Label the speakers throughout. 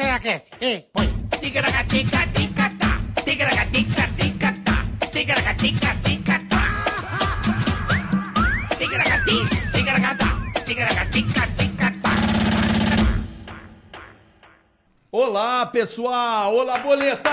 Speaker 1: Ticaracast, ei, põe.
Speaker 2: Ticaracatica-ticatá, ticaracatica-ticatá, ticaracatica-ticatá. Ticaracati, ticaracatá, ticaracatica-ticatá.
Speaker 3: Olá, pessoal! Olá, boleta!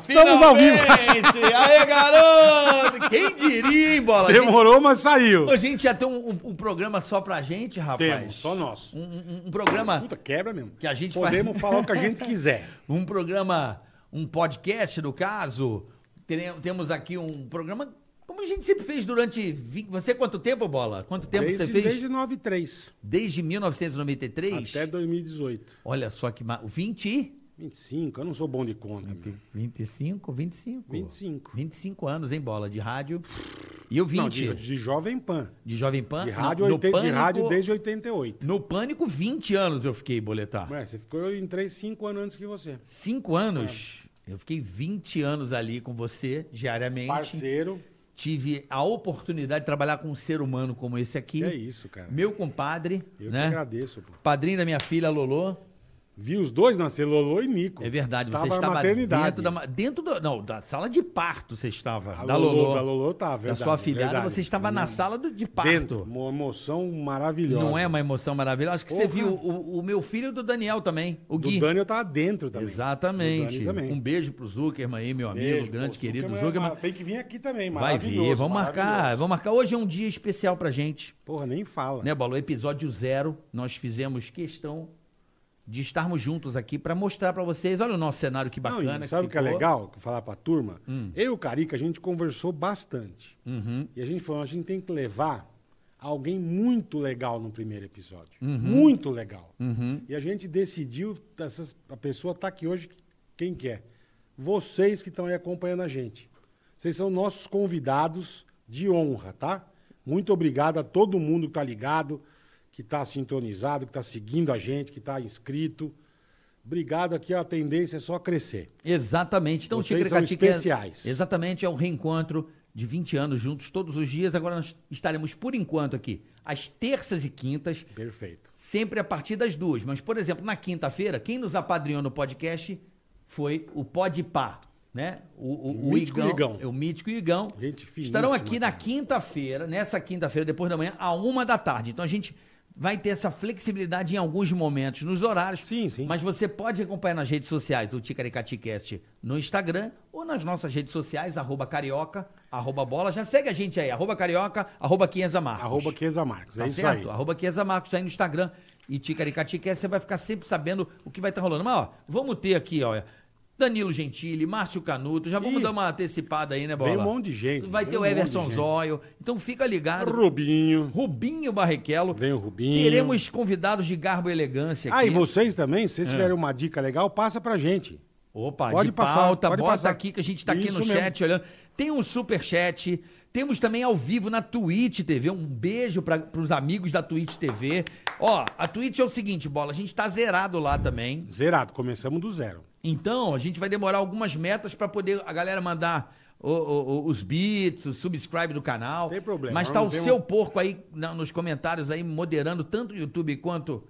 Speaker 4: Estamos ao vivo.
Speaker 3: Finalmente! Aê, garoto! Quem diria, hein, bola?
Speaker 4: Demorou, mas saiu.
Speaker 3: A gente, a gente já tem um, um- um programa só pra gente, rapaz.
Speaker 4: Temos, só nosso.
Speaker 3: Um, um- um programa,
Speaker 4: Puta, quebra mesmo.
Speaker 3: Que a gente
Speaker 4: Podemos
Speaker 3: faz-
Speaker 4: falar o que a gente quiser.
Speaker 3: um programa, um podcast, no caso. Tere- Temos aqui um programa, como a gente sempre fez durante... vi- Você quanto tempo, bola? Quanto tempo
Speaker 4: desde,
Speaker 3: você fez?
Speaker 4: Desde 93
Speaker 3: Desde 1993?
Speaker 4: até 2018.
Speaker 3: Olha só que... ma- 20?
Speaker 4: 25, eu não sou bom de conta. meu.
Speaker 3: 25? 25.
Speaker 4: 25.
Speaker 3: 25 anos, hein, bola? De rádio. E eu 20.
Speaker 4: Não, de, de Jovem Pan.
Speaker 3: De Jovem Pan?
Speaker 4: De
Speaker 3: Ah, no-
Speaker 4: rádio,
Speaker 3: no,
Speaker 4: oitenta- de
Speaker 3: Pânico-
Speaker 4: rádio desde 88.
Speaker 3: No Pânico, 20 anos eu fiquei, boletar.
Speaker 4: Ué, você ficou, eu entrei 5 anos antes que você.
Speaker 3: Cinco anos.
Speaker 4: É.
Speaker 3: Eu fiquei 20 anos ali com você, diariamente.
Speaker 4: Parceiro,
Speaker 3: Tive a oportunidade de trabalhar com um ser humano como esse aqui.
Speaker 4: que é isso, cara.
Speaker 3: Meu compadre,
Speaker 4: Eu que
Speaker 3: né?
Speaker 4: agradeço, pô.
Speaker 3: Padrinho da minha filha, Lolô.
Speaker 4: Vi os dois nascer, Lolo e Nico.
Speaker 3: É verdade,
Speaker 4: estava
Speaker 3: você
Speaker 4: na
Speaker 3: estava
Speaker 4: maternidade.
Speaker 3: dentro da... ma- Dentro do, não, da sala de parto você estava.
Speaker 4: A
Speaker 3: da
Speaker 4: Lolo,
Speaker 3: Lolô.
Speaker 4: da Lolô tá, verdade,
Speaker 3: da sua afilhada,
Speaker 4: verdade.
Speaker 3: você estava na
Speaker 4: Não.
Speaker 3: sala do- de parto.
Speaker 4: Dentro, uma emoção maravilhosa.
Speaker 3: Não é uma emoção maravilhosa? Acho que você
Speaker 4: Porra.
Speaker 3: viu o, o meu filho e do Daniel também, o
Speaker 4: Do
Speaker 3: Gui.
Speaker 4: Dani eu tava dentro também. Do
Speaker 3: Exatamente.
Speaker 4: Dani também.
Speaker 3: Um beijo pro Zuckerman aí, meu amigo,
Speaker 4: Beijo,
Speaker 3: grande
Speaker 4: pô,
Speaker 3: querido
Speaker 4: Zuckerman é
Speaker 3: Zuckerman.
Speaker 4: mar- Tem que vir aqui também,
Speaker 3: Vai
Speaker 4: maravilhoso,
Speaker 3: ver, vamos marcar,
Speaker 4: maravilhoso.
Speaker 3: vamos marcar. Hoje é um dia especial pra gente,
Speaker 4: Porra, nem fala.
Speaker 3: né, Bola? O episódio zero, nós fizemos questão de estarmos juntos aqui pra mostrar pra vocês. Olha o nosso cenário que
Speaker 4: Não, e
Speaker 3: bacana.
Speaker 4: sabe o que é
Speaker 3: ficou. Hum.
Speaker 4: legal? Que eu falar pra turma? Eu e o Carica, a gente conversou bastante.
Speaker 3: Uhum.
Speaker 4: E a gente falou, a gente tem que levar alguém muito legal no primeiro episódio. Muito legal.
Speaker 3: Uhum.
Speaker 4: E a gente decidiu, essas, a pessoa tá aqui hoje, quem que é? Vocês que estão aí acompanhando a gente. Vocês são nossos convidados de honra, tá? Muito obrigado a todo mundo que tá ligado, que tá sintonizado, que tá seguindo a gente, que tá inscrito. Obrigado aqui, ó, a tendência é só crescer.
Speaker 3: Exatamente. Então,
Speaker 4: Vocês
Speaker 3: Tigre
Speaker 4: são
Speaker 3: Catica é-
Speaker 4: especiais.
Speaker 3: Exatamente, é um reencontro de 20 anos juntos todos os dias. Agora nós estaremos, por enquanto, aqui às terças e quintas,
Speaker 4: Perfeito.
Speaker 3: sempre a partir das duas. Mas, por exemplo, na quinta-feira, quem nos apadrinhou no podcast foi o Podpá, né? O, o,
Speaker 4: O
Speaker 3: o
Speaker 4: mítico
Speaker 3: Igão, é
Speaker 4: Igão.
Speaker 3: O Mítico Igão.
Speaker 4: Gente finíssima,
Speaker 3: Estarão aqui na
Speaker 4: cara.
Speaker 3: quinta-feira, nessa quinta-feira, depois da manhã, a uma da tarde. Então a gente vai ter essa flexibilidade em alguns momentos nos horários.
Speaker 4: Sim, sim.
Speaker 3: Mas você pode acompanhar nas redes sociais o TicaracatiCast no Instagram ou nas nossas redes sociais, arroba carioca, arroba bola. Já segue a gente aí, arroba carioca, arroba Quinhas Marcos.
Speaker 4: Arroba Queza Marques.
Speaker 3: Ah, Tá
Speaker 4: é
Speaker 3: certo?
Speaker 4: isso aí.
Speaker 3: Arroba Kiesa Marcos tá aí no Instagram e Ticaricatica, você vai ficar sempre sabendo o que vai estar rolando. Mas, ó, vamos ter aqui, ó, Danilo Gentili, Márcio Canuto, já vamos
Speaker 4: Ih,
Speaker 3: dar uma antecipada aí, né, Bola?
Speaker 4: vem um monte de gente,
Speaker 3: Vai
Speaker 4: vem
Speaker 3: ter
Speaker 4: um
Speaker 3: o
Speaker 4: monte de
Speaker 3: Everson
Speaker 4: gente.
Speaker 3: Zóio, então fica ligado.
Speaker 4: Rubinho.
Speaker 3: Rubinho Barrichello.
Speaker 4: Vem o Rubinho.
Speaker 3: Teremos convidados de garbo e elegância aqui.
Speaker 4: Ah, e vocês também, se vocês tiverem uma dica legal, passa pra gente.
Speaker 3: Opa,
Speaker 4: Pode
Speaker 3: de
Speaker 4: passar,
Speaker 3: pauta,
Speaker 4: pode
Speaker 3: bota
Speaker 4: passar.
Speaker 3: aqui que a gente tá aqui
Speaker 4: Isso
Speaker 3: no
Speaker 4: mesmo.
Speaker 3: chat olhando. Tem um superchat, temos também ao vivo na Twitch TV, um beijo para pros amigos da Twitch TV. Ó, a Twitch é o seguinte, bola, a gente tá zerado lá também.
Speaker 4: Zerado, começamos do zero.
Speaker 3: Então, a gente vai demorar algumas metas para poder a galera mandar o- o- o- os beats, o subscribe do canal.
Speaker 4: Tem problema,
Speaker 3: Mas tá
Speaker 4: não
Speaker 3: o
Speaker 4: tem
Speaker 3: seu
Speaker 4: um-
Speaker 3: porco aí na- nos comentários aí, moderando tanto o YouTube quanto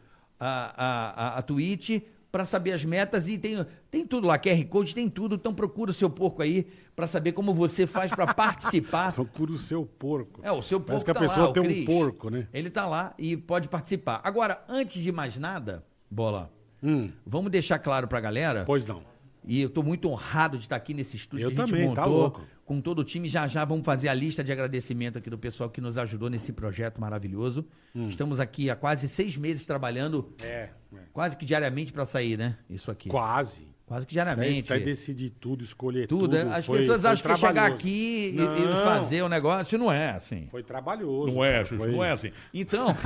Speaker 3: a, a, a, a Twitch para saber as metas e tem, tem tudo lá, QR Code, tem tudo. Então procura o seu porco aí para saber como você faz para participar.
Speaker 4: Procura Então, o seu porco.
Speaker 3: É, o seu porco
Speaker 4: Parece que a
Speaker 3: tá
Speaker 4: pessoa
Speaker 3: lá, o
Speaker 4: tem um
Speaker 3: Cris.
Speaker 4: porco, né?
Speaker 3: Ele tá lá e pode participar. Agora, antes de mais nada, bola,
Speaker 4: Hum,
Speaker 3: vamos deixar claro pra galera
Speaker 4: pois não.
Speaker 3: e eu tô muito honrado de estar aqui nesse estúdio
Speaker 4: Eu
Speaker 3: que a gente
Speaker 4: também,
Speaker 3: montou
Speaker 4: tá louco.
Speaker 3: com todo o time. Já já vamos fazer a lista de agradecimento aqui do pessoal que nos ajudou nesse projeto maravilhoso.
Speaker 4: Hum.
Speaker 3: Estamos aqui há quase seis meses trabalhando,
Speaker 4: É, é.
Speaker 3: quase que diariamente para sair, né? Isso aqui.
Speaker 4: quase.
Speaker 3: Quase que
Speaker 4: Até,
Speaker 3: diariamente.
Speaker 4: até decidir tudo, escolher
Speaker 3: tudo.
Speaker 4: tudo.
Speaker 3: né? As
Speaker 4: foi-
Speaker 3: pessoas
Speaker 4: foi
Speaker 3: acham que chegar
Speaker 4: trabalhoso.
Speaker 3: aqui e- e,
Speaker 4: Não,
Speaker 3: fazer o negócio não é assim.
Speaker 4: Foi trabalhoso.
Speaker 5: Não é,
Speaker 4: cara,
Speaker 5: Xuxa,
Speaker 4: foi-
Speaker 5: não é assim.
Speaker 3: Então,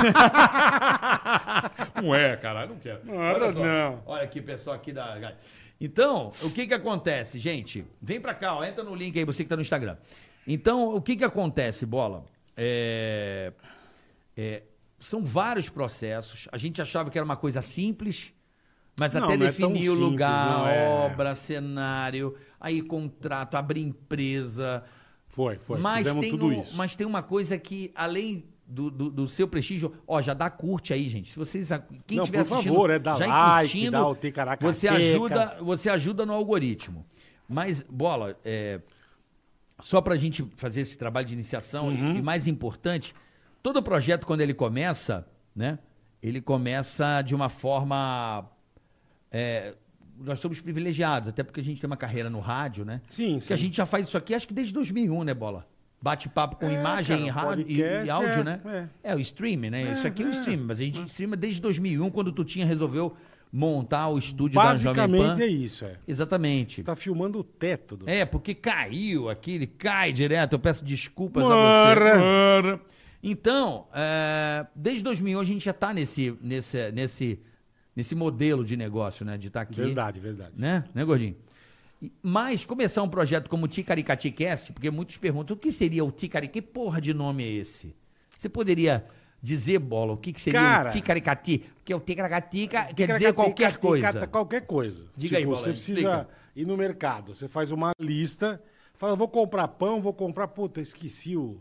Speaker 5: Não é, caralho, não quero.
Speaker 4: Não era,
Speaker 5: Olha só.
Speaker 4: não.
Speaker 3: olha aqui, pessoal aqui da. Então, o que que acontece, gente? Vem pra cá, ó, entra no link aí, você que tá no Instagram. Então, o que que acontece, bola? É, é, são vários processos. A gente achava que era uma coisa simples, mas
Speaker 4: Não,
Speaker 3: até
Speaker 4: não é tão
Speaker 3: definir o
Speaker 4: simples,
Speaker 3: lugar,
Speaker 4: não, é.
Speaker 3: obra, cenário, aí contrato, abrir empresa.
Speaker 4: Foi, foi.
Speaker 3: mas,
Speaker 4: Fizemos
Speaker 3: tem
Speaker 4: tudo
Speaker 3: um-
Speaker 4: isso.
Speaker 3: mas tem uma coisa que, além do, do- do seu prestígio. Ó, já dá curte aí, gente. Se vocês. a- Quem
Speaker 4: Não,
Speaker 3: tiver
Speaker 4: por
Speaker 3: assistindo,
Speaker 4: favor, é, dá
Speaker 3: já ir
Speaker 4: like,
Speaker 3: curtindo,
Speaker 4: dá o ticaracateca.
Speaker 3: você ajuda, você ajuda no algoritmo. Mas, bola, é, só pra gente fazer esse trabalho de iniciação
Speaker 4: Uhum.
Speaker 3: e, e mais importante, todo projeto, quando ele começa, né? Ele começa de uma forma. é, nós somos privilegiados, até porque a gente tem uma carreira no rádio, né?
Speaker 4: Sim,
Speaker 3: Porque a
Speaker 4: sim.
Speaker 3: gente já faz isso aqui, acho que desde 2001, né, Bola? Bate-papo com
Speaker 4: É,
Speaker 3: imagem
Speaker 4: cara,
Speaker 3: e rádio e-
Speaker 4: podcast,
Speaker 3: e, áudio,
Speaker 4: é,
Speaker 3: né? É. o streaming, né? isso aqui é, um
Speaker 4: é.
Speaker 3: streaming, mas a gente streama desde 2001, quando tu tinha resolveu montar o estúdio da um Jovem Pan.
Speaker 4: Basicamente é isso, é.
Speaker 3: Exatamente.
Speaker 4: Você tá filmando o teto do.
Speaker 3: É, porque caiu aqui, ele cai direto. Eu peço desculpas a
Speaker 4: Mora.
Speaker 3: você. Mora. Então, é, desde 2001 a gente já tá nesse, nesse, nesse, nesse modelo de negócio, né? De estar aqui.
Speaker 4: Verdade, verdade.
Speaker 3: Né, né Gordinho? E- Mas começar um projeto como o Ticaricati-Cast, porque muitos perguntam o que seria o Ticarica? Que porra de nome é esse? Você poderia dizer, Bola, o que, que seria
Speaker 4: Cara.
Speaker 3: o Ticaricati? Porque o Ticaracatica quer
Speaker 4: Ticaracateca,
Speaker 3: dizer qualquer
Speaker 4: ticaracateca,
Speaker 3: coisa.
Speaker 4: Qualquer coisa. Tipo,
Speaker 3: Diga aí, Bola,
Speaker 4: Você precisa
Speaker 3: explica.
Speaker 4: ir no mercado, você faz uma lista, fala, vou comprar pão, vou comprar, puta, esqueci o...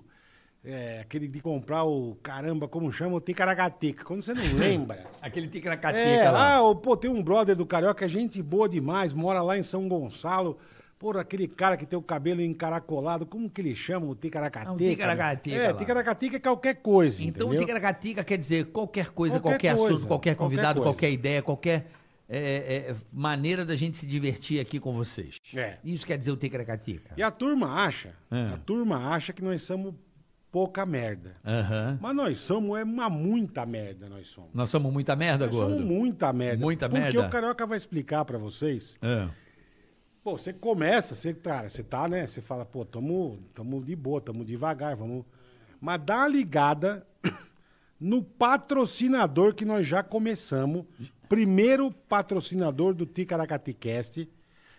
Speaker 4: é, aquele de comprar o, caramba, como chama, o ticaracateca. Quando você não lembra...
Speaker 3: Aquele Ticaracatica
Speaker 4: é,
Speaker 3: lá.
Speaker 4: lá, o, pô, tem um brother do Carioca, gente boa demais, mora lá em São Gonçalo, por aquele cara que tem o cabelo encaracolado, como que ele chama, o ticaracateca?
Speaker 3: Ah, o
Speaker 4: né?
Speaker 3: ticaracateca
Speaker 4: É,
Speaker 3: lá.
Speaker 4: ticaracateca é qualquer coisa,
Speaker 3: Então,
Speaker 4: entendeu?
Speaker 3: ticaracatica quer dizer qualquer coisa, qualquer,
Speaker 4: Qualquer
Speaker 3: assunto,
Speaker 4: coisa,
Speaker 3: qualquer
Speaker 4: qualquer
Speaker 3: convidado,
Speaker 4: coisa.
Speaker 3: qualquer, ideia, qualquer é, é, maneira da gente se divertir aqui com vocês.
Speaker 4: É.
Speaker 3: Isso quer dizer o ticaracatica.
Speaker 4: E a turma acha,
Speaker 3: É.
Speaker 4: a turma acha que nós somos pouca merda.
Speaker 3: Aham.
Speaker 4: Mas nós somos é uma muita merda, nós somos.
Speaker 3: Nós somos muita merda,
Speaker 4: Nós
Speaker 3: gordo.
Speaker 4: somos muita merda.
Speaker 3: Muita
Speaker 4: porque
Speaker 3: merda.
Speaker 4: o Carioca vai explicar pra vocês.
Speaker 3: É.
Speaker 4: Pô, você começa, você, cara, você tá, né? Você fala, pô, tamo, tamo de boa, tamo devagar, vamos. Mas dá uma ligada no patrocinador que nós já começamos. Primeiro patrocinador do Ticaracaticast.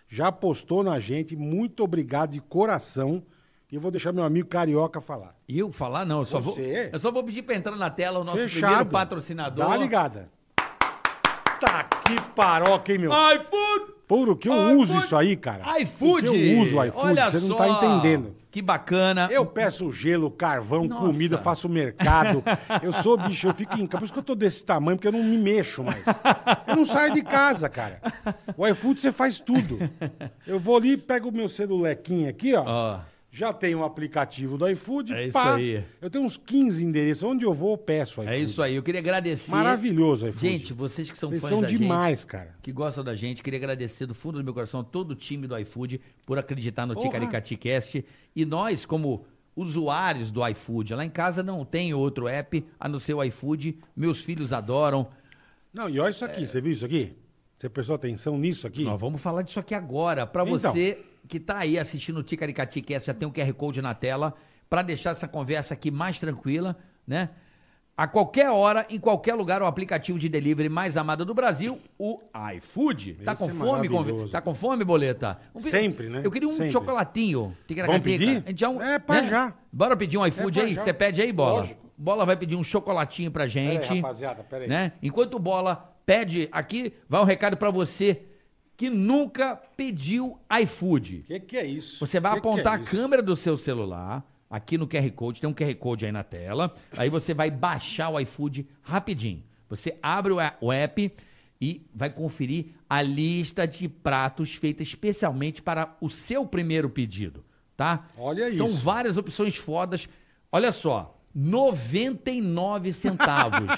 Speaker 4: Já apostou na gente. Muito obrigado de coração. E eu vou deixar meu amigo carioca falar.
Speaker 3: Eu falar não, eu só, vou,
Speaker 4: Você?
Speaker 3: eu só vou pedir pra entrar na tela o nosso primeiro patrocinador.
Speaker 4: Dá uma ligada. Tá que paroca, hein, meu?
Speaker 3: Ah! iFood!
Speaker 4: Puro que eu
Speaker 3: iFood!
Speaker 4: uso isso aí, cara.
Speaker 3: Ah, iFood!
Speaker 4: Porque eu uso o iFood,
Speaker 3: Olha
Speaker 4: você não
Speaker 3: só,
Speaker 4: tá entendendo.
Speaker 3: Que bacana.
Speaker 4: Eu peço gelo, carvão,
Speaker 3: Nossa.
Speaker 4: comida, faço mercado. Eu sou bicho, eu fico em casa. Por isso que eu tô desse tamanho, porque eu não me mexo mais. Eu não saio de casa, cara. O iFood você faz tudo. Eu vou ali, pego o meu celulequinho aqui, ó.
Speaker 3: Ó.
Speaker 4: Já tenho o aplicativo do iFood.
Speaker 3: É isso aí.
Speaker 4: Eu tenho uns 15 endereços. Onde eu vou, eu peço iFood.
Speaker 3: É isso aí, eu queria agradecer.
Speaker 4: Maravilhoso iFood.
Speaker 3: Gente, vocês que são
Speaker 4: Vocês
Speaker 3: fãs
Speaker 4: são
Speaker 3: da gente,
Speaker 4: demais, cara.
Speaker 3: que gostam da gente, queria agradecer do fundo do meu coração todo o time do iFood por acreditar no
Speaker 4: Porra.
Speaker 3: Ticaricaticast. E nós, como usuários do iFood, lá em casa não tem outro app a não ser o iFood. Meus filhos adoram.
Speaker 4: Não, e olha isso aqui, você viu isso aqui? Você prestou atenção nisso aqui?
Speaker 3: Nós vamos falar disso aqui agora. Pra
Speaker 4: Então.
Speaker 3: você que tá aí assistindo o Ticaricaticast, já tem um QR Code na tela, pra deixar essa conversa aqui mais tranquila, né? A qualquer hora, em qualquer lugar, o aplicativo de delivery mais amado do Brasil, o iFood. Tá
Speaker 4: Esse
Speaker 3: com
Speaker 4: é
Speaker 3: fome,
Speaker 4: maravilhoso.
Speaker 3: conv- Tá com fome, boleta? Um pe-
Speaker 4: Sempre, né?
Speaker 3: Eu queria um
Speaker 4: Sempre.
Speaker 3: chocolatinho.
Speaker 4: Vamos pedir?
Speaker 3: A gente já um-
Speaker 4: É, pra já. É
Speaker 3: Bora pedir um iFood
Speaker 4: pra
Speaker 3: aí?
Speaker 4: já.
Speaker 3: Você pede aí, Bola?
Speaker 4: Lógico.
Speaker 3: Bola vai pedir um chocolatinho pra
Speaker 4: Pera aí,
Speaker 3: gente.
Speaker 4: rapaziada, pera aí.
Speaker 3: Né? Enquanto o Bola pede aqui, vai um recado pra você que nunca pediu iFood.
Speaker 4: O que, que é isso?
Speaker 3: Você vai
Speaker 4: Que que é
Speaker 3: apontar a
Speaker 4: isso?
Speaker 3: câmera do seu celular aqui no QR Code, tem um QR Code aí na tela. Aí você vai baixar o iFood rapidinho. Você abre o a- o app e vai conferir a lista de pratos feita especialmente para o seu primeiro pedido, tá?
Speaker 4: Olha
Speaker 3: São
Speaker 4: isso.
Speaker 3: várias opções fodas. Olha só, 99 centavos.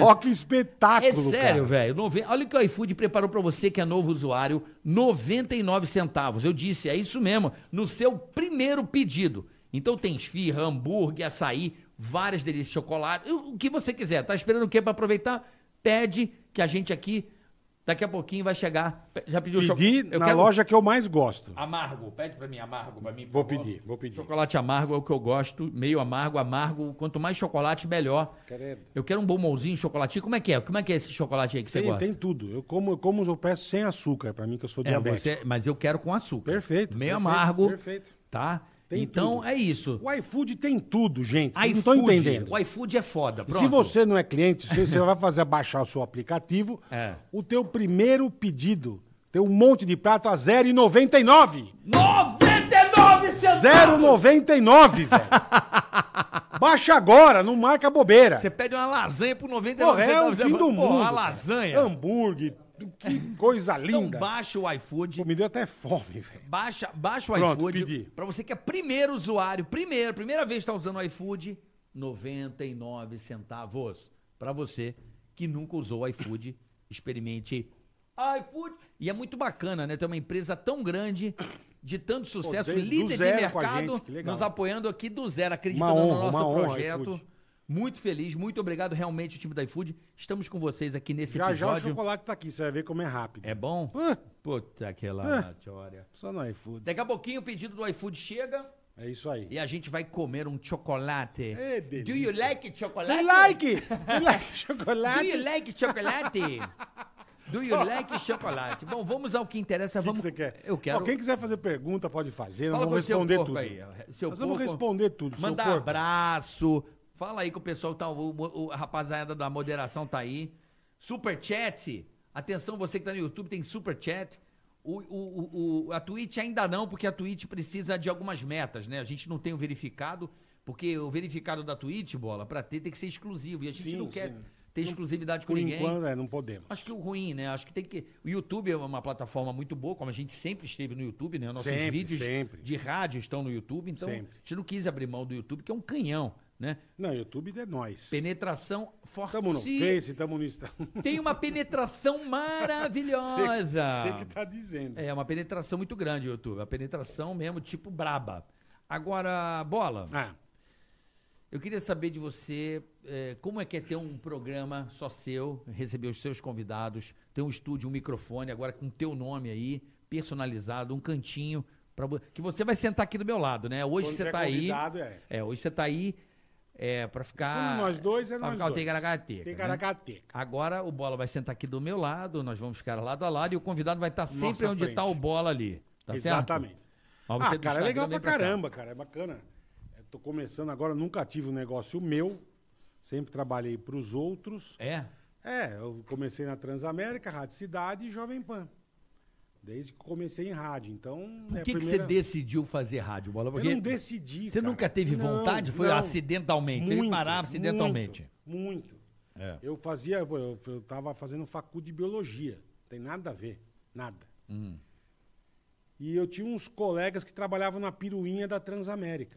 Speaker 4: Ó, que espetáculo,
Speaker 3: É sério,
Speaker 4: cara.
Speaker 3: velho. Nove- Olha o que o iFood preparou pra você que é novo usuário, 99 centavos. Eu disse, é isso mesmo, no seu primeiro pedido. Então tem esfirra, hambúrguer, açaí, várias delícias, chocolate, o o que você quiser. Tá esperando o quê pra aproveitar? Pede que a gente aqui daqui a pouquinho vai chegar. Pe- Já pediu
Speaker 4: Pedi
Speaker 3: chocolate?
Speaker 4: na loja que eu mais gosto.
Speaker 3: amargo. Pede pra mim amargo pra mim. por
Speaker 4: Vou
Speaker 3: favor.
Speaker 4: pedir, vou pedir.
Speaker 3: Chocolate amargo é o que eu gosto, meio amargo, amargo. Quanto mais chocolate, melhor.
Speaker 4: Credo.
Speaker 3: Eu quero um bombonzinho, chocolatinho. Como é que é? Como é que é esse chocolate aí que você
Speaker 4: Tem,
Speaker 3: gosta?
Speaker 4: tem tudo. Eu como, eu como, eu peço sem açúcar, pra mim, que eu sou
Speaker 3: É,
Speaker 4: diabético.
Speaker 3: você, mas eu quero com açúcar.
Speaker 4: Perfeito,
Speaker 3: Meio
Speaker 4: perfeito,
Speaker 3: amargo.
Speaker 4: perfeito.
Speaker 3: Tá?
Speaker 4: Tem
Speaker 3: então
Speaker 4: tudo.
Speaker 3: é isso.
Speaker 4: O iFood tem tudo, gente. Vocês não estão
Speaker 3: iFood.
Speaker 4: entendendo.
Speaker 3: O iFood é foda.
Speaker 4: E
Speaker 3: Pronto.
Speaker 4: se você não é cliente, se você vai fazer baixar o seu aplicativo,
Speaker 3: É.
Speaker 4: o teu primeiro pedido tem um monte de prato a 0,99.
Speaker 3: 99 centavos!
Speaker 4: 0,99, velho. Baixa agora, não marca bobeira.
Speaker 3: Você pede uma lasanha por 99
Speaker 4: Porra, é o
Speaker 3: centavos.
Speaker 4: fim do
Speaker 3: Porra,
Speaker 4: mundo.
Speaker 3: uma
Speaker 4: cara.
Speaker 3: lasanha.
Speaker 4: Hambúrguer, tu- que coisa
Speaker 3: Então
Speaker 4: linda.
Speaker 3: baixa o iFood.
Speaker 4: Pô, me deu até fome, velho.
Speaker 3: Baixa, baixa o
Speaker 4: Pronto,
Speaker 3: iFood.
Speaker 4: pedi.
Speaker 3: Pra você que é primeiro usuário, primeiro, primeira vez que tá usando o iFood, 99 centavos. Pra você que nunca usou o iFood, experimente iFood. E é muito bacana, né? Ter uma empresa tão grande, de tanto sucesso,
Speaker 4: desde- do
Speaker 3: líder de
Speaker 4: zero com a gente,
Speaker 3: mercado,
Speaker 4: que legal.
Speaker 3: nos apoiando aqui do zero, acreditando
Speaker 4: Uma honra,
Speaker 3: no
Speaker 4: uma
Speaker 3: nosso
Speaker 4: honra,
Speaker 3: projeto.
Speaker 4: iFood.
Speaker 3: muito feliz, muito obrigado realmente o time do iFood. Estamos com vocês aqui nesse
Speaker 4: Já já o
Speaker 3: episódio.
Speaker 4: chocolate tá aqui, você vai ver como é rápido.
Speaker 3: é bom?
Speaker 4: Ah,
Speaker 3: Puta que lá,
Speaker 4: Ah.
Speaker 3: Jória.
Speaker 4: só no iFood.
Speaker 3: Daqui a pouquinho o pedido do iFood chega
Speaker 4: É isso aí.
Speaker 3: e a gente vai comer um chocolate.
Speaker 4: É delícia.
Speaker 3: Do you like chocolate?
Speaker 4: Do like! Do like
Speaker 3: Do
Speaker 4: chocolate!
Speaker 3: you like chocolate? Do you like chocolate? Bom, vamos ao que interessa.
Speaker 4: O que, que
Speaker 3: vamos...
Speaker 4: você quer?
Speaker 3: Eu quero.
Speaker 4: Ó, quem quiser fazer pergunta, pode fazer.
Speaker 3: Fala
Speaker 4: nós
Speaker 3: com o
Speaker 4: vamos
Speaker 3: seu
Speaker 4: responder
Speaker 3: corpo
Speaker 4: tudo.
Speaker 3: aí. é, Seu
Speaker 4: nós vamos
Speaker 3: corpo.
Speaker 4: responder tudo.
Speaker 3: Manda
Speaker 4: seu corpo.
Speaker 3: abraço. Fala aí que o pessoal tá. O, o- a rapaziada da moderação tá aí. Super chat. Atenção, você que tá no YouTube, tem super chat. O, o, o- o- a Twitch ainda não, porque a Twitch precisa de algumas metas, né? A gente não tem o verificado, porque o verificado da Twitch, bola, pra ter tem que ser exclusivo. E a gente
Speaker 4: Sim,
Speaker 3: não quer
Speaker 4: sim.
Speaker 3: ter exclusividade com
Speaker 4: Por
Speaker 3: ninguém.
Speaker 4: enquanto, é, não podemos.
Speaker 3: Acho que o ruim, né? Acho que tem que. O YouTube é uma plataforma muito boa, como a gente sempre esteve no YouTube, né? Nossos
Speaker 4: Sempre,
Speaker 3: vídeos
Speaker 4: sempre.
Speaker 3: de rádio estão no YouTube, então
Speaker 4: Sempre.
Speaker 3: a gente não quis abrir mão do YouTube, que é um canhão, né?
Speaker 4: Não, YouTube é nós.
Speaker 3: Penetração forte.
Speaker 4: Tamo no
Speaker 3: Se
Speaker 4: Face, tamo no Instagram.
Speaker 3: Tem uma penetração maravilhosa.
Speaker 4: Você que tá dizendo.
Speaker 3: É uma penetração muito grande, o YouTube. A penetração mesmo, tipo braba. Agora, bola.
Speaker 4: Ah,
Speaker 3: Eu queria saber de você eh, como é que é ter um programa só seu, receber os seus convidados, ter um estúdio, um microfone agora com teu nome aí, personalizado, um cantinho pra vo- que você vai sentar aqui do meu lado, né? Hoje você
Speaker 4: Quando tiver
Speaker 3: tá aí.
Speaker 4: convidado, é.
Speaker 3: É, hoje você tá aí é para ficar
Speaker 4: Quando nós dois, é
Speaker 3: pra
Speaker 4: nós
Speaker 3: ficar o
Speaker 4: dois.
Speaker 3: Ticaracateca,
Speaker 4: tem
Speaker 3: né?
Speaker 4: caracateca.
Speaker 3: Agora o Bola vai sentar aqui do meu lado, nós vamos ficar lado a lado e o convidado vai estar sempre
Speaker 4: Nossa
Speaker 3: onde
Speaker 4: frente.
Speaker 3: está o Bola ali, tá
Speaker 4: Exatamente.
Speaker 3: certo? Ó, você
Speaker 4: ah,
Speaker 3: do
Speaker 4: cara, é
Speaker 3: Instagram
Speaker 4: legal
Speaker 3: vem
Speaker 4: pra
Speaker 3: cá.
Speaker 4: caramba, cara. É bacana. Eu tô começando agora, nunca tive um negócio meu. Sempre trabalhei pros outros.
Speaker 3: É.
Speaker 4: É, eu comecei na Transamérica, Rádio Cidade e Jovem Pan. Desde que comecei em rádio, então...
Speaker 3: Por
Speaker 4: é a
Speaker 3: que, que você
Speaker 4: primeira-
Speaker 3: decidiu fazer rádio, Bola? Porque
Speaker 4: Eu não decidi,
Speaker 3: Você
Speaker 4: cara.
Speaker 3: nunca teve
Speaker 4: Não,
Speaker 3: vontade? Foi assim
Speaker 4: não.
Speaker 3: acidentalmente. você
Speaker 4: Muito,
Speaker 3: ia parar acidentalmente.
Speaker 4: Muito. muito.
Speaker 3: É.
Speaker 4: Eu fazia, pô, eu, eu tava fazendo faculdade de biologia. Tem nada a ver, nada.
Speaker 3: Uhum.
Speaker 4: E eu tinha uns colegas que trabalhavam na piruinha da Transamérica.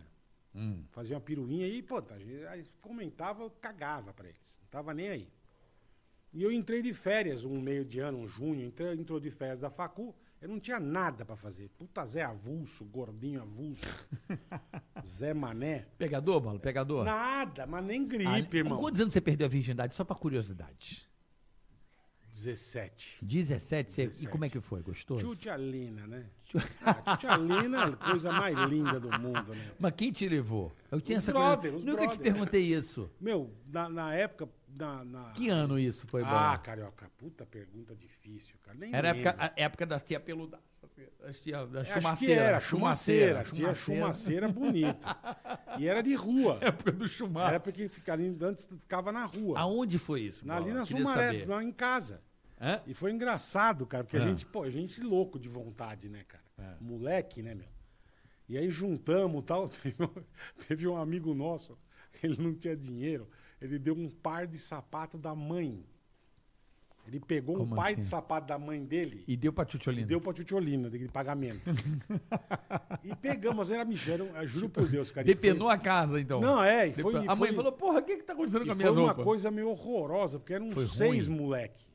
Speaker 3: Hum.
Speaker 4: Fazia uma piruinha e, pô, tá, aí comentava, eu cagava pra eles. Não tava nem aí. E eu entrei de férias, um meio de ano, um junho, entrou, entrou de férias da facu, eu não tinha nada pra fazer. Puta Zé avulso, gordinho avulso, Zé Mané.
Speaker 3: Pegador, Bola? Pegador?
Speaker 4: Nada, mas nem
Speaker 3: Ah,
Speaker 4: gripe, irmão.
Speaker 3: Quantos anos você perdeu a virgindade? Só pra curiosidade.
Speaker 4: 17.
Speaker 3: 17, você- E
Speaker 4: 17.
Speaker 3: como é que foi? Gostoso?
Speaker 4: Tchutchalina, né? Ah, Tchutchalina é a coisa mais linda do mundo, né?
Speaker 3: Mas quem te levou? Eu tinha
Speaker 4: Os
Speaker 3: essa
Speaker 4: brother,
Speaker 3: coisa.
Speaker 4: os
Speaker 3: Nunca te
Speaker 4: brother.
Speaker 3: perguntei isso.
Speaker 4: Meu, na, na época. Na, na-
Speaker 3: Que ano isso foi,
Speaker 4: Ah,
Speaker 3: Bola?
Speaker 4: carioca, puta pergunta difícil, cara. Nem
Speaker 3: Era a
Speaker 4: lembro. É,
Speaker 3: época, a época das tia peludas. Das tia, da
Speaker 4: Acho que
Speaker 3: chumaceira.
Speaker 4: era, chumaceira. Tinha chumaceira bonita. E era de rua.
Speaker 3: Época do
Speaker 4: Era
Speaker 3: chumaceiro.
Speaker 4: porque ficava, antes ficava na rua.
Speaker 3: Aonde foi isso?
Speaker 4: na,
Speaker 3: Bola?
Speaker 4: ali na
Speaker 3: Queria
Speaker 4: Sumaré,
Speaker 3: saber.
Speaker 4: lá em casa.
Speaker 3: Hã?
Speaker 4: E foi engraçado, cara, porque
Speaker 3: Ah.
Speaker 4: a gente, pô, a gente louco de vontade, né, cara?
Speaker 3: É.
Speaker 4: Moleque, né, meu? E aí juntamos e tal. Teve um, teve um amigo nosso, ele não tinha dinheiro, ele deu um par de sapato da mãe. Ele pegou
Speaker 3: Como
Speaker 4: um par de
Speaker 3: assim? né?
Speaker 4: sapato da mãe dele
Speaker 3: E deu pra
Speaker 4: e
Speaker 3: Tchutcholina.
Speaker 4: deu pra Tchutcholina, de pagamento. e pegamos, era Michel, eu juro por Deus, cara. e foi-
Speaker 3: Tipo, Depenou a casa, então.
Speaker 4: Não, é, e
Speaker 3: Depen-
Speaker 4: foi- e
Speaker 3: a mãe
Speaker 4: foi-
Speaker 3: falou, porra, o que que tá acontecendo com a
Speaker 4: E
Speaker 3: minha
Speaker 4: foi uma
Speaker 3: roupa?
Speaker 4: coisa meio horrorosa, porque eram
Speaker 3: Foi
Speaker 4: seis
Speaker 3: ruim.
Speaker 4: moleque.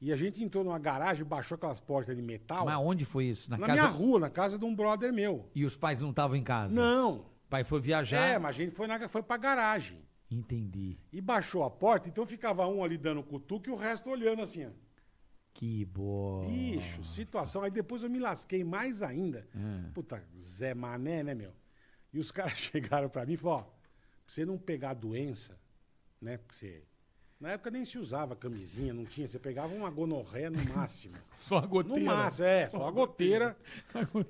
Speaker 4: E a gente entrou numa garagem, baixou aquelas portas de metal.
Speaker 3: Mas onde foi isso? Na,
Speaker 4: na
Speaker 3: casa...
Speaker 4: minha rua, na casa de um brother meu.
Speaker 3: E os pais não estavam em casa?
Speaker 4: Não.
Speaker 3: O pai foi viajar?
Speaker 4: É, mas a gente foi, na, foi pra garagem.
Speaker 3: Entendi.
Speaker 4: E baixou a porta, então ficava um ali dando cutuque e o resto olhando assim, ó.
Speaker 3: Que boa.
Speaker 4: Bicho, situação. Aí depois eu me lasquei mais ainda. Puta, Zé Mané, né, meu? E os caras chegaram pra mim e falaram, ó, pra você não pegar a doença, né? Porque você... Na época nem se usava camisinha, não tinha. Você pegava uma gonorreia no máximo.
Speaker 3: Só a
Speaker 4: No
Speaker 3: goteira. né?
Speaker 4: máximo, é. Só a goteira.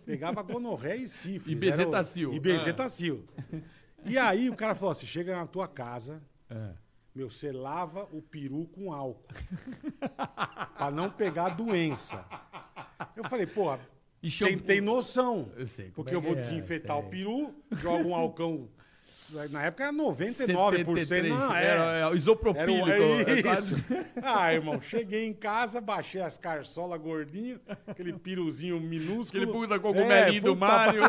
Speaker 4: Pegava gonorreia e sífilis.
Speaker 3: E
Speaker 4: era o-
Speaker 3: bezetacil. Ah.
Speaker 4: E bezetacil. E aí o cara falou, ó, você chega na tua casa,
Speaker 3: É.
Speaker 4: meu, você lava o peru com álcool. pra não pegar a doença. Eu falei, pô,
Speaker 3: E
Speaker 4: tem,
Speaker 3: shampoo?
Speaker 4: tem noção.
Speaker 3: Eu sei como
Speaker 4: porque
Speaker 3: é
Speaker 4: eu vou
Speaker 3: que é,
Speaker 4: desinfetar
Speaker 3: sei.
Speaker 4: o peru, jogo um alcão Na época era 99%.
Speaker 3: 73,
Speaker 4: não, é.
Speaker 3: era, era isopropílico.
Speaker 4: Era o-
Speaker 3: é
Speaker 4: isso.
Speaker 3: quase-
Speaker 4: Ah, irmão, cheguei em casa, baixei as carçolas gordinho, aquele piruzinho minúsculo. É,
Speaker 3: Aquele puta cogumelinho do
Speaker 4: puta
Speaker 3: Mario.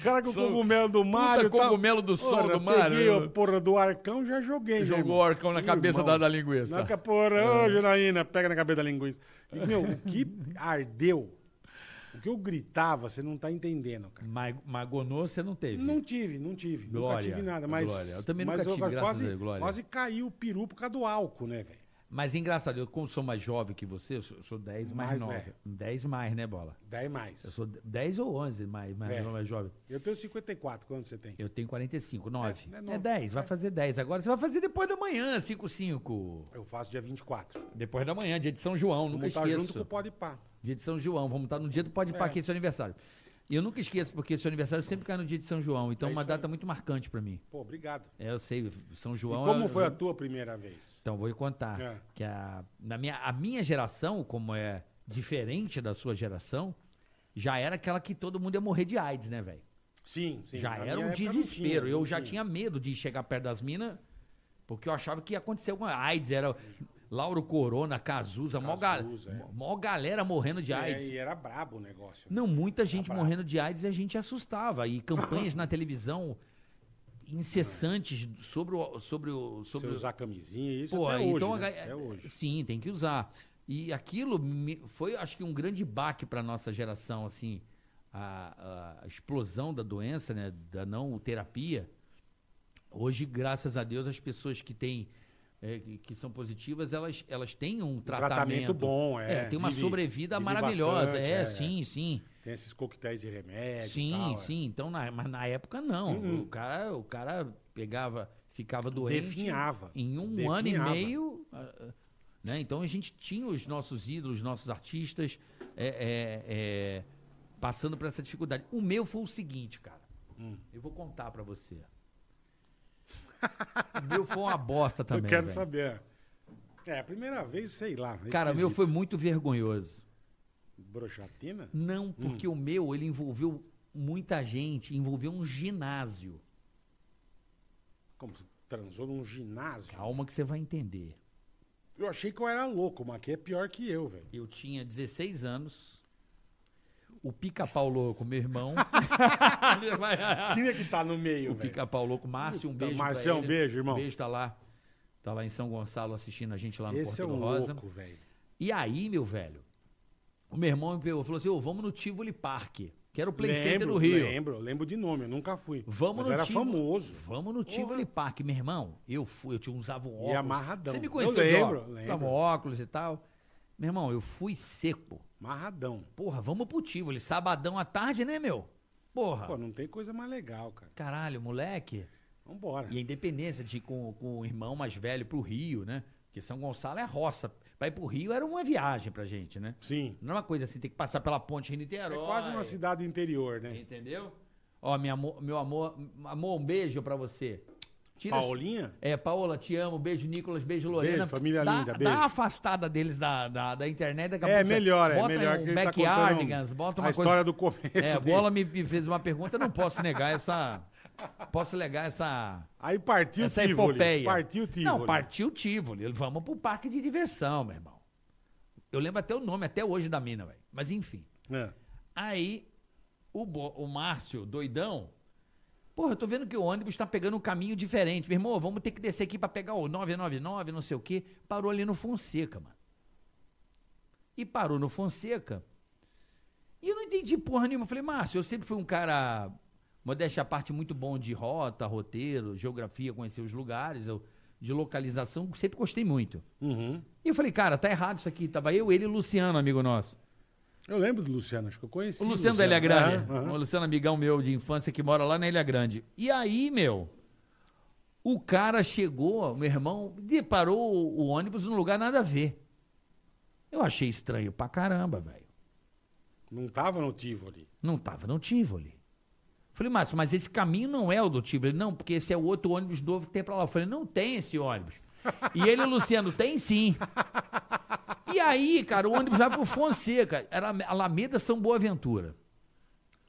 Speaker 4: O cara com o
Speaker 3: Sou-
Speaker 4: cogumelo do Mario. tal.
Speaker 3: cogumelo do sol
Speaker 4: Porra,
Speaker 3: do Mario.
Speaker 4: Peguei a porra do arcão, já joguei. né,
Speaker 3: Jogou
Speaker 4: irmão?
Speaker 3: o arcão na cabeça da- da linguiça. É.
Speaker 4: Na ca- porra, ô, Janaína, pega na cabeça da linguiça. E, meu, o que ardeu, o que eu gritava, você não tá entendendo, cara.
Speaker 3: Mas magonou você não teve.
Speaker 4: Não tive, não tive. nunca
Speaker 3: Glória,
Speaker 4: tive nada, mas.
Speaker 3: glória. Eu também
Speaker 4: mas
Speaker 3: nunca tive, graças
Speaker 4: quase,
Speaker 3: a Deus, glória.
Speaker 4: Quase caiu o peru por causa do álcool, né, velho?
Speaker 3: Mas engraçado, eu como sou mais jovem que você, eu sou, eu sou 10 mais,
Speaker 4: Mais,
Speaker 3: 9.
Speaker 4: né?
Speaker 3: 10 mais, né, Bola?
Speaker 4: Daí
Speaker 3: Eu
Speaker 4: mais.
Speaker 3: sou 10 ou 11 mais, mais,
Speaker 4: É.
Speaker 3: mais jovem.
Speaker 4: Eu tenho 54, quanto você tem?
Speaker 3: Eu tenho 45, 9.
Speaker 4: É,
Speaker 3: É,
Speaker 4: é novo.
Speaker 3: 10, vai fazer 10. Agora você vai fazer depois da manhã, 5, 5.
Speaker 4: Eu faço dia 24.
Speaker 3: Depois da manhã, dia de São João, nunca
Speaker 4: Vamos estar tá junto com
Speaker 3: esqueço.
Speaker 4: o Pode Pá.
Speaker 3: Dia de São João, vamos estar no dia do Pode Par,
Speaker 4: É.
Speaker 3: que é seu aniversário. E eu nunca esqueço, porque seu aniversário sempre cai no dia de São João. Então é
Speaker 4: É
Speaker 3: uma
Speaker 4: isso
Speaker 3: data muito marcante pra mim.
Speaker 4: Pô, obrigado.
Speaker 3: É, eu sei, São João...
Speaker 4: e como
Speaker 3: é-
Speaker 4: foi a tua primeira vez?
Speaker 3: Então, vou lhe contar
Speaker 4: É.
Speaker 3: que a, na minha, a minha geração, como é diferente da sua geração, já era aquela que todo mundo ia morrer de AIDS, né, velho?
Speaker 4: Sim, sim.
Speaker 3: Já
Speaker 4: Na
Speaker 3: era
Speaker 4: minha
Speaker 3: um
Speaker 4: época não
Speaker 3: desespero.
Speaker 4: tinha,
Speaker 3: eu
Speaker 4: não
Speaker 3: já tinha medo de chegar perto das minas, porque eu achava que ia acontecer alguma AIDS. Era Lauro Corona, Cazuza, maior, ga-
Speaker 4: Cazuza, é.
Speaker 3: maior galera morrendo de
Speaker 4: É,
Speaker 3: AIDS.
Speaker 4: e era brabo o negócio. né?
Speaker 3: Não, muita gente
Speaker 4: brabo.
Speaker 3: morrendo de AIDS e a gente assustava. E campanhas na televisão incessantes sobre o... Sobre o
Speaker 4: Você
Speaker 3: sobre o-
Speaker 4: usar camisinha, isso
Speaker 3: Pô,
Speaker 4: até hoje,
Speaker 3: então
Speaker 4: né?
Speaker 3: a ga-
Speaker 4: Até hoje.
Speaker 3: sim, tem que usar. E aquilo me- foi, acho que um grande baque para nossa geração, assim, a, a explosão da doença, né, da não terapia. Hoje, graças a Deus, as pessoas que têm eh, que- que são positivas, elas, elas têm um tratamento,
Speaker 4: tratamento bom, é.
Speaker 3: tem uma
Speaker 4: Vive-
Speaker 3: sobrevida
Speaker 4: vive
Speaker 3: maravilhosa,
Speaker 4: bastante,
Speaker 3: é,
Speaker 4: é.
Speaker 3: sim, sim.
Speaker 4: Tem esses coquetéis de remédio. e
Speaker 3: Sim,
Speaker 4: tal, é.
Speaker 3: sim. Então, na- mas na época não.
Speaker 4: Uhum.
Speaker 3: O cara, o cara pegava, ficava doente.
Speaker 4: Definhava.
Speaker 3: Em um
Speaker 4: Definhava.
Speaker 3: ano e meio, ah, ah, né? Então a gente tinha os nossos ídolos, os nossos artistas é, é, é, passando por essa dificuldade. O meu foi o seguinte, cara.
Speaker 4: Hum.
Speaker 3: Eu vou contar pra você. o meu foi uma bosta também.
Speaker 4: eu quero
Speaker 3: velho.
Speaker 4: saber. É, a primeira vez, sei lá. é
Speaker 3: Cara, o meu
Speaker 4: esquisito.
Speaker 3: foi muito vergonhoso.
Speaker 4: Broxatina?
Speaker 3: Não, porque o meu, ele envolveu muita gente, envolveu um ginásio.
Speaker 4: Como você transou num ginásio?
Speaker 3: Calma que você vai entender.
Speaker 4: Eu achei que eu era louco, mas aqui é pior que eu, velho.
Speaker 3: Eu tinha 16 anos. O pica-pau louco, meu irmão.
Speaker 4: Tinha que estar no
Speaker 3: o
Speaker 4: meio, velho.
Speaker 3: pica-pau louco, Márcio, um
Speaker 4: Puta,
Speaker 3: beijo.
Speaker 4: Tá, Marcião,
Speaker 3: pra ele.
Speaker 4: beijo, irmão.
Speaker 3: Beijo, tá lá. Tá lá em São Gonçalo assistindo a gente lá no
Speaker 4: Esse
Speaker 3: Porto
Speaker 4: é um
Speaker 3: do Rosa.
Speaker 4: louco, velho.
Speaker 3: E aí, meu velho, o meu irmão me pegou, falou assim: ô, vamos no Tivoli Park, que era o Play Center do Rio.
Speaker 4: Lembro, lembro de nome, eu nunca fui.
Speaker 3: Vamos
Speaker 4: mas
Speaker 3: no
Speaker 4: era
Speaker 3: Tivoli-
Speaker 4: famoso.
Speaker 3: Vamos no Tivoli Park, meu irmão. Eu fui, eu tinha usava um óculos.
Speaker 4: E amarradão.
Speaker 3: Você me
Speaker 4: Eu
Speaker 3: conheceu, de
Speaker 4: lembro,
Speaker 3: óculos.
Speaker 4: lembro.
Speaker 3: Usava óculos e tal. Meu irmão, eu fui seco.
Speaker 4: Marradão.
Speaker 3: Porra, vamos pro Tivoli. Sabadão à tarde, né, meu? Porra.
Speaker 4: Pô, não tem coisa mais legal, cara.
Speaker 3: Caralho, moleque.
Speaker 4: Vambora.
Speaker 3: E a independência de ir com, com o irmão mais velho pro Rio, né? Porque São Gonçalo é roça. Pra ir pro Rio era uma viagem pra gente, né?
Speaker 4: Sim.
Speaker 3: Não é uma coisa assim, tem que passar pela ponte
Speaker 4: É
Speaker 3: Rio-Niterói.
Speaker 4: quase uma cidade interior, né?
Speaker 3: Entendeu? Ó, minha, amor- meu amor, amor, um beijo pra você. Tira esse-
Speaker 4: Paulinha?
Speaker 3: É, Paola, te amo. Beijo, Nicolas. Beijo, Lorena.
Speaker 4: Beijo, família
Speaker 3: dá,
Speaker 4: linda,
Speaker 3: dá
Speaker 4: beijo.
Speaker 3: uma afastada deles da, da, da internet. Daqui a
Speaker 4: É,
Speaker 3: pouco você
Speaker 4: melhor, é
Speaker 3: bota
Speaker 4: melhor que
Speaker 3: Um
Speaker 4: ele tá
Speaker 3: backyardigans,
Speaker 4: contando
Speaker 3: bota
Speaker 4: a
Speaker 3: uma coisa...
Speaker 4: história do começo
Speaker 3: É, a
Speaker 4: dele.
Speaker 3: Bola me, me fez uma pergunta, eu não posso negar essa... Posso negar essa...
Speaker 4: Aí partiu
Speaker 3: essa é
Speaker 4: Tivoli.
Speaker 3: epopeia.
Speaker 4: Partiu Tivoli.
Speaker 3: Não, partiu Tivoli. Vamos pro parque de diversão, meu irmão. Eu lembro até o nome, até hoje, da mina, velho. Mas enfim.
Speaker 4: É.
Speaker 3: Aí, o, Bo- o Márcio, doidão, porra, eu tô vendo que o ônibus tá pegando um caminho diferente. Meu irmão, vamos ter que descer aqui pra pegar o 999, não sei o quê. Parou ali no Fonseca, mano. E parou no Fonseca. E eu não entendi porra nenhuma. Eu falei, Márcio, eu sempre fui um cara, modéstia à parte, muito bom de rota, roteiro, geografia, conhecer os lugares, eu- de localização, sempre gostei muito.
Speaker 4: Uhum.
Speaker 3: E eu falei, cara, tá errado isso aqui. Tava eu, ele e o Luciano, amigo nosso.
Speaker 4: Eu lembro do Luciano, acho que eu conheci. É,
Speaker 3: O Luciano da Ilha Grande. Uhum.
Speaker 4: Aham, aham.
Speaker 3: O Luciano, amigão meu de infância que mora lá na Ilha Grande. E aí, meu, o cara chegou, meu irmão, deparou o ônibus num lugar nada a ver. Eu achei estranho pra caramba, velho.
Speaker 4: Não tava no Tivoli.
Speaker 3: Não tava no Tivoli. Falei, Márcio, mas esse caminho não é o do Tivoli. Não, porque esse é o outro ônibus novo que tem pra lá. Eu falei, não tem esse ônibus. E ele, Luciano, tem sim. E aí, cara, o ônibus vai pro Fonseca. Era Alameda São Boaventura.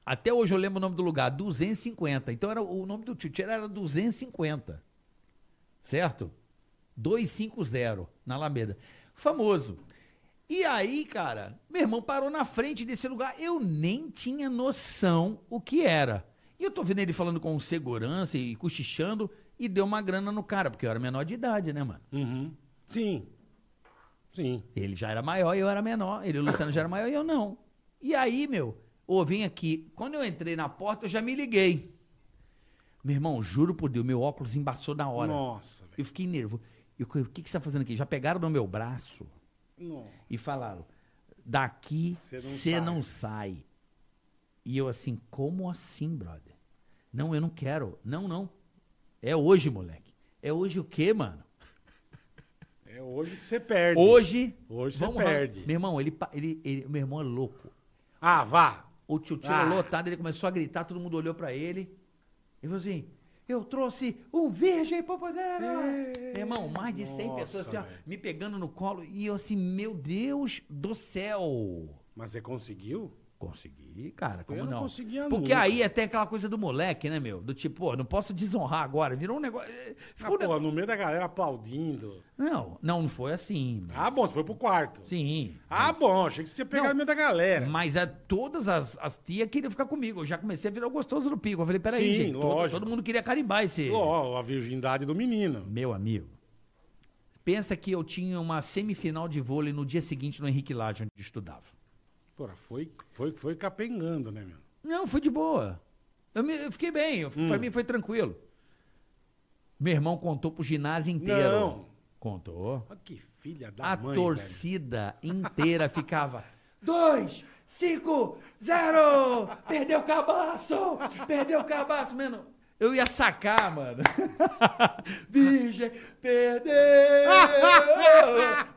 Speaker 3: Até hoje eu lembro o nome do lugar, 250. Então era o nome do tchutchera era 250. Certo? 250 na Alameda. Famoso. E aí, cara, meu irmão parou na frente desse lugar. Eu nem tinha noção o que era. E eu tô vendo ele falando com segurança e cochichando e deu uma grana no cara, porque eu era menor de idade, né, mano?
Speaker 4: Uhum. Sim. Sim.
Speaker 3: Ele já era maior e eu era menor. Ele, o Luciano, já era maior e eu não. E aí, meu, ô, vim aqui. Quando eu entrei na porta, eu já me liguei. Meu irmão, juro por Deus, meu óculos embaçou na hora.
Speaker 4: Nossa, velho.
Speaker 3: Eu fiquei nervoso. Eu, o que, que você tá fazendo aqui? Já pegaram no meu braço
Speaker 4: Nossa.
Speaker 3: e falaram: daqui
Speaker 4: Você não
Speaker 3: você
Speaker 4: sai.
Speaker 3: não, sai. E eu assim, como assim, brother? Não, eu não quero. Não, não. É hoje, moleque. É hoje o quê, mano?
Speaker 4: É hoje que você perde.
Speaker 3: Hoje.
Speaker 4: Hoje você
Speaker 3: ra-
Speaker 4: perde.
Speaker 3: Meu irmão, ele, pa- ele, ele- meu irmão é louco.
Speaker 4: Ah, vá.
Speaker 3: O tio tio
Speaker 4: Ah.
Speaker 3: lotado, ele começou a gritar, todo mundo olhou pra ele. Ele falou assim: Eu trouxe um virgem pra poder.
Speaker 4: Ei,
Speaker 3: Meu irmão, mais de 100
Speaker 4: nossa,
Speaker 3: pessoas assim, ó,
Speaker 4: velho.
Speaker 3: me pegando no colo. E eu assim: Meu Deus do céu.
Speaker 4: Mas você conseguiu?
Speaker 3: Consegui, cara, como
Speaker 4: Eu não
Speaker 3: não?
Speaker 4: conseguia
Speaker 3: Porque
Speaker 4: nunca.
Speaker 3: aí é até aquela coisa do moleque, né, meu? Do tipo, pô, não posso desonrar agora. Virou um negócio. eh,
Speaker 4: Ah,
Speaker 3: ficou um ne-
Speaker 4: porra, no meio da galera aplaudindo.
Speaker 3: Não, não, não foi assim. mas-
Speaker 4: Ah, bom, você foi pro quarto.
Speaker 3: Sim.
Speaker 4: Ah, bom, achei que você tinha pegado
Speaker 3: Não.
Speaker 4: no meio da galera.
Speaker 3: Mas é, todas as, as tias queriam ficar comigo. Eu já comecei a virar o gostoso do pico. Eu falei, peraí,
Speaker 4: Sim,
Speaker 3: gente. todo-
Speaker 4: lógico.
Speaker 3: Todo, mundo queria carimbar esse.
Speaker 4: Ó, a virgindade do menino.
Speaker 3: Meu amigo. Pensa que eu tinha uma semifinal de vôlei no dia seguinte no Henrique Lage, onde eu estudava.
Speaker 4: Porra, foi, foi, foi capengando, né, meu?
Speaker 3: Não, foi de boa. Eu, me- eu fiquei bem. Eu,
Speaker 4: Hum.
Speaker 3: Pra mim foi tranquilo. Meu irmão contou pro ginásio inteiro.
Speaker 4: Não.
Speaker 3: Contou.
Speaker 4: Olha que filha da
Speaker 3: A
Speaker 4: mãe, velho.
Speaker 3: torcida inteira ficava. Dois, cinco, zero! Perdeu o cabaço! Perdeu o cabaço, mano! Eu ia sacar, mano. Virgem, perdeu!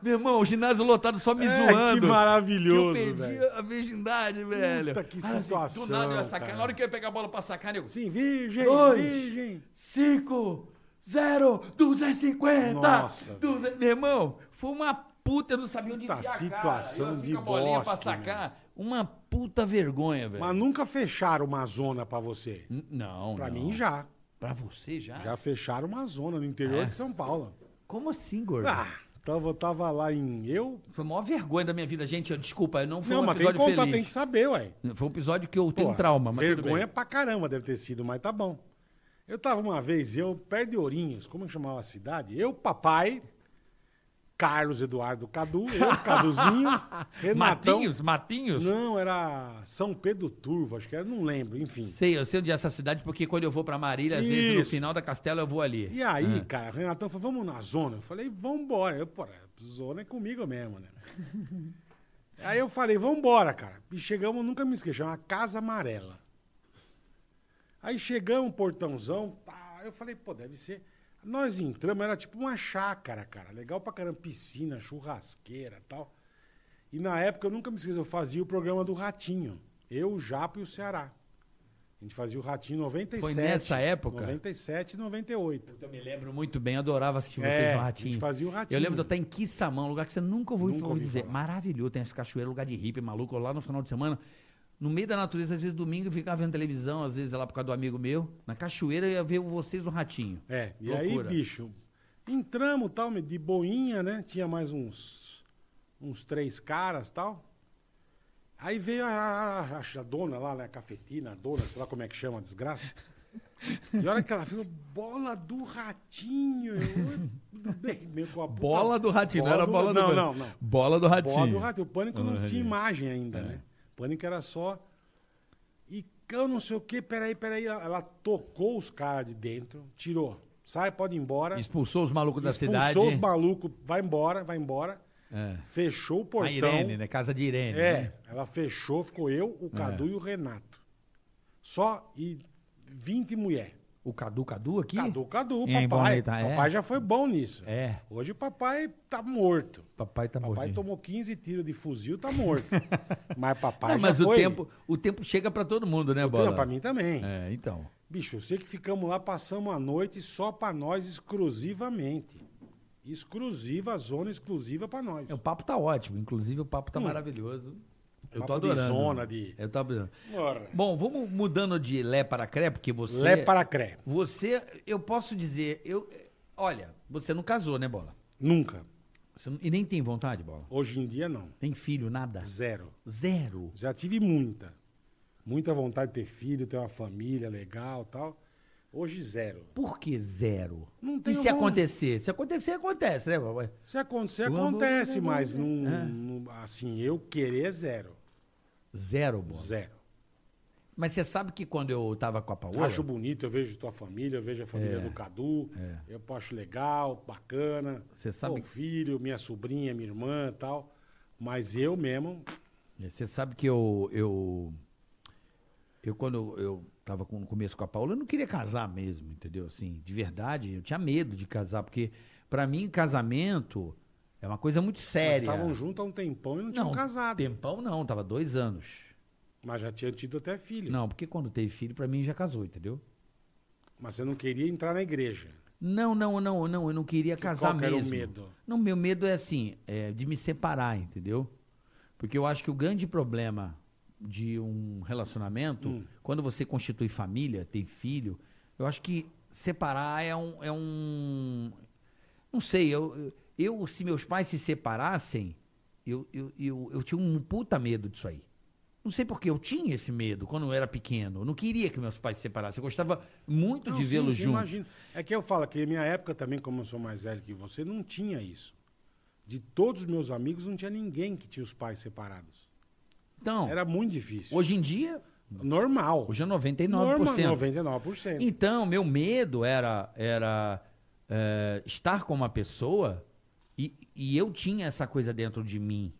Speaker 3: Meu irmão, o ginásio lotado só me
Speaker 4: É,
Speaker 3: zoando.
Speaker 4: que maravilhoso,
Speaker 3: que eu perdi
Speaker 4: velho.
Speaker 3: a virgindade, velho.
Speaker 4: Puta, que
Speaker 3: assim,
Speaker 4: situação,
Speaker 3: Do nada eu ia sacar.
Speaker 4: cara.
Speaker 3: Na hora que eu ia pegar a bola pra sacar, nego.
Speaker 4: Sim, virgem,
Speaker 3: Dois.
Speaker 4: virgem.
Speaker 3: 5, 0, 250.
Speaker 4: Nossa,
Speaker 3: 200. Meu irmão, foi uma puta, eu não sabia onde
Speaker 4: Puta
Speaker 3: enfiar a cara.
Speaker 4: situação
Speaker 3: Eu fico
Speaker 4: de
Speaker 3: a bolinha pra
Speaker 4: bosque,
Speaker 3: sacar. Uma puta vergonha, velho.
Speaker 4: Mas nunca fecharam uma zona pra você.
Speaker 3: N- Não,
Speaker 4: Pra
Speaker 3: não.
Speaker 4: mim, já.
Speaker 3: Pra você já?
Speaker 4: Já fecharam uma zona no interior
Speaker 3: É?
Speaker 4: de São Paulo.
Speaker 3: Como assim, gordo?
Speaker 4: Ah, tava, tava lá em... Eu...
Speaker 3: Foi a maior vergonha da minha vida, gente. eu- Desculpa, não foi
Speaker 4: Não,
Speaker 3: um
Speaker 4: mas tem que
Speaker 3: episódio
Speaker 4: contar, tem que
Speaker 3: feliz.
Speaker 4: saber, ué.
Speaker 3: Foi um episódio que eu tenho
Speaker 4: Porra,
Speaker 3: trauma, mas tudo
Speaker 4: Vergonha
Speaker 3: bem.
Speaker 4: pra caramba deve ter sido, mas tá bom. Eu tava uma vez, eu, perto de Ourinhos, como é que chamava a cidade? Eu, papai, Carlos Eduardo Cadu, eu, Caduzinho, Renatão.
Speaker 3: Matinhos, Matinhos?
Speaker 4: Não, é. era São Pedro Turvo, acho que era, não lembro, enfim.
Speaker 3: Sei, eu sei onde é essa cidade, porque quando eu vou pra Marília, às vezes no
Speaker 4: Isso.
Speaker 3: final da Castela eu vou ali.
Speaker 4: E aí,
Speaker 3: Ah.
Speaker 4: cara, o Renatão falou, vamos na zona? Eu falei, vambora. Eu, porra, zona é comigo mesmo, né? aí eu falei, vambora, cara. E chegamos, nunca me esqueci, uma casa amarela. Aí chegamos, um portãozão, pá, eu falei, pô, deve ser. Nós entramos, era tipo uma chácara, cara. Legal pra caramba, piscina, churrasqueira e tal. E na época eu nunca me esqueço, eu fazia o programa do Ratinho. Eu, o Japo e o Ceará. A gente fazia o Ratinho em 97.
Speaker 3: Foi nessa época?
Speaker 4: 97 e 98.
Speaker 3: Eu me lembro muito bem, adorava assistir
Speaker 4: É,
Speaker 3: vocês no
Speaker 4: a
Speaker 3: Ratinho.
Speaker 4: gente fazia o Ratinho.
Speaker 3: Eu lembro de eu estar em Quissamã, um lugar que você nunca ouviu
Speaker 4: Nunca ouvi
Speaker 3: dizer.
Speaker 4: falar.
Speaker 3: Maravilhoso, tem as cachoeiras, lugar de hippie, maluco. Lá no final de semana, no meio da natureza, às vezes domingo eu ficava vendo televisão, às vezes lá por causa do amigo meu. Na cachoeira eu ia ver vocês no Ratinho.
Speaker 4: É, e
Speaker 3: Loucura.
Speaker 4: aí, bicho, entramos tal, de boinha, né? Tinha mais uns, uns três caras tal. Aí veio a, a- a- a dona lá, né? A cafetina, a dona, sei lá como é que chama, a desgraça. E a hora que ela falou, bola do ratinho. Eu, "Oi, tudo bem, meio com a puta-
Speaker 3: Bola do Ratinho, não era bola do
Speaker 4: Não,
Speaker 3: Pânico.
Speaker 4: não, não.
Speaker 3: Bola do Ratinho.
Speaker 4: Bola do ratinho. O pânico
Speaker 3: Bola do
Speaker 4: não tinha
Speaker 3: Ratinho. É.
Speaker 4: imagem ainda, né? Pânico era só. E eu não sei o que, peraí, peraí. Ela ela tocou os caras de dentro, tirou. Sai, pode ir embora.
Speaker 3: Expulsou os malucos da
Speaker 4: expulsou
Speaker 3: cidade.
Speaker 4: os malucos, vai embora, vai embora.
Speaker 3: É.
Speaker 4: Fechou o
Speaker 3: A
Speaker 4: portão.
Speaker 3: Irene, né? Casa de Irene. É.
Speaker 4: É,
Speaker 3: né?
Speaker 4: ela fechou, ficou eu, o Cadu e o Renato. Só e 20 mulher.
Speaker 3: O Cadu, Cadu aqui?
Speaker 4: Cadu, Cadu,
Speaker 3: E aí,
Speaker 4: papai.
Speaker 3: bonita, é.
Speaker 4: Papai já foi bom nisso.
Speaker 3: É.
Speaker 4: Hoje o papai tá morto.
Speaker 3: Papai tá
Speaker 4: Papai
Speaker 3: morrendo.
Speaker 4: tomou 15 tiros de fuzil, tá morto. mas papai
Speaker 3: Não,
Speaker 4: já
Speaker 3: mas o
Speaker 4: foi.
Speaker 3: tempo, o tempo chega pra todo mundo, né, Bola?
Speaker 4: Não, pra mim também.
Speaker 3: É, então.
Speaker 4: Bicho, eu sei que ficamos lá, passamos a noite só pra nós exclusivamente. Exclusiva, zona exclusiva pra nós.
Speaker 3: É, O papo tá ótimo, inclusive o papo tá
Speaker 4: Hum.
Speaker 3: maravilhoso. Eu tô
Speaker 4: Papo de
Speaker 3: adorando.
Speaker 4: zona, de-
Speaker 3: Eu tô adorando.
Speaker 4: Ora.
Speaker 3: Bom, vamos mudando de Lé para Cré, porque você.
Speaker 4: Lé para cré.
Speaker 3: Você, eu posso dizer, eu. Olha, você não casou, né, Bola?
Speaker 4: Nunca.
Speaker 3: Você não- e nem tem vontade, Bola?
Speaker 4: Hoje em dia, não.
Speaker 3: Tem filho, nada?
Speaker 4: Zero.
Speaker 3: Zero.
Speaker 4: Já tive muita. Muita vontade de ter filho, ter uma família legal tal. Hoje, zero.
Speaker 3: Por que zero?
Speaker 4: Não
Speaker 3: e
Speaker 4: tenho
Speaker 3: se
Speaker 4: vontade.
Speaker 3: acontecer? Se acontecer, acontece, né, Bola?
Speaker 4: Se acontecer,
Speaker 3: O amor
Speaker 4: acontece,
Speaker 3: não
Speaker 4: mas
Speaker 3: é.
Speaker 4: não,
Speaker 3: É.
Speaker 4: não- Assim, eu querer, zero.
Speaker 3: Zero, Bola.
Speaker 4: Zero.
Speaker 3: Mas você sabe que quando eu tava com a Paola.
Speaker 4: Acho bonito, eu vejo tua família, eu vejo a família
Speaker 3: né? É.
Speaker 4: do Cadu. Eu acho legal, bacana.
Speaker 3: Você sabe-
Speaker 4: Meu filho, minha sobrinha, minha irmã e tal. Mas eu mesmo.
Speaker 3: É, Você sabe que eu. Eu, eu quando eu tava com, no começo com a Paula, eu não queria casar mesmo, entendeu? Assim, de verdade, eu tinha medo de casar, porque pra mim casamento é uma coisa muito
Speaker 4: Nós
Speaker 3: séria.
Speaker 4: estavam juntos há um tempão e não tinham
Speaker 3: não,
Speaker 4: casado.
Speaker 3: Tempão não, tava dois anos.
Speaker 4: Mas já tinha tido até filho.
Speaker 3: Não, porque quando teve filho, pra mim já casou, entendeu?
Speaker 4: Mas você não queria entrar na igreja.
Speaker 3: Não, não, não, não, eu não queria casar
Speaker 4: qual que era o
Speaker 3: mesmo.
Speaker 4: medo?
Speaker 3: Não, meu medo é assim, é de me separar, entendeu? Porque eu acho que o grande problema de um relacionamento,
Speaker 4: Hum.
Speaker 3: quando você constitui família, tem filho, eu acho que separar é um. É um não sei, eu, eu, se meus pais se separassem, eu, eu, eu, eu tinha um puta medo disso aí. Não sei porque eu tinha esse medo quando eu era pequeno. Eu não queria que meus pais se separassem. Eu gostava muito
Speaker 4: Não,
Speaker 3: de
Speaker 4: sim,
Speaker 3: vê-los
Speaker 4: sim,
Speaker 3: juntos.
Speaker 4: imagino. É que eu falo que na minha época também, como eu sou mais velho que você, não tinha isso. De todos os meus amigos, não tinha ninguém que tinha os pais separados.
Speaker 3: Então,
Speaker 4: Era muito difícil.
Speaker 3: hoje em dia,
Speaker 4: Normal.
Speaker 3: hoje é 99%.
Speaker 4: Normal, 99%.
Speaker 3: Então, meu medo era, era é, estar com uma pessoa e, e eu tinha essa coisa dentro de mim.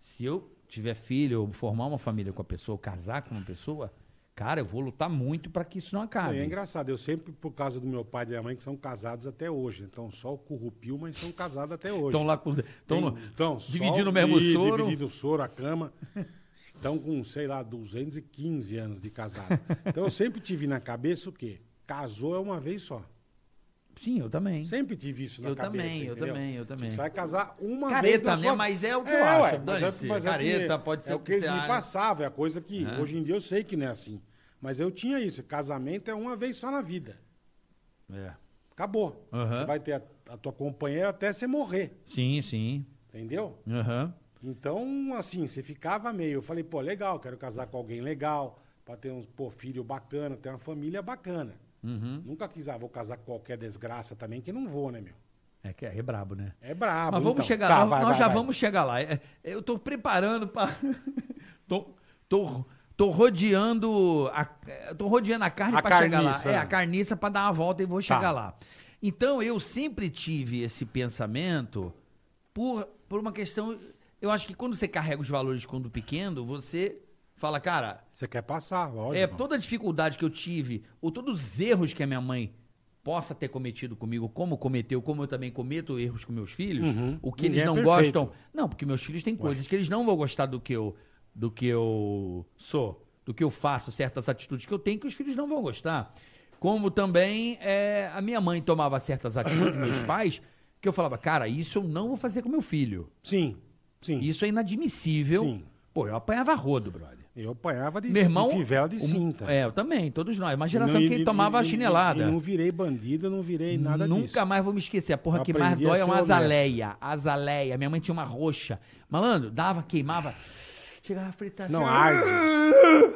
Speaker 3: Se eu tiver filho, eu formar uma família com a pessoa, casar com uma pessoa, cara, eu vou lutar muito pra que isso não
Speaker 4: Não,
Speaker 3: acabe.
Speaker 4: e é engraçado, eu sempre, por causa do meu pai e da minha mãe, que são casados até hoje. Então, só o currupio, mas são casados até hoje.
Speaker 3: Estão lá com os.
Speaker 4: Tem-
Speaker 3: Estão
Speaker 4: então, só
Speaker 3: dividindo o mesmo
Speaker 4: e
Speaker 3: soro.
Speaker 4: Dividindo o soro, a cama. Estão com, sei lá, 215 anos de casado. Então, eu sempre tive na cabeça o quê? Casou é uma vez só.
Speaker 3: Sim, eu também.
Speaker 4: Sempre tive isso na
Speaker 3: Eu
Speaker 4: cabeça.
Speaker 3: também, eu
Speaker 4: entendeu?
Speaker 3: também, eu também.
Speaker 4: Você vai casar uma vez
Speaker 3: Careta
Speaker 4: na
Speaker 3: mesmo,
Speaker 4: sua...
Speaker 3: mas é o que eu acho, dane-se. Careta,
Speaker 4: que,
Speaker 3: pode ser
Speaker 4: é
Speaker 3: o
Speaker 4: o
Speaker 3: que
Speaker 4: que eles
Speaker 3: você acha.
Speaker 4: me passavam, é a coisa que
Speaker 3: É.
Speaker 4: hoje em dia eu sei que não é assim. Mas eu tinha isso, casamento é uma vez só na vida.
Speaker 3: É.
Speaker 4: Acabou.
Speaker 3: Aham.
Speaker 4: Você vai ter a, a tua companheira até você morrer,
Speaker 3: Sim, sim.
Speaker 4: entendeu?
Speaker 3: Aham.
Speaker 4: Então, assim, você ficava meio. Eu falei, pô, legal, quero casar com alguém legal, pra ter uns pô, filho bacana, ter uma família bacana.
Speaker 3: Uhum.
Speaker 4: Nunca quis, ah, vou casar com qualquer desgraça também, que não vou, né, meu?
Speaker 3: É que é, é brabo, né?
Speaker 4: É brabo.
Speaker 3: Mas vamos
Speaker 4: então.
Speaker 3: chegar
Speaker 4: Tá,
Speaker 3: lá,
Speaker 4: vai,
Speaker 3: nós
Speaker 4: vai,
Speaker 3: já
Speaker 4: vai.
Speaker 3: vamos chegar lá. É, Eu tô preparando para tô, tô, tô rodeando a é, tô rodeando a carne
Speaker 4: A
Speaker 3: para chegar lá.
Speaker 4: carniça, Tá.
Speaker 3: É
Speaker 4: né?
Speaker 3: a carniça para dar uma volta e vou chegar lá. Então eu sempre tive esse pensamento por por uma questão, eu acho que quando você carrega os valores quando pequeno, você fala, cara,
Speaker 4: Você quer passar, lógico.
Speaker 3: é, toda a dificuldade que eu tive, ou todos os erros que a minha mãe possa ter cometido comigo, como cometeu, como eu também cometo erros com meus filhos,
Speaker 4: Uhum.
Speaker 3: o que
Speaker 4: Ninguém
Speaker 3: eles
Speaker 4: é
Speaker 3: não
Speaker 4: perfeito.
Speaker 3: gostam. Não, porque meus filhos têm coisas que eles não vão gostar do que eu do que eu sou, do que eu faço, certas atitudes que eu tenho que os filhos não vão gostar. Como também é, a minha mãe tomava certas atitudes, meus pais, que eu falava, cara, isso eu não vou fazer com meu filho.
Speaker 4: Sim, sim.
Speaker 3: Isso é inadmissível.
Speaker 4: Hum. Sim.
Speaker 3: Pô, eu apanhava rodo, brother.
Speaker 4: Eu apanhava de,
Speaker 3: Meu irmão.
Speaker 4: de fivela de
Speaker 3: o-
Speaker 4: cinta.
Speaker 3: É, eu também, todos nós. Uma geração
Speaker 4: E-
Speaker 3: que
Speaker 4: e-
Speaker 3: tomava
Speaker 4: e-
Speaker 3: a chinelada.
Speaker 4: E, e não virei bandido, não virei nada
Speaker 3: Nunca
Speaker 4: disso.
Speaker 3: mais vou me esquecer. A porra que mais
Speaker 4: Aprendi a
Speaker 3: dói é uma
Speaker 4: ser honesto.
Speaker 3: azaleia. Azaleia. Minha mãe tinha uma roxa. Malandro, dava, queimava. Chegava a fritar
Speaker 4: Não,
Speaker 3: ah,
Speaker 4: arde.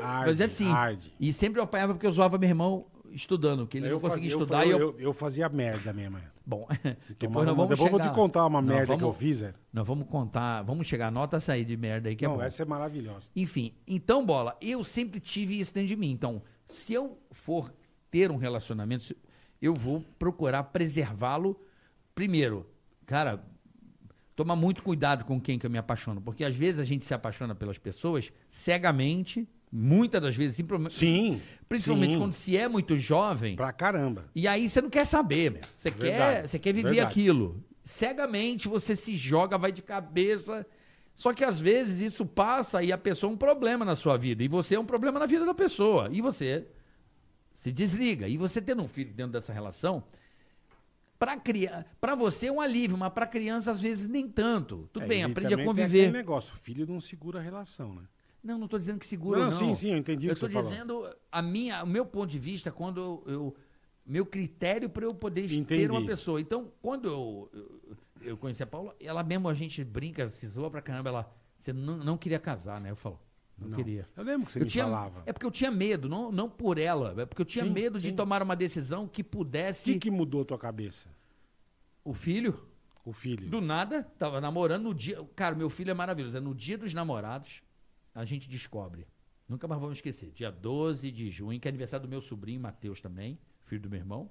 Speaker 4: arde
Speaker 3: Fazia assim.
Speaker 4: Arde.
Speaker 3: E sempre eu apanhava porque eu zoava meu irmão estudando, que ele não conseguia estudar. e eu...
Speaker 4: eu, eu fazia merda mesmo. é.
Speaker 3: Bom,
Speaker 4: Tomava
Speaker 3: depois nós
Speaker 4: uma-
Speaker 3: vamos
Speaker 4: depois eu vou
Speaker 3: chegar
Speaker 4: te contar uma
Speaker 3: Não,
Speaker 4: merda que eu
Speaker 3: vamos-
Speaker 4: fiz. É.
Speaker 3: Nós vamos contar, vamos chegar. Anota essa aí de merda aí que é
Speaker 4: Não,
Speaker 3: bom.
Speaker 4: essa é maravilhosa.
Speaker 3: Enfim, então, bola, eu sempre tive isso dentro de mim. Então, se eu for ter um relacionamento, se- eu vou procurar preservá-lo. Primeiro, cara, tomar muito cuidado com quem que eu me apaixono, porque às vezes a gente se apaixona pelas pessoas cegamente, muitas das vezes, simplesmente-
Speaker 4: Sim.
Speaker 3: principalmente
Speaker 4: sim.
Speaker 3: quando se é muito jovem.
Speaker 4: Pra caramba.
Speaker 3: E aí você não quer saber, meu. Você quer,
Speaker 4: Verdade,
Speaker 3: você quer viver
Speaker 4: verdade.
Speaker 3: aquilo. Cegamente você se joga, vai de cabeça. Só que às vezes isso passa e a pessoa é um problema na sua vida. E você é um problema na vida da pessoa. E você se desliga. E você tendo um filho dentro dessa relação, pra criança, para você é um alívio, mas pra criança às vezes nem tanto. Tudo
Speaker 4: É,
Speaker 3: bem,
Speaker 4: e
Speaker 3: aprende a
Speaker 4: também Tem aquele
Speaker 3: conviver.
Speaker 4: negócio, o filho não segura a relação, né?
Speaker 3: Não, não estou dizendo que segura,
Speaker 4: Não,
Speaker 3: não.
Speaker 4: sim, sim, eu entendi o
Speaker 3: Eu
Speaker 4: que
Speaker 3: estou
Speaker 4: você falou.
Speaker 3: dizendo a minha, o meu ponto de vista quando eu, eu- meu critério para eu poder
Speaker 4: Entendi.
Speaker 3: ter uma pessoa. Então, quando eu, eu, eu conheci a Paula, ela mesmo a gente brinca, se zoa pra caramba, ela você não, não queria casar, né? Eu falo, não, queria.
Speaker 4: Eu lembro que você
Speaker 3: eu
Speaker 4: me
Speaker 3: tinha,
Speaker 4: falava.
Speaker 3: É porque eu tinha medo, não, não por ela, é porque eu tinha
Speaker 4: Sim,
Speaker 3: medo de
Speaker 4: sim.
Speaker 3: tomar uma decisão que
Speaker 4: O
Speaker 3: pudesse
Speaker 4: que, que mudou a tua cabeça?
Speaker 3: o filho
Speaker 4: O filho.
Speaker 3: do nada, tava namorando no dia. Cara, meu filho é maravilhoso. É no dia dos namorados, a gente descobre. Nunca mais vamos esquecer. Dia 12 de junho, que é aniversário do meu sobrinho, Matheus também, filho do meu irmão.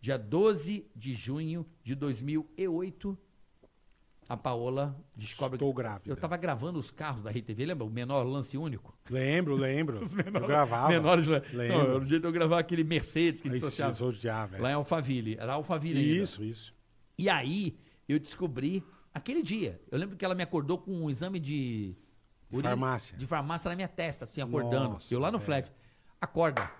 Speaker 3: Dia 12 de junho de 2008, a Paola descobre
Speaker 4: Estou
Speaker 3: que.
Speaker 4: grávida.
Speaker 3: Eu tava gravando os carros da RTV, lembra? O menor lance único.
Speaker 4: Lembro, lembro. eu gravava.
Speaker 3: Menores. né? Não,
Speaker 4: Ah, Lembro.
Speaker 3: era o dia de eu gravar aquele Mercedes que
Speaker 4: Aí
Speaker 3: dissociava.
Speaker 4: se odiava, é.
Speaker 3: ah, Lá né? em Alphaville. Era Alphaville ainda.
Speaker 4: Isso, isso.
Speaker 3: E aí eu descobri aquele dia. Eu lembro que ela me acordou com um exame de urina-
Speaker 4: farmácia.
Speaker 3: De farmácia na minha testa, assim, acordando.
Speaker 4: Nossa,
Speaker 3: eu lá no
Speaker 4: velho.
Speaker 3: flat. Acorda.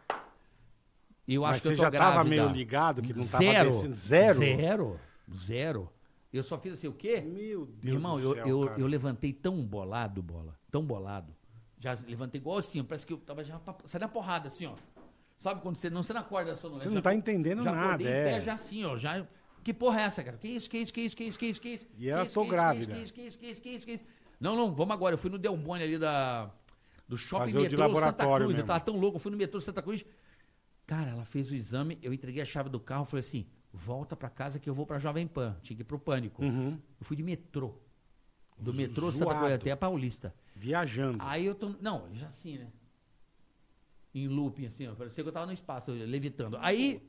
Speaker 3: Eu
Speaker 4: Mas
Speaker 3: acho que
Speaker 4: você
Speaker 3: eu tô
Speaker 4: já tava
Speaker 3: grávida.
Speaker 4: meio ligado que não tava
Speaker 3: zero,
Speaker 4: descendo- zero?
Speaker 3: Zero. Zero. Eu só fiz assim, o quê?
Speaker 4: Meu Deus
Speaker 3: Meu irmão,
Speaker 4: do
Speaker 3: eu,
Speaker 4: céu,
Speaker 3: eu,
Speaker 4: cara.
Speaker 3: eu levantei tão bolado, bola. Tão bolado. Já levantei igual assim, ó, parece que eu tava já pra- saindo na porrada, assim, ó. Sabe quando você não, você não acorda sonolento?
Speaker 4: Você não
Speaker 3: já
Speaker 4: tá
Speaker 3: acor-
Speaker 4: entendendo
Speaker 3: já
Speaker 4: nada,
Speaker 3: acordei em
Speaker 4: é.
Speaker 3: pé, já assim, ó, já... Que porra é essa, cara? Que isso, que isso, que isso, que isso, que isso, que isso?
Speaker 4: E ela,
Speaker 3: Que isso,
Speaker 4: tô
Speaker 3: que isso,
Speaker 4: grávida.
Speaker 3: Que isso, que isso, que isso, que isso, que isso, que isso. Não, não, vamos agora. Eu fui no Delbone ali da, do shopping
Speaker 4: Fazer o de
Speaker 3: metrô Santa
Speaker 4: laboratório
Speaker 3: Cruz. Eu
Speaker 4: mesmo.
Speaker 3: tava tão louco, eu fui no metrô Santa Cruz. Cara, ela fez o exame, eu entreguei a chave do carro, falei assim, volta pra casa que eu vou pra Jovem Pan. Tinha que ir pro Pânico. Eu fui de metrô. Do metrô Santa
Speaker 4: Uhum. Zoado.
Speaker 3: Cruz até a Paulista.
Speaker 4: Viajando.
Speaker 3: Aí eu tô. Não, já assim, né? Em looping, assim, ó. Parecia que eu tava no espaço, eu levitando. Aí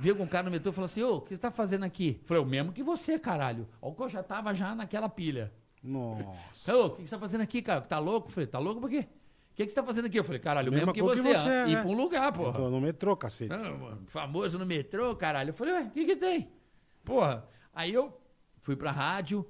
Speaker 3: veio com um cara no metrô e falou assim: Ô, o que você tá fazendo aqui? Eu falei, o mesmo que você, caralho. Ó, que eu já tava já naquela pilha.
Speaker 4: Nossa.
Speaker 3: Ô, o que você tá fazendo aqui, cara? Tá louco? Eu falei, tá louco por quê? O que, que você tá fazendo aqui? Eu falei, caralho, o mesmo
Speaker 4: Mesma
Speaker 3: que
Speaker 4: coisa
Speaker 3: você.
Speaker 4: que você,
Speaker 3: ah,
Speaker 4: né?
Speaker 3: Ir pra um lugar,
Speaker 4: Eu
Speaker 3: porra.
Speaker 4: tô no metrô, cacete.
Speaker 3: Não, mano, famoso no metrô, caralho. Eu falei, ué, o que que tem? Porra. Aí eu fui pra rádio.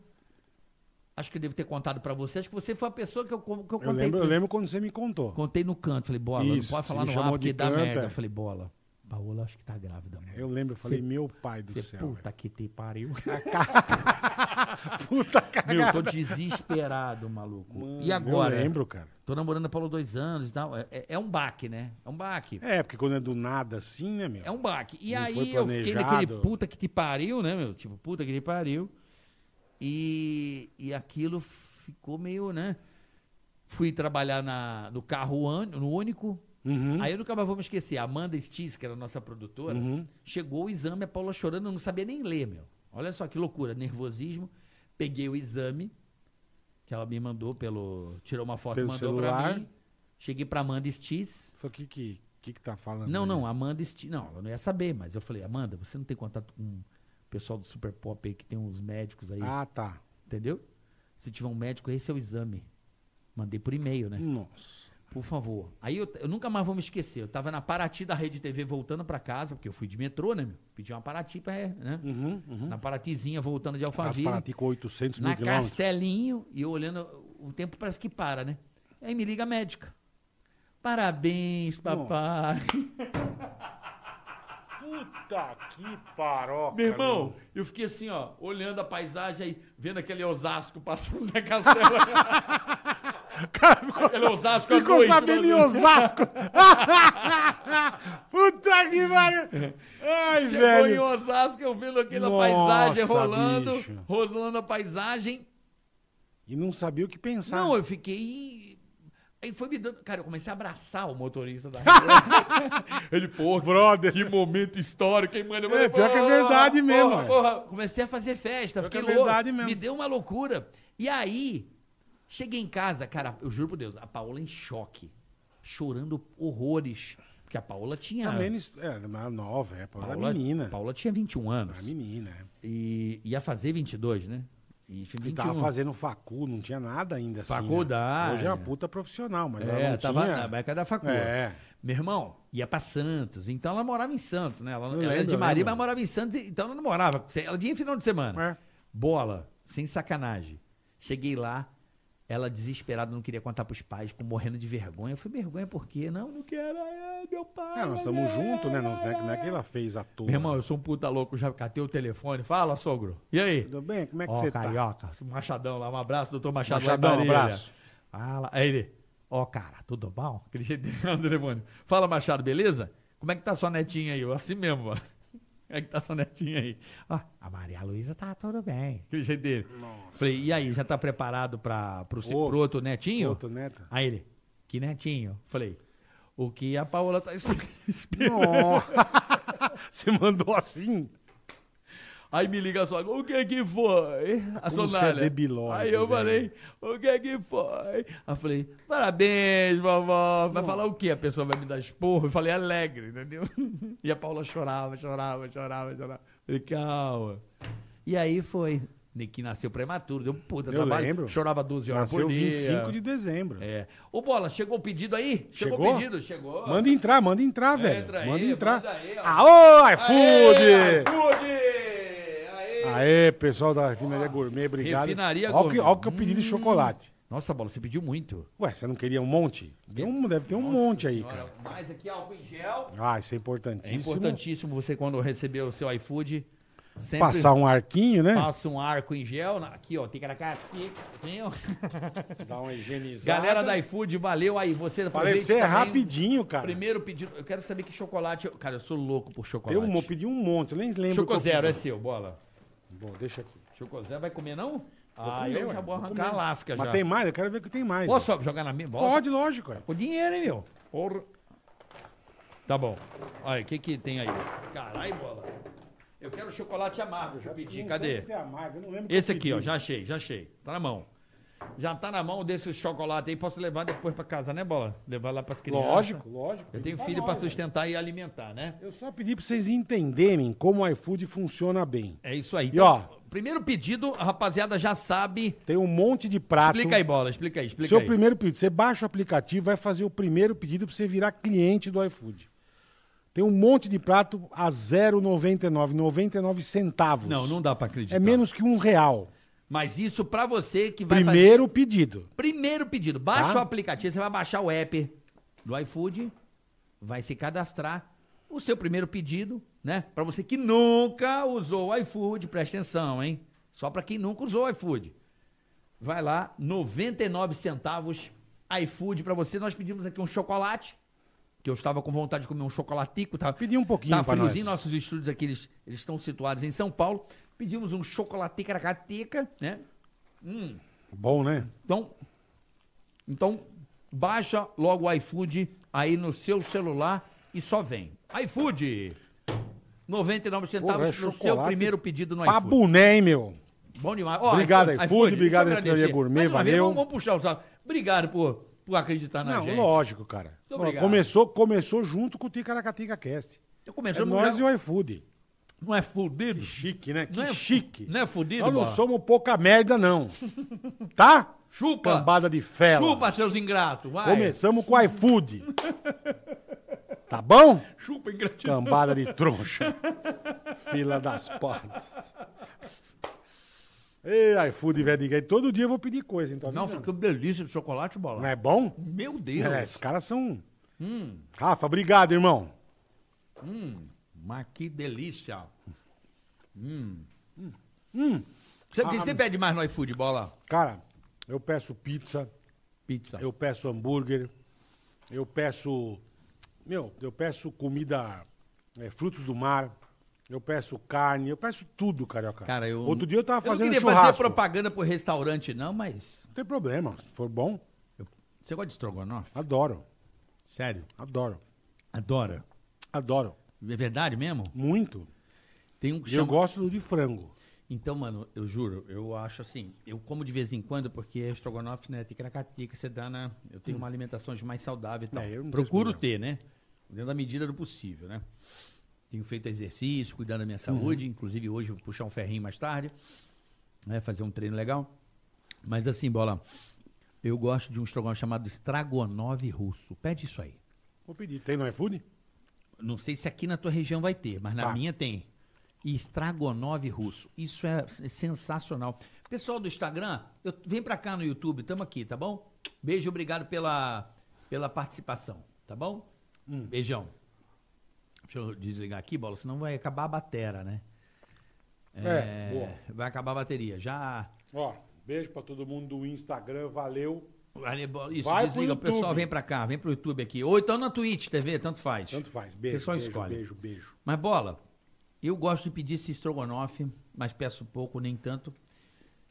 Speaker 3: Acho que eu devo ter contado pra você. Acho que você foi a pessoa que eu, que eu contei.
Speaker 4: eu, lembro, eu
Speaker 3: pra-
Speaker 4: lembro quando você me contou.
Speaker 3: Contei no canto. Falei, bola,
Speaker 4: Isso,
Speaker 3: não pode
Speaker 4: você
Speaker 3: falar
Speaker 4: me
Speaker 3: no ar
Speaker 4: chamou
Speaker 3: porque
Speaker 4: de
Speaker 3: dá
Speaker 4: canto,
Speaker 3: merda.
Speaker 4: é.
Speaker 3: Eu falei, bola, Paola acho que tá grávida, mano.
Speaker 4: Eu lembro, eu falei,
Speaker 3: Você-
Speaker 4: meu pai do
Speaker 3: Você,
Speaker 4: céu.
Speaker 3: é puta que te pariu.
Speaker 4: velho. puta
Speaker 3: Meu, eu tô
Speaker 4: cagada.
Speaker 3: desesperado, maluco.
Speaker 4: Mano,
Speaker 3: e agora?
Speaker 4: Eu lembro, cara.
Speaker 3: Tô namorando a Paula há dois anos e tal. É, é- é um baque, né? É um baque.
Speaker 4: É, porque quando é do nada assim, né, meu?
Speaker 3: É um baque. E
Speaker 4: Não foi
Speaker 3: aí eu fiquei naquele
Speaker 4: planejado.
Speaker 3: puta que te pariu, né, meu? Tipo, puta que te pariu. E, e aquilo ficou meio, né? Fui trabalhar na, no carro ân- no único.
Speaker 4: Uhum.
Speaker 3: Aí eu nunca mais vou me esquecer. A Amanda Stis, que era a nossa produtora,
Speaker 4: Uhum.
Speaker 3: chegou o exame, a Paula chorando, eu não sabia nem ler, meu. Olha só que loucura, nervosismo. Peguei o exame, que ela me mandou pelo. Tirou uma foto e
Speaker 4: Pelo
Speaker 3: mandou pra
Speaker 4: celular.
Speaker 3: mim. Cheguei pra Amanda Stis.
Speaker 4: Falei, o que que, que que tá falando?
Speaker 3: Não,
Speaker 4: né?
Speaker 3: não, a Amanda. Esti... Não, ela não ia saber, mas eu falei, Amanda, você não tem contato com o pessoal do Super Pop aí, que tem uns médicos aí,
Speaker 4: Ah, tá.
Speaker 3: entendeu? Se tiver um médico, esse é o exame. Mandei por e-mail, né?
Speaker 4: Nossa.
Speaker 3: Por favor. Aí eu, eu nunca mais vou me esquecer. Eu tava na Paraty da Rede TV voltando pra casa, porque eu fui de metrô, né? meu? Pedi uma Paraty pra. Né?
Speaker 4: Uhum, uhum.
Speaker 3: Na Paratizinha voltando de
Speaker 4: As
Speaker 3: Alphaville.
Speaker 4: Paraty com 800 mil
Speaker 3: Na
Speaker 4: quilômetros.
Speaker 3: Castelinho, e eu olhando, o tempo parece que para, né? Aí me liga a médica. Parabéns, papai.
Speaker 4: Puta que paroca.
Speaker 3: Meu irmão, eu fiquei assim, ó, olhando a paisagem aí, vendo aquele Osasco passando na castela.
Speaker 4: O cara ficou,
Speaker 3: Ele é Osasco à
Speaker 4: ficou
Speaker 3: noite, né?
Speaker 4: sabendo em
Speaker 3: mano.
Speaker 4: Osasco. Puta que pariu. Ai,
Speaker 3: Chegou em
Speaker 4: velho.
Speaker 3: Osasco, eu vendo aquela
Speaker 4: Nossa,
Speaker 3: paisagem rolando,
Speaker 4: bicho.
Speaker 3: rolando a paisagem.
Speaker 4: E não sabia o que pensar.
Speaker 3: Não, eu fiquei. Aí foi me dando. Cara, eu comecei a abraçar o motorista da Record. Ele, porra,
Speaker 4: Brother.
Speaker 3: que momento histórico, hein, mano? Eu
Speaker 4: É,
Speaker 3: falei,
Speaker 4: pior que é
Speaker 3: porra, porra,
Speaker 4: verdade mesmo,
Speaker 3: porra.
Speaker 4: é.
Speaker 3: Comecei a fazer festa,
Speaker 4: Pior que
Speaker 3: fiquei
Speaker 4: é
Speaker 3: louco.
Speaker 4: verdade mesmo.
Speaker 3: Me deu uma loucura. E aí, cheguei em casa, cara, eu juro por Deus, a Paola em choque, chorando horrores. Porque a Paola tinha.
Speaker 4: Também não est- é, mas nova, é, Paula
Speaker 3: Paola-
Speaker 4: era menina.
Speaker 3: Paola tinha 21 anos.
Speaker 4: Era menina, é.
Speaker 3: E ia fazer 22, né? E, um. enfim,
Speaker 4: E
Speaker 3: 21.
Speaker 4: tava fazendo facu, não tinha nada ainda assim. né?
Speaker 3: Faculdade.
Speaker 4: Hoje é uma puta profissional, mas ela
Speaker 3: É,
Speaker 4: não
Speaker 3: tava
Speaker 4: tinha.
Speaker 3: na beca da faculdade.
Speaker 4: É.
Speaker 3: Meu irmão ia pra Santos, então ela morava em Santos, né? Ela,
Speaker 4: Eu
Speaker 3: ela é
Speaker 4: lembro,
Speaker 3: de
Speaker 4: eu
Speaker 3: Maria,
Speaker 4: lembro.
Speaker 3: mas morava em Santos, então ela não morava. Ela vinha em final de semana.
Speaker 4: É.
Speaker 3: Bola, sem sacanagem. Cheguei lá, ela desesperada, não queria contar pros pais, com morrendo de vergonha. Eu falei, vergonha por quê? Não, não quero, é meu pai.
Speaker 4: É, nós
Speaker 3: ai,
Speaker 4: estamos
Speaker 3: ai,
Speaker 4: juntos, né?
Speaker 3: ai,
Speaker 4: Nós, não é-
Speaker 3: ai,
Speaker 4: não é
Speaker 3: ai.
Speaker 4: que ela fez à toa.
Speaker 3: Meu irmão, eu sou um puta louco, já catei o telefone. Fala, sogro. E aí?
Speaker 4: Tudo bem? Como é que
Speaker 3: Ó,
Speaker 4: você tá?
Speaker 3: carioca, Machadão lá, um abraço, doutor Machado.
Speaker 4: Machadão,
Speaker 3: lá em Marília.
Speaker 4: abraço.
Speaker 3: Fala. Aí ele, Ó, cara, tudo bom? Aquele jeito dele no telefone. Fala, Machado, beleza? Como é que tá sua netinha aí? Eu, assim mesmo, ó. Como é que tá sua netinha aí? Ó, a Maria Luísa tá tudo bem. Aquele jeito dele. Falei, e aí, já tá preparado pra, pro, si-
Speaker 4: Outro.
Speaker 3: pro outro netinho?
Speaker 4: Outro neto.
Speaker 3: Aí ele, que netinho? Falei, o que a Paola tá espe- esperando.
Speaker 4: Você mandou assim?
Speaker 3: Aí me liga só, o que que foi? A
Speaker 4: Como você é
Speaker 3: Sonália.
Speaker 4: debilóide,
Speaker 3: Aí eu
Speaker 4: velho.
Speaker 3: falei, o que que foi? Aí falei, parabéns, vovó. Vai falar o quê? A pessoa vai me dar esporro? Eu falei, alegre, entendeu? E a Paula chorava, chorava, chorava, chorava. Falei, calma. E aí foi. Nick nasceu prematuro, deu um puta
Speaker 4: Eu
Speaker 3: trabalho.
Speaker 4: lembro.
Speaker 3: Chorava 12 horas
Speaker 4: Nasceu
Speaker 3: por dia.
Speaker 4: 25 de dezembro.
Speaker 3: É. Ô, Bola, chegou o pedido aí? Chegou, o
Speaker 4: Chegou?
Speaker 3: pedido? Chegou.
Speaker 4: Manda entrar, manda entrar, velho.
Speaker 3: Entra aí,
Speaker 4: manda entrar.
Speaker 3: manda aí, ó.
Speaker 4: Aô,
Speaker 3: Aê,
Speaker 4: iFood!
Speaker 3: iFood! Aê!
Speaker 4: Aê, pessoal da Refinaria Gourmet, obrigado.
Speaker 3: Refinaria
Speaker 4: Olha o que-
Speaker 3: Gourmet.
Speaker 4: Olha o que eu pedi de chocolate.
Speaker 3: Nossa, Bola, você pediu muito.
Speaker 4: Ué, você não queria um monte? Tem um- deve ter um
Speaker 3: Nossa
Speaker 4: monte aí,
Speaker 3: senhora,
Speaker 4: cara.
Speaker 3: Mais aqui álcool em gel.
Speaker 4: Ah, isso é
Speaker 3: É
Speaker 4: importantíssimo.
Speaker 3: importantíssimo você, quando receber o seu iFood, sempre
Speaker 4: Passar um arquinho, né?
Speaker 3: passa um arco em gel. na- Aqui, ó, ticaracá, tic, vem, ó.
Speaker 4: Dá uma higienizada.
Speaker 3: Galera da iFood, valeu aí. Você
Speaker 4: Falei pra
Speaker 3: aproveita
Speaker 4: você, é
Speaker 3: também.
Speaker 4: rapidinho, cara.
Speaker 3: Primeiro pedido, eu quero saber que chocolate. eu- Cara, eu sou louco por chocolate.
Speaker 4: Eu mo- pedi um monte, eu nem lembro. o
Speaker 3: Choco
Speaker 4: que eu
Speaker 3: Zero é
Speaker 4: pedi.
Speaker 3: seu, bola.
Speaker 4: Bom, deixa aqui.
Speaker 3: Choco Zero vai comer, não? Ah,
Speaker 4: comer,
Speaker 3: eu já
Speaker 4: ué,
Speaker 3: vou
Speaker 4: vou
Speaker 3: arrancar a
Speaker 4: comer.
Speaker 3: lasca
Speaker 4: Mas
Speaker 3: já.
Speaker 4: tem mais? Eu quero ver que tem mais.
Speaker 3: Posso jogar na minha bola?
Speaker 4: Pode, lógico. É.
Speaker 3: Com dinheiro, hein, meu? Porra. Tá bom. Olha, o que que tem aí? Caralho, bola. Eu quero chocolate amargo, já pedi.
Speaker 4: Não sei
Speaker 3: Cadê?
Speaker 4: se é amargo, eu não lembro o que
Speaker 3: Esse
Speaker 4: eu
Speaker 3: aqui, ó,
Speaker 4: pedi.
Speaker 3: já achei, já achei. Tá na mão. Já tá na mão desse chocolate aí. Posso levar depois pra casa, né, bola? Levar lá pras crianças.
Speaker 4: Lógico, lógico.
Speaker 3: Eu tenho
Speaker 4: Tá
Speaker 3: filho
Speaker 4: bom,
Speaker 3: pra
Speaker 4: velho.
Speaker 3: sustentar e alimentar, né?
Speaker 4: Eu só pedi pra vocês entenderem como o iFood funciona bem.
Speaker 3: É isso aí.
Speaker 4: E, ó,
Speaker 3: primeiro pedido, a rapaziada já sabe.
Speaker 4: Tem um monte de prato.
Speaker 3: Explica aí, bola, explica aí, explica
Speaker 4: Seu
Speaker 3: aí.
Speaker 4: primeiro pedido. Você baixa o aplicativo, vai fazer o primeiro pedido pra você virar cliente do iFood. Tem um monte de prato a 0,99, 99 centavos.
Speaker 3: Não, não dá pra acreditar.
Speaker 4: É menos que um real.
Speaker 3: Mas isso pra você que vai fazer
Speaker 4: Primeiro pedido.
Speaker 3: Primeiro pedido, baixa
Speaker 4: Tá?
Speaker 3: o aplicativo, você vai baixar o app do iFood, vai se cadastrar, o seu primeiro pedido, né? Pra você que nunca usou o iFood, presta atenção, hein? Só pra quem nunca usou o iFood. Vai lá, 99 centavos iFood pra você. Nós pedimos aqui um chocolate, que eu estava com vontade de comer um chocolatico, tá?
Speaker 4: Pedi um pouquinho
Speaker 3: tá
Speaker 4: pra
Speaker 3: friozinho,
Speaker 4: nós.
Speaker 3: nossos estúdios aqui, eles, eles estão situados em São Paulo. Pedimos um chocolaticaracateca, né?
Speaker 4: Bom, né?
Speaker 3: Então, então baixa logo o iFood aí no seu celular e só vem. iFood, 99
Speaker 4: Porra, é
Speaker 3: centavos no seu
Speaker 4: chocolate
Speaker 3: primeiro pedido no
Speaker 4: Pra
Speaker 3: iFood.
Speaker 4: boné, hein, meu?
Speaker 3: Bom demais. Ó,
Speaker 4: Obrigado,
Speaker 3: iFood,
Speaker 4: iFood,
Speaker 3: deixa eu
Speaker 4: obrigado,
Speaker 3: agradecer.
Speaker 4: Refinaria Gourmet,
Speaker 3: Mais uma vez,
Speaker 4: valeu.
Speaker 3: Vamos, vamos puxar o saco. Obrigado por, por acreditar na
Speaker 4: Não,
Speaker 3: Ah, gente.
Speaker 4: lógico, cara.
Speaker 3: Muito obrigado.
Speaker 4: Começou, começou junto com o Ticaracatica Cast.
Speaker 3: Então
Speaker 4: É
Speaker 3: começamos
Speaker 4: nós
Speaker 3: já-
Speaker 4: e o iFood.
Speaker 3: Não é fudido?
Speaker 4: Chique, né? Que
Speaker 3: Não é-
Speaker 4: chique.
Speaker 3: não é fudido,
Speaker 4: Nós não
Speaker 3: Bola?
Speaker 4: somos pouca merda, não. tá?
Speaker 3: Chupa.
Speaker 4: Cambada de fela.
Speaker 3: Chupa, seus ingratos, vai.
Speaker 4: Começamos com o iFood. tá bom?
Speaker 3: Chupa, ingratidão.
Speaker 4: Cambada de trouxa. Fila das portas. Ei, iFood, velho. ninguém- Todo dia eu vou pedir coisa, então.
Speaker 3: Nossa, que delícia de chocolate, bola.
Speaker 4: Não é bom?
Speaker 3: Meu Deus.
Speaker 4: É, esses caras são.
Speaker 3: Hum.
Speaker 4: Rafa, obrigado, irmão.
Speaker 3: Mas que delícia! Hum.
Speaker 4: Hum.
Speaker 3: Você,
Speaker 4: Ah,
Speaker 3: o que você pede mais é no iFood, bola?
Speaker 4: Cara, eu peço pizza,
Speaker 3: Pizza.
Speaker 4: eu peço hambúrguer, eu peço. Meu, eu peço comida, é, frutos do mar, eu peço carne, eu peço tudo, carioca.
Speaker 3: Cara, eu.
Speaker 4: Outro dia eu tava
Speaker 3: Eu não
Speaker 4: fazendo
Speaker 3: queria fazer
Speaker 4: churrasco.
Speaker 3: propaganda pro restaurante, não, mas.
Speaker 4: Não tem problema, se for bom,
Speaker 3: eu- Você gosta de estrogonofe?
Speaker 4: adoro,
Speaker 3: Sério?
Speaker 4: adoro,
Speaker 3: Adora.
Speaker 4: adoro.
Speaker 3: É verdade mesmo?
Speaker 4: Muito.
Speaker 3: Tem um que
Speaker 4: E
Speaker 3: chama...
Speaker 4: eu gosto do de frango.
Speaker 3: Então, mano, eu juro, eu acho assim, eu como de vez em quando, porque estrogonofe, né, ticaracatica, você dá na... Eu tenho uma alimentação mais saudável e tal.
Speaker 4: Hum. É, eu não
Speaker 3: Procuro
Speaker 4: tenho
Speaker 3: ter, né? Dentro da medida do possível, né? Tenho feito exercício, cuidando da minha
Speaker 4: Uhum.
Speaker 3: saúde, inclusive hoje eu vou puxar um ferrinho mais tarde, né, fazer um treino legal. Mas assim, bola, eu gosto de um estrogonofe chamado estragonove russo. Pede isso aí.
Speaker 4: Vou pedir. Tem no iFood?
Speaker 3: Não sei se aqui na tua região vai ter, mas na
Speaker 4: Tá.
Speaker 3: minha tem. E estragonove russo. Isso é s- sensacional. Pessoal do Instagram, eu, vem pra cá no YouTube, tamo aqui, tá bom? Beijo, obrigado pela, pela participação, tá bom?
Speaker 4: Hum.
Speaker 3: Beijão. Deixa eu desligar aqui, Bola, senão vai acabar a batera, né? É,
Speaker 4: É, boa. É,
Speaker 3: Vai acabar a bateria. Já
Speaker 4: Ó, beijo pra todo mundo do Instagram, valeu.
Speaker 3: Ali, bo- né, Isso,
Speaker 4: Vai pro
Speaker 3: desliga. O pessoal
Speaker 4: YouTube.
Speaker 3: vem pra cá, vem pro YouTube aqui. Ou então na Twitch TV, tanto faz.
Speaker 4: Tanto faz. Beijo,
Speaker 3: Pessoal
Speaker 4: beijo,
Speaker 3: escolhe.
Speaker 4: beijo, beijo.
Speaker 3: Mas bola, eu gosto de pedir esse estrogonofe, mas peço pouco, nem tanto.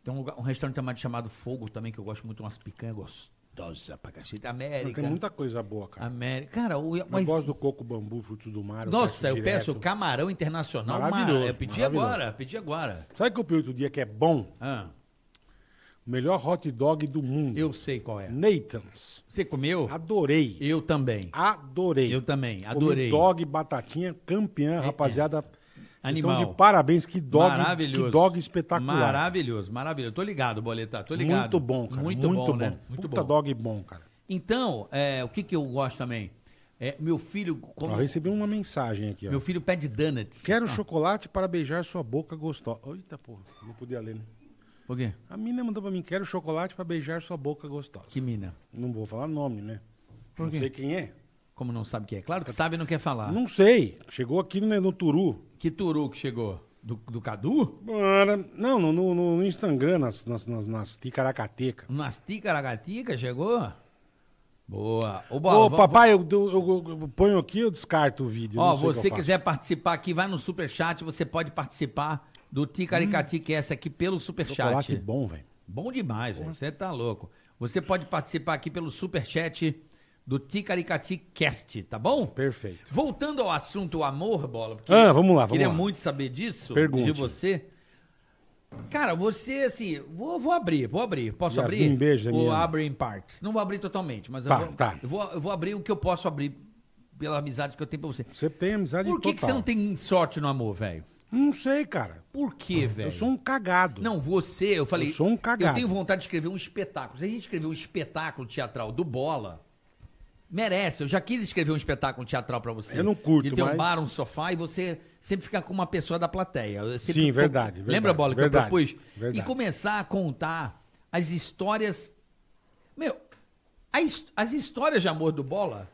Speaker 3: Tem um, lugar- um restaurante chamado, chamado Fogo também, que eu gosto muito, umas picanhas gostosas pra cacete. América.
Speaker 4: Tem muita coisa boa, cara.
Speaker 3: América. Cara, o,
Speaker 4: Eu
Speaker 3: Ah, mas-
Speaker 4: gosto do coco bambu, frutos do mar.
Speaker 3: nossa, eu
Speaker 4: direto.
Speaker 3: peço camarão internacional.
Speaker 4: Maravilhoso,
Speaker 3: Mara. Eu pedi
Speaker 4: maravilhoso.
Speaker 3: agora, pedi agora.
Speaker 4: Sabe o que eu pedi outro dia que é bom?
Speaker 3: Ah,
Speaker 4: O melhor hot dog do mundo.
Speaker 3: eu sei qual é.
Speaker 4: Nathan's.
Speaker 3: Você comeu?
Speaker 4: Adorei.
Speaker 3: Eu também.
Speaker 4: Hum. Adorei.
Speaker 3: Eu também,
Speaker 4: Comi
Speaker 3: adorei. É,
Speaker 4: dog, batatinha, campeã, rapaziada. Vocês estão
Speaker 3: Animal.
Speaker 4: de parabéns, que dog,
Speaker 3: maravilhoso.
Speaker 4: que dog espetacular.
Speaker 3: Maravilhoso, maravilhoso. Tô ligado, Boleta, tô ligado.
Speaker 4: Muito bom, cara.
Speaker 3: Muito, bom, né?
Speaker 4: Muito
Speaker 3: Muito
Speaker 4: Puta
Speaker 3: bom.
Speaker 4: dog bom, cara.
Speaker 3: Então, é, o que que eu gosto também? É, meu filho come-
Speaker 4: Eu recebi uma mensagem aqui, ó.
Speaker 3: meu Ah. filho pede donuts.
Speaker 4: Quero chocolate para beijar sua boca gostosa. Eita, porra, não podia ler, né?
Speaker 3: Por quê?
Speaker 4: A mina mandou pra mim, quero chocolate para beijar sua boca gostosa.
Speaker 3: Que mina.
Speaker 4: Não vou falar nome, né?
Speaker 3: Por
Speaker 4: não
Speaker 3: quê?
Speaker 4: sei quem é.
Speaker 3: Como não sabe o que é? Claro que sabe e não quer falar.
Speaker 4: Não sei. Chegou aqui no, no Turu.
Speaker 3: Que turu que chegou? Do, do Cadu?
Speaker 4: Bora. Não, no, no, no Instagram, nas, nas, nas, nas ticaracateca.
Speaker 3: Nas ticaragatica chegou? Boa. Ô, Bola,
Speaker 4: Ô,
Speaker 3: vamos-
Speaker 4: papai, eu, eu- eu- eu ponho aqui, eu descarto o vídeo.
Speaker 3: Ó,
Speaker 4: não sei o que
Speaker 3: você
Speaker 4: eu faço.
Speaker 3: quiser participar aqui, vai no superchat, você pode participar do Ticaricatica é essa aqui pelo superchat.
Speaker 4: Hum. Chocolate bom, velho.
Speaker 3: Bom demais, velho. Você tá louco. Você pode participar aqui pelo superchat do Ticaricati Cast, tá bom?
Speaker 4: Perfeito.
Speaker 3: Voltando ao assunto amor, bola. porque
Speaker 4: Ah, vamos lá, vamos
Speaker 3: Queria
Speaker 4: lá.
Speaker 3: muito saber disso. De
Speaker 4: Pergunte.
Speaker 3: você. Cara, você, assim, vou, vou abrir, vou abrir. Posso
Speaker 4: Yasmin,
Speaker 3: abrir?
Speaker 4: beijo,
Speaker 3: Vou
Speaker 4: Damiana.
Speaker 3: abrir em partes. Não vou abrir totalmente, mas
Speaker 4: Tá,
Speaker 3: eu, vou,
Speaker 4: tá.
Speaker 3: eu, vou, eu vou abrir o que eu posso abrir pela amizade que eu tenho pra você.
Speaker 4: Você tem amizade
Speaker 3: Por que, que
Speaker 4: total.
Speaker 3: você não tem sorte no amor, velho?
Speaker 4: Não sei, cara.
Speaker 3: Por que, velho?
Speaker 4: Eu sou um cagado.
Speaker 3: Não, você, eu falei.
Speaker 4: Eu sou um cagado.
Speaker 3: Eu tenho vontade de escrever um espetáculo. Se a gente escrever um espetáculo teatral do Bola, merece. Eu já quis escrever um espetáculo teatral pra você.
Speaker 4: Eu não curto,
Speaker 3: De ter um
Speaker 4: mas-
Speaker 3: bar, um sofá e você sempre ficar com uma pessoa da plateia. Eu sempre-
Speaker 4: Sim, verdade, verdade,
Speaker 3: Lembra, Bola,
Speaker 4: verdade,
Speaker 3: que eu propus?
Speaker 4: verdade.
Speaker 3: E começar a contar as histórias. Meu, a his- as histórias de amor do Bola.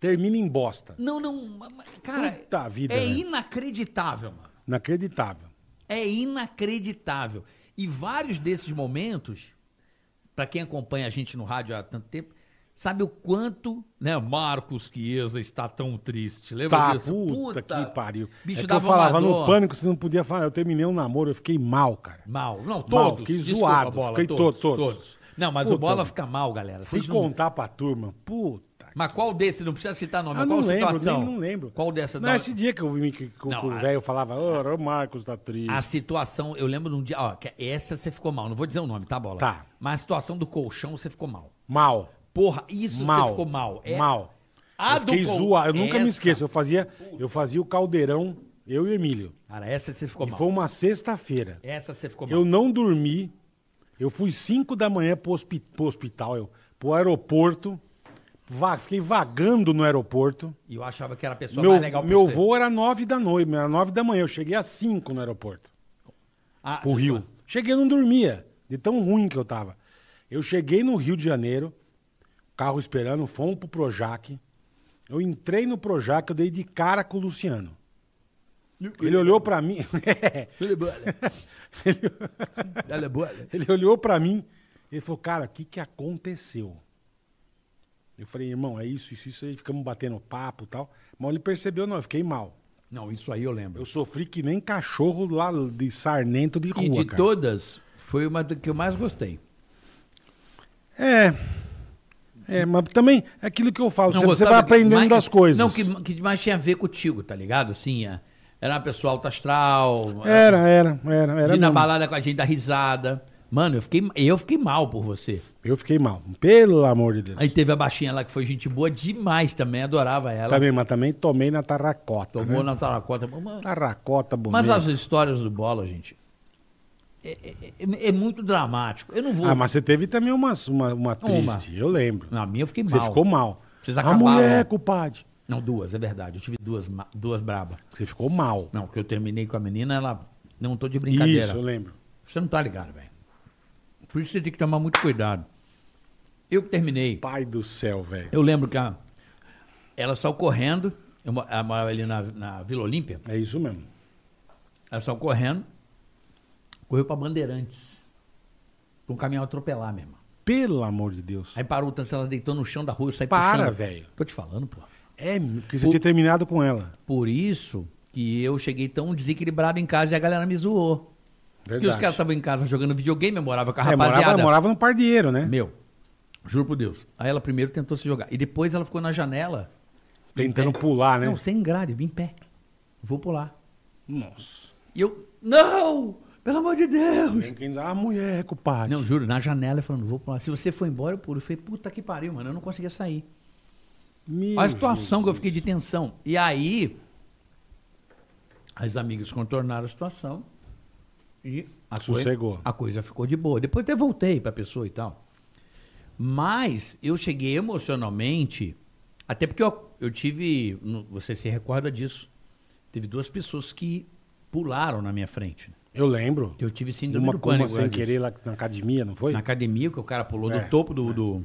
Speaker 4: Termina em bosta.
Speaker 3: Não, não. ma- ma- Cara,
Speaker 4: Puta vida, né?
Speaker 3: é
Speaker 4: velho.
Speaker 3: inacreditável, mano.
Speaker 4: Inacreditável.
Speaker 3: É inacreditável. E vários desses momentos, pra quem acompanha a gente no rádio há tanto tempo, sabe o quanto, né, Marcos Chiesa está tão triste. Lembra
Speaker 4: Tá,
Speaker 3: disso?
Speaker 4: puta, que pariu.
Speaker 3: assim, Bicho
Speaker 4: é que eu
Speaker 3: dava uma
Speaker 4: falava no
Speaker 3: dor.
Speaker 4: pânico, você não podia falar. Eu terminei um namoro, eu fiquei mal, cara.
Speaker 3: Mal. Não, todos.
Speaker 4: Mal, fiquei zoado, fiquei
Speaker 3: todos,
Speaker 4: to- todos.
Speaker 3: Não, mas o
Speaker 4: Puta,
Speaker 3: Bola
Speaker 4: mano.
Speaker 3: fica mal, galera.
Speaker 4: Fui
Speaker 3: Vocês não...
Speaker 4: contar pra turma. Puta.
Speaker 3: Mas qual desse? Não precisa citar nome.
Speaker 4: Ah,
Speaker 3: qual
Speaker 4: não lembro,
Speaker 3: situação?
Speaker 4: nem, não lembro.
Speaker 3: Qual dessa?
Speaker 4: Não,
Speaker 3: da-
Speaker 4: esse dia que, eu, me- que, que
Speaker 3: Não,
Speaker 4: o
Speaker 3: a-
Speaker 4: velho falava, ô, o Marcos tá triste.
Speaker 3: A situação, eu lembro num dia, ó, que essa você ficou mal, não vou dizer o nome, tá, Bola?
Speaker 4: Tá.
Speaker 3: Mas a situação do colchão você ficou mal.
Speaker 4: Mal.
Speaker 3: Porra, isso
Speaker 4: mal.
Speaker 3: você ficou mal. É-
Speaker 4: Mal.
Speaker 3: A
Speaker 4: eu
Speaker 3: do
Speaker 4: fiquei
Speaker 3: col-
Speaker 4: zoado. Eu nunca me
Speaker 3: essa.
Speaker 4: esqueço. Eu fazia, eu fazia o caldeirão, eu e o Emílio.
Speaker 3: Cara, essa você ficou
Speaker 4: E
Speaker 3: mal.
Speaker 4: foi uma sexta-feira.
Speaker 3: Essa você ficou mal.
Speaker 4: Eu não dormi. Eu fui 5 da manhã pro, hospi- pro hospital, eu, pro aeroporto. Va- fiquei vagando no aeroporto.
Speaker 3: E eu achava que era a pessoa
Speaker 4: Meu,
Speaker 3: mais legal pra
Speaker 4: meu
Speaker 3: você.
Speaker 4: voo era 9 da noite, era 9 da manhã. Eu cheguei às 5 no aeroporto.
Speaker 3: Ah,
Speaker 4: pro
Speaker 3: você
Speaker 4: Rio.
Speaker 3: ficou-
Speaker 4: Cheguei, eu não dormia, de tão ruim que eu tava. Eu cheguei no Rio de Janeiro, carro esperando, fomos pro Projac. Eu entrei no Projac, eu dei de cara com o Luciano. Ele olhou pra mim,
Speaker 3: Ele bola. Ele bola.
Speaker 4: ele olhou pra mim, ele falou, cara, o que que aconteceu? Eu falei, irmão, é isso, isso, isso aí, ficamos batendo papo e tal. Mas ele percebeu, não, eu fiquei mal.
Speaker 3: Não, isso aí eu lembro.
Speaker 4: Eu sofri que nem cachorro lá de sarnento de rua,
Speaker 3: e de
Speaker 4: cara.
Speaker 3: todas, foi uma do que eu mais gostei.
Speaker 4: É. É, mas também é aquilo que eu falo, você, você
Speaker 3: gostava
Speaker 4: vai
Speaker 3: que
Speaker 4: aprendendo
Speaker 3: mais-
Speaker 4: das coisas.
Speaker 3: Não, que, que mais tinha a ver contigo, tá ligado? Assim, é- era uma pessoa alta astral. é,
Speaker 4: Era, era, era, era.
Speaker 3: de ir na
Speaker 4: mesmo.
Speaker 3: balada com a gente, dar risada. Mano, eu fiquei, eu fiquei mal por você.
Speaker 4: Eu fiquei mal. Pelo amor de Deus.
Speaker 3: Aí teve a baixinha lá que foi gente boa demais também, adorava ela.
Speaker 4: Também, mas também tomei na tarracota.
Speaker 3: Tomou
Speaker 4: né?
Speaker 3: na taracota. Mano,
Speaker 4: Tarracota bonita.
Speaker 3: Mas as histórias do Bola, gente, é, é- é- é muito dramático. Eu não vou.
Speaker 4: Ah, mas você teve também umas, uma, uma triste, eu lembro.
Speaker 3: Na minha eu fiquei mal.
Speaker 4: Você ficou mal.
Speaker 3: Vocês
Speaker 4: a
Speaker 3: acabaram.
Speaker 4: mulher, compadre.
Speaker 3: Não, duas, é verdade. Eu tive duas, ma- duas brabas.
Speaker 4: Você ficou mal.
Speaker 3: Não, que eu terminei com a menina, ela. Não tô de brincadeira.
Speaker 4: Isso, eu lembro.
Speaker 3: Você não tá ligado, velho. Por isso você tem que tomar muito cuidado. Eu que terminei.
Speaker 4: Pai do céu, velho.
Speaker 3: Eu lembro que a- ela saiu correndo. Eu mo- ela morava ali na, na Vila Olímpia.
Speaker 4: É isso mesmo.
Speaker 3: Ela saiu correndo. Correu pra Bandeirantes. Pra um caminhão atropelar, meu irmão.
Speaker 4: Pelo amor de Deus.
Speaker 3: Aí parou o tanto, ela deitou no chão da rua, eu saí
Speaker 4: Para,
Speaker 3: puxando.
Speaker 4: velho.
Speaker 3: Tô te falando, pô.
Speaker 4: É, porque você tinha terminado com ela.
Speaker 3: Por isso que eu cheguei tão desequilibrado em casa e a galera me zoou. Porque os
Speaker 4: Verdade.
Speaker 3: caras estavam em casa jogando videogame, eu morava com a
Speaker 4: É,
Speaker 3: rapaziada.
Speaker 4: morava, morava no pardieiro, né?
Speaker 3: Meu, juro por Deus. Aí ela primeiro tentou se jogar. E depois ela ficou na janela.
Speaker 4: Tentando pular, né?
Speaker 3: Não, sem grade, em pé. Vou pular.
Speaker 4: Nossa.
Speaker 3: E eu, não! Pelo amor de Deus!
Speaker 4: Tem quem diz, ah, mulher, compadre.
Speaker 3: Não, juro, na janela falando, vou pular. Se você for embora, eu pulo. Eu falei, puta que pariu, mano, eu não conseguia sair.
Speaker 4: Meu
Speaker 3: Olha a situação que eu fiquei de tensão. E aí, as amigas contornaram a situação e a, coi-
Speaker 4: Sossegou.
Speaker 3: a coisa ficou de boa. Depois até voltei pra pessoa e tal. Mas eu cheguei emocionalmente, até porque eu, eu tive, no- você se recorda disso, teve duas pessoas que pularam na minha frente.
Speaker 4: Eu lembro.
Speaker 3: Eu tive síndrome
Speaker 4: Uma
Speaker 3: do
Speaker 4: com
Speaker 3: pânico.
Speaker 4: uma sem
Speaker 3: né, disso.
Speaker 4: querer lá na academia, não foi?
Speaker 3: Na academia, que o cara pulou
Speaker 4: É,
Speaker 3: do topo do, do-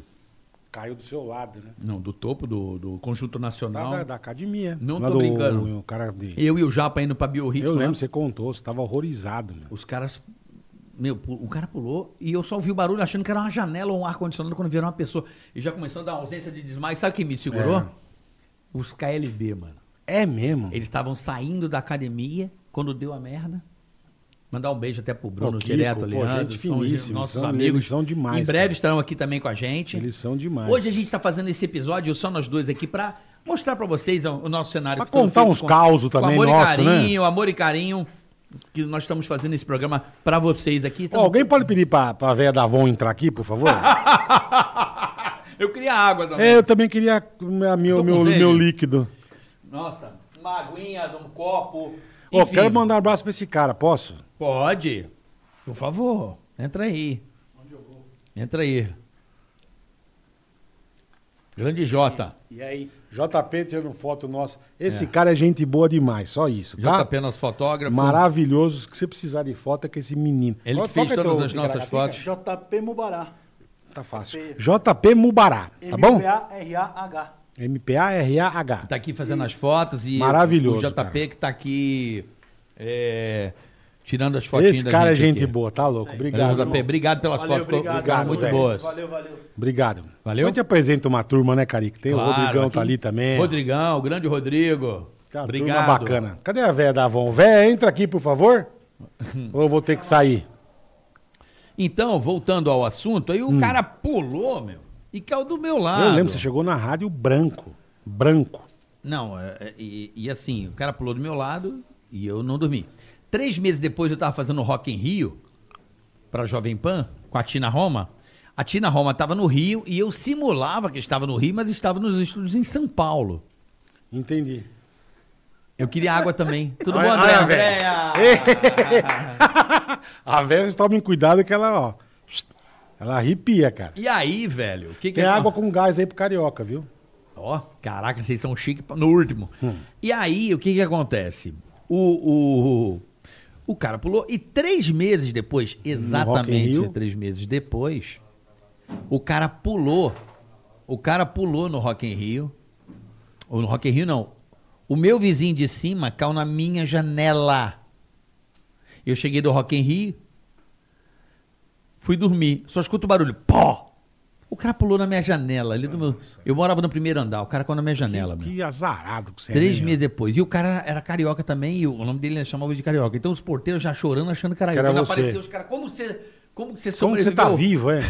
Speaker 4: Caiu do seu lado, né?
Speaker 3: Não, do topo do, do Conjunto
Speaker 4: Da,
Speaker 3: Nacional.
Speaker 4: da, da academia.
Speaker 3: Não
Speaker 4: Lá
Speaker 3: tô
Speaker 4: do-
Speaker 3: brincando.
Speaker 4: O cara de...
Speaker 3: Eu e o Japa indo pra
Speaker 4: Eu
Speaker 3: Biorritmo. lá.
Speaker 4: lembro, você contou, você tava horrorizado, meu.
Speaker 3: Os caras. Meu, pu- o cara pulou e eu só ouvi o barulho achando que era uma janela ou um ar-condicionado quando vieram uma pessoa. E já começou a dar ausência de desmaio. Sabe quem me segurou?
Speaker 4: É.
Speaker 3: Os KLB, mano.
Speaker 4: É mesmo?
Speaker 3: Eles estavam saindo da academia quando deu a merda. Mandar um beijo até pro Bruno
Speaker 4: Pô, Kiko,
Speaker 3: direto,
Speaker 4: pô,
Speaker 3: Leandro.
Speaker 4: gente
Speaker 3: são os
Speaker 4: finíssima,
Speaker 3: nossos
Speaker 4: são-
Speaker 3: amigos.
Speaker 4: eles são demais,
Speaker 3: Em breve
Speaker 4: cara.
Speaker 3: estarão aqui também com a gente.
Speaker 4: Eles são demais.
Speaker 3: Hoje a gente tá fazendo esse episódio só nós dois aqui pra mostrar pra vocês o o nosso cenário.
Speaker 4: Pra
Speaker 3: que foi
Speaker 4: contar
Speaker 3: feito
Speaker 4: uns causos também
Speaker 3: amor
Speaker 4: nosso, né?
Speaker 3: e carinho, amor e carinho que nós estamos fazendo esse programa pra vocês aqui.
Speaker 4: Ó, alguém pode pedir pra, pra véia da Avon entrar aqui, por favor?
Speaker 3: Eu queria água também.
Speaker 4: é, eu também queria a meu,
Speaker 3: com
Speaker 4: meu,
Speaker 3: sede.
Speaker 4: meu líquido.
Speaker 3: Nossa, uma aguinha, um copo.
Speaker 4: Ó,
Speaker 3: Enfim,
Speaker 4: quero mandar um abraço pra esse cara, posso?
Speaker 3: Pode. Por favor, entra aí. Entra aí. Grande Jota.
Speaker 4: E aí? JP tirando foto nossa. Esse cara é gente boa demais, só isso, tá?
Speaker 3: JP, nosso fotógrafo.
Speaker 4: Maravilhoso. O que você precisar de foto é com esse menino.
Speaker 3: Ele
Speaker 4: Qual-
Speaker 3: que
Speaker 4: qual
Speaker 3: fez
Speaker 4: é teu
Speaker 3: todas as nossas
Speaker 4: Ticaracatica?
Speaker 3: fotos.
Speaker 1: JP Mubará.
Speaker 4: Tá fácil.
Speaker 1: JP.
Speaker 4: JP Mubará, tá bom?
Speaker 1: M-U-B-A-R-A-H.
Speaker 4: MPA-RAH.
Speaker 3: tá aqui fazendo as fotos e
Speaker 4: Maravilhoso,
Speaker 3: o JP
Speaker 4: cara.
Speaker 3: que tá aqui é, tirando as fotinhas
Speaker 4: Esse
Speaker 3: da
Speaker 4: cara é gente
Speaker 3: aqui.
Speaker 4: boa, tá louco?
Speaker 3: Valeu,
Speaker 4: Obrigado.
Speaker 3: JP,
Speaker 4: irmão.
Speaker 3: obrigado pelas fotos, ficou- ficaram
Speaker 4: obrigado,
Speaker 3: muito
Speaker 4: velho.
Speaker 3: boas.
Speaker 1: Valeu, valeu.
Speaker 4: Obrigado.
Speaker 3: Valeu?
Speaker 4: Eu te apresento uma turma, né, Carica? Tem
Speaker 3: Claro,
Speaker 4: o Rodrigão
Speaker 3: aqui-
Speaker 4: tá ali também.
Speaker 3: Rodrigão, o grande Rodrigo.
Speaker 4: Tá,
Speaker 3: obrigado.
Speaker 4: Turma bacana. Cadê a véia da Avon? Véia, entra aqui, por favor. Ou eu vou ter que sair?
Speaker 3: Então, voltando ao assunto, aí o cara pulou, meu, e caiu do meu lado.
Speaker 4: Hum. eu lembro, você chegou na rádio branco. Branco.
Speaker 3: Não, é, é, e, e assim, o cara pulou do meu lado e eu não dormi. Três meses depois eu tava fazendo Rock em Rio pra Jovem Pan com a Tina Roma. A Tina Roma tava no Rio e eu simulava que estava no Rio, mas estava nos estúdios em São Paulo.
Speaker 4: Entendi.
Speaker 3: Eu queria água também. Tudo bom,
Speaker 4: Olha-
Speaker 3: André?
Speaker 4: olha a
Speaker 3: Andréa!
Speaker 4: A véia, vocês tomem cuidado que ela, ó. Ela arrepia, cara.
Speaker 3: E aí, velho? O que é? que
Speaker 4: Tem
Speaker 3: eu-
Speaker 4: água com gás aí pro carioca, viu?
Speaker 3: Ó, caraca, vocês são chiques no último. E aí, o que que acontece? O, o, o cara pulou e três meses depois, exatamente
Speaker 4: Rio?
Speaker 3: três meses depois, o cara pulou. O cara pulou no Rock in Rio. Ou no Rock in Rio, não. O meu vizinho de cima caiu na minha janela. Eu cheguei do Rock in Rio, fui dormir. Só escuto o barulho. Pó! O cara pulou na minha janela. Ali do meu... Eu morava no primeiro andar. O cara caiu na minha janela. meu.
Speaker 4: que, que azarado que você
Speaker 3: Três
Speaker 4: né?
Speaker 3: meses depois. E o cara era carioca também, e o o nome dele chamava de carioca. Então os porteiros já chorando, achando que era,
Speaker 4: Que era
Speaker 3: eu. Quando
Speaker 4: você.
Speaker 3: apareceu os caras, como você, como que você
Speaker 4: Como que você tá
Speaker 3: sobreviveu?
Speaker 4: vivo, é?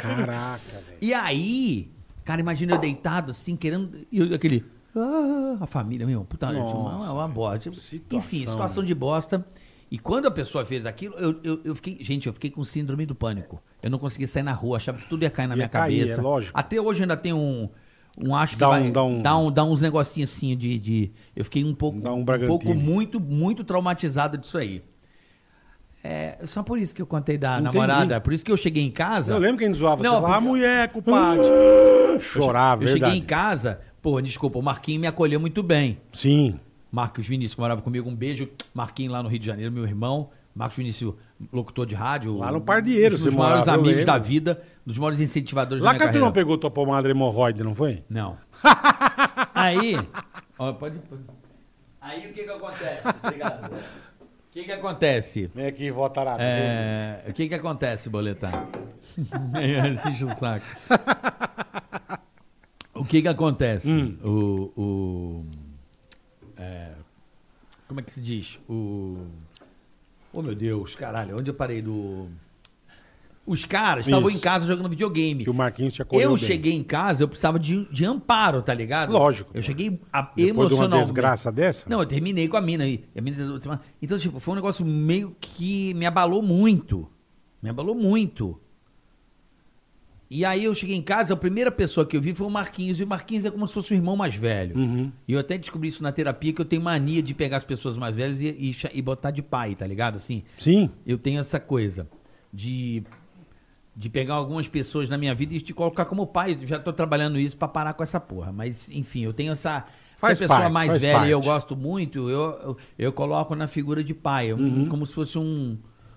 Speaker 4: Caraca, velho.
Speaker 3: E aí, cara, imagina eu deitado assim, querendo. E eu- aquele. "Ah", a família, meu, puta,
Speaker 4: Nossa,
Speaker 3: uma, uma, uma
Speaker 4: velho.
Speaker 3: bosta. Tipo,
Speaker 4: Situação, né?
Speaker 3: Enfim, situação de bosta. E quando a pessoa fez aquilo, eu, eu, eu fiquei. Gente, eu fiquei com síndrome do pânico. Eu não conseguia sair na rua, achava que tudo ia cair na
Speaker 4: Ia
Speaker 3: minha
Speaker 4: cair,
Speaker 3: cabeça.
Speaker 4: é lógico.
Speaker 3: Até hoje eu ainda tem um. Um acho que
Speaker 4: Dá um-
Speaker 3: vai,
Speaker 4: dá um-
Speaker 3: dá, um, dá uns negocinhos assim de, de. Eu fiquei um pouco.
Speaker 4: Dá um
Speaker 3: pouco
Speaker 4: Bragantino.
Speaker 3: muito, muito traumatizado disso aí. É, só por isso que eu contei da
Speaker 4: Entendi.
Speaker 3: namorada. Por isso que eu cheguei em casa.
Speaker 4: Eu lembro quem zoava.
Speaker 3: Não,
Speaker 4: você falava,
Speaker 3: porque-
Speaker 4: ah, mulher, compadre. Chorava,
Speaker 3: Eu
Speaker 4: verdade.
Speaker 3: cheguei em casa, pô, desculpa, o Marquinho me acolheu muito bem.
Speaker 4: Sim.
Speaker 3: Marcos Vinícius que morava comigo, um beijo. Marquinho lá no Rio de Janeiro, meu irmão. Marcos Vinícius, locutor de rádio.
Speaker 4: Lá no Pardieiro
Speaker 3: um dos
Speaker 4: você
Speaker 3: maiores
Speaker 4: morava, eu
Speaker 3: amigos
Speaker 4: lembro.
Speaker 3: da vida, um dos maiores incentivadores
Speaker 4: Lá
Speaker 3: da
Speaker 4: que
Speaker 3: minha
Speaker 4: a turma
Speaker 3: carreira.
Speaker 4: pegou tua pomada hemorroide, não foi?
Speaker 3: Não. Aí, ó, pode, pode. Aí o que que acontece? Obrigado. O que que acontece?
Speaker 4: Vem aqui, vó tarada.
Speaker 3: É, o que que acontece, Boletar? É, enche o saco. O que que acontece?
Speaker 4: Hum.
Speaker 3: O, o- é, como é que se diz? O... Oh, meu Deus, caralho. Onde eu parei do... Os caras estavam
Speaker 4: Isso.
Speaker 3: em casa jogando videogame.
Speaker 4: Que o Marquinhos te acolheu
Speaker 3: Eu
Speaker 4: bem.
Speaker 3: cheguei em casa, eu precisava de, de amparo, tá ligado?
Speaker 4: Lógico.
Speaker 3: Eu cheguei a,
Speaker 4: Depois de uma
Speaker 3: emocionalmente.
Speaker 4: desgraça dessa?
Speaker 3: Não, eu terminei com a mina aí. A mina da outra semana. Então, tipo, foi um negócio meio que me abalou muito. Me abalou muito. E aí eu cheguei em casa, a primeira pessoa que eu vi foi o Marquinhos. E o Marquinhos é como se fosse o irmão mais velho.
Speaker 4: Uhum.
Speaker 3: E eu até descobri isso na terapia, que eu tenho mania de pegar as pessoas mais velhas e, e cha- e botar de pai, tá ligado? Assim,
Speaker 4: Sim.
Speaker 3: eu tenho essa coisa de de pegar algumas pessoas na minha vida e te colocar como pai. Eu Já tô trabalhando isso pra parar com essa porra. Mas, enfim, eu tenho essa.
Speaker 4: Faz
Speaker 3: se a pessoa
Speaker 4: parte,
Speaker 3: mais
Speaker 4: faz
Speaker 3: velha e eu
Speaker 4: parte.
Speaker 3: gosto muito, eu, eu, eu coloco na figura de pai, um-
Speaker 4: Uhum.
Speaker 3: como se fosse um,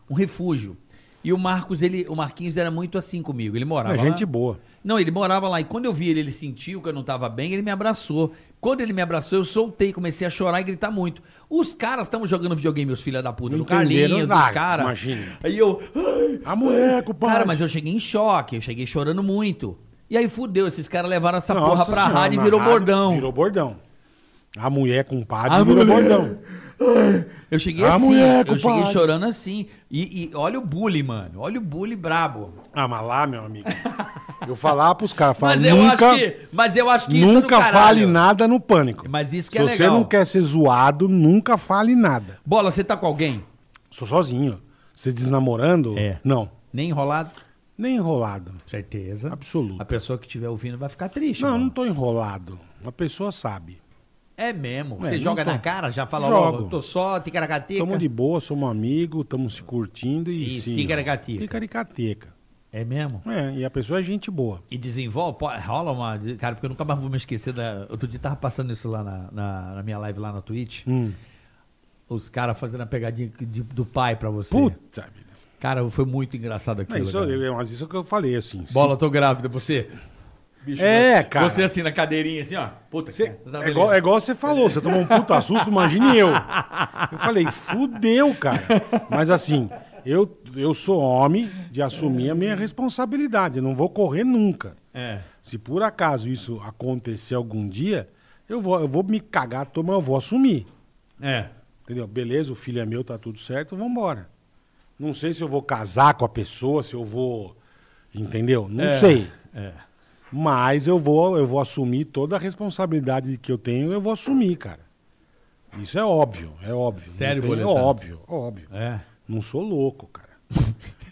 Speaker 3: um refúgio. E o Marcos, ele, o Marquinhos era muito assim comigo. Ele morava.
Speaker 4: É gente
Speaker 3: lá.
Speaker 4: boa.
Speaker 3: Não, ele morava lá e quando eu vi ele, ele sentiu que eu não tava bem, ele me abraçou. Quando ele me abraçou, eu soltei, comecei a chorar e gritar muito. Os caras estavam jogando videogame, os filha da puta,
Speaker 4: Não
Speaker 3: no Carlinhos, os
Speaker 4: entenderam nada,
Speaker 3: caras.
Speaker 4: imagina.
Speaker 3: Aí eu. "Ai,
Speaker 4: A mulher, compadre.
Speaker 3: Cara, mas eu cheguei em choque, eu cheguei chorando muito. E aí fudeu, esses caras levaram essa
Speaker 4: Nossa
Speaker 3: porra pra
Speaker 4: senhora,
Speaker 3: rádio e
Speaker 4: na
Speaker 3: virou bordão.
Speaker 4: Virou bordão. A mulher, compadre,
Speaker 3: A
Speaker 4: virou
Speaker 3: mulher.
Speaker 4: bordão.
Speaker 3: Eu cheguei
Speaker 4: Ah,
Speaker 3: assim,
Speaker 4: moleque,
Speaker 3: eu cheguei
Speaker 4: pai.
Speaker 3: chorando assim. E, e olha o bully, mano. Olha o bully brabo.
Speaker 4: Ah, mas lá, meu amigo. Eu falar pros caras, falar,
Speaker 3: Mas
Speaker 4: nunca,
Speaker 3: eu acho que. Mas eu acho que isso é do
Speaker 4: nunca
Speaker 3: caralho.
Speaker 4: fale nada no pânico.
Speaker 3: Mas isso que
Speaker 4: Se
Speaker 3: é
Speaker 4: você
Speaker 3: legal.
Speaker 4: não quer ser zoado, nunca fale nada.
Speaker 3: Bola, você tá com alguém?
Speaker 4: Sou sozinho. Você desnamorando?
Speaker 3: É.
Speaker 4: Não.
Speaker 3: Nem enrolado?
Speaker 4: Nem enrolado.
Speaker 3: Certeza.
Speaker 4: Absoluto.
Speaker 3: A pessoa que estiver ouvindo vai ficar triste.
Speaker 4: Não,
Speaker 3: mano.
Speaker 4: não tô enrolado. Uma pessoa sabe.
Speaker 3: É mesmo.
Speaker 4: É,
Speaker 3: Você
Speaker 4: não
Speaker 3: joga
Speaker 4: tô.
Speaker 3: na cara, já fala
Speaker 4: Jogo.
Speaker 3: logo, tô só, ticaracateca.
Speaker 4: Tamo de boa, somos amigo, estamos se curtindo e.
Speaker 3: E
Speaker 4: sim,
Speaker 3: ticaricateca.
Speaker 4: ó, ticaricateca.
Speaker 3: É mesmo.
Speaker 4: É, e a pessoa é gente boa.
Speaker 3: E desenvolve, pô, rola uma. Cara, porque eu nunca mais vou me esquecer da. Outro dia tava passando isso lá na, na- na minha live lá na Twitch.
Speaker 4: Hum.
Speaker 3: Os caras fazendo a pegadinha que- de- do pai pra você.
Speaker 4: Puta vida.
Speaker 3: Cara, foi muito engraçado aquilo.
Speaker 4: É, isso,
Speaker 3: cara.
Speaker 4: é, mas isso é o que eu falei, assim. se-
Speaker 3: Bola, tô grávida, você.
Speaker 4: É, cara.
Speaker 3: Você assim na cadeirinha, assim, ó. Puta,
Speaker 4: Cê-
Speaker 3: cara, tá
Speaker 4: é, igual, é
Speaker 3: beleza.
Speaker 4: igual você falou, você tomou um puta susto, imagine eu. Eu falei, fudeu, cara. Mas assim, eu, eu sou homem de assumir a minha responsabilidade, eu não vou correr nunca.
Speaker 3: É.
Speaker 4: Se por acaso isso acontecer algum dia, eu vou, eu vou me cagar, tomar, eu vou assumir.
Speaker 3: É.
Speaker 4: Entendeu? Beleza, o filho é meu, tá tudo certo, vambora. Não sei se eu vou casar com a pessoa, se eu vou. Entendeu? Não
Speaker 3: É,
Speaker 4: sei.
Speaker 3: é.
Speaker 4: Mas eu vou, eu vou assumir toda a responsabilidade que eu tenho, eu vou assumir, cara. Isso é óbvio, é óbvio. Não
Speaker 3: Sério,
Speaker 4: tem- É
Speaker 3: Boletar?
Speaker 4: óbvio, óbvio.
Speaker 3: É.
Speaker 4: Não sou louco, cara.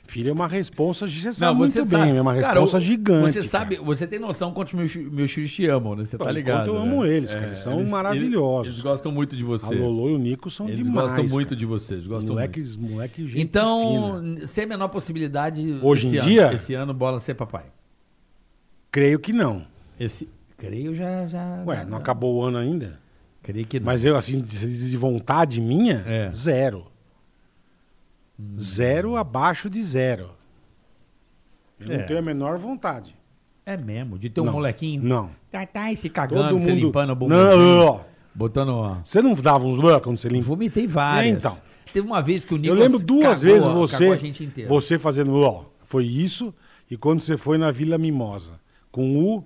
Speaker 4: filho é uma responsa, você sabe
Speaker 3: Não,
Speaker 4: muito
Speaker 3: você
Speaker 4: bem,
Speaker 3: sabe.
Speaker 4: é uma
Speaker 3: Cara,
Speaker 4: responsa
Speaker 3: o-
Speaker 4: gigante.
Speaker 3: Você sabe, você tem noção quantos meus, fi- meus filhos te amam, né? Você tá
Speaker 4: Não,
Speaker 3: ligado.
Speaker 4: quanto eu
Speaker 3: né?
Speaker 4: amo eles, cara, eles são maravilhosos.
Speaker 3: Eles, gostam muito de você.
Speaker 4: Cara. A Lolo e o Nico são
Speaker 3: eles
Speaker 4: demais.
Speaker 3: gostam muito
Speaker 4: cara.
Speaker 3: de vocês, gostam muito.
Speaker 4: Moleques, moleque, gente
Speaker 3: então,
Speaker 4: fina.
Speaker 3: n- sem a menor possibilidade
Speaker 4: Hoje
Speaker 3: esse
Speaker 4: em
Speaker 3: ano-
Speaker 4: dia?
Speaker 3: esse ano bola ser papai.
Speaker 4: creio que não.
Speaker 3: Esse creio já já
Speaker 4: Ué,
Speaker 3: já-
Speaker 4: não acabou o ano ainda?
Speaker 3: Creio que não.
Speaker 4: Mas eu, assim, de de vontade minha,
Speaker 3: É.
Speaker 4: zero. Zero abaixo de zero. Eu
Speaker 3: É.
Speaker 4: não tenho a menor vontade.
Speaker 3: é mesmo, de ter um
Speaker 4: Não.
Speaker 3: molequinho.
Speaker 4: Não.
Speaker 3: Tá, tá, e se cagando,
Speaker 4: Todo
Speaker 3: se
Speaker 4: mundo-
Speaker 3: limpando a
Speaker 4: Não, ó.
Speaker 3: Botando ó.
Speaker 4: Você não dava uns lã quando você
Speaker 3: Eu
Speaker 4: limpa?
Speaker 3: vomitei várias.
Speaker 4: É, então.
Speaker 3: Teve uma vez que o
Speaker 4: Eu
Speaker 3: Nicolas
Speaker 4: lembro duas
Speaker 3: cagou-
Speaker 4: vezes
Speaker 3: cagou
Speaker 4: você,
Speaker 3: a gente inteira.
Speaker 4: você fazendo ó. Foi isso. E quando você foi na Vila Mimosa. Com o.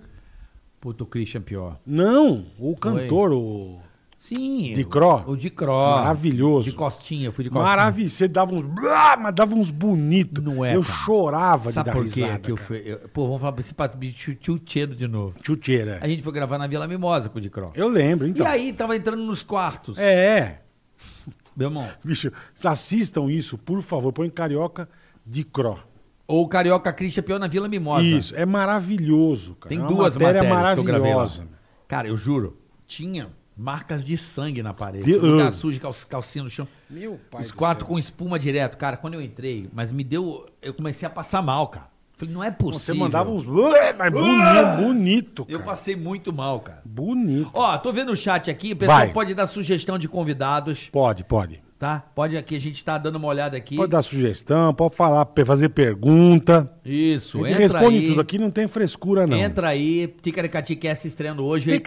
Speaker 3: Puto o Christian pior.
Speaker 4: Não, o cantor, o.
Speaker 3: Sim.
Speaker 4: De Cro?
Speaker 3: O de Cro.
Speaker 4: Maravilhoso.
Speaker 3: De Costinha, eu fui de Costinha.
Speaker 4: Maravilha. Você dava uns. blá, Mas dava uns bonitos.
Speaker 3: Não é,
Speaker 4: Eu
Speaker 3: cara.
Speaker 4: chorava de
Speaker 3: Sabe
Speaker 4: dar
Speaker 3: por quê?
Speaker 4: risada.
Speaker 3: que eu
Speaker 4: cara.
Speaker 3: fui, eu- pô, vamos falar pra esse pato bicho tchutcheiro de novo.
Speaker 4: Chuteira.
Speaker 3: A gente foi gravar na Vila Mimosa com o de Cro.
Speaker 4: Eu lembro,
Speaker 3: E
Speaker 4: então.
Speaker 3: aí, tava entrando nos quartos.
Speaker 4: É,
Speaker 3: Meu irmão.
Speaker 4: bicho, assistam isso, por favor. Põe carioca de cro.
Speaker 3: Ou o Carioca Christian pior na Vila Mimosa.
Speaker 4: Isso, é maravilhoso, cara.
Speaker 3: Tem
Speaker 4: É uma
Speaker 3: duas
Speaker 4: matéria
Speaker 3: matérias que eu gravei lá.
Speaker 4: maravilhosa.
Speaker 3: Cara, eu juro, tinha marcas de sangue na parede.
Speaker 4: De-
Speaker 3: Lugar
Speaker 4: ah.
Speaker 3: sujo, cal- calcinha no chão.
Speaker 4: Meu pai
Speaker 3: Os
Speaker 4: do
Speaker 3: quartos
Speaker 4: céu.
Speaker 3: com espuma direto. Cara, quando eu entrei, mas me deu... Eu comecei a passar mal, cara. Falei, não é possível.
Speaker 4: Você mandava uns. Ué, Mas bonito, bonito,
Speaker 3: Eu
Speaker 4: cara.
Speaker 3: passei muito mal, cara.
Speaker 4: Bonito.
Speaker 3: Ó, tô vendo o chat aqui, o pessoal
Speaker 4: Vai.
Speaker 3: pode dar sugestão de convidados,
Speaker 4: Pode, pode.
Speaker 3: tá? Pode aqui, a gente tá dando uma olhada aqui.
Speaker 4: Pode dar sugestão, pode falar, pe- fazer pergunta. A
Speaker 3: Isso,
Speaker 4: gente
Speaker 3: entra
Speaker 4: responde
Speaker 3: aí.
Speaker 4: tudo aqui, não tem frescura, não.
Speaker 3: Entra aí, Ticaracati Cast estreando hoje.
Speaker 4: E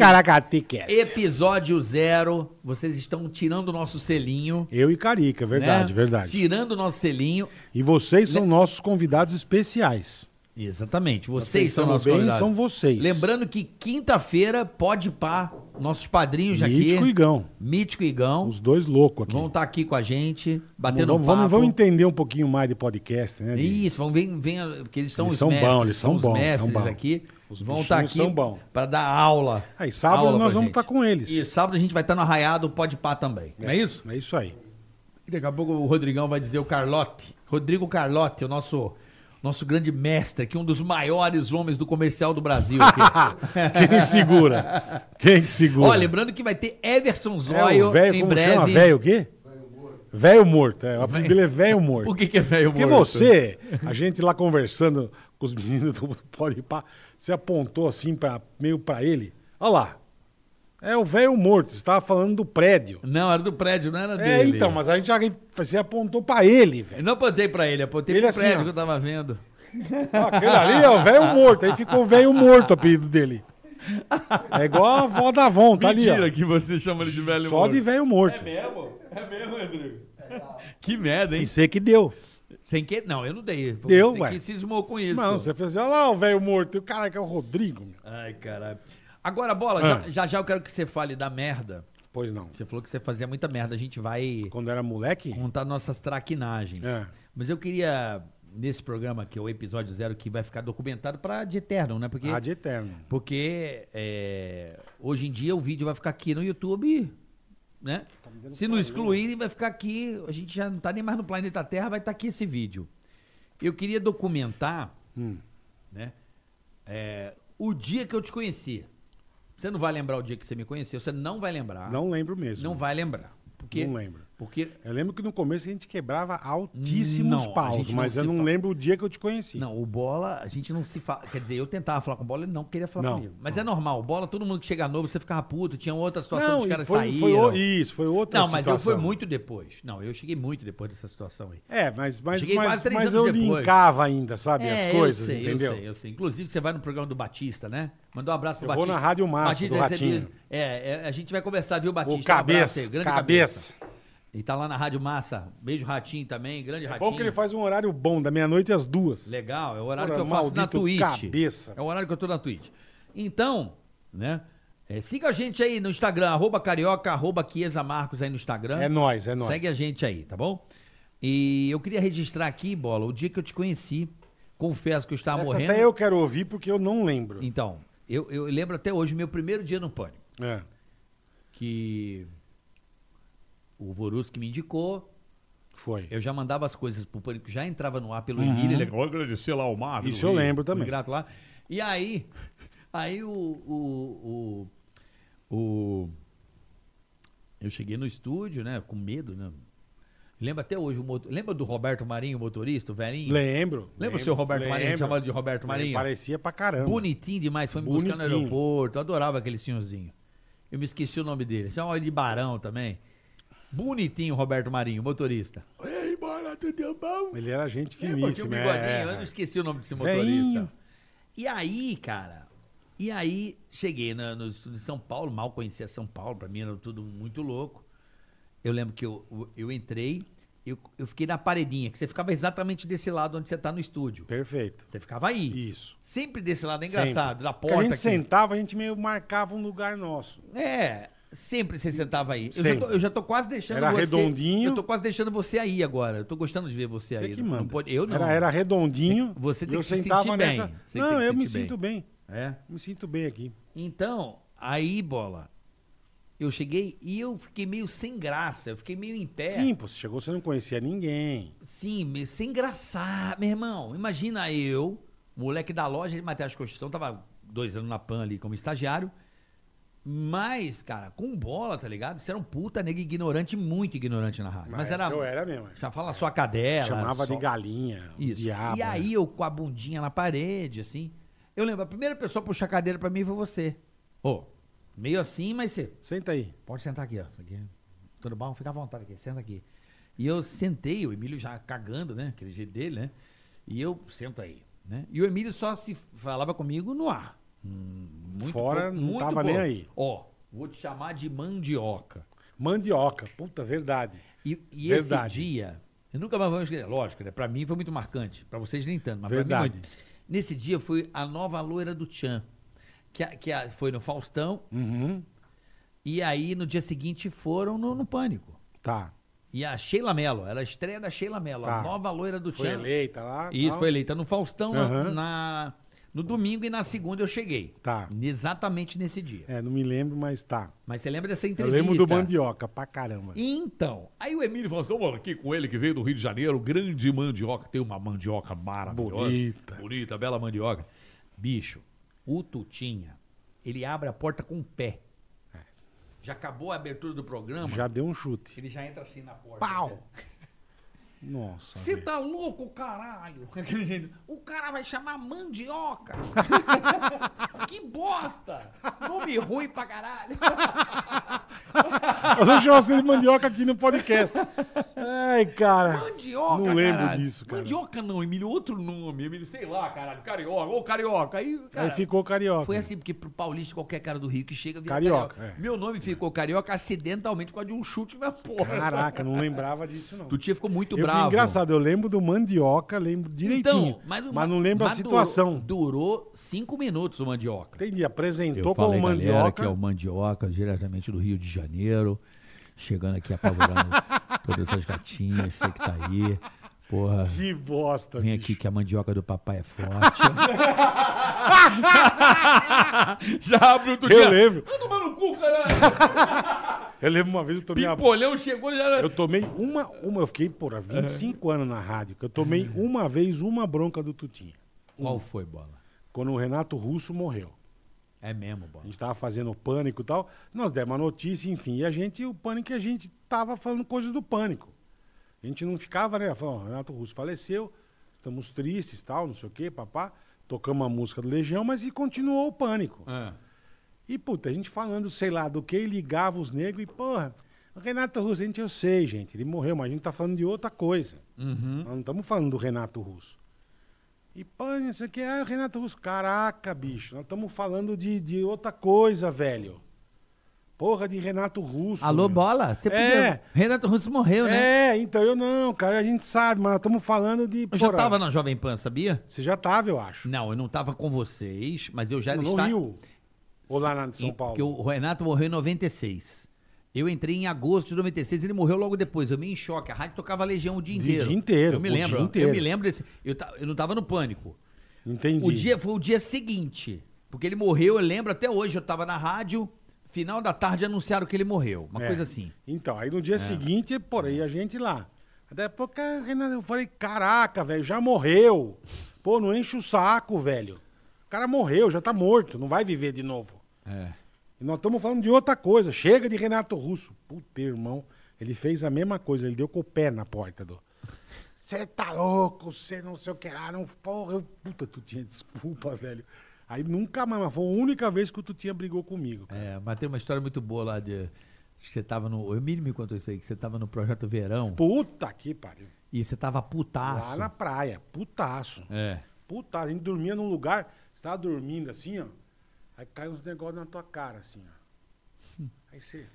Speaker 4: caracatequest.
Speaker 3: Episódio zero. Vocês estão tirando o nosso selinho.
Speaker 4: Eu e Carica, verdade,
Speaker 3: né?
Speaker 4: verdade.
Speaker 3: Tirando o nosso selinho.
Speaker 4: E vocês são nossos convidados especiais.
Speaker 3: Exatamente. Vocês são
Speaker 4: Tá pensando
Speaker 3: nossos
Speaker 4: bem,
Speaker 3: convidados.
Speaker 4: são vocês.
Speaker 3: Lembrando que quinta-feira pode pá, nossos padrinhos
Speaker 4: Mítico
Speaker 3: aqui.
Speaker 4: e Gão.
Speaker 3: Mítico e Igão.
Speaker 4: Os dois loucos aqui.
Speaker 3: Vão estar aqui com a gente,
Speaker 4: vamos,
Speaker 3: batendo
Speaker 4: vamos,
Speaker 3: papo.
Speaker 4: vamos entender um pouquinho mais de podcast, né? Bi?
Speaker 3: Isso, vão ver, vem, porque eles são
Speaker 4: Eles
Speaker 3: os
Speaker 4: são
Speaker 3: mestres,
Speaker 4: bons, eles são
Speaker 3: os
Speaker 4: bons,
Speaker 3: mestres
Speaker 4: são bons.
Speaker 3: aqui.
Speaker 4: Os
Speaker 3: vão estar
Speaker 4: bichinhos
Speaker 3: aqui
Speaker 4: são bons.
Speaker 3: para dar aula.
Speaker 4: Aí, sábado
Speaker 3: aula pra
Speaker 4: nós vamos
Speaker 3: gente.
Speaker 4: estar com eles.
Speaker 3: E sábado a gente vai estar no Arraiado Pode Pá também. Não é isso?
Speaker 4: É isso aí.
Speaker 3: E daqui a pouco o Rodrigão vai dizer o Carlote. Rodrigo Carlote, o nosso, nosso grande mestre, que é um dos maiores homens do comercial do Brasil. aqui.
Speaker 4: Quem segura? Quem que segura?
Speaker 3: Ó, lembrando que vai ter Everson
Speaker 4: é
Speaker 3: Zóio
Speaker 4: o velho,
Speaker 3: em
Speaker 4: como
Speaker 3: breve.
Speaker 4: chama? Velho o quê? Velho morto. É, o apelido dele é velho morto.
Speaker 3: Por que, que é velho
Speaker 4: Porque
Speaker 3: morto?
Speaker 4: você, a gente lá conversando com os meninos do Pode Pá, você apontou assim pra, meio pra ele. Olha lá. É o velho morto. Você tava falando do prédio.
Speaker 3: Não, era do prédio, não era
Speaker 4: É,
Speaker 3: dele.
Speaker 4: então, mas a gente já você apontou pra ele, velho.
Speaker 3: Eu não apontei pra ele, apontei
Speaker 4: Ele
Speaker 3: pro
Speaker 4: assim,
Speaker 3: prédio
Speaker 4: ó.
Speaker 3: que eu tava vendo.
Speaker 4: Ó, Aquele ali é o velho morto. Aí ficou velho morto o apelido dele. É igual a avó da Avon, tá ali,
Speaker 3: Mentira
Speaker 4: ó.
Speaker 3: que você chama ele de velho
Speaker 4: Só
Speaker 3: morto.
Speaker 4: de velho morto.
Speaker 3: mesmo? É mesmo, Rodrigo? Que merda, hein?
Speaker 4: E você que deu.
Speaker 3: Sem que... Não, eu não dei. Foi
Speaker 4: Deu,
Speaker 3: você
Speaker 4: ué.
Speaker 3: que cismou com isso.
Speaker 4: Não, você fez assim, olha lá o velho morto. E o cara que é o Rodrigo. meu.
Speaker 3: Ai, caralho. Agora, Bola,
Speaker 4: Ah.
Speaker 3: já, já já eu quero que você fale da merda.
Speaker 4: Pois não.
Speaker 3: Você falou que você fazia muita merda. A gente vai
Speaker 4: Quando era moleque,
Speaker 3: contar nossas traquinagens.
Speaker 4: É.
Speaker 3: Mas eu queria, nesse programa que é o episódio zero, que vai ficar documentado pra de eterno, né? Porque,
Speaker 4: rádio eterno.
Speaker 3: porque é, hoje em dia o vídeo vai ficar aqui no YouTube, né?
Speaker 4: Tá
Speaker 3: Se não excluírem, vai ficar aqui. A gente já não tá nem mais no planeta Terra, vai estar aqui esse vídeo. Eu queria documentar,
Speaker 4: Hum.
Speaker 3: né? É, o dia que eu te conheci. Você não vai lembrar o dia que você me conheceu, você não vai lembrar.
Speaker 4: Não lembro mesmo.
Speaker 3: Não vai lembrar. Porque,
Speaker 4: Não lembro.
Speaker 3: Porque
Speaker 4: Eu lembro que no começo a gente quebrava altíssimos
Speaker 3: Não, a
Speaker 4: paus,
Speaker 3: gente não
Speaker 4: mas eu
Speaker 3: se
Speaker 4: não
Speaker 3: fala.
Speaker 4: lembro o dia que eu te conheci.
Speaker 3: Não, o Bola, a gente não se fala. Quer dizer, eu tentava falar com o Bola, ele não queria falar
Speaker 4: Não,
Speaker 3: comigo. Mas é normal, o Bola, todo mundo que chega novo, você ficava puto, tinha outra situação,
Speaker 4: Não,
Speaker 3: os
Speaker 4: e
Speaker 3: caras
Speaker 4: foi,
Speaker 3: saíram.
Speaker 4: foi o- isso, foi outra
Speaker 3: não, mas eu fui
Speaker 4: situação.
Speaker 3: muito depois. Não, eu cheguei muito depois dessa situação aí.
Speaker 4: É, mas, mas,
Speaker 3: Cheguei
Speaker 4: mas,
Speaker 3: quase três
Speaker 4: mas
Speaker 3: anos
Speaker 4: eu
Speaker 3: depois.
Speaker 4: linkava ainda, sabe,
Speaker 3: É,
Speaker 4: as coisas,
Speaker 3: eu sei,
Speaker 4: entendeu?
Speaker 3: Eu sei, eu sei. Inclusive, você vai no programa do Batista, né? Mandou um abraço pro
Speaker 4: Eu vou
Speaker 3: Batista.
Speaker 4: na Rádio Massa, do
Speaker 3: recebia-
Speaker 4: Ratinho.
Speaker 3: É, é, a gente vai conversar, viu, Batista?
Speaker 4: O
Speaker 3: Um abraço
Speaker 4: cabeça,
Speaker 3: aí, grande
Speaker 4: cabeça.
Speaker 3: E tá lá na Rádio Massa. Beijo, Ratinho também, grande Ratinho.
Speaker 4: Bom que ele faz um horário bom, da meia-noite às duas.
Speaker 3: Legal, é o horário
Speaker 4: Ora,
Speaker 3: que eu faço na
Speaker 4: maldito
Speaker 3: Twitch.
Speaker 4: cabeça.
Speaker 3: É o horário que eu tô na Twitch. Então, né? é, siga a gente aí no Instagram, arroba carioca, arroba Chiesa Marcos aí no Instagram.
Speaker 4: É nóis, é nóis.
Speaker 3: Segue a gente aí, tá bom? E eu queria registrar aqui, Bola, o dia que eu te conheci. Confesso que eu estava
Speaker 4: Essa
Speaker 3: Tá morrendo.
Speaker 4: até eu quero ouvir porque eu não lembro.
Speaker 3: Então, eu, eu lembro até hoje, meu primeiro dia no Pânico,
Speaker 4: É.
Speaker 3: que o Vorus que me indicou,
Speaker 4: Foi.
Speaker 3: eu já mandava as coisas pro Pânico, já entrava no ar pelo
Speaker 4: Uhum.
Speaker 3: Emílio, ele vou agradecer lá ao Marvel.
Speaker 4: Isso eu lembro também.
Speaker 3: Grato lá. E aí, aí o, o, o, o- Eu cheguei no estúdio, né, com medo, né? Lembra até hoje, o motor... lembra do Roberto Marinho, o motorista, o velhinho?
Speaker 4: Lembro.
Speaker 3: Lembra o seu Roberto Marinho,
Speaker 4: lembro.
Speaker 3: chamado de Roberto Marinho?
Speaker 4: Ele parecia pra caramba.
Speaker 3: Bonitinho demais, foi me buscar no
Speaker 4: Bonitinho.
Speaker 3: aeroporto. eu Adorava aquele senhorzinho. Eu me esqueci o nome dele. Chamava ele de Barão também. Bonitinho, Roberto Marinho, motorista. Ei, bola, tudo bom?
Speaker 4: Ele era gente
Speaker 3: Lembra que o
Speaker 4: finíssima.
Speaker 3: bigodinho,
Speaker 4: é,
Speaker 3: eu
Speaker 4: é.
Speaker 3: não esqueci o nome desse motorista.
Speaker 4: Veinho.
Speaker 3: E aí, cara, e aí cheguei na- no estúdio de São Paulo, mal conhecia São Paulo, pra mim era tudo muito louco. Eu lembro que eu, eu- eu entrei, eu, eu fiquei na paredinha, que você ficava exatamente desse lado onde você tá no estúdio.
Speaker 4: Perfeito.
Speaker 3: Você ficava aí.
Speaker 4: Isso.
Speaker 3: Sempre desse lado, é
Speaker 4: Sempre.
Speaker 3: engraçado, da
Speaker 4: Porque
Speaker 3: porta
Speaker 4: A gente
Speaker 3: aqui.
Speaker 4: sentava, a gente meio marcava um lugar nosso.
Speaker 3: É, sempre você sentava aí. Eu já,
Speaker 4: Sempre.
Speaker 3: tô, eu já tô quase deixando
Speaker 4: Era
Speaker 3: você...
Speaker 4: redondinho.
Speaker 3: Eu tô quase deixando você aí agora. Eu tô gostando de ver você,
Speaker 4: Você
Speaker 3: aí.
Speaker 4: que
Speaker 3: Não-
Speaker 4: manda.
Speaker 3: Não pode, eu não. É,
Speaker 4: Era, era redondinho.
Speaker 3: Você tem
Speaker 4: e eu
Speaker 3: que se
Speaker 4: sentava
Speaker 3: sentir bem.
Speaker 4: nessa...
Speaker 3: Você tem
Speaker 4: Não,
Speaker 3: que
Speaker 4: eu me
Speaker 3: sentir
Speaker 4: sinto bem.
Speaker 3: É.
Speaker 4: Me sinto bem aqui.
Speaker 3: Então, aí, bola, eu cheguei e eu fiquei meio sem graça. Eu fiquei meio em pé.
Speaker 4: Sim, pô, você chegou, você não conhecia ninguém.
Speaker 3: Sim, me- sem graçar, meu irmão. Imagina eu, moleque da loja de materiais de construção, tava dois anos na PAN ali como estagiário. Mas, cara, com bola, tá ligado? Você era um puta nego ignorante, muito ignorante na rádio. Mas
Speaker 4: é,
Speaker 3: era.
Speaker 4: Eu era mesmo.
Speaker 3: Já fala sua cadela.
Speaker 4: Chamava
Speaker 3: só-
Speaker 4: de galinha.
Speaker 3: Isso.
Speaker 4: Diabo, é.
Speaker 3: e aí eu com a bundinha na parede, assim. Eu lembro, a primeira pessoa a puxar a cadeira pra mim foi você. Ô, meio assim, mas você.
Speaker 4: é. Senta aí.
Speaker 3: Pode sentar aqui, ó. Isso aqui. é, Tudo bom? Fica à vontade aqui, senta aqui. E eu sentei, o Emílio já cagando, né? Aquele jeito dele, né? E eu sento aí. Né? E o Emílio só se falava comigo no ar. Hum, Muito
Speaker 4: Fora, não tava nem aí.
Speaker 3: Ó, vou te chamar de mandioca.
Speaker 4: Mandioca. Puta, verdade.
Speaker 3: E, e esse
Speaker 4: Verdade.
Speaker 3: dia, eu nunca mais vou esquecer. Lógico, né? Pra mim foi muito marcante. Pra vocês nem tanto, mas
Speaker 4: Verdade.
Speaker 3: pra mim muito. Nesse dia foi a nova loira do Tchan, que, a- que a- foi no Faustão,
Speaker 4: Uhum.
Speaker 3: e aí no dia seguinte foram no, no Pânico.
Speaker 4: Tá.
Speaker 3: E a Sheila Mello, era a estreia da Sheila Mello, a
Speaker 4: Tá.
Speaker 3: nova loira do Tchan.
Speaker 4: Foi eleita lá.
Speaker 3: Isso,
Speaker 4: tal.
Speaker 3: foi eleita no Faustão
Speaker 4: Aham.
Speaker 3: na, no domingo e na segunda eu cheguei.
Speaker 4: Tá.
Speaker 3: Exatamente nesse dia.
Speaker 4: É, não me lembro, mas tá.
Speaker 3: Mas você lembra dessa
Speaker 4: Eu
Speaker 3: entrevista?
Speaker 4: lembro do Mandioca, pra caramba.
Speaker 3: Então,
Speaker 5: Aí o Emílio falou assim: "Ô, mano, aqui com ele que veio do Rio de Janeiro, grande mandioca. Tem uma mandioca maravilhosa.
Speaker 4: Bonita.
Speaker 5: Bonita, bela mandioca.
Speaker 3: bicho, o Tutinha, ele abre a porta com o pé. Já acabou a abertura do programa,
Speaker 4: É. Já deu um chute.
Speaker 3: ele já entra assim na porta.
Speaker 4: Pau! Nossa.
Speaker 3: Você
Speaker 4: velho.
Speaker 3: tá louco, caralho? Aquele jeito. O cara vai chamar mandioca. que bosta! Nome ruim pra caralho.
Speaker 4: Nós vamos chamar você assim de mandioca aqui no podcast. Ai, cara.
Speaker 3: Mandioca,
Speaker 4: Não lembro
Speaker 3: caralho.
Speaker 4: disso, cara.
Speaker 3: Mandioca não, Emílio, outro nome. Emílio, sei lá, caralho, carioca, ô carioca. Aí, cara,
Speaker 4: Aí ficou carioca.
Speaker 3: Foi assim, porque pro paulista, qualquer cara do Rio que chega vira
Speaker 4: Carioca, é.
Speaker 3: Meu nome ficou carioca acidentalmente por causa de um chute na porra.
Speaker 4: Caraca, não lembrava disso, não.
Speaker 3: Tutinha ficou muito
Speaker 4: Eu,
Speaker 3: bravo.
Speaker 4: engraçado, eu lembro do mandioca, lembro direitinho. mas,
Speaker 3: o
Speaker 4: não lembro a
Speaker 3: mas durou-
Speaker 4: situação.
Speaker 3: Durou, cinco minutos o mandioca.
Speaker 4: Entendi, apresentou
Speaker 3: Eu
Speaker 4: como
Speaker 3: falei, galera,
Speaker 4: mandioca.
Speaker 3: que é o mandioca, diretamente do Rio de Janeiro. Chegando aqui apavorando todas essas gatinhas, sei que tá aí. Porra,
Speaker 4: Que bosta,
Speaker 3: Vem
Speaker 4: bicho.
Speaker 3: aqui que a mandioca do papai é forte.
Speaker 5: Já abre o Tutinha.
Speaker 4: Eu lembro.
Speaker 5: Vai tomar no cu, caralho.
Speaker 4: Eu lembro uma vez eu tomei uma
Speaker 5: Pimpolhão chegou já.
Speaker 4: Eu tomei uma, uma, eu fiquei, porra, 25 anos na rádio, que eu tomei uma vez uma bronca do Tutinha,
Speaker 3: Qual foi, bola?
Speaker 4: quando o Renato Russo morreu.
Speaker 3: É mesmo, bola.
Speaker 4: A gente tava fazendo o pânico e tal, nós demos a notícia, enfim, e a gente, o pânico, é a gente tava falando coisas do pânico. A gente não ficava, né, falando, "Ó, Renato Russo faleceu, estamos tristes, tal, não sei o quê, papá. Tocamos a música do Legião, mas e continuou o pânico. E, puta, a gente falando, sei lá, do que e ligava os negros e, porra, o Renato Russo, a gente, eu sei, gente, ele morreu, mas a gente tá falando de outra coisa.
Speaker 5: Uhum.
Speaker 3: Hum?
Speaker 4: Nós não estamos falando do Renato Russo. E, pô, não sei o que, ah, o Renato Russo, caraca, bicho, nós estamos falando de, de outra coisa, velho. Porra de Renato Russo.
Speaker 3: Alô,
Speaker 4: meu.
Speaker 3: bola? Você
Speaker 4: É.
Speaker 3: podia... Renato Russo morreu, né?
Speaker 4: É, então eu não, cara, a gente sabe, mas nós estamos falando de.
Speaker 3: Eu já
Speaker 4: porra,
Speaker 3: tava na Jovem Pan, sabia?
Speaker 4: Você já tava, eu acho.
Speaker 3: Não, eu não tava com vocês, mas eu já
Speaker 4: No
Speaker 3: estava.
Speaker 4: Rio. Ou lá na São
Speaker 3: Em-
Speaker 4: Paulo.
Speaker 3: Porque o Renato morreu em 96. Eu entrei em agosto de 96, ele morreu logo depois. Eu me em choque. A rádio tocava Legião o dia
Speaker 4: De-
Speaker 3: inteiro.
Speaker 4: dia inteiro,
Speaker 3: Eu me
Speaker 4: o
Speaker 3: lembro.
Speaker 4: dia inteiro.
Speaker 3: Eu me lembro desse. Eu, ta- eu não tava no pânico.
Speaker 4: Entendi.
Speaker 3: O dia foi o dia seguinte. Porque ele morreu, eu lembro até hoje, eu tava na rádio, final da tarde anunciaram que ele morreu. Uma
Speaker 4: É.
Speaker 3: coisa assim. É.
Speaker 4: Então, aí no dia seguinte, por aí a gente lá. Daí a pouco, ah, Renato, eu falei, caraca, velho, já morreu. Pô, não enche o saco, velho. O cara morreu, já tá morto, não vai viver de novo.
Speaker 3: É.
Speaker 4: E nós estamos falando de outra coisa. Chega de Renato Russo. Puta, irmão. Ele fez a mesma coisa, ele deu com o pé na porta do. Você tá louco, você não sei o que lá, não. Porra, eu... puta, tu tinha desculpa, velho. Aí nunca mais, mas foi a única vez que o Tutinha brigou comigo. cara.
Speaker 3: É, mas tem uma história muito boa lá de. que Você tava no. O Emílio me contou isso aí, que você tava no Projeto Verão
Speaker 4: Puta que pariu.
Speaker 3: e você tava putaço.
Speaker 4: Lá na praia, putaço.
Speaker 3: É.
Speaker 4: Puta, a gente dormia num lugar, você tava dormindo assim, ó. Aí caiu uns negócios na tua cara, assim, ó.
Speaker 3: Hum.
Speaker 4: Aí você.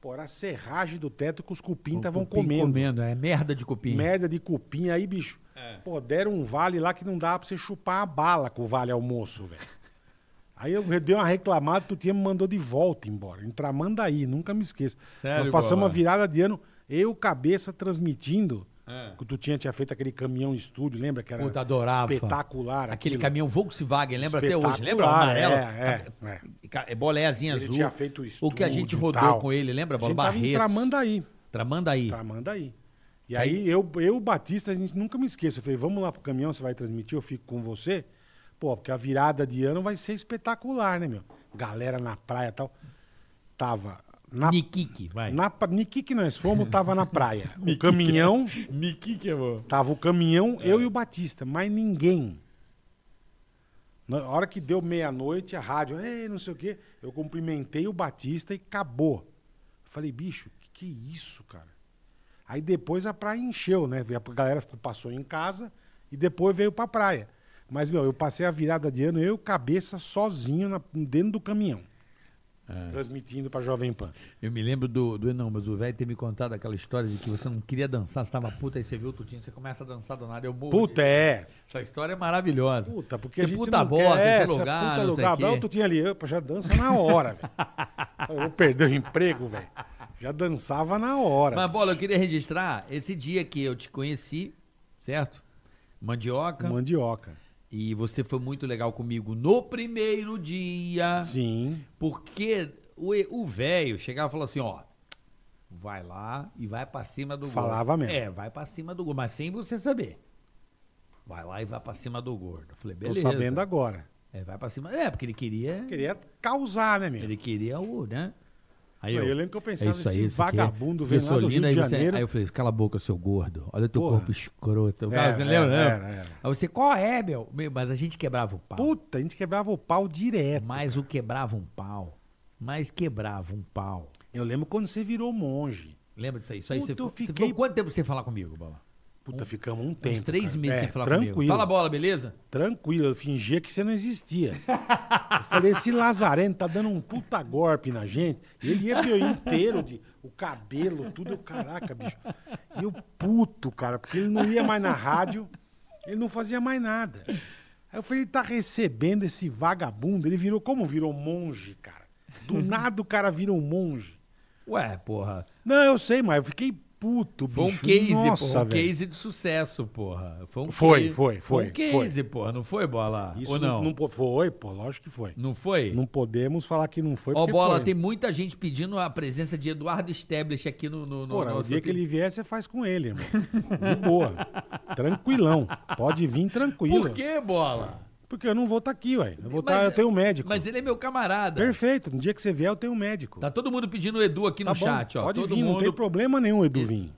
Speaker 4: Pô, era a serragem do teto que os cupim estavam
Speaker 3: Cupim
Speaker 4: comendo.
Speaker 3: É merda de cupim.
Speaker 4: Merda de cupim aí, bicho.
Speaker 3: É.
Speaker 4: Pô, deram um vale lá que não dava pra você chupar a bala com o vale almoço, velho. Aí eu dei uma reclamada, tu tinha me mandou de volta embora. Entramanda aí, nunca me esqueço.
Speaker 3: Sério,
Speaker 4: Nós passamos
Speaker 3: Bola?
Speaker 4: uma virada de ano, eu, cabeça, transmitindo. Que tu tinha, tinha feito aquele caminhão estúdio, lembra? Que era
Speaker 3: É. Puta, adorava.
Speaker 4: espetacular.
Speaker 3: Aquele
Speaker 4: aquilo.
Speaker 3: caminhão Volkswagen, lembra até hoje?
Speaker 4: Espetacular,
Speaker 3: Lembra? O amarelo?
Speaker 4: É, é, é.
Speaker 3: Ca- é Bolézinha
Speaker 4: Ele
Speaker 3: azul.
Speaker 4: tinha feito
Speaker 3: o que a gente
Speaker 4: estúdio e
Speaker 3: rodou
Speaker 4: tal.
Speaker 3: com ele, lembra?
Speaker 4: A
Speaker 3: Bola
Speaker 4: gente tava em
Speaker 3: Barreto.
Speaker 4: Tramandaí.
Speaker 3: Tramandaí.
Speaker 4: Tramandaí. E Tá, aí, eu, eu, Batista, a gente nunca me esqueça. Eu falei, vamos lá pro caminhão, você vai transmitir, eu fico com você. Pô, porque a virada de ano vai ser espetacular, né, meu? Galera na praia e tal. Tava na,
Speaker 3: Nikiki, vai.
Speaker 4: na pra- Niki que nós fomos, tava na praia. o caminhão,
Speaker 5: Niki que é amor.
Speaker 4: tava o caminhão, eu e o Batista, mas ninguém. Na hora que deu meia-noite, a rádio, ei, não sei o quê, eu cumprimentei o Batista e acabou. Eu falei, bicho, que, que é isso, cara? Aí depois a praia encheu, né? A galera ficou- passou em casa e depois veio pra praia. Mas, meu, eu passei a virada de ano, eu cabeça sozinho na- dentro do caminhão. transmitindo pra Jovem Pan.
Speaker 3: Eu me lembro do, do não, mas o velho ter me contado aquela história de que você não queria dançar, você tava puta, aí você viu o Tutinho, você começa a dançar do nada, eu morro.
Speaker 4: Puta, é.
Speaker 3: Essa história é maravilhosa.
Speaker 4: Puta, porque
Speaker 3: você
Speaker 4: a gente
Speaker 3: é puta
Speaker 4: não
Speaker 3: bosta,
Speaker 4: quer
Speaker 3: esse
Speaker 4: essa
Speaker 3: lugar,
Speaker 4: puta
Speaker 3: não
Speaker 4: lugar.
Speaker 3: sei o
Speaker 4: Não,
Speaker 3: quê.
Speaker 4: tu tinha ali, eu já dança na hora, velho. Eu vou perder o emprego, velho. Já dançava na hora.
Speaker 3: Mas, Bola, eu queria registrar esse dia que eu te conheci, certo? Mandioca.
Speaker 4: Mandioca.
Speaker 3: E você foi muito legal comigo no primeiro dia.
Speaker 4: Sim.
Speaker 3: Porque o e- o velho chegava e falou assim, ó. Vai lá e vai pra cima do gordo.
Speaker 4: Falava mesmo.
Speaker 3: É, vai pra cima do gordo, mas sem você saber. Vai lá e vai pra cima do gordo. Eu falei, beleza.
Speaker 4: Tô sabendo agora.
Speaker 3: É, vai pra cima. É, porque ele queria.
Speaker 4: Queria causar, né, meu?
Speaker 3: Ele queria o, né? Aí
Speaker 4: Eu lembro que eu pensava, esse vagabundo
Speaker 3: veio
Speaker 4: veio lá do Rio de Janeiro.
Speaker 3: Aí eu falei, cala a boca, seu gordo. Olha o teu
Speaker 4: Porra.
Speaker 3: corpo escroto.
Speaker 4: É,
Speaker 3: Cara, você
Speaker 4: é,
Speaker 3: lembra, né?
Speaker 4: era, era.
Speaker 3: Aí você, qual é, meu? Meu, Mas a gente quebrava o pau.
Speaker 4: Puta, a gente quebrava o pau direto.
Speaker 3: Mas o quebrava um pau. Mas quebrava um pau.
Speaker 4: Eu lembro quando você virou monge.
Speaker 3: Lembra disso aí? Isso aí
Speaker 4: Puta,
Speaker 3: você,
Speaker 4: eu
Speaker 3: ficou- você
Speaker 4: fiquei-
Speaker 3: ficou quanto tempo sem falar comigo, Bola?
Speaker 4: Puta, ficamos um tempo.
Speaker 3: Uns três
Speaker 4: cara.
Speaker 3: meses
Speaker 4: É,
Speaker 3: sem falar
Speaker 4: tranquilo,
Speaker 3: comigo. Fala, Bola, beleza?
Speaker 4: Tranquilo, eu fingia que você não existia. Eu falei, esse Lazareno tá dando um puta golpe na gente. Ele ia meu inteiro, de, o cabelo, tudo. Eu, caraca, bicho. E eu puto, cara, porque ele não ia mais na rádio, ele não fazia mais nada. Aí eu falei, ele tá recebendo esse vagabundo. Ele virou, como virou monge, cara? Do nada o cara vira um monge.
Speaker 3: Ué, porra.
Speaker 4: Não, eu sei, mas eu fiquei puto, bicho.
Speaker 3: Foi um case,
Speaker 4: Nossa,
Speaker 3: porra. Um
Speaker 4: velho.
Speaker 3: case de sucesso, porra. Foi, um
Speaker 4: Foi,
Speaker 3: case-
Speaker 4: foi,
Speaker 3: Um
Speaker 4: foi,
Speaker 3: case, porra. Não foi, Bola?
Speaker 4: Isso
Speaker 3: Ou não?
Speaker 4: não,
Speaker 3: Não,
Speaker 4: po- foi, pô, lógico que foi.
Speaker 3: foi?
Speaker 4: Não podemos falar que não foi.
Speaker 3: Ó,
Speaker 4: porque
Speaker 3: Bola,
Speaker 4: foi.
Speaker 3: tem muita gente pedindo a presença de Eduardo Stablish aqui no... no, no
Speaker 4: Porra, o
Speaker 3: nosso
Speaker 4: dia que
Speaker 3: tri-
Speaker 4: ele vier, você faz com ele, irmão. De boa. Tranquilão. Pode vir tranquilo.
Speaker 3: Por que, Bola?
Speaker 4: Porque eu não vou estar aqui, ué. Eu, vou
Speaker 3: Mas-
Speaker 4: tá, eu tenho um médico.
Speaker 3: Mas ele é meu camarada.
Speaker 4: Perfeito. No dia que você vier, eu tenho um médico.
Speaker 3: Tá todo mundo pedindo o Edu aqui
Speaker 4: Tá
Speaker 3: no chat, ó.
Speaker 4: Pode
Speaker 3: todo
Speaker 4: vir,
Speaker 3: mundo...
Speaker 4: não tem problema nenhum, Edu, vir.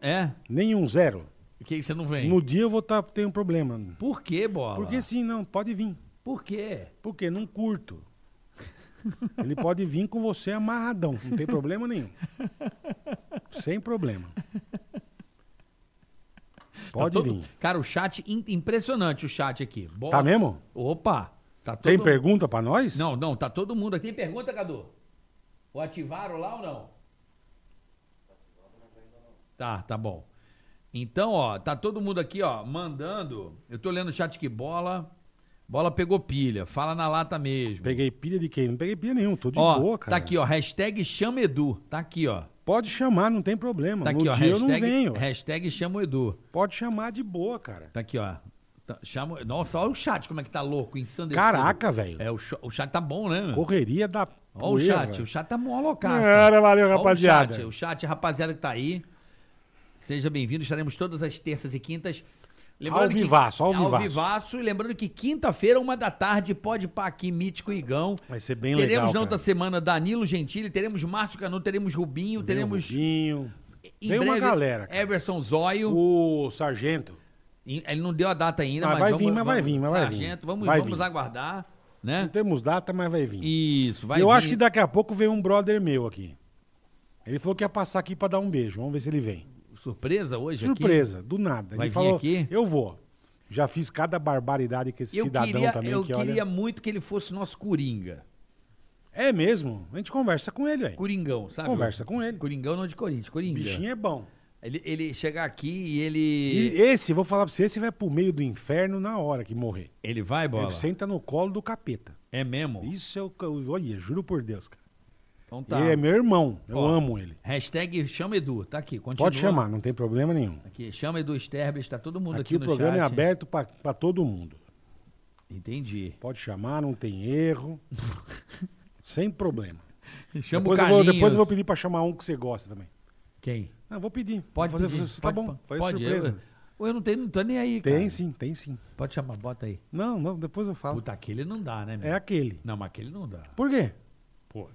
Speaker 3: É?
Speaker 4: Nenhum, zero.
Speaker 3: Que você não vem?
Speaker 4: No dia eu vou estar, tenho um problema.
Speaker 3: Por que, Bola?
Speaker 4: Porque sim, não, pode vir.
Speaker 3: Por quê?
Speaker 4: Porque não curto. Ele pode vir com você amarradão, não tem problema nenhum. Sem problema. Pode
Speaker 3: Tá todo-
Speaker 4: vir.
Speaker 3: Cara, o chat, im- impressionante o chat aqui. Bola-
Speaker 4: Tá mesmo?
Speaker 3: Opa! Tá todo
Speaker 4: Tem
Speaker 3: mundo-
Speaker 4: pergunta pra nós?
Speaker 3: Não, não, tá todo mundo aqui. Tem pergunta, Cadu? Ou ativaram lá ou não? Tá, tá bom. Então, ó, tá todo mundo aqui, ó, mandando. Eu tô lendo o chat que bola. Bola pegou pilha. Fala na lata mesmo.
Speaker 4: Peguei pilha de quem? Não peguei pilha nenhuma, tô de
Speaker 3: ó,
Speaker 4: boa, cara.
Speaker 3: Tá aqui, ó. Hashtag chama Edu. Tá aqui, ó.
Speaker 4: Pode chamar, não tem problema.
Speaker 3: Tá
Speaker 4: no
Speaker 3: aqui, ó.
Speaker 4: dia eu não venho.
Speaker 3: hashtag chama o Edu.
Speaker 4: Pode chamar de boa, cara.
Speaker 3: Tá aqui, ó. Tá- Chama... Nossa, olha o chat como é que tá louco, ensandecido.
Speaker 4: Caraca, velho.
Speaker 3: É, o, cho- o chat tá bom, né?
Speaker 4: Correria da
Speaker 3: Ó o
Speaker 4: poeira,
Speaker 3: chat,
Speaker 4: velho.
Speaker 3: o chat tá mó alocado.
Speaker 4: Cara, valeu,
Speaker 3: Ó o
Speaker 4: rapaziada.
Speaker 3: chat, O chat, rapaziada que tá aí. Seja bem-vindo, estaremos todas as terças e quintas.
Speaker 4: Ao vivaço, ao
Speaker 3: que, é ao
Speaker 4: vivaço.
Speaker 3: vivaço. E lembrando que quinta-feira, uma da tarde, pode pá aqui, Mítico e Igão.
Speaker 4: Vai ser bem
Speaker 3: teremos
Speaker 4: legal,
Speaker 3: na outra
Speaker 4: cara.
Speaker 3: semana Danilo Gentili, teremos Márcio Canu, teremos Rubinho, teremos...
Speaker 4: Rubinho.
Speaker 3: em
Speaker 4: Vem um uma
Speaker 3: breve, é um
Speaker 4: galera. cara.
Speaker 3: Everson Zóio.
Speaker 4: O sargento.
Speaker 3: E- Ele não deu a data ainda,
Speaker 4: Mas
Speaker 3: mas,
Speaker 4: vai
Speaker 3: vamos,
Speaker 4: vir, mas vai
Speaker 3: vamos-
Speaker 4: vir, mas vai vir.
Speaker 3: Sargento, vamos,
Speaker 4: Vai
Speaker 3: vamos
Speaker 4: vir.
Speaker 3: aguardar,
Speaker 4: Não
Speaker 3: né?
Speaker 4: temos data, mas vai vir.
Speaker 3: Isso, vai
Speaker 4: eu
Speaker 3: vir.
Speaker 4: acho que daqui a pouco vem um brother meu aqui. Ele falou que ia passar aqui pra dar um beijo. Vamos ver se ele vem.
Speaker 3: Surpresa hoje aqui?
Speaker 4: Surpresa, do nada.
Speaker 3: Vai
Speaker 4: ele
Speaker 3: vir
Speaker 4: falou,
Speaker 3: aqui?
Speaker 4: eu vou. Já fiz cada barbaridade com esse
Speaker 3: Eu
Speaker 4: cidadão
Speaker 3: queria,
Speaker 4: também
Speaker 3: eu
Speaker 4: que
Speaker 3: queria
Speaker 4: olha.
Speaker 3: muito que ele fosse nosso Coringa.
Speaker 4: É mesmo? A gente conversa com ele, velho.
Speaker 3: Coringão, sabe?
Speaker 4: Conversa com ele.
Speaker 3: Coringão não de Corinthians, Coringa.
Speaker 4: Bichinho é bom.
Speaker 3: Ele, ele chegar aqui e
Speaker 4: E
Speaker 3: ele...
Speaker 4: esse, vou falar pra você, esse vai pro meio do inferno na hora que morrer.
Speaker 3: Ele vai, Bola?
Speaker 4: Ele senta no colo do capeta.
Speaker 3: É mesmo?
Speaker 4: Isso é o. ca- Olha, juro por Deus, cara.
Speaker 3: Então tá.
Speaker 4: Ele é meu irmão. Eu
Speaker 3: Ó,
Speaker 4: amo ele.
Speaker 3: Hashtag chama Edu, tá aqui, continua.
Speaker 4: Pode chamar, não tem problema nenhum.
Speaker 3: Aqui, chama Edu Sterbes, tá todo mundo aqui,
Speaker 4: Aqui, o
Speaker 3: no
Speaker 4: programa
Speaker 3: chat.
Speaker 4: é aberto pra pra todo mundo.
Speaker 3: Entendi.
Speaker 4: Pode chamar, não tem erro. Sem problema.
Speaker 3: Chama
Speaker 4: depois,
Speaker 3: o
Speaker 4: eu vou,
Speaker 3: Carlinhos.
Speaker 4: depois eu vou pedir pra chamar um que você gosta também.
Speaker 3: Quem?
Speaker 4: Não, Ah, vou pedir.
Speaker 3: Pode
Speaker 4: vou fazer
Speaker 3: pedir.
Speaker 4: Você, tá
Speaker 3: pode,
Speaker 4: bom, faz
Speaker 3: pode,
Speaker 4: surpresa.
Speaker 3: Eu, Tá. eu não, tenho, não tô nem aí, cara.
Speaker 4: Tem sim, tem sim.
Speaker 3: Pode chamar, bota aí.
Speaker 4: Não, não, depois eu falo.
Speaker 3: Puta, aquele não dá, né, meu?
Speaker 4: É aquele.
Speaker 3: Não, mas aquele não dá.
Speaker 4: Por quê?
Speaker 5: Pô,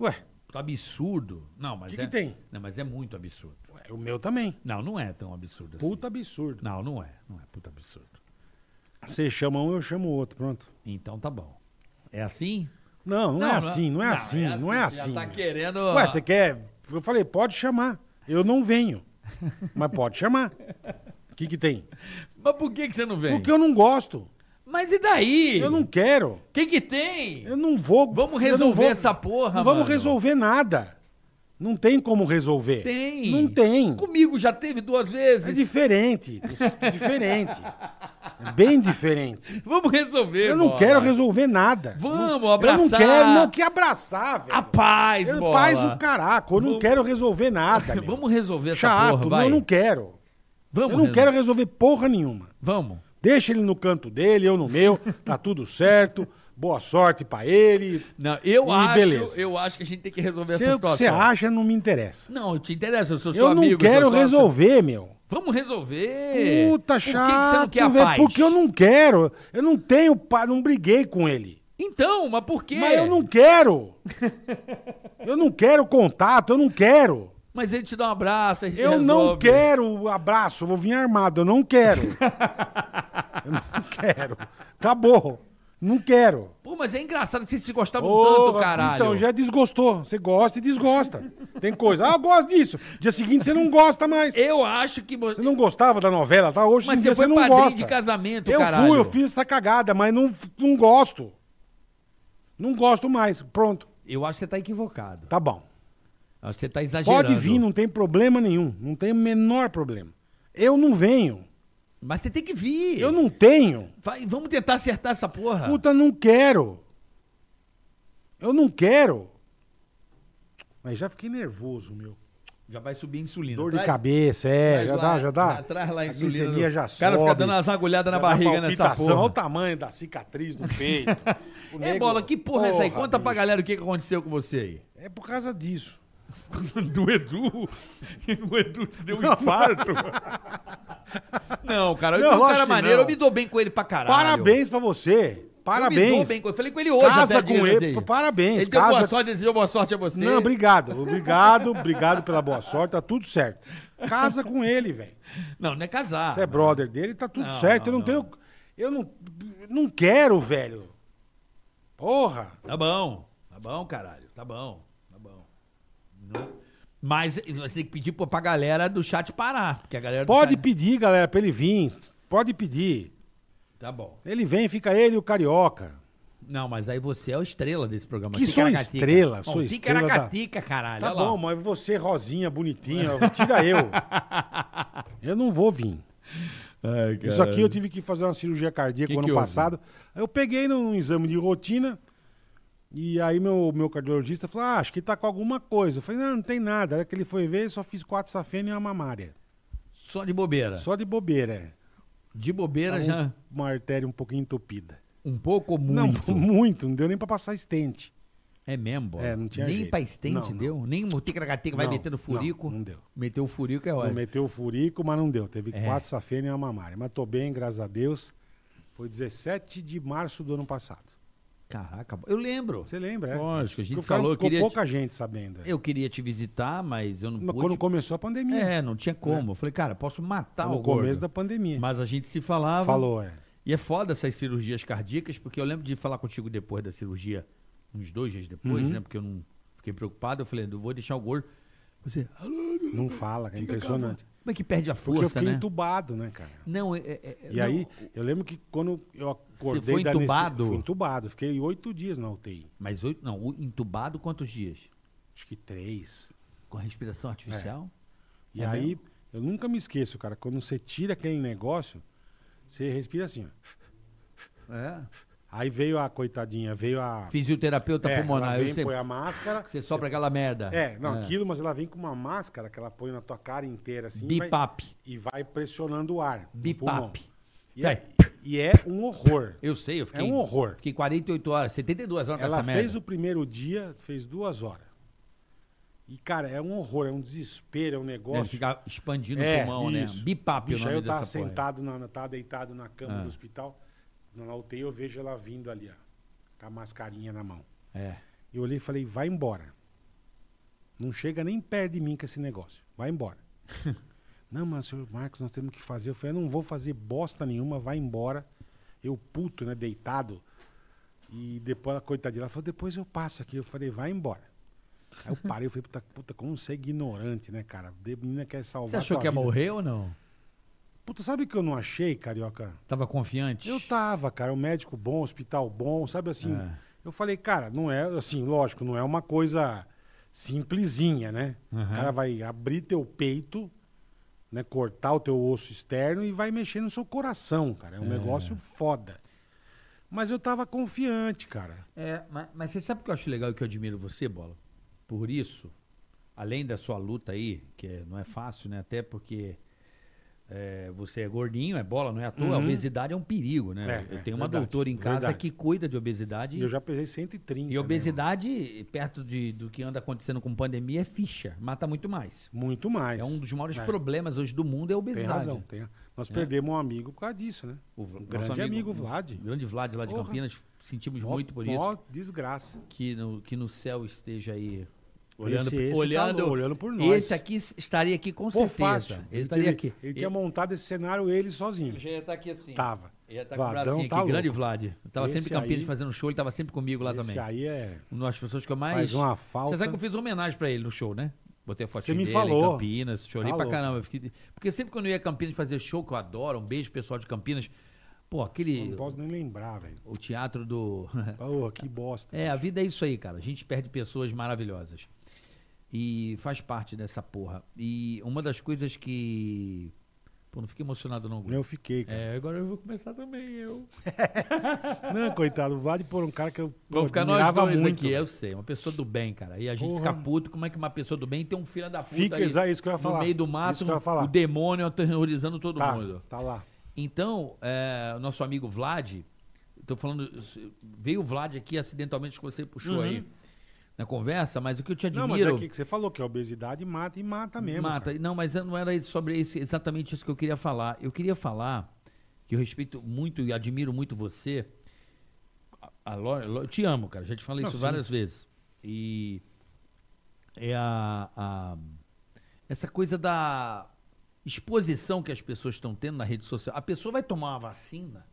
Speaker 4: Ué,
Speaker 3: Puta absurdo. Não, mas
Speaker 4: Que que
Speaker 3: é...
Speaker 4: tem?
Speaker 3: Não, mas é muito absurdo.
Speaker 4: ué, o meu também.
Speaker 3: Não, não é tão absurdo
Speaker 4: Puta
Speaker 3: assim.
Speaker 4: absurdo.
Speaker 3: Não, não é. Não é puta absurdo.
Speaker 4: Você chama um, eu chamo o outro, pronto.
Speaker 3: Então tá bom. É assim?
Speaker 4: Não, não, é assim, não é assim, não é assim.
Speaker 3: Você já tá
Speaker 4: meu.
Speaker 3: querendo...
Speaker 4: Ué, você quer? Eu falei, pode chamar. Eu não venho. Mas pode chamar. O que que tem?
Speaker 3: Mas por que que você não vem?
Speaker 4: Porque eu não gosto.
Speaker 3: Mas e daí?
Speaker 4: Eu não quero.
Speaker 3: O que que tem?
Speaker 4: Eu não vou.
Speaker 3: Vamos
Speaker 4: eu
Speaker 3: resolver
Speaker 4: não vou-
Speaker 3: essa porra,
Speaker 4: Não vamos
Speaker 3: mano.
Speaker 4: resolver nada. Não tem como resolver.
Speaker 3: Tem.
Speaker 4: Não tem.
Speaker 3: Comigo já teve duas vezes.
Speaker 4: É diferente. É diferente. É bem diferente.
Speaker 3: Vamos resolver,
Speaker 4: Eu não
Speaker 3: bola.
Speaker 4: quero resolver nada.
Speaker 3: Vamos
Speaker 4: Eu não
Speaker 3: abraçar.
Speaker 4: quero, não que abraçar, velho.
Speaker 3: A paz,
Speaker 4: Eu-
Speaker 3: bola.
Speaker 4: Paz o caraco. Eu não quero resolver nada. meu.
Speaker 3: Vamos resolver essa
Speaker 4: Tá Chato,
Speaker 3: porra,
Speaker 4: não,
Speaker 3: vai.
Speaker 4: eu não quero.
Speaker 3: Vamos
Speaker 4: eu não
Speaker 3: resolver.
Speaker 4: quero resolver porra nenhuma.
Speaker 3: Vamos.
Speaker 4: Deixa ele no canto dele, eu no meu, tá tudo certo. Boa sorte pra ele.
Speaker 3: Não, eu
Speaker 4: E
Speaker 3: acho,
Speaker 4: beleza.
Speaker 3: eu acho que a gente tem que resolver
Speaker 4: Se
Speaker 3: essa
Speaker 4: o que
Speaker 3: situação.
Speaker 4: você acha, não me interessa.
Speaker 3: Não, te interessa, eu sou seu
Speaker 4: Eu não
Speaker 3: amigo.
Speaker 4: quero
Speaker 3: sou sócio.
Speaker 4: resolver, meu.
Speaker 3: Vamos resolver.
Speaker 4: Puta,
Speaker 3: Por que que
Speaker 4: chato,
Speaker 3: você não quer a
Speaker 4: velho,
Speaker 3: paz?
Speaker 4: Porque eu não quero. Eu não tenho, pa- não briguei com ele.
Speaker 3: Então, mas por quê?
Speaker 4: Mas eu não quero. eu não quero contato, eu não quero.
Speaker 3: Mas ele te dá um abraço, a gente
Speaker 4: Eu não
Speaker 3: resolve.
Speaker 4: quero abraço, eu vou vir armado, eu não quero. eu não quero. Acabou. Não quero.
Speaker 3: Pô, mas é engraçado que vocês se gostavam
Speaker 4: Porra,
Speaker 3: tanto, caralho.
Speaker 4: Então, já desgostou. Você gosta e desgosta. Tem coisa. Ah, eu gosto disso. Dia seguinte você não gosta mais.
Speaker 3: Eu acho que você...
Speaker 4: Você não gostava da novela, tá? Hoje em
Speaker 3: Mas
Speaker 4: dia
Speaker 3: você foi
Speaker 4: não
Speaker 3: padrinho
Speaker 4: gosta.
Speaker 3: de casamento,
Speaker 4: eu
Speaker 3: caralho.
Speaker 4: fui, eu fiz essa cagada, mas não, não gosto. Não gosto mais. Pronto,
Speaker 3: Eu acho que você tá equivocado.
Speaker 4: tá bom.
Speaker 3: Acho que você tá exagerando.
Speaker 4: Pode vir, não tem problema nenhum. Não tem o menor problema. Eu não venho.
Speaker 3: Mas você tem que vir.
Speaker 4: Eu não tenho.
Speaker 3: Vai, vamos tentar acertar essa porra.
Speaker 4: Puta, não quero. Eu não quero. Mas já fiquei nervoso, meu.
Speaker 3: Já vai subir a insulina.
Speaker 4: Dor de
Speaker 3: Traz-
Speaker 4: cabeça, é.
Speaker 3: traz
Speaker 4: Já
Speaker 3: lá-
Speaker 4: dá, já dá.
Speaker 3: Atrás lá a
Speaker 4: A
Speaker 3: insulina.
Speaker 4: glicemia já
Speaker 3: o cara fica
Speaker 4: sobe,
Speaker 3: dando umas agulhadas Tá na
Speaker 4: já dá
Speaker 3: barriga nessa
Speaker 4: palpitação. Olha o
Speaker 3: porra.
Speaker 4: tamanho da cicatriz no peito. O
Speaker 3: É
Speaker 4: nego-
Speaker 3: bola, que porra, é essa aí? Conta pra
Speaker 4: bicho.
Speaker 3: galera o que que aconteceu com você aí.
Speaker 4: É por causa disso.
Speaker 5: Do Edu. O Edu te deu um infarto.
Speaker 3: Não, cara, eu
Speaker 4: Não,
Speaker 3: sou um
Speaker 4: lógico
Speaker 3: cara
Speaker 4: que
Speaker 3: maneiro,
Speaker 4: não.
Speaker 3: eu me dou bem com ele pra caralho.
Speaker 4: Parabéns pra você.
Speaker 3: Eu me dou
Speaker 4: Parabéns.
Speaker 3: bem com ele. Falei com ele hoje,
Speaker 4: Casa
Speaker 3: até,
Speaker 4: com
Speaker 3: diga,
Speaker 4: ele,
Speaker 3: Zezinho.
Speaker 4: parabéns,
Speaker 3: Ele deu boa
Speaker 4: casa-
Speaker 3: sorte, desejou boa sorte a você.
Speaker 4: Não, obrigado. Obrigado, obrigado pela boa sorte. Tá tudo certo. Casa com ele, velho.
Speaker 3: Não, não é casar.
Speaker 4: Você é brother dele, tá tudo
Speaker 3: Não,
Speaker 4: certo.
Speaker 3: não,
Speaker 4: eu não, tenho. Eu não, não quero, velho. Porra.
Speaker 3: Tá bom, tá bom, caralho. Tá bom, tá bom. Não- Mas você tem que pedir pra pra galera do chat parar, porque a galera do
Speaker 4: Pode
Speaker 3: chat...
Speaker 4: pedir, galera, pra ele vir. Pode pedir.
Speaker 3: Tá bom.
Speaker 4: Ele vem, fica ele e o carioca.
Speaker 3: Não, mas aí você é a estrela desse programa.
Speaker 4: Que sou
Speaker 3: Ticaracatica.
Speaker 4: estrela,
Speaker 3: Bom,
Speaker 4: sou estrela da-
Speaker 3: Ticaracatica, caralho.
Speaker 4: Tá
Speaker 3: olha lá.
Speaker 4: bom, mas você, Rosinha, bonitinha, tira eu. eu não vou vir.
Speaker 3: Ai, cara.
Speaker 4: Isso aqui eu tive que fazer uma cirurgia cardíaca
Speaker 3: Que
Speaker 4: ano
Speaker 3: que houve?
Speaker 4: passado. Eu peguei num exame de rotina e aí meu, meu cardiologista falou: ah, acho que tá com alguma coisa. Eu falei: não, não tem nada. Era que ele foi ver, só fiz quatro safena e uma mamária.
Speaker 3: Só de bobeira.
Speaker 4: Só de bobeira. é.
Speaker 3: De bobeira
Speaker 4: Tava um-
Speaker 3: já
Speaker 4: Uma artéria um pouquinho entupida.
Speaker 3: um pouco ou muito.
Speaker 4: Não, muito, não deu nem pra passar estente.
Speaker 3: É mesmo, bola.
Speaker 4: É, não tinha
Speaker 3: Nem
Speaker 4: jeito.
Speaker 3: pra estente
Speaker 4: Não, não.
Speaker 3: deu? Nem um ticaracateca vai
Speaker 4: Não,
Speaker 3: metendo furico?
Speaker 4: não, não deu.
Speaker 3: Meteu o furico é
Speaker 4: Não
Speaker 3: ótimo.
Speaker 4: meteu o furico, mas não deu. Teve
Speaker 3: É.
Speaker 4: quatro safena e uma mamária. Mas tô bem, graças a Deus. Foi 17 de março do ano passado.
Speaker 3: Caraca, eu lembro.
Speaker 4: Você lembra, é?
Speaker 3: Lógico, a gente
Speaker 4: Porque o cara
Speaker 3: falou, eu
Speaker 4: Ficou
Speaker 3: queria-
Speaker 4: pouca gente sabendo. é.
Speaker 3: Eu queria te visitar, mas eu não
Speaker 4: Mas
Speaker 3: pude.
Speaker 4: Quando começou a pandemia.
Speaker 3: É, não tinha como. Eu falei, cara, posso matar
Speaker 4: no
Speaker 3: o
Speaker 4: começo da
Speaker 3: gordo.
Speaker 4: pandemia.
Speaker 3: Mas a gente se falava.
Speaker 4: Falou, é.
Speaker 3: E é foda essas cirurgias cardíacas, porque eu lembro de falar contigo depois da cirurgia, uns dois dias depois,
Speaker 4: Uhum.
Speaker 3: né? Porque eu não fiquei preocupado. Eu falei, eu vou deixar o gordo. Você, alô,
Speaker 4: Não fala, é impressionante.
Speaker 3: como é que perde a
Speaker 4: Porque eu
Speaker 3: força,
Speaker 4: fiquei
Speaker 3: né?
Speaker 4: entubado, né, cara?
Speaker 3: Não, é, é- é-
Speaker 4: E
Speaker 3: não,
Speaker 4: aí, eu lembro que quando eu acordei
Speaker 3: foi
Speaker 4: da aneste-
Speaker 3: entubado?
Speaker 4: Fui entubado. Fiquei oito dias na UTI.
Speaker 3: Mas oito, não, o entubado quantos dias?
Speaker 4: Acho que três.
Speaker 3: Com a respiração artificial?
Speaker 4: E
Speaker 3: É
Speaker 4: aí,
Speaker 3: mesmo?
Speaker 4: eu nunca me esqueço, cara. Quando você tira aquele negócio, você respira assim, ó.
Speaker 3: É.
Speaker 4: Aí veio a coitadinha, veio a.
Speaker 3: Fisioterapeuta
Speaker 4: É,
Speaker 3: pulmonar.
Speaker 4: ela
Speaker 3: Eu
Speaker 4: vem,
Speaker 3: sei,
Speaker 4: põe a máscara.
Speaker 3: você sopra aquela merda.
Speaker 4: É, não, aquilo, mas ela vem com uma máscara que ela põe na tua cara inteira assim. e vai-
Speaker 3: Bipap.
Speaker 4: E vai pressionando o ar. no pulmão.
Speaker 3: Bipap.
Speaker 4: E é,
Speaker 3: Vai.
Speaker 4: e é um horror.
Speaker 3: Eu sei, eu fiquei.
Speaker 4: É um horror.
Speaker 3: Fiquei 48 horas, 72 horas
Speaker 4: Ela
Speaker 3: nessa merda.
Speaker 4: fez o primeiro dia, fez duas horas. E, cara, é um horror, é um desespero, é um
Speaker 3: Deve
Speaker 4: negócio.
Speaker 3: ficar expandindo o
Speaker 4: É,
Speaker 3: pulmão, né?
Speaker 4: isso.
Speaker 3: Bipap
Speaker 4: Bicho,
Speaker 3: o
Speaker 4: aí
Speaker 3: nome
Speaker 4: eu tava
Speaker 3: dessa porra.
Speaker 4: sentado, na, tava deitado na cama
Speaker 3: Ah.
Speaker 4: do hospital, na UTI, eu vejo ela vindo ali, ó. Com a mascarinha na mão.
Speaker 3: É.
Speaker 4: E eu olhei e falei, vai embora. Não chega nem perto de mim com esse negócio. Vai embora. não, mas senhor Marcos, nós temos que fazer. Eu falei, eu não vou fazer bosta nenhuma, vai embora. Eu puto, né, deitado. E depois a coitadinha, ela falou, depois eu passo aqui. Eu falei, vai embora. Aí eu parei, eu falei, puta, puta como você é ignorante, né, cara? De- Menina quer salvar
Speaker 3: Você achou
Speaker 4: tua
Speaker 3: que ia
Speaker 4: vida.
Speaker 3: morrer ou não?
Speaker 4: Puta, sabe o que eu não achei, carioca?
Speaker 3: Tava confiante?
Speaker 4: Eu tava, cara, um médico bom, hospital bom, sabe assim.
Speaker 3: É.
Speaker 4: Eu falei, cara, não é, assim, lógico, não é uma coisa simplesinha, né?
Speaker 3: Uhum.
Speaker 4: O cara vai abrir teu peito, né, cortar o teu osso externo e vai mexer no seu coração, cara. É um negócio foda. Mas eu tava confiante, cara.
Speaker 3: É, mas, mas você sabe o que eu acho legal e que eu admiro você, Bola? Por isso, além da sua luta aí, que é- não é fácil, né? Até porque é, você é gordinho, é bola, não é à toa. A obesidade é um perigo, né?
Speaker 4: Uhum. É,
Speaker 3: eu
Speaker 4: é,
Speaker 3: tenho uma
Speaker 4: verdade,
Speaker 3: doutora em casa
Speaker 4: verdade.
Speaker 3: que cuida de obesidade.
Speaker 4: E eu já pesei 130.
Speaker 3: E
Speaker 4: né,
Speaker 3: obesidade, perto de, do que anda acontecendo com pandemia, é ficha. Mata muito mais.
Speaker 4: mano? Muito mais.
Speaker 3: É um dos maiores
Speaker 4: É,
Speaker 3: problemas hoje do mundo, é a
Speaker 4: Tem
Speaker 3: obesidade.
Speaker 4: razão. tem- Nós perdemos um amigo por causa disso, né?
Speaker 3: O Vla-
Speaker 4: um
Speaker 3: nosso
Speaker 4: grande amigo, Vlad.
Speaker 3: Grande Vlad lá de
Speaker 4: Porra.
Speaker 3: Campinas. Sentimos
Speaker 4: Mó-
Speaker 3: muito por
Speaker 4: mó
Speaker 3: isso.
Speaker 4: desgraça.
Speaker 3: Que no, que no céu esteja aí. Olhando,
Speaker 4: Esse- esse tá
Speaker 3: olhando,
Speaker 4: louco, olhando por nós.
Speaker 3: Esse aqui estaria aqui com
Speaker 4: Pô,
Speaker 3: certeza.
Speaker 4: fácil.
Speaker 3: Ele, estaria
Speaker 4: tinha,
Speaker 3: aqui.
Speaker 4: Ele, tinha montado esse cenário ele sozinho.
Speaker 3: Ele já ia estar aqui assim.
Speaker 4: Tava.
Speaker 3: Ele ia estar com o
Speaker 4: Vadão
Speaker 3: bracinho aqui.
Speaker 4: tá louco.
Speaker 3: Grande Vlad. Eu tava
Speaker 4: Esse
Speaker 3: sempre em Campinas
Speaker 4: aí-
Speaker 3: fazendo show, ele tava sempre comigo lá
Speaker 4: esse
Speaker 3: também.
Speaker 4: aí é.
Speaker 3: Uma das pessoas que eu mais.
Speaker 4: Faz uma falta.
Speaker 3: Você sabe que eu fiz uma homenagem pra ele no show, né? Botei a
Speaker 4: Você
Speaker 3: fotinha
Speaker 4: me
Speaker 3: dele em
Speaker 4: falou.
Speaker 3: Campinas, chorei
Speaker 4: Tá
Speaker 3: pra
Speaker 4: louco.
Speaker 3: caramba. eu fiquei- Porque sempre quando eu ia a Campinas fazer show, que eu adoro, um beijo pessoal de Campinas, pô,
Speaker 4: Eu
Speaker 3: aquele.
Speaker 4: Não posso nem lembrar, velho.
Speaker 3: O teatro do.
Speaker 4: Porra, que bosta.
Speaker 3: é, a vida é isso aí, cara. A gente perde pessoas maravilhosas. E faz parte dessa porra. E uma das coisas que. Pô, não fiquei emocionado, não. Guto.
Speaker 4: Eu fiquei, cara.
Speaker 3: É, agora eu vou começar também, eu.
Speaker 4: Não, coitado, o Vlad por um cara que eu pô,
Speaker 3: É. Vamos ficar nós
Speaker 4: admirava
Speaker 3: dois
Speaker 4: muito.
Speaker 3: aqui, É eu sei. Uma pessoa do bem, cara. E a gente
Speaker 4: Porra.
Speaker 3: fica puto. Como é que uma pessoa do bem tem um filho da puta
Speaker 4: Fica,
Speaker 3: ali
Speaker 4: exa- isso que eu ia falar.
Speaker 3: no meio do mato,
Speaker 4: Isso que eu ia falar.
Speaker 3: o demônio aterrorizando todo
Speaker 4: tá,
Speaker 3: mundo.
Speaker 4: tá lá.
Speaker 3: Então, é, o nosso amigo Vlad, tô falando, veio o Vlad aqui acidentalmente que você puxou aí na conversa, mas o que eu te admiro...
Speaker 4: Uhum. Não, mas é aqui que você falou que a obesidade mata e mata mesmo.
Speaker 3: Mata.
Speaker 4: cara.
Speaker 3: Não, mas eu não era isso- sobre isso, exatamente isso que eu queria falar. Eu queria falar que eu respeito muito e admiro muito você. A- a Lo- Lo- eu te amo, cara. Já te falei
Speaker 4: Não,
Speaker 3: isso
Speaker 4: sim.
Speaker 3: várias vezes. E é a, a- essa coisa da exposição que as pessoas estão tendo na rede social. A pessoa vai tomar uma vacina,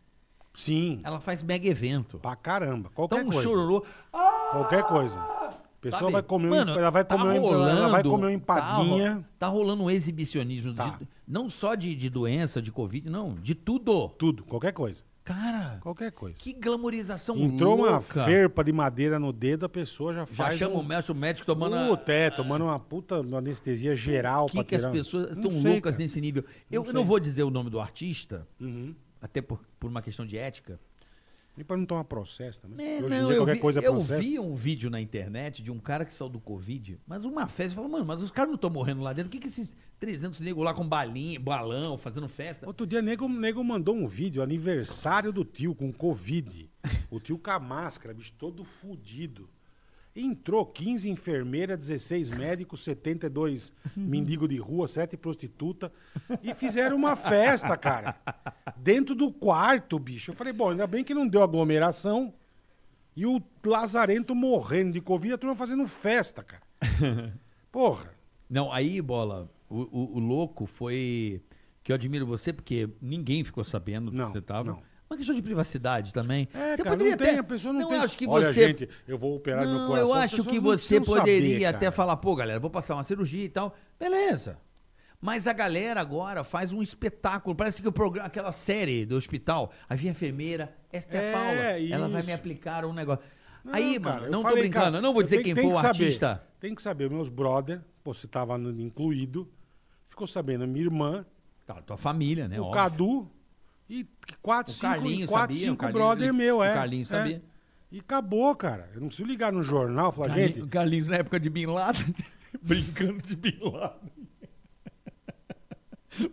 Speaker 4: Sim,
Speaker 3: ela faz mega evento.
Speaker 4: pra caramba. Qualquer
Speaker 3: Então um
Speaker 4: coisa.
Speaker 3: chororô. Ah,
Speaker 4: Qualquer coisa. A pessoa
Speaker 3: Sabe?
Speaker 4: vai comer, um-
Speaker 3: Mano,
Speaker 4: ela vai
Speaker 3: tá
Speaker 4: comer, um- ela vai comer uma
Speaker 3: tá ro-
Speaker 4: empadinha.
Speaker 3: Tá, rolando um exibicionismo, de-
Speaker 4: Tá.
Speaker 3: não só de, de doença, de Covid, não, de tudo.
Speaker 4: Tudo, qualquer coisa.
Speaker 3: Cara,
Speaker 4: Qualquer coisa.
Speaker 3: que glamorização
Speaker 4: Entrou uma
Speaker 3: louca.
Speaker 4: ferpa de madeira no dedo, a pessoa já
Speaker 3: Já
Speaker 4: faz. um
Speaker 3: chama o médico, o médico tomando... a-
Speaker 4: Puta, é, tomando uma puta anestesia geral.
Speaker 3: que, que as pessoas estão loucas nesse nível? Eu não, vou dizer o nome do artista, até por, por uma questão de ética.
Speaker 4: Uhum. E pra não tomar processo também.
Speaker 3: É,
Speaker 4: Hoje em
Speaker 3: não,
Speaker 4: dia
Speaker 3: eu,
Speaker 4: qualquer
Speaker 3: vi,
Speaker 4: coisa é
Speaker 3: eu
Speaker 4: processo.
Speaker 3: vi um vídeo na internet de um cara que saiu do Covid, mas uma festa, falou, mano, mas os caras não estão morrendo lá dentro, o que que esses 300 negros lá com balinha, balão, fazendo festa?
Speaker 4: Outro dia, nego, nego mandou um vídeo, aniversário do tio com Covid. O tio com a máscara, bicho, todo fudido. Entrou 15 enfermeiras, 16 médicos, 72 mendigo de rua, 7 prostituta. E fizeram uma festa, cara. Dentro do quarto, bicho. Eu falei, bom, ainda bem que não deu aglomeração. E o Lazarento morrendo de Covid, a turma fazendo festa, cara. Porra.
Speaker 3: Não, aí, bola, o, o- o louco foi. Que eu admiro você, porque ninguém ficou sabendo
Speaker 4: Não,
Speaker 3: que você tava.
Speaker 4: não.
Speaker 3: Uma questão de privacidade também.
Speaker 4: É,
Speaker 3: você
Speaker 4: cara,
Speaker 3: poderia
Speaker 4: não
Speaker 3: até.
Speaker 4: tem, a pessoa não, tem.
Speaker 3: acho que
Speaker 4: Olha,
Speaker 3: você.
Speaker 4: gente, eu vou operar meu
Speaker 3: não,
Speaker 4: coração.
Speaker 3: eu
Speaker 4: as
Speaker 3: acho
Speaker 4: pessoas
Speaker 3: que
Speaker 4: não
Speaker 3: você
Speaker 4: precisam
Speaker 3: poderia
Speaker 4: saber,
Speaker 3: até
Speaker 4: cara.
Speaker 3: falar, pô, galera, vou passar uma cirurgia e tal. Beleza. Mas a galera agora faz um espetáculo. Parece que o programa, aquela série do hospital. Aí vem a enfermeira, esta é,
Speaker 4: É,
Speaker 3: a Paula. Ela vai
Speaker 4: isso.
Speaker 3: me aplicar um negócio.
Speaker 4: Não,
Speaker 3: aí,
Speaker 4: cara,
Speaker 3: mano,
Speaker 4: eu
Speaker 3: não tô
Speaker 4: falei,
Speaker 3: brincando.
Speaker 4: cara,
Speaker 3: eu não vou
Speaker 4: eu
Speaker 3: dizer
Speaker 4: tenho-
Speaker 3: quem
Speaker 4: tem
Speaker 3: foi o
Speaker 4: que saber,
Speaker 3: artista.
Speaker 4: Tem que saber, meus brother, pô, você tava no- incluído, ficou sabendo, minha irmã,
Speaker 3: Tá, tua família, né?
Speaker 4: o
Speaker 3: óbvio.
Speaker 4: Cadu e quatro,
Speaker 3: O
Speaker 4: cinco,
Speaker 3: Carlinho
Speaker 4: quatro,
Speaker 3: sabia, o
Speaker 4: cinco
Speaker 3: Carlinho-
Speaker 4: brother
Speaker 3: o
Speaker 4: meu, é.
Speaker 3: Carlinho
Speaker 4: é.
Speaker 3: sabia.
Speaker 4: E acabou, cara. Eu não preciso ligar no jornal e falar,
Speaker 3: Carlinhos-
Speaker 4: gente,
Speaker 3: Carlinhos na época de Bin Laden.
Speaker 5: Brincando de Bin Laden.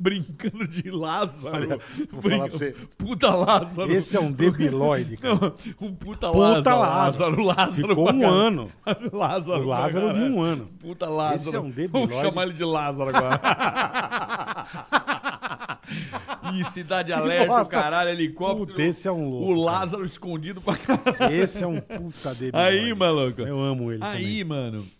Speaker 5: Brincando de Lázaro.
Speaker 4: Olha, vou falar pra você.
Speaker 5: Puta Lázaro.
Speaker 4: esse é um debiloide, cara.
Speaker 5: Um puta,
Speaker 4: Puta
Speaker 5: Lázaro. Lázaro, Lázaro.
Speaker 4: Ficou
Speaker 5: pra
Speaker 4: um
Speaker 5: caralho.
Speaker 4: ano.
Speaker 5: Lázaro.
Speaker 4: O Lázaro
Speaker 5: pra
Speaker 4: de
Speaker 5: caralho.
Speaker 4: um ano.
Speaker 5: Puta Lázaro.
Speaker 4: Esse é um debilóide.
Speaker 5: Vamos chamar ele de Lázaro agora. Ih, Cidade Alerta, o
Speaker 4: bosta.
Speaker 5: caralho, helicóptero.
Speaker 4: Puta, esse é um louco.
Speaker 5: O Lázaro escondido pra caralho.
Speaker 4: Esse é um puta debiloide.
Speaker 5: Aí, maluco.
Speaker 4: Eu amo ele
Speaker 5: Aí, mano.
Speaker 4: também.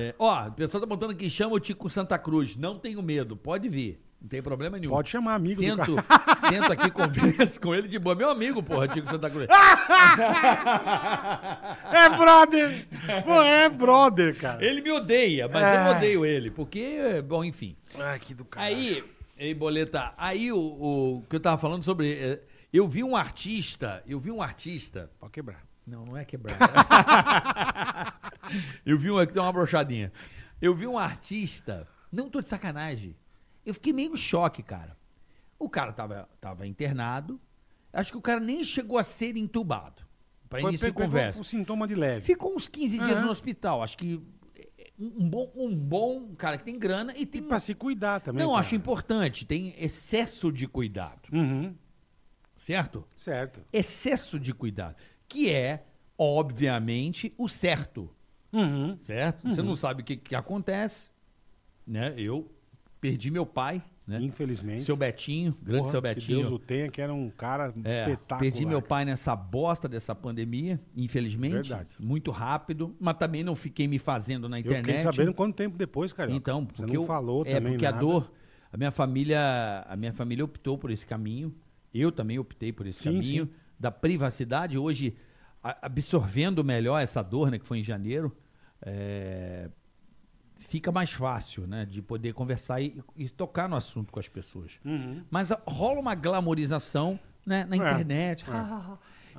Speaker 4: É.
Speaker 3: É, Ó, o pessoal tá botando aqui, chama o Tico Santa Cruz. Não tenho medo, pode vir. Não tem problema nenhum.
Speaker 4: Pode chamar amigo do
Speaker 3: sento, sento aqui, converso com ele de boa. Meu amigo, porra, Tico Santa Cruz.
Speaker 4: É brother! Pô, é brother, cara.
Speaker 3: Ele me odeia, mas eu odeio ele, porque, bom, enfim.
Speaker 4: Ai, que do cara.
Speaker 3: Aí, Ei, Boleta, aí o, o que eu tava falando sobre. eh, Eu vi um artista, eu vi um artista.
Speaker 4: Pode quebrar.
Speaker 3: Não, não é quebrar. eu vi um aqui, deu uma brochadinha. Eu vi um artista, não tô de sacanagem. Eu fiquei meio em choque, cara. O cara tava, tava internado. Acho que o cara nem chegou a ser entubado. Pra
Speaker 4: Foi-
Speaker 3: início de
Speaker 4: pegou
Speaker 3: conversa.
Speaker 4: Um sintoma de leve.
Speaker 3: Ficou uns 15 dias
Speaker 4: Aham.
Speaker 3: no hospital. Acho que eh, um bom, um bom cara que tem grana e tem.
Speaker 4: E pra se cuidar também.
Speaker 3: não,
Speaker 4: cara.
Speaker 3: acho importante. Tem excesso de cuidado,
Speaker 4: Uhum,
Speaker 3: certo?
Speaker 4: certo.
Speaker 3: Excesso de cuidado. Que é, obviamente, o certo.
Speaker 4: Uhum.
Speaker 3: Certo? Você não sabe o que, que acontece. Né? Eu perdi meu pai, né?
Speaker 4: Infelizmente.
Speaker 3: Seu Betinho, grande
Speaker 4: Porra,
Speaker 3: seu
Speaker 4: que
Speaker 3: Betinho.
Speaker 4: Deus o tenha, que era um cara
Speaker 3: É,
Speaker 4: espetacular.
Speaker 3: Perdi meu pai nessa bosta dessa pandemia, infelizmente.
Speaker 4: Verdade.
Speaker 3: Muito rápido, mas também não fiquei me fazendo na
Speaker 4: Eu
Speaker 3: internet.
Speaker 4: fiquei sabendo quanto tempo depois, cara.
Speaker 3: Então,
Speaker 4: você
Speaker 3: porque
Speaker 4: não
Speaker 3: eu-
Speaker 4: falou
Speaker 3: é,
Speaker 4: também
Speaker 3: porque
Speaker 4: nada.
Speaker 3: a dor, a minha família, a minha família optou por esse caminho. Eu também optei por esse
Speaker 4: Sim,
Speaker 3: caminho
Speaker 4: sim.
Speaker 3: da privacidade. Hoje, a- absorvendo melhor essa dor, né, que foi em janeiro, é, fica mais fácil, né, de poder conversar e, e tocar no assunto com as pessoas. Mas a- rola uma glamorização, né, na
Speaker 4: Uhum. É,
Speaker 3: internet.
Speaker 4: é.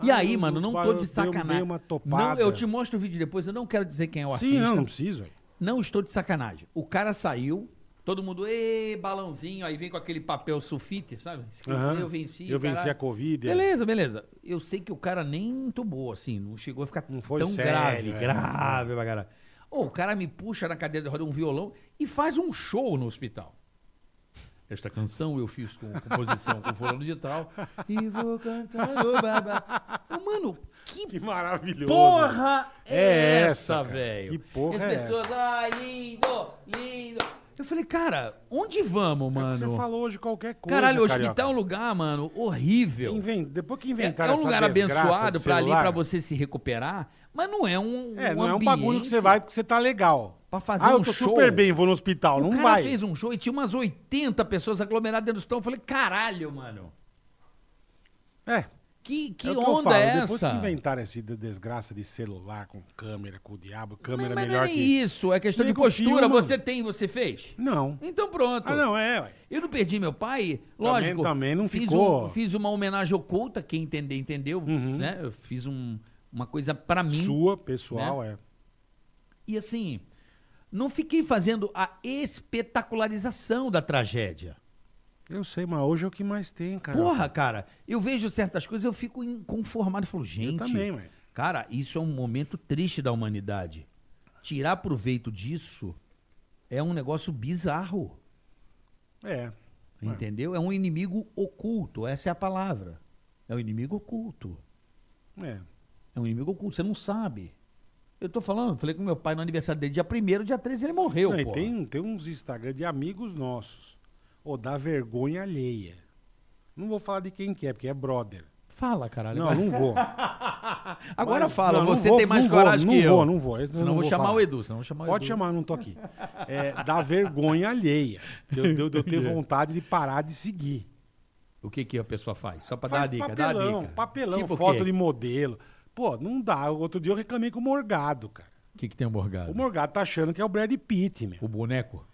Speaker 3: E
Speaker 4: Ah,
Speaker 3: aí,
Speaker 4: eu-
Speaker 3: mano, não
Speaker 4: eu
Speaker 3: tô de
Speaker 4: dei
Speaker 3: sacanagem.
Speaker 4: uma
Speaker 3: Não,
Speaker 4: topada.
Speaker 3: eu te mostro o vídeo depois. Eu não quero dizer quem é o
Speaker 4: Sim,
Speaker 3: artista.
Speaker 4: não, não precisa.
Speaker 3: Não estou de sacanagem. O cara saiu, todo mundo, ê, balãozinho, aí vem com aquele papel sulfite, sabe? Escreveu,
Speaker 4: Aham.
Speaker 3: Eu venci.
Speaker 4: Eu venci
Speaker 3: caralho.
Speaker 4: a Covid, é.
Speaker 3: Beleza, beleza. Eu sei que o cara nem entubou, assim, não chegou a ficar
Speaker 4: Não foi
Speaker 3: tão
Speaker 4: sério,
Speaker 3: grave,
Speaker 4: é.
Speaker 3: grave pra caralho. Ô, o cara me puxa na cadeira de roda um violão e faz um show no hospital. Esta canção eu fiz com composição com fulano de tal. E vou cantando babá. Ô, Mano, que
Speaker 4: Que maravilhoso.
Speaker 3: porra é,
Speaker 4: É essa,
Speaker 3: essa,
Speaker 4: cara?
Speaker 3: velho?
Speaker 4: Que porra
Speaker 3: As
Speaker 4: é
Speaker 3: pessoas, ah, lindo, lindo. Eu falei, cara, onde vamos,
Speaker 4: É que
Speaker 3: mano?
Speaker 4: Você falou hoje qualquer coisa.
Speaker 3: Caralho, o
Speaker 4: Carioca.
Speaker 3: hospital é um lugar, mano, horrível.
Speaker 4: Inven- Depois que
Speaker 3: É,
Speaker 4: inventaram
Speaker 3: é um
Speaker 4: essa
Speaker 3: lugar
Speaker 4: desgraça
Speaker 3: abençoado
Speaker 4: de
Speaker 3: pra ali,
Speaker 4: celular,
Speaker 3: pra você se recuperar, mas não é um.
Speaker 4: É, não é um bagulho que você vai porque você tá legal.
Speaker 3: Pra fazer
Speaker 4: ah,
Speaker 3: um
Speaker 4: eu tô
Speaker 3: show.
Speaker 4: super bem, vou no hospital.
Speaker 3: O
Speaker 4: não
Speaker 3: cara
Speaker 4: vai.
Speaker 3: fez um show e tinha umas 80 pessoas aglomeradas dentro do hospital. Eu falei, caralho, mano.
Speaker 4: É.
Speaker 3: um- Que, que
Speaker 4: é o eu
Speaker 3: onda
Speaker 4: falo,
Speaker 3: é
Speaker 4: Depois
Speaker 3: essa?
Speaker 4: que inventaram essa de- desgraça de celular com câmera, com o diabo,
Speaker 3: mas,
Speaker 4: câmera
Speaker 3: mas não
Speaker 4: melhor
Speaker 3: é
Speaker 4: que.
Speaker 3: isso, é questão de
Speaker 4: Nego
Speaker 3: postura.
Speaker 4: filma.
Speaker 3: Você tem, você fez?
Speaker 4: Não.
Speaker 3: Então pronto.
Speaker 4: Ah, não, é, ué.
Speaker 3: Eu não perdi meu pai, lógico.
Speaker 4: também não
Speaker 3: fiz
Speaker 4: ficou-
Speaker 3: um- fiz uma homenagem oculta, quem entender, entendeu.
Speaker 4: Uhum.
Speaker 3: Né? Eu fiz um- uma coisa pra mim.
Speaker 4: Sua, pessoal,
Speaker 3: Né?
Speaker 4: é.
Speaker 3: E assim, não fiquei fazendo a espetacularização da tragédia.
Speaker 4: Eu sei, mas hoje é o que mais tem, cara.
Speaker 3: Porra, cara, eu vejo certas coisas eu fico inconformado. Eu falo, gente.
Speaker 4: também, ué.
Speaker 3: Cara, isso é um momento triste da humanidade. Tirar proveito disso é um negócio bizarro.
Speaker 4: É.
Speaker 3: Entendeu? É um inimigo oculto, essa é a palavra. É um inimigo oculto.
Speaker 4: É.
Speaker 3: É um inimigo oculto, você não sabe. Eu tô falando, falei com meu pai no aniversário dele, dia 1 dia 13 ele morreu,
Speaker 4: Não, e
Speaker 3: pô.
Speaker 4: tem, tem uns Instagram de amigos nossos. Ou dá vergonha alheia. Não vou falar de quem que é, porque é brother.
Speaker 3: Fala, caralho.
Speaker 4: Não, não vou.
Speaker 3: Tá Agora
Speaker 4: Mas-
Speaker 3: fala,
Speaker 4: não, não
Speaker 3: você
Speaker 4: vou,
Speaker 3: tem mais
Speaker 4: não vou,
Speaker 3: coragem
Speaker 4: não
Speaker 3: que eu.
Speaker 4: vou, não vou, esse eu
Speaker 3: Senão
Speaker 4: não
Speaker 3: eu vou
Speaker 4: vou
Speaker 3: chamar
Speaker 4: falar.
Speaker 3: o Edu, senão eu vou chamar o
Speaker 4: Pode
Speaker 3: Edu.
Speaker 4: chamar, não tô aqui. É, dá vergonha alheia. Eu, eu, eu tenho vontade de parar de seguir.
Speaker 3: O que que a pessoa faz? Só pra dar a
Speaker 4: Faz
Speaker 3: dica, dá a
Speaker 4: papelão,
Speaker 3: dica.
Speaker 4: papelão,
Speaker 3: Tipo o
Speaker 4: foto
Speaker 3: quê?
Speaker 4: de modelo. Pô, não dá. Outro dia eu reclamei com o Morgado, cara.
Speaker 3: O que que tem o Morgado?
Speaker 4: O Morgado tá achando que é o Brad Pitt, meu.
Speaker 3: O boneco.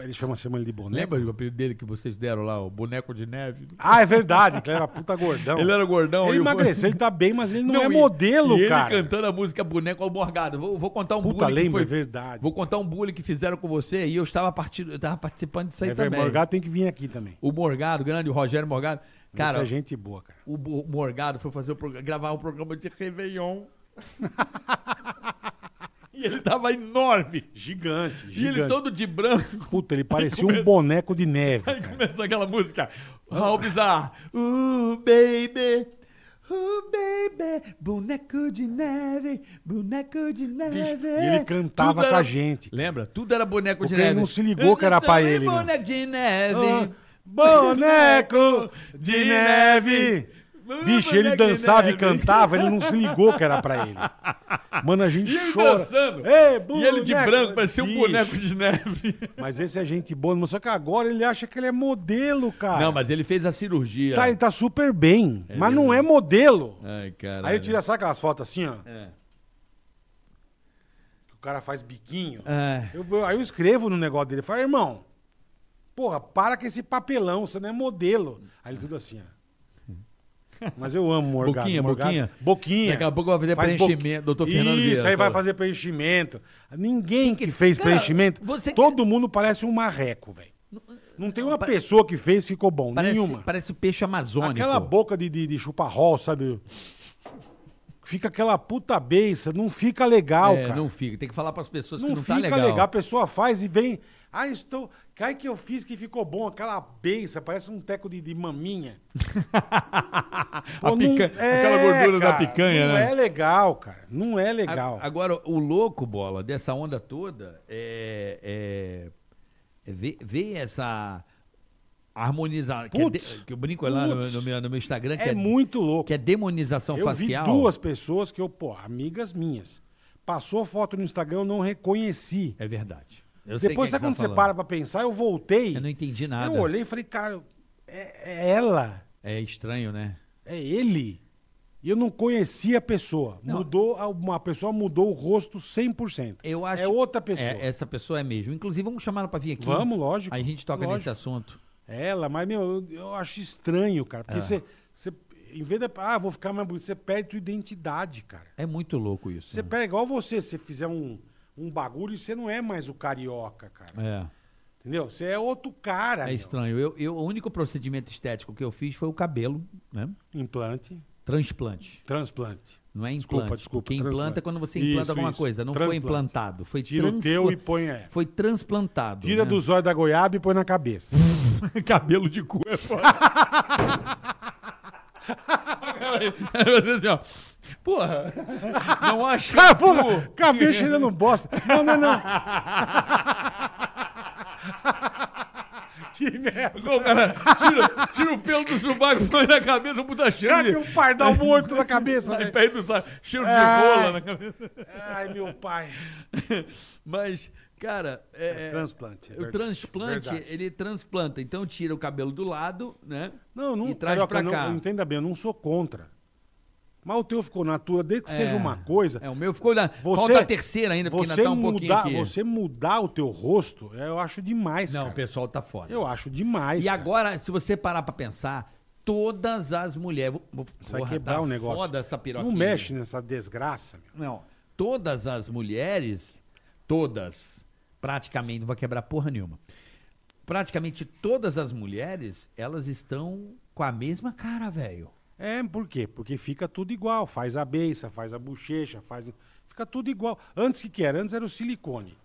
Speaker 4: Ele chama, chama ele de boneco.
Speaker 3: Lembra do apelido dele que vocês deram lá, o boneco de neve?
Speaker 4: Ah, é verdade, que ele era puta gordão.
Speaker 3: Ele era gordão.
Speaker 4: Ele
Speaker 3: e o-
Speaker 4: emagreceu, ele tá bem, mas ele não, é
Speaker 3: e-
Speaker 4: modelo,
Speaker 3: e ele
Speaker 4: cara.
Speaker 3: cantando a música Boneco ao Morgado. Vou, vou contar um
Speaker 4: Puta,
Speaker 3: bullying que
Speaker 4: lembra,
Speaker 3: foi-
Speaker 4: é verdade.
Speaker 3: Vou contar um bullying que fizeram com você e eu estava, partindo, eu estava participando disso aí
Speaker 4: é,
Speaker 3: também.
Speaker 4: também. Morgado tem que vir aqui também.
Speaker 3: O Morgado, grande, o Rogério Morgado.
Speaker 4: Cara,
Speaker 3: Cara,
Speaker 4: é gente boa, cara.
Speaker 3: o Bo- Morgado foi fazer o programa- gravar o programa de Réveillon. e ele tava enorme.
Speaker 4: Gigante,
Speaker 3: E ele todo de branco.
Speaker 4: Puta, ele parecia um boneco de neve,
Speaker 3: Aí
Speaker 4: cara.
Speaker 3: começou aquela música. Raul Bizarro. Uh, baby. Uh, baby. Boneco de neve. Boneco de neve.
Speaker 4: Vixe, e ele cantava com a gente.
Speaker 3: Lembra? Tudo era boneco
Speaker 4: Porque
Speaker 3: de neve.
Speaker 4: ele não se ligou que era pra
Speaker 3: Também
Speaker 4: ele, né?
Speaker 3: Boneco de neve.
Speaker 4: Ah, Boneco de
Speaker 3: De
Speaker 4: neve.
Speaker 3: neve. Ah,
Speaker 4: Bicho, ele
Speaker 3: Boneco de
Speaker 4: dançava e
Speaker 3: neve.
Speaker 4: cantava, ele não se ligou que era pra ele. Mano, a gente
Speaker 3: E ele
Speaker 4: chora.
Speaker 3: dançando.
Speaker 4: Ei,
Speaker 3: e ele de
Speaker 4: boneco.
Speaker 3: branco, parecia um
Speaker 4: Bicho,
Speaker 3: boneco de neve.
Speaker 4: Mas esse é gente boa, mas só que agora ele acha que ele é modelo, cara.
Speaker 3: Não, mas ele fez a cirurgia.
Speaker 4: Tá, ele tá super bem, mas não é modelo.
Speaker 3: Ai, cara.
Speaker 4: Aí tira, sabe aquelas fotos assim, ó?
Speaker 3: né? É.
Speaker 4: Que o cara faz biquinho.
Speaker 3: É.
Speaker 4: Eu- eu- aí eu escrevo no negócio dele, falo, irmão, Porra, para com esse papelão, você não é modelo. Aí ele tudo assim, ó. Mas eu amo o Morgado.
Speaker 3: Boquinha,
Speaker 4: Morgado-
Speaker 3: boquinha.
Speaker 4: Boquinha.
Speaker 3: Daqui a pouco vai fazer
Speaker 4: Faz
Speaker 3: preenchimento, doutor Fernando
Speaker 4: Isso,
Speaker 3: Vieira,
Speaker 4: aí vai
Speaker 3: fala.
Speaker 4: fazer preenchimento. Ninguém que,
Speaker 3: que-
Speaker 4: fez
Speaker 3: Cara,
Speaker 4: preenchimento,
Speaker 3: você-
Speaker 4: todo mundo parece um marreco, velho. Não tem uma pessoa que fez e ficou bom,
Speaker 3: Parece,
Speaker 4: nenhuma.
Speaker 3: parece peixe amazônico.
Speaker 4: Aquela boca de, de, de chuparrol, sabe? Fica aquela puta beiça, não fica legal,
Speaker 3: É,
Speaker 4: cara.
Speaker 3: não fica. Tem que falar pras pessoas
Speaker 4: Não
Speaker 3: que não
Speaker 4: fica
Speaker 3: tá
Speaker 4: legal.
Speaker 3: legal.
Speaker 4: a pessoa faz e vem. Ah, estou. Cai que eu fiz que ficou bom, aquela beiça, parece um teco de, de maminha. Pô,
Speaker 5: A
Speaker 4: não-
Speaker 5: pica-
Speaker 4: é,
Speaker 5: Aquela gordura da
Speaker 4: cara,
Speaker 5: picanha,
Speaker 4: não
Speaker 5: né?
Speaker 4: é legal, cara. Não é legal.
Speaker 3: A- agora, o louco, bola, dessa onda toda é. é, é ver, ver essa harmonização. Que, é de-
Speaker 4: Putz,
Speaker 3: que eu brinco lá no,
Speaker 4: putz.
Speaker 3: no meu, no meu Instagram. que
Speaker 4: é muito louco.
Speaker 3: Que é demonização
Speaker 4: eu
Speaker 3: facial.
Speaker 4: vi duas pessoas que eu, pô, amigas minhas. Passou foto no Instagram, eu não reconheci.
Speaker 3: É verdade. Eu sei
Speaker 4: Depois,
Speaker 3: quem é
Speaker 4: sabe
Speaker 3: que
Speaker 4: quando
Speaker 3: você
Speaker 4: você
Speaker 3: tá
Speaker 4: para
Speaker 3: falando.
Speaker 4: pra pensar, eu voltei.
Speaker 3: Eu não entendi nada.
Speaker 4: Eu olhei e falei, cara, é, é ela,
Speaker 3: É estranho, né?
Speaker 4: é ele. E eu não conhecia a pessoa.
Speaker 3: Não.
Speaker 4: Mudou, a- uma pessoa mudou o rosto 100%.
Speaker 3: Eu acho.
Speaker 4: É outra pessoa.
Speaker 3: É, essa pessoa é mesmo. Inclusive, vamos chamar ela pra vir aqui.
Speaker 4: Vamos, lógico,
Speaker 3: Aí a gente toca
Speaker 4: lógico.
Speaker 3: nesse assunto.
Speaker 4: Ela, mas, meu, eu, eu acho estranho, cara.
Speaker 3: Ah.
Speaker 4: Porque você, você, em vez de, ah, vou ficar mais bonito, você perde sua identidade, cara.
Speaker 3: É muito louco isso.
Speaker 4: Você
Speaker 3: né?
Speaker 4: pega igual você, se você fizer um, um bagulho, você não é mais o carioca, cara.
Speaker 3: É.
Speaker 4: Entendeu? Você é outro cara.
Speaker 3: É
Speaker 4: meu.
Speaker 3: estranho. Eu, eu, o único procedimento estético que eu fiz foi o cabelo, né?
Speaker 4: Implante,
Speaker 3: Transplante.
Speaker 4: transplante.
Speaker 3: Não é
Speaker 4: Desculpa,
Speaker 3: implante.
Speaker 4: desculpa,
Speaker 3: Porque implanta
Speaker 4: transplante.
Speaker 3: é quando você implanta
Speaker 4: Isso,
Speaker 3: alguma
Speaker 4: isso.
Speaker 3: coisa. Não foi
Speaker 4: Transplante.
Speaker 3: implantado. Foi
Speaker 4: Tira o
Speaker 3: transpla-
Speaker 4: teu e põe. É.
Speaker 3: Foi transplantado.
Speaker 4: Tira
Speaker 3: né?
Speaker 4: do zóio da goiaba e põe na cabeça.
Speaker 5: Cabelo de cu é foda.
Speaker 3: Eu falei assim, ó. Porra, não acho.
Speaker 4: Ah, porra, cabelo cheirando bosta. Não, não, não. que merda.
Speaker 5: Não, cara, tira, tira o pelo do sovaco, põe na cabeça, puta cheiro
Speaker 4: Cara, tem
Speaker 5: de...
Speaker 4: um pardal morto na cabeça. velho.
Speaker 5: Pé do sa- cheiro de
Speaker 4: Ai.
Speaker 5: rola na cabeça.
Speaker 4: Ai, meu pai.
Speaker 3: Mas, cara. É,
Speaker 4: transplante, é
Speaker 3: o
Speaker 4: verdade,
Speaker 3: transplante,
Speaker 4: verdade.
Speaker 3: ele transplanta. Então tira o cabelo do lado, né?
Speaker 4: Não, não,
Speaker 3: E traz
Speaker 4: Carioca,
Speaker 3: pra
Speaker 4: não,
Speaker 3: cá.
Speaker 4: entenda bem, eu não sou contra. Mas o teu ficou natura, desde que seja
Speaker 3: É,
Speaker 4: uma coisa.
Speaker 3: É, o meu ficou na.
Speaker 4: Você,
Speaker 3: Falta a terceira ainda, porque
Speaker 4: você
Speaker 3: ainda tá um pouquinho
Speaker 4: mudar,
Speaker 3: aqui.
Speaker 4: Você mudar o teu rosto, é, eu acho demais,
Speaker 3: Não, o
Speaker 4: cara.
Speaker 3: pessoal tá fora.
Speaker 4: Eu acho demais,
Speaker 3: E
Speaker 4: É cara.
Speaker 3: agora, se você parar pra pensar, todas as mulheres. vou- vou-
Speaker 4: Você vai
Speaker 3: porra,
Speaker 4: quebrar
Speaker 3: tá
Speaker 4: o negócio.
Speaker 3: Foda essa piroquinha.
Speaker 4: não mexe né? nessa desgraça, meu.
Speaker 3: Não. Todas as mulheres, todas, praticamente, não vai quebrar porra nenhuma. Praticamente todas as mulheres, elas estão com a mesma cara, velho.
Speaker 4: É, por quê? Porque fica tudo igual. Faz a beiça, faz a bochecha, faz. Fica tudo igual. Antes que que era? Antes era o silicone.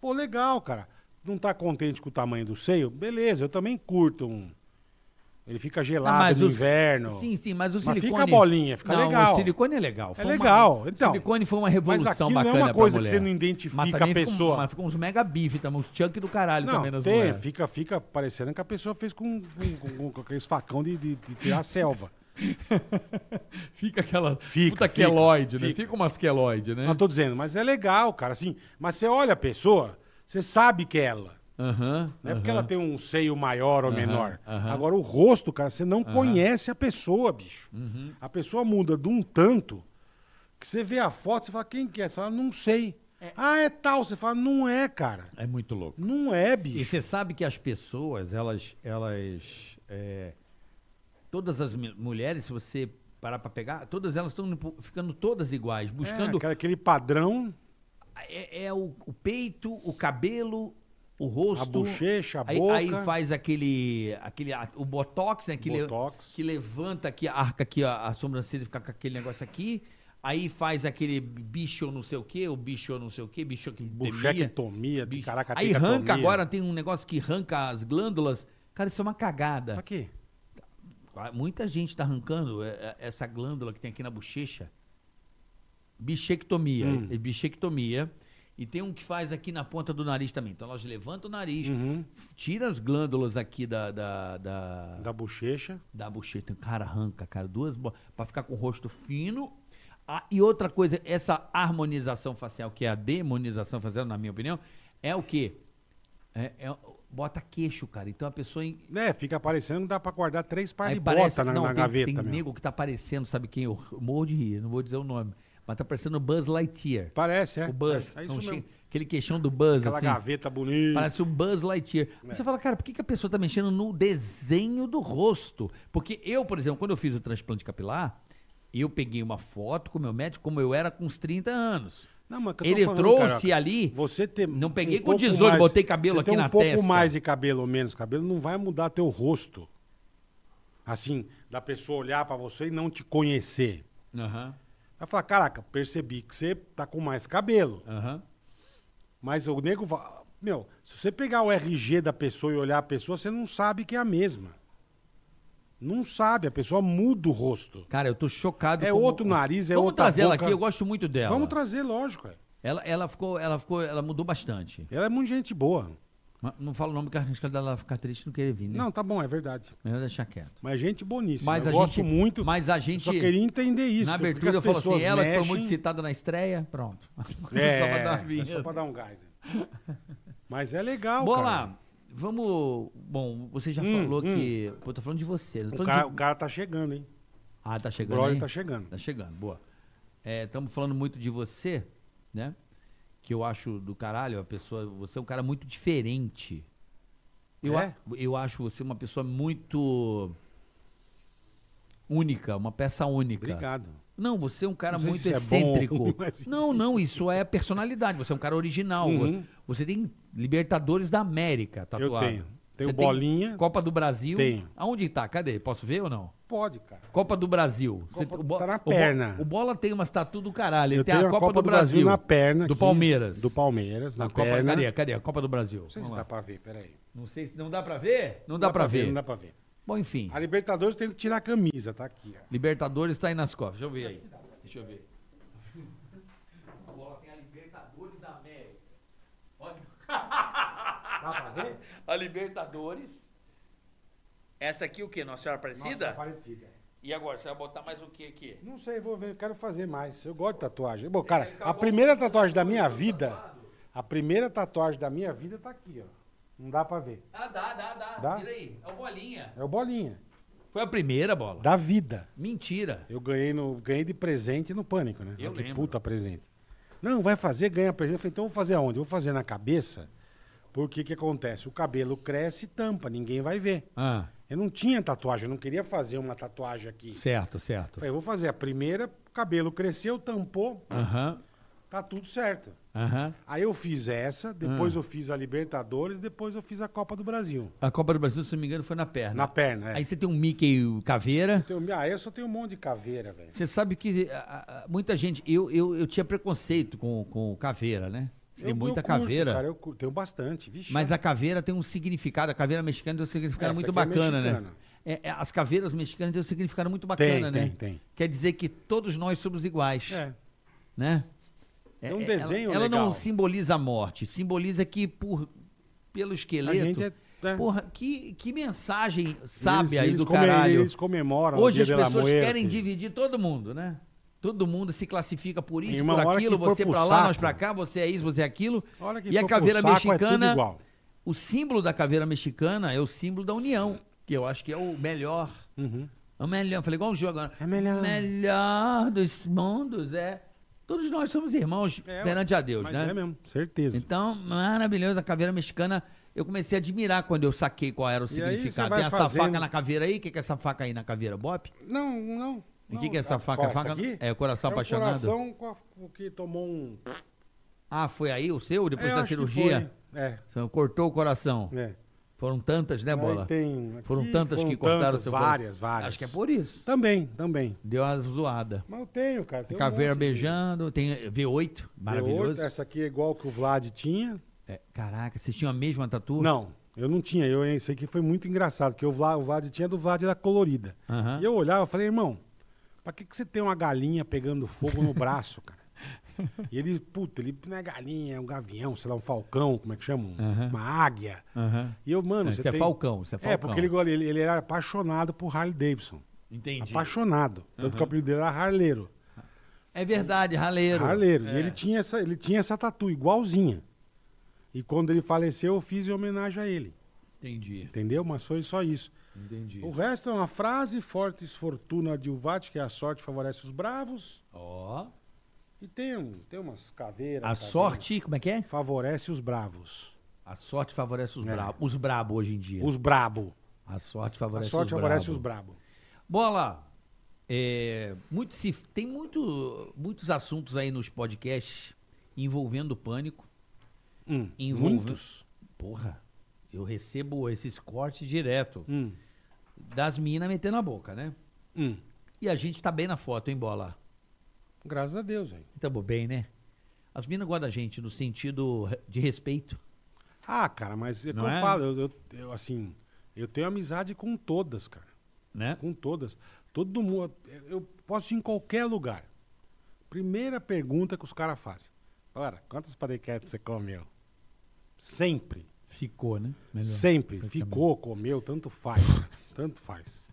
Speaker 4: Pô, legal, cara. Não tá contente com o tamanho do seio? Beleza, eu também curto um. Ele fica gelado
Speaker 3: Ah, mas
Speaker 4: no
Speaker 3: o-
Speaker 4: inverno.
Speaker 3: Sim, sim, mas o
Speaker 4: Mas
Speaker 3: silicone.
Speaker 4: fica a bolinha, fica
Speaker 3: não,
Speaker 4: legal.
Speaker 3: O silicone é legal.
Speaker 4: É
Speaker 3: Foi uma-
Speaker 4: legal, então.
Speaker 3: O silicone foi uma
Speaker 4: Mas
Speaker 3: revolução
Speaker 4: aquilo não é
Speaker 3: bacana.
Speaker 4: uma
Speaker 3: pra
Speaker 4: coisa que
Speaker 3: mulher.
Speaker 4: você não identifica
Speaker 3: Mas
Speaker 4: a
Speaker 3: também fica um-
Speaker 4: pessoa.
Speaker 3: mas fica uns mega bife, tá? uns chunk do caralho
Speaker 4: Não,
Speaker 3: também nas
Speaker 4: tem,
Speaker 3: mulheres.
Speaker 4: fica, fica parecendo que a pessoa fez com, com, com- com aqueles facão de, de, de tirar a selva.
Speaker 5: Fica aquela...
Speaker 4: Fica, fica,
Speaker 5: puta queloide, né?
Speaker 4: fica.
Speaker 5: Fica umas queloide, né?
Speaker 4: Não tô dizendo, mas é legal, cara. Assim, mas você olha a pessoa, você sabe que é ela.
Speaker 3: Aham.
Speaker 4: Não é porque ela tem um seio maior ou menor.
Speaker 3: aham.
Speaker 4: Agora, o rosto, cara, você não conhece a pessoa, bicho.
Speaker 3: Uhum.
Speaker 4: A pessoa muda de um tanto que você vê a foto, você fala, quem que é? Você fala, não sei. Ah, é tal. Você fala, não é, cara.
Speaker 3: É muito louco.
Speaker 4: Não é,
Speaker 3: E
Speaker 4: bicho.
Speaker 3: você sabe que as pessoas, elas. elas é, todas as mi- mulheres, se você parar pra pegar, todas elas estão ficando todas iguais,
Speaker 4: É,
Speaker 3: tá buscando.
Speaker 4: aquela- aquele padrão,
Speaker 3: É, é o, o peito, o cabelo, o rosto.
Speaker 4: a bochecha, a
Speaker 3: aí,
Speaker 4: boca.
Speaker 3: aí faz aquele. aquele a- o botox, né? Que, le-
Speaker 4: Botox.
Speaker 3: que levanta aqui, arca aqui a, a sobrancelha e fica com aquele negócio aqui. Aí faz aquele bicho não sei o quê, o bicho não sei o quê, bicho que
Speaker 4: Buchectomia,
Speaker 3: Bicho.
Speaker 4: caraca,
Speaker 3: Aí arranca agora, tem um negócio que arranca as glândulas. Cara, isso é uma cagada.
Speaker 4: Aqui.
Speaker 3: Muita gente tá arrancando é, é, essa glândula que tem aqui na bochecha. Bichectomia. é Bichectomia. E tem um que faz aqui na ponta do nariz também. Então elas levantam o nariz, tira as glândulas aqui da, da, da,
Speaker 4: Da bochecha.
Speaker 3: da bochecha. um Cara, arranca, cara. Duas bo- pra ficar com o rosto fino. Ah, e outra coisa, essa harmonização facial, que é a demonização facial, na minha opinião, é o quê? É- é- bota queixo, cara. Então a pessoa. em-
Speaker 4: É, fica parecendo que dá pra guardar três pares
Speaker 3: aí
Speaker 4: de bota na,
Speaker 3: não,
Speaker 4: na
Speaker 3: tem,
Speaker 4: gaveta,
Speaker 3: tem
Speaker 4: meu.
Speaker 3: nego que tá aparecendo, sabe quem? Eu morro de rir, não vou dizer o nome. Mas tá parecendo o Buzz Lightyear.
Speaker 4: Parece, é?
Speaker 3: O Buzz.
Speaker 4: É, é
Speaker 3: são
Speaker 4: isso
Speaker 3: chi-
Speaker 4: mesmo.
Speaker 3: Aquele queixão do Buzz,
Speaker 4: Aquela
Speaker 3: assim.
Speaker 4: gaveta É. bonita.
Speaker 3: Parece o Buzz Lightyear. Mas Você fala, cara, por que, que a pessoa tá mexendo no desenho do rosto? Porque eu, por exemplo, quando eu fiz o transplante capilar, eu peguei uma foto com o meu médico, como eu era com uns 30 anos.
Speaker 4: Não, mas o que eu tô
Speaker 3: Ele
Speaker 4: falando,
Speaker 3: trouxe
Speaker 4: Carioca,
Speaker 3: ali.
Speaker 4: Você ter
Speaker 3: Não peguei com
Speaker 4: pouco
Speaker 3: 18, botei cabelo
Speaker 4: você
Speaker 3: aqui
Speaker 4: ter um
Speaker 3: na
Speaker 4: pouco
Speaker 3: testa.
Speaker 4: mais de cabelo ou menos cabelo não vai mudar teu rosto. Assim, da pessoa olhar pra você e não te conhecer.
Speaker 3: Aham,
Speaker 4: Vai falar, caraca, percebi que você tá com mais cabelo.
Speaker 3: aham.
Speaker 4: Mas o nego va- Meu, se você pegar o RG da pessoa e olhar a pessoa, você não sabe que é a mesma. Não sabe, a pessoa muda o rosto.
Speaker 3: Cara, eu tô chocado.
Speaker 4: É outro nariz, é
Speaker 3: Vamos
Speaker 4: outra
Speaker 3: trazer ela
Speaker 4: boca.
Speaker 3: aqui, eu gosto muito dela.
Speaker 4: Vamos trazer, lógico. é.
Speaker 3: Ela, ela ficou, ela ficou, ela mudou bastante.
Speaker 4: Ela é muito gente boa.
Speaker 3: Mas Não fala o nome, porque acho que ela vai ficar triste e não querer vir, né?
Speaker 4: Não, tá bom, é verdade.
Speaker 3: Melhor deixar quieto.
Speaker 4: Mas gente boníssima.
Speaker 3: Mas
Speaker 4: eu
Speaker 3: a
Speaker 4: gosto
Speaker 3: gente-
Speaker 4: muito.
Speaker 3: mas a
Speaker 4: eu
Speaker 3: gente-
Speaker 4: só queria entender isso.
Speaker 3: na
Speaker 4: porque
Speaker 3: abertura
Speaker 4: as
Speaker 3: eu falo assim,
Speaker 4: pessoas
Speaker 3: ela que foi
Speaker 4: mexem-
Speaker 3: muito citada na estreia, pronto.
Speaker 4: É,
Speaker 3: Só pra dar uma
Speaker 4: é
Speaker 3: vinheta.
Speaker 4: só pra dar um gás. né? Mas é legal,
Speaker 3: Bola,
Speaker 4: cara.
Speaker 3: vamos... Bom, você já
Speaker 4: Hum,
Speaker 3: falou
Speaker 4: hum.
Speaker 3: que... Pô, tô falando de você. não tô
Speaker 4: O
Speaker 3: falando
Speaker 4: cara,
Speaker 3: de-
Speaker 4: o cara tá chegando, hein?
Speaker 3: Ah, tá
Speaker 4: O
Speaker 3: chegando
Speaker 4: brother
Speaker 3: aí?
Speaker 4: tá chegando.
Speaker 3: Tá chegando, boa. Estamos falando muito de você, né? Que eu acho do caralho, a pessoa. Você é um cara muito diferente. Eu,
Speaker 4: É?
Speaker 3: a- eu acho você uma pessoa muito única, uma peça única.
Speaker 4: Obrigado.
Speaker 3: Não, você é um cara
Speaker 4: Não sei
Speaker 3: muito
Speaker 4: se isso é bom,
Speaker 3: excêntrico.
Speaker 4: mas-
Speaker 3: Não, não, isso é personalidade. Você é um cara original.
Speaker 4: Uhum.
Speaker 3: Você tem Libertadores da América tatuado.
Speaker 4: tenho. Tenho
Speaker 3: Você tem
Speaker 4: bolinha.
Speaker 3: Copa do Brasil.
Speaker 4: Tenho.
Speaker 3: Aonde tá? Cadê? Posso ver ou não?
Speaker 4: Pode, cara.
Speaker 3: Copa do Brasil. Você-
Speaker 4: Copa-
Speaker 3: Bo-
Speaker 4: tá na
Speaker 3: Bo-
Speaker 4: perna.
Speaker 3: O Bola tem umas tatu do caralho. Ele
Speaker 4: Eu
Speaker 3: tem
Speaker 4: tenho
Speaker 3: a Copa, do, Brasil,
Speaker 4: na perna.
Speaker 3: Do
Speaker 4: aqui,
Speaker 3: Palmeiras.
Speaker 4: Do Palmeiras, na
Speaker 3: Na Copa,
Speaker 4: perna.
Speaker 3: cadê? Cadê? A Copa do Brasil.
Speaker 4: Não sei
Speaker 3: Vamos
Speaker 4: se
Speaker 3: lá.
Speaker 4: dá pra ver, peraí.
Speaker 3: Não sei se não dá pra ver? Não, dá, pra, ver.
Speaker 4: Não dá pra ver.
Speaker 3: Bom, enfim.
Speaker 4: A Libertadores tem que tirar a camisa, tá aqui, ó.
Speaker 3: Libertadores tá aí nas costas. Deixa eu ver aí. Deixa eu ver. O Bola tem a Libertadores da América. Olha. Ah,
Speaker 4: Dá pra ver?
Speaker 3: A Libertadores. Essa aqui o quê? Nossa Senhora Aparecida?
Speaker 4: tá parecida.
Speaker 3: E agora? Você vai botar mais o que aqui?
Speaker 4: Não sei, vou ver, quero fazer mais. Eu gosto de tatuagem. Bom, cara, a primeira tatuagem da minha vida, a primeira tatuagem da minha vida tá aqui, ó. Não dá pra ver.
Speaker 3: Ah, dá, dá, dá.
Speaker 4: Dá?
Speaker 3: Vira aí. É o Bolinha.
Speaker 4: É o bolinha
Speaker 3: Foi a primeira bola.
Speaker 4: da vida.
Speaker 3: Mentira.
Speaker 4: Eu ganhei no ganhei de presente no pânico, né?
Speaker 3: Eu
Speaker 4: Olha que
Speaker 3: lembro.
Speaker 4: puta presente. Não, vai fazer, ganha presente. Eu falei, então eu vou fazer aonde? Eu vou fazer na cabeça. Porque o que acontece? O cabelo cresce e tampa, ninguém vai ver.
Speaker 3: Ah,
Speaker 4: Eu não tinha tatuagem, eu não queria fazer uma tatuagem aqui.
Speaker 3: certo, certo.
Speaker 4: Falei, eu vou fazer a primeira, o cabelo cresceu, tampou,
Speaker 3: Aham,
Speaker 4: tá tudo certo.
Speaker 3: aham.
Speaker 4: Aí eu fiz essa,
Speaker 3: Ah.
Speaker 4: depois eu fiz a Libertadores, depois eu fiz a Copa do Brasil.
Speaker 3: A Copa do Brasil, se não me engano, foi na perna.
Speaker 4: Na perna, é.
Speaker 3: Aí você tem um Mickey caveira.
Speaker 4: Tenho- ah, eu só tenho um monte de caveira, velho.
Speaker 3: Você sabe que eh, a- a- muita gente... Eu, eu, eu tinha preconceito com, com caveira, né? Você
Speaker 4: Eu-
Speaker 3: tem
Speaker 4: eu
Speaker 3: muita
Speaker 4: curto,
Speaker 3: caveira.
Speaker 4: Cara, eu curto, tenho bastante, vixe.
Speaker 3: Mas a caveira tem um significado. A caveira mexicana tem um significado
Speaker 4: Essa
Speaker 3: muito
Speaker 4: aqui é
Speaker 3: bacana, né?
Speaker 4: mexicana.
Speaker 3: É, é, as caveiras mexicanas têm um significado muito bacana, né?
Speaker 4: tem, tem.
Speaker 3: Quer dizer que todos nós somos iguais,
Speaker 4: É.
Speaker 3: né?
Speaker 4: É um desenho
Speaker 3: Ela, ela
Speaker 4: legal.
Speaker 3: não simboliza a morte, simboliza que por pelo esqueleto.
Speaker 4: gente é- é.
Speaker 3: Porra, que, que mensagem sábia
Speaker 4: Eles-
Speaker 3: aí
Speaker 4: eles
Speaker 3: do
Speaker 4: come-
Speaker 3: caralho.
Speaker 4: Eles comemoram
Speaker 3: Hoje
Speaker 4: o
Speaker 3: as
Speaker 4: Dia de la
Speaker 3: pessoas
Speaker 4: Muerte.
Speaker 3: querem dividir todo mundo, né? Todo mundo se classifica por
Speaker 4: Em
Speaker 3: isso,
Speaker 4: uma
Speaker 3: por
Speaker 4: hora que
Speaker 3: aquilo,
Speaker 4: for
Speaker 3: você
Speaker 4: pro
Speaker 3: pra lá,
Speaker 4: saco.
Speaker 3: nós pra cá, você é isso, você é aquilo.
Speaker 4: A hora que
Speaker 3: E a
Speaker 4: for pro
Speaker 3: caveira
Speaker 4: saco, é tudo
Speaker 3: mexicana,
Speaker 4: igual.
Speaker 3: o símbolo da caveira mexicana é o símbolo da união, que eu acho que é o melhor. É o melhor, falei igual o jogo agora.
Speaker 4: Uhum. É melhor.
Speaker 3: O melhor dos mundos é todos nós somos irmãos
Speaker 4: É,
Speaker 3: perante a Deus,
Speaker 4: Mas
Speaker 3: né?
Speaker 4: é mesmo, certeza.
Speaker 3: Então, maravilhoso, a caveira mexicana. Eu comecei a admirar quando eu saquei qual era o
Speaker 4: E aí você
Speaker 3: significado.
Speaker 4: vai
Speaker 3: Tem essa
Speaker 4: fazendo-
Speaker 3: faca na caveira aí? O que, que é essa faca aí na caveira? Bop?
Speaker 4: Não, não.
Speaker 3: E o
Speaker 4: não,
Speaker 3: que que é essa
Speaker 4: a-
Speaker 3: faca?
Speaker 4: ó,
Speaker 3: A faca é o coração apaixonado?
Speaker 4: É o coração com a- com o que tomou um...
Speaker 3: Ah, foi aí o seu, depois
Speaker 4: É,
Speaker 3: da
Speaker 4: acho que
Speaker 3: cirurgia?
Speaker 4: foi. É,
Speaker 3: Você cortou o coração.
Speaker 4: é.
Speaker 3: Foram tantas, né, Bola?
Speaker 4: Aí tem-
Speaker 3: Foram
Speaker 4: aqui
Speaker 3: tantas
Speaker 4: foram
Speaker 3: que cortaram o
Speaker 4: tantas,
Speaker 3: seu
Speaker 4: várias,
Speaker 3: coração.
Speaker 4: várias.
Speaker 3: Acho que é por isso.
Speaker 4: Também, também.
Speaker 3: Deu uma zoada.
Speaker 4: Mas eu tenho, cara. Tem um
Speaker 3: Caveira
Speaker 4: monte de-
Speaker 3: beijando, tem V8,
Speaker 4: Tem
Speaker 3: maravilhoso.
Speaker 4: outra, Essa aqui é igual que o Vlad tinha.
Speaker 3: É, caraca, vocês tinham a mesma tatu?
Speaker 4: Não, eu não tinha. Eu sei que foi muito engraçado, porque o Vlad, o Vlad tinha do Vlad da colorida.
Speaker 3: Aham.
Speaker 4: E eu olhava e falei, irmão, pra que, que você tem uma galinha pegando fogo no braço, cara? E ele, puta, ele não é galinha, é um gavião, sei lá, um falcão, como é que chama? Um-
Speaker 3: Aham.
Speaker 4: Uma águia.
Speaker 3: Aham.
Speaker 4: E eu, mano,
Speaker 3: É,
Speaker 4: você
Speaker 3: você é
Speaker 4: tem-
Speaker 3: falcão, você é falcão.
Speaker 4: porque ele, gosta- ele, ele era apaixonado por Harley Davidson.
Speaker 3: Entendi.
Speaker 4: Apaixonado. Tanto que o apelido dele era Harleiro.
Speaker 3: É verdade, raleiro. É.
Speaker 4: Harleiro. E ele tinha, essa, ele tinha essa tatu igualzinha. E quando ele faleceu, eu fiz em homenagem a ele.
Speaker 3: Entendi,
Speaker 4: Entendeu? Mas foi só isso.
Speaker 3: entendi.
Speaker 4: O resto é uma é frase, fortes fortuna de Uvat, que a sorte favorece os bravos.
Speaker 3: Ó,
Speaker 4: Tem, um- tem umas caveiras.
Speaker 3: A
Speaker 4: caveiras.
Speaker 3: sorte, como é que é?
Speaker 4: favorece os bravos.
Speaker 3: A sorte favorece os
Speaker 4: É.
Speaker 3: bravos. Os brabo hoje em dia.
Speaker 4: Os brabo.
Speaker 3: A sorte
Speaker 4: A
Speaker 3: favorece
Speaker 4: sorte
Speaker 3: os
Speaker 4: favorece
Speaker 3: brabo.
Speaker 4: os brabo.
Speaker 3: Bola. é, muito se- tem muito, muitos assuntos aí nos podcasts envolvendo pânico.
Speaker 4: Hum,
Speaker 3: Envolve-
Speaker 4: Muitos.
Speaker 3: Porra, eu recebo esses cortes direto
Speaker 4: Hum,
Speaker 3: das minas metendo a boca, né?
Speaker 4: hum.
Speaker 3: E a gente tá bem na foto, hein, Bola?
Speaker 4: Graças a Deus, velho.
Speaker 3: Tamo bem, né? As minas gostam da gente no sentido de respeito.
Speaker 4: Ah, cara, mas é
Speaker 3: Não
Speaker 4: que
Speaker 3: é?
Speaker 4: eu falo, eu, eu- eu, assim, eu tenho amizade com todas, cara.
Speaker 3: Né?
Speaker 4: Com todas. Todo mundo. Eu posso ir em qualquer lugar. Primeira pergunta que os caras fazem. Ora, quantas paniquetes você comeu? Sempre.
Speaker 3: Ficou, né? Melhor.
Speaker 4: Sempre.
Speaker 3: Praticamente.
Speaker 4: Ficou, comeu, tanto faz. tanto faz.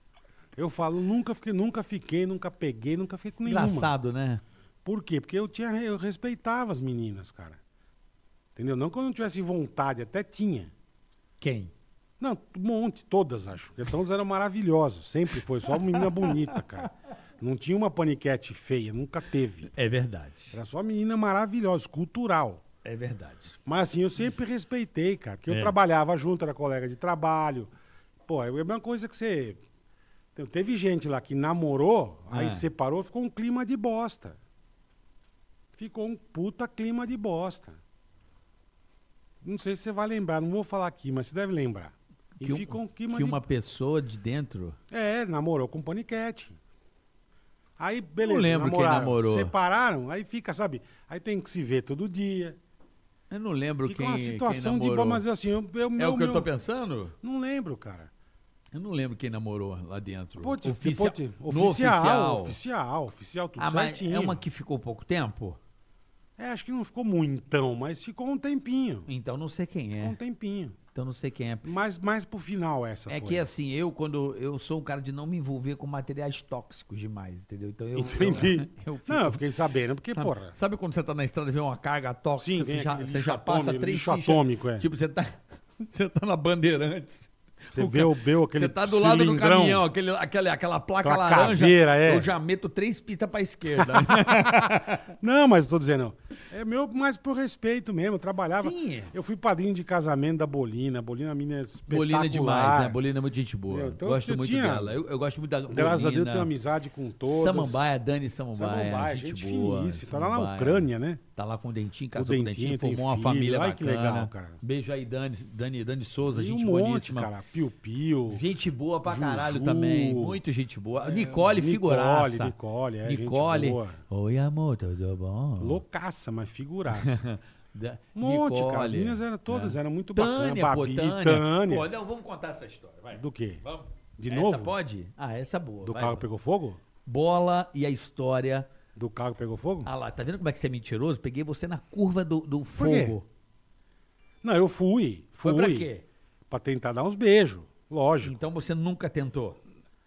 Speaker 4: Eu falo, nunca fiquei, nunca fiquei, nunca peguei, nunca fiquei com nenhuma.
Speaker 3: Engraçado, né?
Speaker 4: Por quê? Porque eu, tinha, eu respeitava as meninas, cara. Entendeu? Não que eu não tivesse vontade, até tinha.
Speaker 3: Quem?
Speaker 4: Não, um monte, todas, acho. Porque todas eram maravilhosas. Sempre foi, só uma menina bonita, cara. Não tinha uma paniquete feia, nunca teve.
Speaker 3: É verdade.
Speaker 4: Era só menina maravilhosa, cultural.
Speaker 3: É verdade.
Speaker 4: Mas assim, eu sempre respeitei, cara. Porque eu
Speaker 3: É.
Speaker 4: trabalhava junto, era colega de trabalho. Pô, é a mesma coisa que você. Te- Teve gente lá que namorou, aí
Speaker 3: Ah.
Speaker 4: separou, ficou um clima de bosta. Ficou um puta clima de bosta. Não sei se você vai lembrar, não vou falar aqui, mas você deve lembrar. E
Speaker 3: Que um-
Speaker 4: ficou um clima
Speaker 3: que
Speaker 4: de
Speaker 3: uma pessoa de dentro.
Speaker 4: é, namorou com paniquete. Aí, beleza.
Speaker 3: Não lembro quem
Speaker 4: namoraram,
Speaker 3: namorou.
Speaker 4: Separaram, aí fica, sabe? Aí tem que se ver todo dia.
Speaker 3: Eu não lembro
Speaker 4: fica
Speaker 3: quem.
Speaker 4: uma situação
Speaker 3: quem
Speaker 4: de
Speaker 3: namorou.
Speaker 4: boa, mas assim, eu, eu,
Speaker 3: É
Speaker 4: meu-
Speaker 3: o que eu tô
Speaker 4: meu-
Speaker 3: pensando?
Speaker 4: Não lembro, cara.
Speaker 3: Eu não lembro quem namorou lá dentro.
Speaker 4: Pô, te-
Speaker 3: Oficia-
Speaker 4: pô, te-
Speaker 3: no
Speaker 4: oficial,
Speaker 3: oficial.
Speaker 4: oficial, oficial, tudo
Speaker 3: Ah, mas
Speaker 4: certinho.
Speaker 3: é uma que ficou pouco tempo?
Speaker 4: É, acho que não ficou muitão, mas ficou um tempinho.
Speaker 3: Então não sei quem
Speaker 4: Ficou um
Speaker 3: é.
Speaker 4: tempinho.
Speaker 3: Então não sei quem é.
Speaker 4: Mas mais pro final essa
Speaker 3: É
Speaker 4: foi.
Speaker 3: que assim, eu quando eu sou um cara de não me envolver com materiais tóxicos demais, entendeu? Então eu
Speaker 4: Entendi.
Speaker 3: Eu, eu fico-
Speaker 4: Não, eu fiquei sabendo, porque,
Speaker 3: sabe,
Speaker 4: porra...
Speaker 3: sabe quando você tá na estrada e vê uma carga tóxica,
Speaker 4: Sim,
Speaker 3: você,
Speaker 4: vem
Speaker 3: já,
Speaker 4: aquele
Speaker 3: você
Speaker 4: lixo
Speaker 3: já passa
Speaker 4: atômico,
Speaker 3: três
Speaker 4: lixo
Speaker 3: fichas.
Speaker 4: atômico, é.
Speaker 3: Tipo, você tá você tá na Bandeirantes.
Speaker 4: Você
Speaker 3: O
Speaker 4: vê o- vê o- aquele
Speaker 3: Você tá do lado do
Speaker 4: cilindrão.
Speaker 3: caminhão, aquele, aquele, aquela placa
Speaker 4: Aquela
Speaker 3: laranja.
Speaker 4: caveira, é.
Speaker 3: Eu já meto três pistas pra esquerda.
Speaker 4: Não, mas eu tô dizendo, é meu, mas por respeito mesmo, eu trabalhava.
Speaker 3: Sim.
Speaker 4: Eu fui padrinho de casamento da Bolina, a Bolina mina é espetacular.
Speaker 3: Bolina é demais, né? Bolina é muito gente boa.
Speaker 4: Eu- então,
Speaker 3: gosto
Speaker 4: eu
Speaker 3: muito
Speaker 4: tinha-
Speaker 3: dela. Eu, eu gosto muito da
Speaker 4: Graças a Deus eu
Speaker 3: Bolina.
Speaker 4: tenho amizade com todos.
Speaker 3: Samambaia, Dani Samambaia.
Speaker 4: Samambaia,
Speaker 3: gente,
Speaker 4: gente,
Speaker 3: boa.
Speaker 4: finíssima, tá lá na
Speaker 3: Samambaia.
Speaker 4: Ucrânia, né?
Speaker 3: Tá lá com o Dentinho,
Speaker 4: Com o
Speaker 3: casou com o Dentinho,
Speaker 4: Dentinho, tem
Speaker 3: formou uma
Speaker 4: filho.
Speaker 3: família
Speaker 4: Ai, que
Speaker 3: bacana.
Speaker 4: legal, cara.
Speaker 3: Beijo aí, Dani, Dani, Dani Souza,
Speaker 4: E um
Speaker 3: gente
Speaker 4: monte,
Speaker 3: boníssima.
Speaker 4: cara. Piu Piu.
Speaker 3: Gente boa pra
Speaker 4: Juju.
Speaker 3: caralho também. Muito gente boa. Nicole,
Speaker 4: É, Nicole,
Speaker 3: figuraça.
Speaker 4: Nicole, é, gente
Speaker 3: Nicole.
Speaker 4: boa.
Speaker 3: Oi, amor, tudo bom?
Speaker 4: Loucaça, mas figuraça.
Speaker 3: Da-
Speaker 4: Um monte, cara. As
Speaker 3: Nicole,
Speaker 4: meninas eram todas,
Speaker 3: né?
Speaker 4: eram muito bacanas.
Speaker 3: Tânia, pô,
Speaker 4: Babi,
Speaker 3: Tânia.
Speaker 4: Tânia.
Speaker 3: Pô, não, vamos contar essa história, vai.
Speaker 4: Do quê?
Speaker 3: Vamos.
Speaker 4: De
Speaker 3: essa
Speaker 4: novo?
Speaker 3: pode? Ah, essa é boa.
Speaker 4: Do
Speaker 3: vai,
Speaker 4: carro
Speaker 3: vai.
Speaker 4: pegou fogo?
Speaker 3: Bola e a história.
Speaker 4: Do carro pegou fogo?
Speaker 3: Ah lá, tá vendo como é que você é mentiroso? Peguei você na curva do, do
Speaker 4: Por quê?
Speaker 3: fogo.
Speaker 4: Não, eu fui.
Speaker 3: Foi
Speaker 4: fui
Speaker 3: pra quê?
Speaker 4: Pra tentar dar uns beijos. Lógico.
Speaker 3: Então você nunca tentou.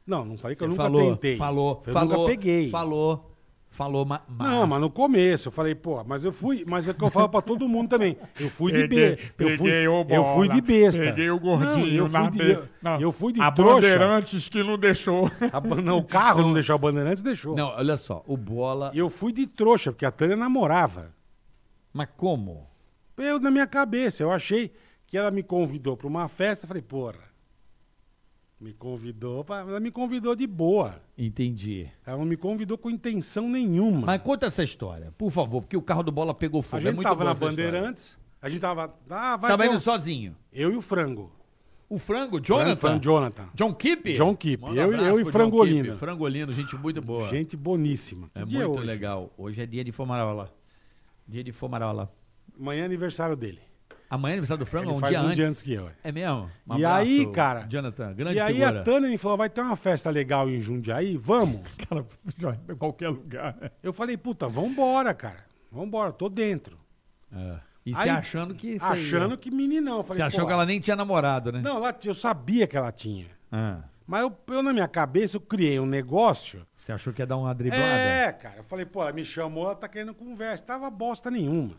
Speaker 4: Não, não falei que
Speaker 3: Você
Speaker 4: É eu nunca
Speaker 3: falou,
Speaker 4: tentei.
Speaker 3: falou,
Speaker 4: eu
Speaker 3: falou,
Speaker 4: nunca peguei.
Speaker 3: falou, falou, ma- ma-
Speaker 4: Não, mas no começo eu falei, pô, mas eu fui, mas é o que eu falo pra todo mundo também. Eu fui de besta. Eu fui,
Speaker 6: peguei o
Speaker 4: eu
Speaker 6: bola,
Speaker 4: fui de besta.
Speaker 6: Peguei o gordinho
Speaker 4: não, eu
Speaker 6: na
Speaker 4: fui de,
Speaker 6: be-
Speaker 4: eu,
Speaker 6: não,
Speaker 4: eu fui de
Speaker 6: A
Speaker 4: trouxa.
Speaker 6: Bandeirantes que não deixou.
Speaker 4: A ban- não, o carro não deixou a Bandeirantes, deixou.
Speaker 3: Não, olha só, o bola.
Speaker 4: E Eu fui de trouxa, porque a Tânia namorava.
Speaker 3: Mas como?
Speaker 4: Eu, na minha cabeça, eu achei que ela me convidou pra uma festa. eu Falei, porra, me convidou, pra... ela me convidou de boa.
Speaker 3: Entendi.
Speaker 4: Ela não me convidou com intenção nenhuma.
Speaker 3: Mas conta essa história, por favor, porque o carro do bola pegou fogo.
Speaker 4: a
Speaker 3: é
Speaker 4: gente
Speaker 3: muito
Speaker 4: tava
Speaker 3: boa
Speaker 4: na
Speaker 3: essa história. Tá
Speaker 4: Bandeirantes, a gente tava. Ah, vai
Speaker 3: Tava
Speaker 4: ter
Speaker 3: indo
Speaker 4: um-
Speaker 3: sozinho.
Speaker 4: Eu e o Frango.
Speaker 3: O frango, Jonathan?
Speaker 4: Frango Jonathan.
Speaker 3: John Kipp?
Speaker 4: John Kipp.
Speaker 3: Manda
Speaker 4: Eu e-
Speaker 3: abraço
Speaker 4: eu e
Speaker 3: pro John
Speaker 4: Frangolino.
Speaker 3: Kipp. Frangolino, gente muito boa.
Speaker 4: Gente boníssima. Que
Speaker 3: é
Speaker 4: dia
Speaker 3: muito
Speaker 4: hoje?
Speaker 3: legal. Hoje é dia de Fomarola. Dia de Fomarola.
Speaker 4: Amanhã é aniversário dele.
Speaker 3: Amanhã é aniversário do frango,
Speaker 4: Ele
Speaker 3: um
Speaker 4: faz
Speaker 3: dia
Speaker 4: um
Speaker 3: antes.
Speaker 4: dia antes que eu.
Speaker 3: É mesmo? Um
Speaker 4: E
Speaker 3: abraço,
Speaker 4: aí, cara?
Speaker 3: Jonathan, grande
Speaker 4: e aí é
Speaker 3: figura.
Speaker 4: a Tânia me falou, vai ter uma festa legal em Jundiaí? Vamos.
Speaker 6: Cara, em qualquer lugar.
Speaker 4: Eu falei, puta, vambora, cara. Vambora, tô dentro.
Speaker 3: É. E
Speaker 4: Aí,
Speaker 3: se achando que. você
Speaker 4: Achando que meninão. Eu
Speaker 3: é. Você
Speaker 4: Falei,
Speaker 3: achou
Speaker 4: "Pô,
Speaker 3: que ela nem tinha namorado, né?
Speaker 4: Não, ela- eu sabia que ela tinha.
Speaker 3: Ah,
Speaker 4: Mas eu, eu, na minha cabeça, eu criei um negócio.
Speaker 3: você achou que ia dar uma driblada?
Speaker 4: É, cara. Eu falei, pô, ela me chamou, ela tá querendo conversa. Tava bosta nenhuma.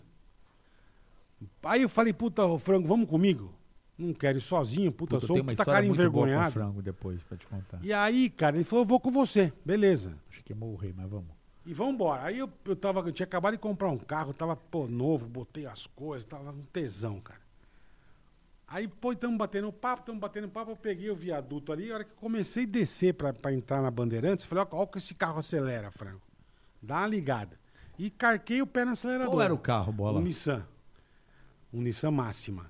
Speaker 4: Aí eu falei, puta, ô, Frango, vamos comigo? Não quero ir sozinho,
Speaker 3: Puta,
Speaker 4: puta, eu sou
Speaker 3: tenho
Speaker 4: um puta cara
Speaker 3: muito boa com o
Speaker 4: envergonhado.
Speaker 3: frango depois pra te contar.
Speaker 4: E aí, cara, ele falou, eu vou com você. Beleza.
Speaker 3: Acho que ia morrer, mas vamos.
Speaker 4: E vambora. Aí eu, eu tava, eu tinha acabado de comprar um carro, tava, pô, novo, botei as coisas, tava um tesão, cara. Aí, pô, estamos batendo um papo, estamos batendo papo, eu peguei o viaduto ali, a hora que eu comecei a descer pra, pra entrar na Bandeirantes, eu falei, ó, olha que esse carro acelera, Franco. Dá uma ligada. E carquei o pé no acelerador.
Speaker 3: Qual era o carro, Bola?
Speaker 4: Um Nissan. Um Nissan Máxima.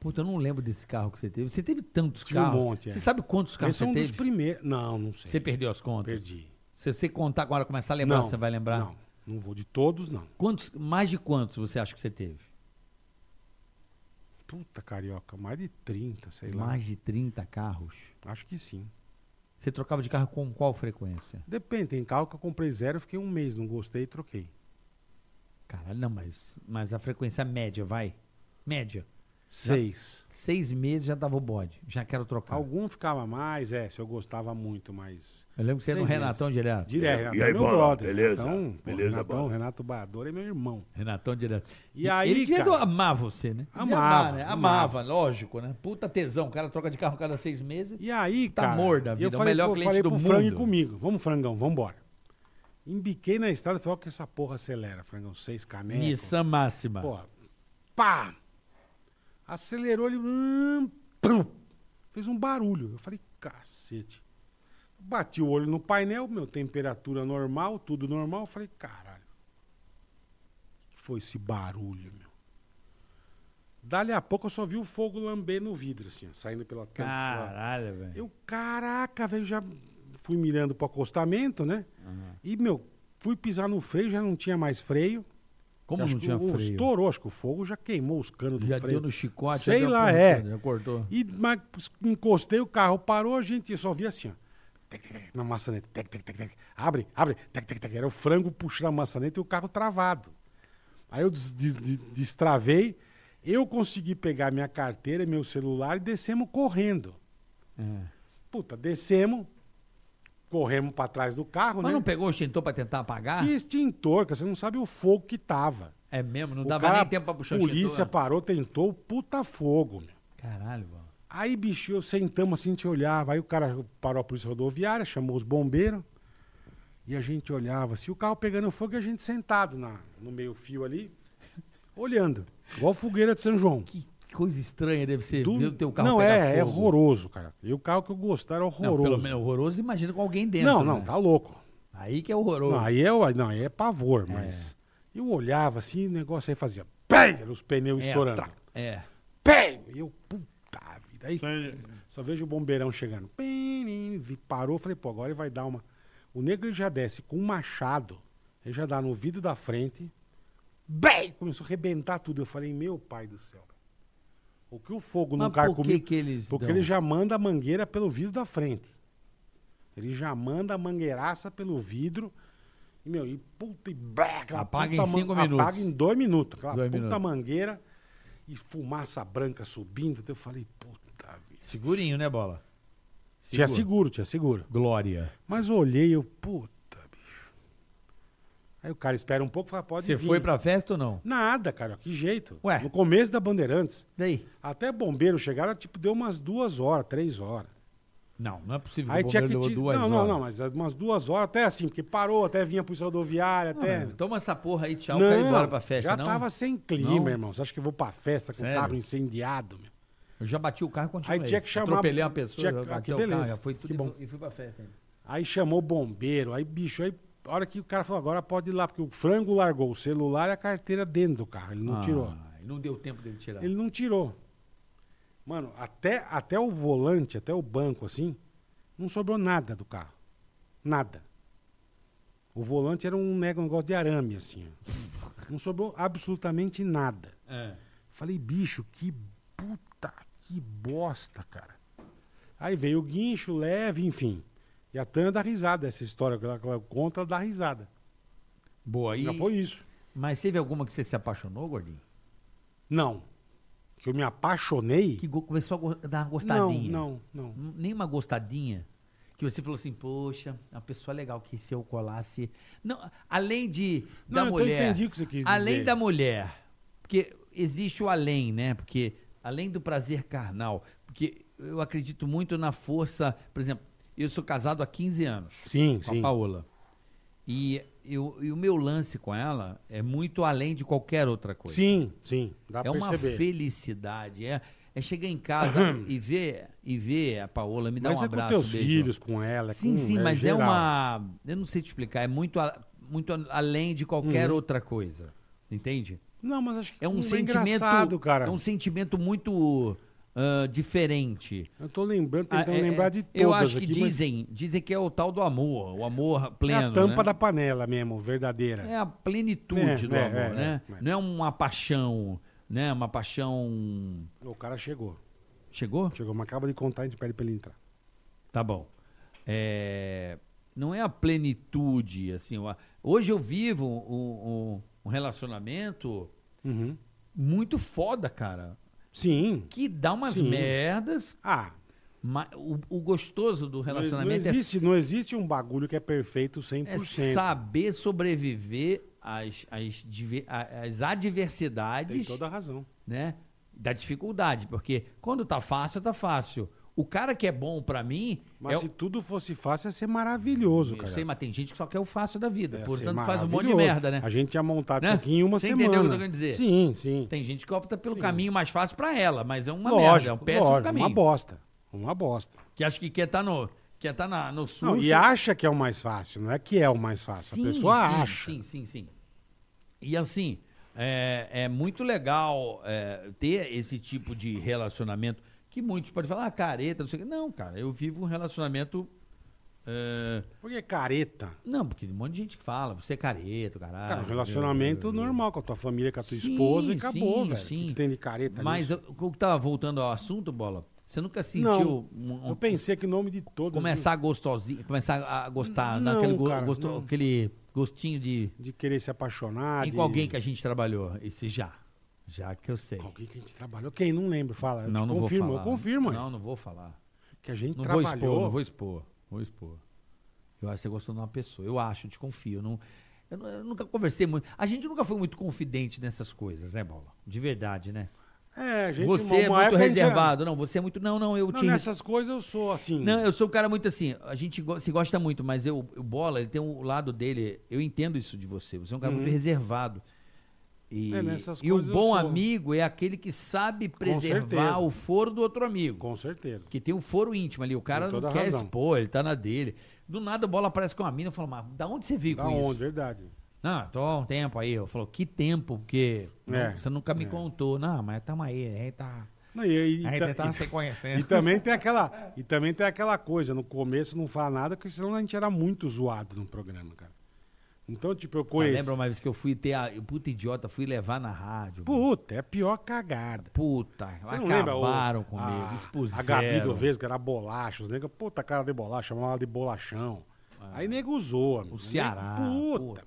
Speaker 3: Puta, eu não lembro desse carro que você teve. Você teve tantos
Speaker 4: Tinha um
Speaker 3: carros.
Speaker 4: monte, é.
Speaker 3: Você sabe quantos carros
Speaker 4: Esse é
Speaker 3: você
Speaker 4: um
Speaker 3: teve?
Speaker 4: dos primeiros. Não, não sei.
Speaker 3: Você perdeu as contas?
Speaker 4: Perdi.
Speaker 3: Se você contar agora, começar a lembrar,
Speaker 4: Não,
Speaker 3: você vai lembrar.
Speaker 4: Não, não vou de todos, não.
Speaker 3: Quantos, mais de quantos você acha que você teve?
Speaker 4: Puta carioca, mais de 30, sei lá.
Speaker 3: Mais de 30 carros.
Speaker 4: Acho que sim.
Speaker 3: Você trocava de carro com qual frequência?
Speaker 4: Depende, tem carro que eu comprei zero, eu fiquei um mês, não gostei e troquei.
Speaker 3: Caralho, não, mas, mas a frequência média, vai. Média.
Speaker 4: Seis.
Speaker 3: Seis meses já dava o bode. Já quero trocar.
Speaker 4: Algum ficava mais, é, se eu gostava muito, mas.
Speaker 3: Eu lembro que você era no
Speaker 4: Seis
Speaker 3: Renatão direto.
Speaker 4: Direto,
Speaker 7: E aí,
Speaker 4: meu
Speaker 7: bola,
Speaker 4: brother.
Speaker 7: beleza?
Speaker 4: Renatão, pô,
Speaker 7: Beleza,
Speaker 4: Renatão,
Speaker 7: bola.
Speaker 4: Renato Bador é meu irmão.
Speaker 3: Renatão direto.
Speaker 4: E aí,
Speaker 3: Ele devia
Speaker 4: cara?
Speaker 3: amar você, né? Devia
Speaker 4: Amava,
Speaker 3: amar, né?
Speaker 4: amava.
Speaker 3: Amava, lógico, né? Puta tesão. O cara troca de carro cada seis meses.
Speaker 4: E aí,
Speaker 3: Tá
Speaker 4: cara.
Speaker 3: morto da vida,
Speaker 4: eu
Speaker 3: o
Speaker 4: falei,
Speaker 3: melhor
Speaker 4: pô,
Speaker 3: cliente
Speaker 4: falei
Speaker 3: do
Speaker 4: pro Frango ir
Speaker 3: mundo.
Speaker 4: comigo. Vamos, Frangão, vamos embora. Embiquei na estrada e falei, olha que essa porra acelera, Frangão. Seis canecas.
Speaker 3: Nissan máxima.
Speaker 4: Pô, pá! Acelerou ele. hum, pum, fez um barulho. Eu falei, cacete. Bati o olho no painel, meu, temperatura normal, tudo normal. Eu falei, caralho. O que foi esse barulho, meu? Dali a pouco eu só vi o fogo lamber no vidro, assim, ó, saindo pela tampa. pela-
Speaker 3: Caralho, velho.
Speaker 4: eu, caraca, velho, já fui mirando pro acostamento, né? E, meu, fui pisar no freio, já não tinha mais freio.
Speaker 3: Como
Speaker 4: Acho
Speaker 3: não
Speaker 4: que
Speaker 3: tinha
Speaker 4: o- o
Speaker 3: freio?
Speaker 4: Estourou, acho que o fogo já queimou os canos do
Speaker 3: Já
Speaker 4: freio.
Speaker 3: deu no chicote. já
Speaker 4: Sei
Speaker 3: deu a
Speaker 4: lá,
Speaker 3: porra
Speaker 4: é.
Speaker 3: toda, Já cortou.
Speaker 4: E mas, encostei, o carro parou, a gente só via assim, ó. Tec, tec, tec, na maçaneta. Tec, tec, tec, tec. Abre, abre. Tec, tec, tec. Era o frango puxando a maçaneta e o carro travado. Aí eu des- des- des- destravei. Eu consegui pegar minha carteira, meu celular e descemos correndo.
Speaker 3: É.
Speaker 4: Puta, descemos, corremos pra trás do carro,
Speaker 3: Mas
Speaker 4: né?
Speaker 3: não pegou o extintor pra tentar apagar?
Speaker 4: Que extintor, cara, você não sabe o fogo que tava.
Speaker 3: É mesmo, não
Speaker 4: O
Speaker 3: dava
Speaker 4: cara-
Speaker 3: nem tempo pra puxar o
Speaker 4: polícia
Speaker 3: extintor.
Speaker 4: parou, tentou, o puta fogo, meu.
Speaker 3: Caralho, mano.
Speaker 4: Aí, bicho, eu sentamos assim, a gente olhava. Aí o cara parou a polícia rodoviária, chamou os bombeiros. E a gente olhava assim, o carro pegando fogo e a gente sentado na, no meio fio ali, olhando. Igual fogueira de São João.
Speaker 3: Que coisa estranha deve ser
Speaker 4: Do-
Speaker 3: ver o teu carro
Speaker 4: não,
Speaker 3: pegar
Speaker 4: é,
Speaker 3: fogo.
Speaker 4: é horroroso, cara. E o carro que eu gostar era
Speaker 3: Não,
Speaker 4: horroroso. Não,
Speaker 3: pelo menos horroroso, imagina com alguém dentro.
Speaker 4: não, não,
Speaker 3: né?
Speaker 4: tá louco.
Speaker 3: Aí que é horroroso.
Speaker 4: Não, aí é, o- não, aí é pavor, mas... Eu olhava assim, o negócio aí fazia... PEM! Era os pneus
Speaker 3: É,
Speaker 4: estourando.
Speaker 3: tá. É.
Speaker 4: PEM! E eu, puta vida, aí Só vejo o bombeirão chegando. Pirim, vi- Parou, falei, pô, agora ele vai dar uma. O negro ele já desce com um machado, ele já dá no vidro da frente. Bem! Começou a arrebentar tudo. Eu falei, meu pai do céu. O que o fogo não
Speaker 3: Mas
Speaker 4: cai
Speaker 3: por que,
Speaker 4: um comigo?
Speaker 3: que eles.
Speaker 4: Porque
Speaker 3: dão?
Speaker 4: ele já manda a mangueira pelo vidro da frente. Ele já manda a mangueiraça pelo vidro. E, meu, e puta e blá, aquela
Speaker 3: Apaga
Speaker 4: puta
Speaker 3: em cinco
Speaker 4: man-
Speaker 3: minutos.
Speaker 4: Apaga em dois minutos. Aquela
Speaker 3: Dois
Speaker 4: puta
Speaker 3: minutos.
Speaker 4: mangueira e fumaça branca subindo. Então, Eu falei, puta vida.
Speaker 3: Segurinho, né, bola?
Speaker 4: Tinha é seguro, tinha seguro.
Speaker 3: Glória.
Speaker 4: Mas eu olhei, eu, puta, bicho. Aí o cara espera um pouco e fala, pode
Speaker 3: Você
Speaker 4: vir.
Speaker 3: foi pra festa ou não?
Speaker 4: Nada, cara, que jeito.
Speaker 3: Ué.
Speaker 4: No começo da Bandeirantes,
Speaker 3: Daí.
Speaker 4: até bombeiro chegaram, tipo, deu umas duas horas, três horas.
Speaker 3: Não, não é possível.
Speaker 4: Aí
Speaker 3: o
Speaker 4: tinha que...
Speaker 3: bombeiro
Speaker 4: ti-
Speaker 3: levou duas
Speaker 4: não, não,
Speaker 3: horas.
Speaker 4: não, mas umas duas horas, até assim, porque parou, até vinha polícia rodoviária,
Speaker 3: Ah,
Speaker 4: até... então,
Speaker 3: mano, Toma essa porra aí, tchau, quero ir embora pra festa,
Speaker 4: já
Speaker 3: não?
Speaker 4: tava sem clima,
Speaker 3: Não?
Speaker 4: irmão. Você acha que eu vou pra festa com o
Speaker 3: Sério?
Speaker 4: carro incendiado, meu?
Speaker 3: Eu já bati o carro e continuei.
Speaker 4: Aí tinha que chamar-
Speaker 3: Atropelei uma pessoa,
Speaker 4: tinha-
Speaker 3: já
Speaker 4: Ah,
Speaker 3: bati
Speaker 4: que
Speaker 3: o
Speaker 4: beleza.
Speaker 3: carro, já foi tudo
Speaker 4: Que
Speaker 3: e
Speaker 4: bom.
Speaker 3: fui- e fui pra festa ainda.
Speaker 4: Aí chamou o bombeiro, aí, bicho, aí, a hora que o cara falou, agora pode ir lá, porque o frango largou o celular e a carteira dentro do carro, ele não
Speaker 3: Ah,
Speaker 4: tirou.
Speaker 3: Não deu tempo dele tirar.
Speaker 4: Ele não tirou. Mano, até, até o volante, até o banco, assim, não sobrou nada do carro. Nada. O volante era um mega negócio de arame, assim. ó. Não sobrou absolutamente nada.
Speaker 3: É.
Speaker 4: Falei, bicho, que puta, que bosta, cara. Aí veio o guincho, leve, enfim. E a Tânia dá risada, essa história que ela, que ela conta, ela dá risada.
Speaker 3: Boa,
Speaker 4: Já
Speaker 3: aí.
Speaker 4: foi isso.
Speaker 3: Mas teve alguma que você se apaixonou, gordinho?
Speaker 4: Não. Que eu me apaixonei.
Speaker 3: Que go- começou a go- dar uma gostadinha?
Speaker 4: Não, não, não.
Speaker 3: N- Nem uma gostadinha? Que você falou assim, poxa, uma pessoa legal que se eu colasse. Não, além de.
Speaker 4: Não,
Speaker 3: da
Speaker 4: eu tô-
Speaker 3: mulher.
Speaker 4: entendi o que você quis
Speaker 3: Além
Speaker 4: dizer.
Speaker 3: da mulher. Porque existe o além, né? Porque além do prazer carnal. Porque eu acredito muito na força. Por exemplo, eu sou casado há 15 anos
Speaker 4: Sim,
Speaker 3: com a Paola. E e o, e o meu lance com ela é muito além de qualquer outra coisa.
Speaker 4: Sim, sim. Dá
Speaker 3: é
Speaker 4: pra
Speaker 3: uma
Speaker 4: perceber.
Speaker 3: felicidade. É, é chegar em casa e ver e ver a Paola, me dá
Speaker 4: Mas
Speaker 3: um
Speaker 4: é com
Speaker 3: abraço,
Speaker 4: teus
Speaker 3: um beijo.
Speaker 4: filhos, com ela.
Speaker 3: Sim,
Speaker 4: com-
Speaker 3: sim, mas
Speaker 4: geral.
Speaker 3: é uma. Eu não sei te explicar, é muito, a- muito a- além de qualquer
Speaker 4: Uhum.
Speaker 3: outra coisa. Entende?
Speaker 4: Não, mas acho que
Speaker 3: É um
Speaker 4: é
Speaker 3: sentimento.
Speaker 4: engraçado, cara.
Speaker 3: É um sentimento muito ah, diferente.
Speaker 4: Eu tô lembrando,
Speaker 3: Ah,
Speaker 4: tentando
Speaker 3: é-
Speaker 4: lembrar de todas
Speaker 3: Eu acho que
Speaker 4: aqui, mas
Speaker 3: dizem, dizem que é o tal do amor, o amor
Speaker 4: é
Speaker 3: pleno.
Speaker 4: a tampa
Speaker 3: né?
Speaker 4: da panela mesmo, verdadeira.
Speaker 3: É a plenitude
Speaker 4: É,
Speaker 3: do
Speaker 4: é,
Speaker 3: amor,
Speaker 4: é,
Speaker 3: né?
Speaker 4: é, é.
Speaker 3: Não é uma paixão, né? Uma paixão.
Speaker 4: O cara chegou.
Speaker 3: Chegou?
Speaker 4: Chegou, mas acaba de contar, a gente pede pra ele entrar.
Speaker 3: Tá bom. É, Não é a plenitude, assim. o- Hoje eu vivo um, um- um relacionamento
Speaker 4: Uhum.
Speaker 3: muito foda, cara.
Speaker 4: Sim.
Speaker 3: Que dá umas
Speaker 4: Sim.
Speaker 3: merdas,
Speaker 4: Ah,
Speaker 3: mas o, o gostoso do
Speaker 4: não-
Speaker 3: relacionamento
Speaker 4: não existe,
Speaker 3: é,
Speaker 4: não existe um bagulho que é perfeito
Speaker 3: é
Speaker 4: 100%.
Speaker 3: saber sobreviver às, às, diver- a- às
Speaker 4: Tem
Speaker 3: adversidades.
Speaker 4: toda a razão.
Speaker 3: né? Da dificuldade, porque quando tá fácil, tá fácil. O cara que é bom pra mim,
Speaker 4: Mas
Speaker 3: é o-
Speaker 4: se tudo fosse fácil, ia ser maravilhoso,
Speaker 3: eu
Speaker 4: cara.
Speaker 3: sei, mas tem gente que só quer o fácil da vida,
Speaker 4: Ia ser
Speaker 3: portanto faz um monte de
Speaker 4: É, maravilhoso.
Speaker 3: merda, né?
Speaker 4: A gente ia montar isso
Speaker 3: Né?
Speaker 4: aqui em uma
Speaker 3: Você
Speaker 4: semana.
Speaker 3: entendeu o que eu tô querendo dizer?
Speaker 4: Sim, sim.
Speaker 3: Tem gente que opta pelo caminho mais fácil pra ela, mas é uma
Speaker 4: lógico,
Speaker 3: merda, é um péssimo
Speaker 4: lógico,
Speaker 3: caminho.
Speaker 4: Uma bosta. Uma bosta.
Speaker 3: Que acha que quer tá no, quer tá na, no surf.
Speaker 4: Não, e acha que é o mais fácil, não é que é o mais fácil. a pessoa
Speaker 3: sim,
Speaker 4: acha.
Speaker 3: Sim, sim, sim. E assim, é, é muito legal é, ter esse tipo de relacionamento que muitos podem falar, ah, careta, não sei o quê. Não, cara, eu vivo um relacionamento. é,
Speaker 4: Porque é careta.
Speaker 3: Não, porque um monte de gente que fala, você é careta, caralho.
Speaker 4: Cara, um relacionamento normal com a tua família, com a tua esposa e
Speaker 3: Sim,
Speaker 4: acabou,
Speaker 3: sim,
Speaker 4: velho. O que
Speaker 3: sim.
Speaker 4: que tem de careta
Speaker 3: Mas
Speaker 4: nisso?
Speaker 3: eu, eu tava voltando ao assunto, Bola. Você nunca
Speaker 4: Não,
Speaker 3: sentiu um- um-
Speaker 4: eu pensei que em nome de todos.
Speaker 3: começar a gostosinho, começar a gostar,
Speaker 4: Não,
Speaker 3: naquele go-
Speaker 4: cara,
Speaker 3: gosto-
Speaker 4: não.
Speaker 3: aquele gostinho de.
Speaker 4: De querer se apaixonar.
Speaker 3: em
Speaker 4: de...
Speaker 3: com alguém que a gente trabalhou. Esse já. Já que eu sei.
Speaker 4: Alguém que a gente trabalhou. Quem? Não lembro. Fala. Eu
Speaker 3: não,
Speaker 4: um te
Speaker 3: não
Speaker 4: confirmo,
Speaker 3: vou falar.
Speaker 4: eu confirmo.
Speaker 3: Não, não vou falar.
Speaker 4: Que a gente
Speaker 3: Não vou
Speaker 4: trabalhou.
Speaker 3: expor, não vou expor. Vou expor. Eu acho que você gostou de uma pessoa. Eu acho, eu te confio. Eu, não- eu nu- eu nunca conversei muito. A gente nunca foi muito confidente nessas coisas, né, Bola? De verdade, né?
Speaker 4: É, a gente uma-
Speaker 3: você é
Speaker 4: uma
Speaker 3: muito
Speaker 4: época a gente era-
Speaker 3: reservado. Não, você é muito. Não, não, eu
Speaker 4: Não,
Speaker 3: te.
Speaker 4: nessas coisas eu sou assim.
Speaker 3: Não, eu sou um cara muito assim. A gente go- se gosta muito, mas eu, o Bola, ele tem um lado dele. Eu entendo isso de você. Você é um cara muito reservado. E,
Speaker 4: Uhum. É, nessas
Speaker 3: e o
Speaker 4: coisas eu
Speaker 3: bom
Speaker 4: sou.
Speaker 3: amigo é aquele que sabe preservar
Speaker 4: certeza.
Speaker 3: o foro do outro amigo.
Speaker 4: Com certeza.
Speaker 3: Porque tem um foro íntimo ali. O cara
Speaker 4: Com
Speaker 3: não
Speaker 4: toda
Speaker 3: quer
Speaker 4: razão.
Speaker 3: expor, ele tá na dele. Do nada a bola aparece com uma mina e fala, mas da onde você veio
Speaker 4: Da
Speaker 3: com
Speaker 4: onde?
Speaker 3: isso?
Speaker 4: Verdade.
Speaker 3: Não, tô há um tempo aí. Eu falo, que tempo? Porque não,
Speaker 4: É,
Speaker 3: você nunca me
Speaker 4: é.
Speaker 3: contou. Não, mas tamo aí, a gente tá.
Speaker 4: Não, e, e,
Speaker 6: Aí
Speaker 4: ta-
Speaker 6: tentava
Speaker 4: e-
Speaker 6: se
Speaker 4: e
Speaker 6: conhecendo.
Speaker 4: também tem aquela, e também tem aquela coisa, no começo não fala nada, porque senão a gente era muito zoado no programa, cara. Então, tipo, eu
Speaker 3: Tá,
Speaker 4: conheço.
Speaker 3: lembra uma vez que eu fui ter a. eu, Puta idiota, fui levar na rádio.
Speaker 4: Puta, é a pior cagada.
Speaker 3: Puta,
Speaker 4: Você não lembra? o-
Speaker 3: acabaram comigo,
Speaker 4: a,
Speaker 3: expuseram.
Speaker 4: A Gabi do Vesgo era bolacha, os negros, puta cara de bolacha, chamava ela de bolachão. Aí nego usou, amigo.
Speaker 3: Ah. Ceará,
Speaker 4: Puta.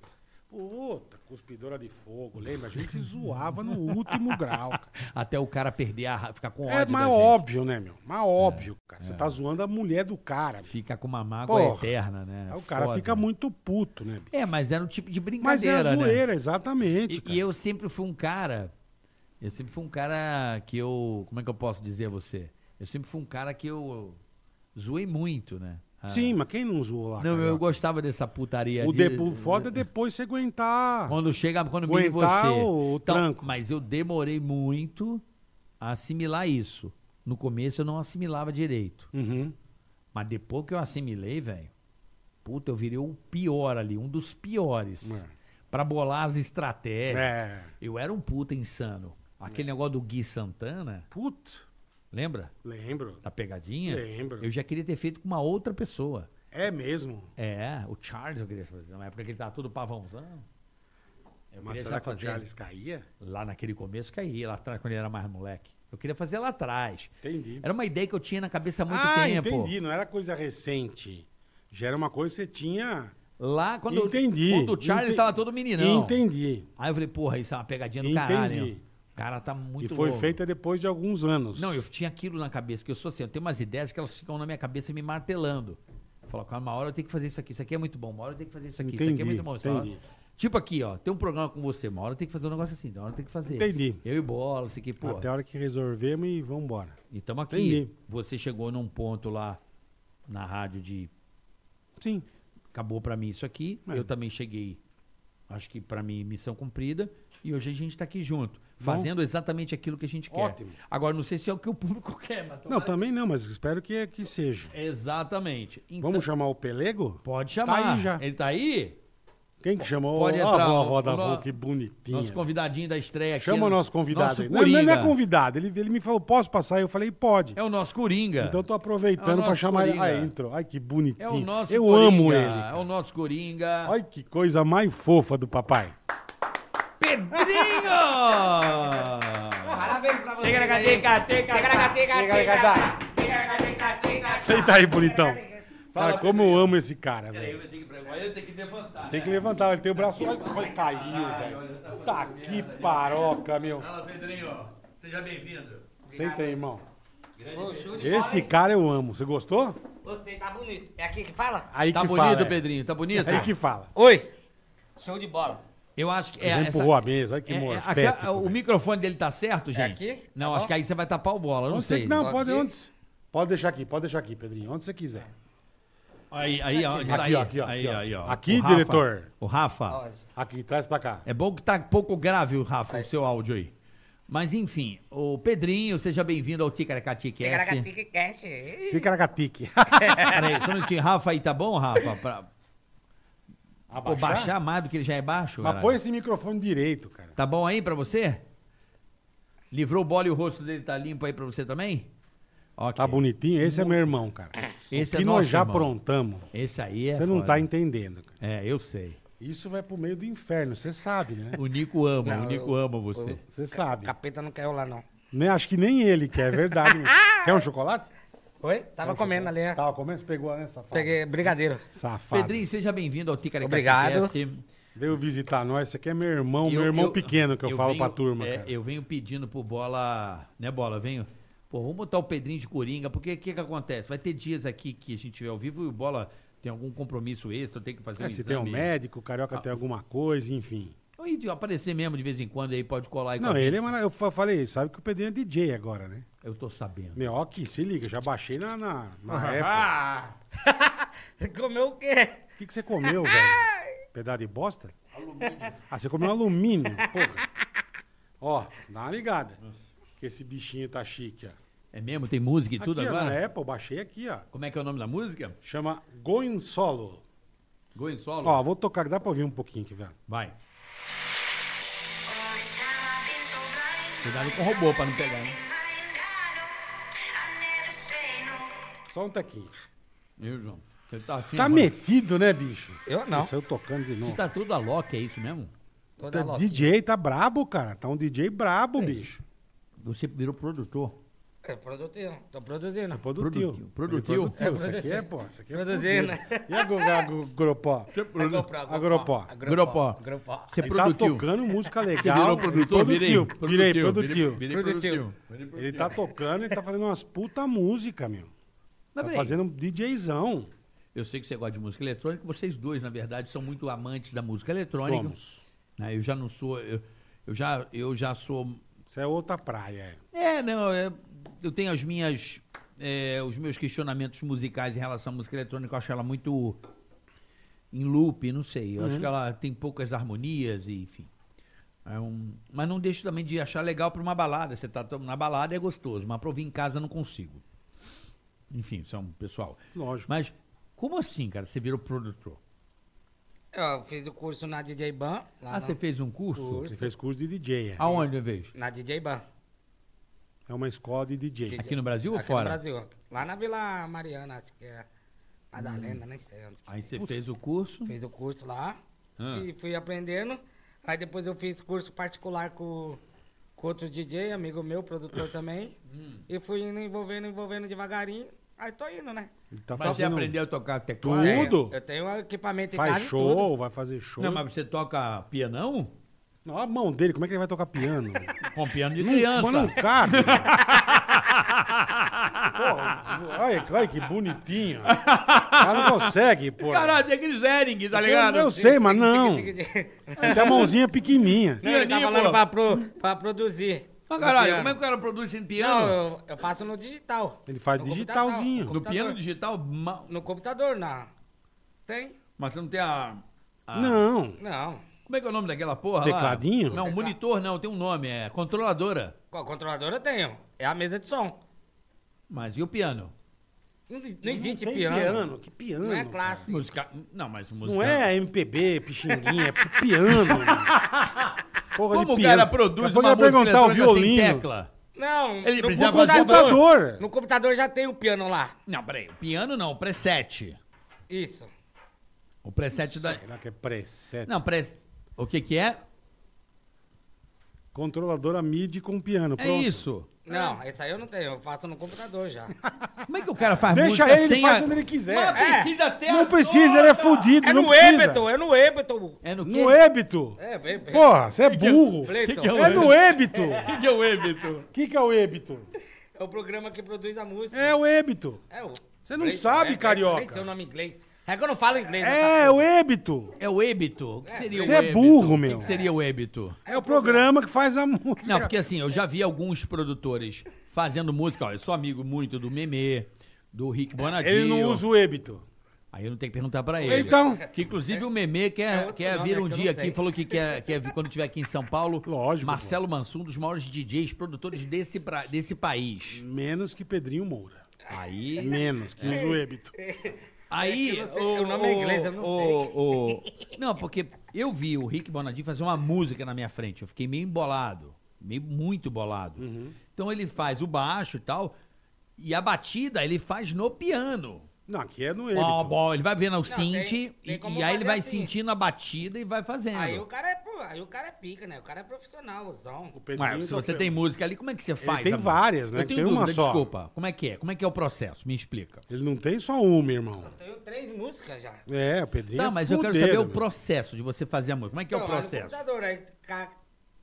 Speaker 4: Puta, cuspidora de fogo, lembra? A gente zoava no último grau. cara.
Speaker 3: Até o cara perder a ra- ficar com ódio
Speaker 4: É
Speaker 3: da
Speaker 4: mais
Speaker 3: gente. É,
Speaker 4: óbvio, né, meu? Mais óbvio, cara. Você tá zoando a mulher do cara. bicho.
Speaker 3: Fica com uma mágoa
Speaker 4: Porra.
Speaker 3: eterna, né?
Speaker 4: Aí o cara
Speaker 3: É Foda.
Speaker 4: fica muito puto, né, bicho?
Speaker 3: É, mas era um tipo de
Speaker 4: Mas é
Speaker 3: brincadeira, né?
Speaker 4: a zoeira, exatamente.
Speaker 3: E,
Speaker 4: cara.
Speaker 3: e eu sempre fui um cara. Eu sempre fui um cara que eu. Como é que eu posso dizer a você? Eu sempre fui um cara que eu zoei muito, né? Ah,
Speaker 4: É. Sim, mas quem não zoou lá?
Speaker 3: Não,
Speaker 4: cara?
Speaker 3: eu gostava dessa putaria
Speaker 4: o,
Speaker 3: de-
Speaker 4: de... o foda é depois você aguentar.
Speaker 3: Quando chega, quando mira em
Speaker 4: Aguentar
Speaker 3: você.
Speaker 4: Ah.
Speaker 3: Então,
Speaker 4: o- o tranco.
Speaker 3: Mas eu demorei muito a assimilar isso. No começo eu não assimilava direito.
Speaker 4: Uhum.
Speaker 3: Mas depois que eu assimilei, velho, puta, eu virei o pior ali, um dos piores.
Speaker 4: É.
Speaker 3: Pra bolar as estratégias.
Speaker 4: É.
Speaker 3: Eu era um puta insano. Aquele negócio do Gui Santana,
Speaker 4: Puto,
Speaker 3: lembra?
Speaker 4: lembro.
Speaker 3: Da pegadinha?
Speaker 4: Lembro.
Speaker 3: Eu já queria ter feito com uma outra pessoa.
Speaker 4: É mesmo.
Speaker 3: É, o Charles eu queria fazer. Na época que ele tava todo pavãozão. Eu
Speaker 4: Mas
Speaker 3: queria
Speaker 4: será
Speaker 3: já
Speaker 4: que o
Speaker 3: fazer.
Speaker 4: Charles caía?
Speaker 3: Lá naquele começo caí, lá atrás, quando ele era mais moleque. Eu queria fazer lá atrás.
Speaker 4: Entendi.
Speaker 3: Era uma ideia que eu tinha na cabeça há muito
Speaker 4: ah,
Speaker 3: tempo.
Speaker 4: entendi. Não era coisa recente. Já era uma coisa que você tinha...
Speaker 3: Lá quando,
Speaker 4: entendi.
Speaker 3: quando o Charles
Speaker 4: Ente-
Speaker 3: tava todo meninão.
Speaker 4: Entendi.
Speaker 3: Aí eu falei, porra, isso é uma pegadinha do
Speaker 4: Entendi.
Speaker 3: caralho. hein? O cara tá muito
Speaker 4: e foi
Speaker 3: louco.
Speaker 4: feita depois de alguns anos.
Speaker 3: Não, eu tinha aquilo na cabeça, que eu sou assim, eu tenho umas ideias que elas ficam na minha cabeça me martelando. Eu falo, cara, uma hora eu tenho que fazer isso aqui, isso aqui é muito bom, uma hora eu tenho que fazer isso aqui, isso aqui é
Speaker 4: Entendi,
Speaker 3: muito bom. isso é uma hora-
Speaker 4: entendi.
Speaker 3: Tipo aqui, ó, tem um programa com você, uma hora eu tenho que fazer um negócio assim, uma hora eu tenho que fazer.
Speaker 4: Entendi.
Speaker 3: Eu e bola, isso aqui, pô.
Speaker 4: Até a hora que resolvemos e vamos embora.
Speaker 3: E estamos aqui.
Speaker 4: Entendi.
Speaker 3: Você chegou num ponto lá na rádio de
Speaker 4: Sim.
Speaker 3: acabou pra mim isso aqui.
Speaker 4: É.
Speaker 3: Eu também cheguei acho que para mim, missão cumprida. E hoje a gente está aqui junto, fazendo exatamente aquilo que a gente quer.
Speaker 4: Ótimo.
Speaker 3: Agora, não sei se é o que o público quer, mas
Speaker 4: Não, tá.
Speaker 3: tomara-
Speaker 4: também não, mas espero que, que seja.
Speaker 3: Exatamente. Então,
Speaker 4: Vamos chamar o Pelego?
Speaker 3: Pode chamar.
Speaker 4: Tá aí já.
Speaker 3: Ele tá aí?
Speaker 4: Quem que chamou?
Speaker 3: Pode
Speaker 4: Ó,
Speaker 3: entrar,
Speaker 4: a avó,
Speaker 3: o-
Speaker 4: a avó da
Speaker 3: o
Speaker 4: avó,
Speaker 3: no-
Speaker 4: que bonitinha.
Speaker 3: Nosso convidadinho da estreia aqui.
Speaker 4: é. Chama
Speaker 3: é
Speaker 4: o nosso convidado.
Speaker 3: Nosso
Speaker 4: aí. não, não é
Speaker 3: Coringa.
Speaker 4: minha convidada. Ele, ele me falou, posso passar? Eu falei, pode.
Speaker 3: É o nosso Coringa.
Speaker 4: Então eu tô
Speaker 3: É o
Speaker 4: aproveitando
Speaker 3: nosso
Speaker 4: pra chamar ele.
Speaker 3: Coringa.
Speaker 4: Ai, entrou. Ai, que bonitinho.
Speaker 3: É o nosso
Speaker 4: eu
Speaker 3: Coringa.
Speaker 4: amo ele.
Speaker 3: É o nosso Coringa.
Speaker 4: Olha que coisa mais fofa do papai.
Speaker 3: Pedrinho!
Speaker 2: Parabéns pra você.
Speaker 4: Senta aí, bonitão. Cara, como eu amo esse cara, velho. Tem que levantar, ele tem o braço. Olha, olha, caiu, velho. Puta que paroca, meu.
Speaker 3: Fala, Pedrinho. Seja bem-vindo.
Speaker 4: Senta aí, irmão. Esse
Speaker 2: Esse
Speaker 4: cara eu amo. Você gostou?
Speaker 2: Gostei, tá bonito. É aqui que fala?
Speaker 4: Aí
Speaker 3: Tá
Speaker 4: que
Speaker 3: bonito,
Speaker 4: fala. é.
Speaker 3: Pedrinho? Tá bonito?
Speaker 4: Aí que fala.
Speaker 2: Oi. Show de bola.
Speaker 3: Eu acho que.
Speaker 4: Ele empurrou a mesa, olha que
Speaker 3: é- é-
Speaker 4: morfético.
Speaker 3: aquela- o
Speaker 4: velho.
Speaker 3: microfone dele tá certo,
Speaker 4: É
Speaker 3: gente?
Speaker 2: aqui?
Speaker 3: Não,
Speaker 2: Tá
Speaker 3: acho
Speaker 2: bom.
Speaker 3: que aí você vai tapar o bola. eu Não,
Speaker 4: Onde você-
Speaker 3: sei.
Speaker 4: Não,
Speaker 2: Aqui.
Speaker 4: pode onde? Pode deixar aqui, pode deixar aqui, Pedrinho. Onde você quiser.
Speaker 3: Aí, aí, onde tá
Speaker 4: Aqui,
Speaker 3: aí?
Speaker 4: ó, aqui, ó,
Speaker 3: Aí,
Speaker 4: aqui, ó.
Speaker 3: aí, ó.
Speaker 4: Aqui,
Speaker 3: O Rafa-
Speaker 4: diretor.
Speaker 3: O Rafa.
Speaker 2: Olha,
Speaker 4: Aqui, traz pra cá.
Speaker 3: É bom que tá pouco grave, o Rafa, o seu áudio aí. Mas enfim, o Pedrinho, seja bem-vindo ao Ticaracatique S.
Speaker 2: Ticaracatica Cast.
Speaker 4: Ticaracatique.
Speaker 3: Peraí, só um minutinho. Rafa aí, tá bom, Rafa? Pra pô,
Speaker 4: Abaixar?
Speaker 3: baixar mais do que ele já é baixo?
Speaker 4: Ah, Mas
Speaker 3: caralho.
Speaker 4: põe esse microfone direito, cara.
Speaker 3: Tá bom aí pra você? Livrou o bola e o rosto dele tá limpo aí pra você também? Ok.
Speaker 4: Tá bonitinho? Esse é meu irmão, cara.
Speaker 3: Esse
Speaker 4: o que
Speaker 3: é
Speaker 4: nós
Speaker 3: nosso
Speaker 4: já
Speaker 3: irmão.
Speaker 4: aprontamos,
Speaker 3: Esse aí é
Speaker 4: você não
Speaker 3: foda.
Speaker 4: tá entendendo. cara.
Speaker 3: É, eu sei.
Speaker 4: Isso vai pro meio do inferno, você sabe, né?
Speaker 3: O Nico ama,
Speaker 2: Não,
Speaker 3: o Nico
Speaker 2: eu-
Speaker 3: ama você.
Speaker 4: Você sabe.
Speaker 2: Capeta não caiu lá, não.
Speaker 4: Nem- Né, acho que nem ele quer, é verdade. né? Quer um chocolate?
Speaker 2: Oi? Tava comendo ali, ó.
Speaker 4: Tava comendo, você pegou né, safado?
Speaker 2: Peguei brigadeiro.
Speaker 4: Safado.
Speaker 3: Pedrinho, seja bem-vindo ao Ticaracatique
Speaker 2: Obrigado.
Speaker 3: S.
Speaker 4: Veio visitar nós, esse aqui é meu irmão,
Speaker 3: Eu-
Speaker 4: meu irmão
Speaker 3: eu-
Speaker 4: pequeno que eu, falo pra
Speaker 3: venho-
Speaker 4: turma,
Speaker 3: é,
Speaker 4: cara.
Speaker 3: Eu venho pedindo pro Bola, né, Bola? Venho. Pô, vamos botar o Pedrinho de Coringa, porque o que que acontece? Vai ter dias aqui que a gente tiver ao vivo e o Bola tem algum compromisso extra, tem que fazer
Speaker 4: É,
Speaker 3: um
Speaker 4: se
Speaker 3: exame. Ah.
Speaker 4: tem um médico, o carioca tem alguma coisa, enfim.
Speaker 3: Ou ir de- aparecer mesmo de vez em quando aí, pode colar aí com
Speaker 4: Não,
Speaker 3: a
Speaker 4: ele é
Speaker 3: gente.
Speaker 4: maravilhoso. Eu fa- falei, sabe que o Pedrinho é DJ agora, né?
Speaker 3: Eu tô sabendo.
Speaker 4: Meu, ó aqui, se liga, já baixei na, na, na época.
Speaker 2: Comeu o quê?
Speaker 4: O que, que você comeu, velho? Pedaço de bosta? Alumínio. Ah, você comeu alumínio, porra. Ó, dá uma ligada. Que esse bichinho tá chique, ó.
Speaker 3: É mesmo? Tem música e tudo
Speaker 4: aqui, ó,
Speaker 3: agora?
Speaker 4: na Apple, baixei aqui, ó.
Speaker 3: Como é que é o nome da música?
Speaker 4: Chama Going Solo.
Speaker 3: Goin Solo?
Speaker 4: Ó, vou tocar, dá pra ouvir um pouquinho aqui, velho.
Speaker 3: Vai. Cuidado com o robô pra não pegar, né?
Speaker 4: Só um tequinho.
Speaker 3: Eu, João. Você tá assim.
Speaker 4: Tá
Speaker 3: mano.
Speaker 4: metido, né, bicho?
Speaker 2: Eu não.
Speaker 4: Saiu tocando de
Speaker 3: Você
Speaker 4: novo.
Speaker 3: tá todo a Loki, é isso mesmo?
Speaker 2: Toda
Speaker 4: Tá
Speaker 2: louca.
Speaker 4: DJ, tá brabo, cara. Tá um DJ brabo, bicho.
Speaker 3: Você virou produtor.
Speaker 2: É produtivo. Tô produzindo.
Speaker 4: Produtivo.
Speaker 3: Produtivo. Produtivo.
Speaker 4: Produtivo. Isso aqui é, pô, isso aqui é
Speaker 2: Produzindo.
Speaker 4: fudido. E a Gu- a Gu- Guropó?
Speaker 2: Agropó.
Speaker 4: Agropó.
Speaker 2: é
Speaker 3: Agropó.
Speaker 2: Agropó.
Speaker 3: Você é
Speaker 4: Ele tá
Speaker 3: produtivo.
Speaker 4: tocando música
Speaker 3: Você
Speaker 4: legal.
Speaker 3: virou produtor?
Speaker 4: Produtivo,
Speaker 3: Virei.
Speaker 4: Virei,
Speaker 5: Produtivo,
Speaker 4: produtivo.
Speaker 5: virei produtivo.
Speaker 4: Ele tá tocando, ele tá fazendo umas puta música, meu.
Speaker 3: Mas
Speaker 4: Tá
Speaker 3: peraí,
Speaker 4: fazendo um DJzão.
Speaker 3: Eu sei que você gosta de música eletrônica. Vocês dois, na verdade, são muito amantes da música eletrônica.
Speaker 4: Somos.
Speaker 3: Né, Eu já não sou... Eu, eu já, eu já sou...
Speaker 4: Isso é outra praia. é.
Speaker 3: É, não, é- eu tenho as minhas... é, os meus questionamentos musicais em relação à música eletrônica. Eu acho ela muito em loop, não sei. Eu acho que ela tem poucas harmonias e, enfim. É um- mas não deixo também de achar legal pra uma balada. Você tá to- na balada é gostoso, mas pra ouvir em casa eu não consigo. Enfim, são pessoal.
Speaker 4: Lógico.
Speaker 3: Mas como assim, cara? Você virou produtor?
Speaker 2: Eu fiz o curso na DJ Ban. Lá
Speaker 3: ah,
Speaker 2: na,
Speaker 3: você fez um curso?
Speaker 2: Curso.
Speaker 4: Você fez curso de DJ, é.
Speaker 3: Aonde eu vejo?
Speaker 2: na DJ Ban.
Speaker 4: É uma escola de DJ.
Speaker 3: Aqui no Brasil ou
Speaker 2: Aqui
Speaker 3: fora?
Speaker 2: no Brasil. Lá na Vila Mariana, acho que é. Madalena, nem sei onde. que
Speaker 3: Hum. Aí Ah. você fez o curso.
Speaker 2: Fiz o curso lá e fui aprendendo. Aí depois eu fiz curso particular com, com outro DJ, amigo meu,
Speaker 3: Ah.
Speaker 2: produtor também.
Speaker 3: Hum.
Speaker 2: E fui indo, envolvendo, envolvendo devagarinho. Aí tô indo, né?
Speaker 4: Ele tá
Speaker 3: mas você
Speaker 4: fazendo
Speaker 3: aprendeu a tocar teclado?
Speaker 4: tudo.
Speaker 2: Eu tenho equipamento em
Speaker 4: Faz
Speaker 2: casa e
Speaker 4: show,
Speaker 2: tudo.
Speaker 4: vai fazer show.
Speaker 3: Não, mas você toca pianão?
Speaker 4: Olha a mão dele, como é que ele vai tocar piano?
Speaker 3: Com piano de criança.
Speaker 4: Mas não cabe. Pô, olha, olha que bonitinho. O cara não consegue, pô.
Speaker 3: Caralho, tem aquele Zering, tá ligado?
Speaker 4: Eu, eu sei, mas não.
Speaker 2: Tic,
Speaker 4: Ele
Speaker 2: tic, tic, tic.
Speaker 4: tem a mãozinha pequenininha.
Speaker 2: Não, ele tá
Speaker 3: Pianinho,
Speaker 2: falando
Speaker 3: pô.
Speaker 2: pra, pro, pra produzir.
Speaker 3: Ah,
Speaker 2: no
Speaker 3: caralho,
Speaker 2: piano.
Speaker 3: como é que o cara produz sem piano?
Speaker 2: Não, eu, eu faço no digital.
Speaker 4: Ele faz
Speaker 2: No
Speaker 4: digitalzinho.
Speaker 3: No
Speaker 2: computador.
Speaker 3: piano digital, ma-
Speaker 2: No computador, não. Tem?
Speaker 3: mas você não tem a. a-
Speaker 4: Não.
Speaker 2: Não.
Speaker 3: Como é que é o nome daquela porra? lá?
Speaker 4: Tecladinho?
Speaker 3: Não, monitor não, tem um nome, é controladora.
Speaker 2: Com a controladora eu tenho. É a mesa de som.
Speaker 3: Mas e o piano?
Speaker 2: Não, não existe
Speaker 4: tem
Speaker 2: piano.
Speaker 4: Que piano?
Speaker 2: Não é
Speaker 4: cara?
Speaker 2: clássico.
Speaker 3: Música. Não, mas música.
Speaker 4: Não é MPB, pixinguinha, é piano. Porra
Speaker 3: Como o cara produz uma música
Speaker 4: perguntar o
Speaker 3: eletrônica sem
Speaker 4: violino.
Speaker 3: tecla?
Speaker 2: Não,
Speaker 3: Ele
Speaker 2: no
Speaker 3: precisava
Speaker 4: fazer um computador.
Speaker 2: No computador já tem o piano lá.
Speaker 3: Não, peraí. Piano não, preset.
Speaker 2: Isso.
Speaker 3: O preset da.
Speaker 4: Será que é preset?
Speaker 3: Não, pres... o que que é?
Speaker 4: Controladora MIDI com piano.
Speaker 3: É
Speaker 4: pronto.
Speaker 3: isso.
Speaker 2: Não,
Speaker 4: É.
Speaker 2: esse aí eu não tenho, eu faço no computador já.
Speaker 3: Como é que o cara faz
Speaker 4: Deixa
Speaker 3: música
Speaker 4: ele, ele
Speaker 3: sem
Speaker 4: faz
Speaker 3: a-
Speaker 4: quando ele quiser.
Speaker 3: Mas
Speaker 2: É.
Speaker 3: precisa ter
Speaker 4: Não
Speaker 3: as
Speaker 4: precisa, ele é
Speaker 3: notas.
Speaker 4: fudido,
Speaker 2: É
Speaker 4: não
Speaker 2: no
Speaker 4: precisa.
Speaker 2: Ebeton, é no Ebeton.
Speaker 3: É no quê?
Speaker 4: No ébito.
Speaker 2: É, vem, vem.
Speaker 4: Porra, você é burro.
Speaker 2: Playton.
Speaker 3: que é o-
Speaker 4: É no ébito.
Speaker 3: que, que é
Speaker 2: um
Speaker 3: o êbito?
Speaker 4: O que, que é o ébito?
Speaker 2: É o programa que produz a música.
Speaker 4: É o ébito.
Speaker 2: É o-
Speaker 4: Você não
Speaker 2: Playton,
Speaker 4: sabe,
Speaker 2: é, Playton,
Speaker 4: carioca.
Speaker 2: Nem sei o nome em inglês. É que eu não falo inglês. tá
Speaker 4: É o ébito.
Speaker 3: É o êbito? O que seria
Speaker 4: Você
Speaker 3: o
Speaker 4: é
Speaker 3: êbito?
Speaker 4: burro,
Speaker 3: O
Speaker 4: meu.
Speaker 3: que seria o êbito?
Speaker 4: É o programa que faz a música.
Speaker 3: Não, porque assim, eu já vi alguns produtores fazendo música. Olha, eu sou amigo muito do Meme, do
Speaker 2: É,
Speaker 3: Rick Bonadinho.
Speaker 4: Ele não usa o ébito.
Speaker 3: Aí eu não tenho que perguntar pra ele.
Speaker 4: Então.
Speaker 3: Que inclusive o Meme
Speaker 2: é
Speaker 3: quer,
Speaker 2: outro
Speaker 3: quer
Speaker 2: nome,
Speaker 3: vir
Speaker 2: é
Speaker 3: um
Speaker 2: que eu
Speaker 3: dia
Speaker 2: não
Speaker 3: aqui,
Speaker 2: sei.
Speaker 3: falou que quer, quer vir quando estiver aqui em São Paulo.
Speaker 4: Lógico,
Speaker 3: Marcelo Mansum, um dos maiores DJs produtores desse, pra- desse país.
Speaker 4: Menos que Pedrinho Moura.
Speaker 3: Aí.
Speaker 4: Menos que usa o ébito.
Speaker 3: Aí.
Speaker 2: É que eu não sei, o nome é inglês, eu não sei.
Speaker 3: o- não, porque eu vi o Rick Bonadinho fazer uma música na minha frente. Eu fiquei meio embolado. Meio muito bolado.
Speaker 2: Uhum.
Speaker 3: Então ele faz o baixo e tal. E a batida ele faz no piano.
Speaker 4: Não, aqui é no ébito.
Speaker 3: Ó, bom, ele vai vendo o
Speaker 2: tem-
Speaker 3: synth e,
Speaker 2: tem como
Speaker 3: e aí ele
Speaker 2: fazer
Speaker 3: vai
Speaker 2: assim.
Speaker 3: sentindo a batida e vai fazendo.
Speaker 2: Aí o cara é, pro- aí o cara é pica, né? O cara é profissional,
Speaker 4: O
Speaker 2: zão.
Speaker 4: Pedrinho
Speaker 3: Mas se
Speaker 4: tá-
Speaker 3: você tem música ali, como é que você faz?
Speaker 4: tem
Speaker 3: a música?
Speaker 4: várias, né?
Speaker 3: Eu tenho
Speaker 4: Tem uma
Speaker 3: dúvida,
Speaker 4: só.
Speaker 3: desculpa. Como é que é? Como é que é o processo? Me explica.
Speaker 4: Ele não tem só uma, irmão.
Speaker 2: Tenho três músicas já.
Speaker 4: É, o Pedrinho.
Speaker 3: Não,
Speaker 4: é
Speaker 3: Tá, mas eu quero
Speaker 4: fudeiro,
Speaker 3: saber o
Speaker 4: meu.
Speaker 3: processo de você fazer a música. Como é que é o
Speaker 2: Então, lá No
Speaker 3: processo?
Speaker 2: computador, aí ca-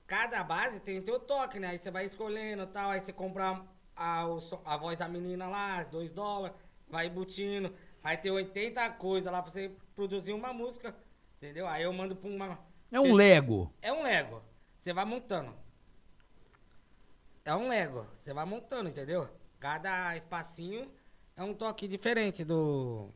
Speaker 2: cada base tem o teu toque, né? Aí você vai escolhendo e tal, aí você compra a, o som- a voz da menina lá, 2 dólares, vai embutindo, aí tem 80 coisas lá pra você produzir uma música, entendeu? Aí eu mando pra uma...
Speaker 3: É um Lego.
Speaker 2: É um Lego, você vai montando. É um Lego, você vai montando, entendeu? Cada espacinho é um toque diferente do...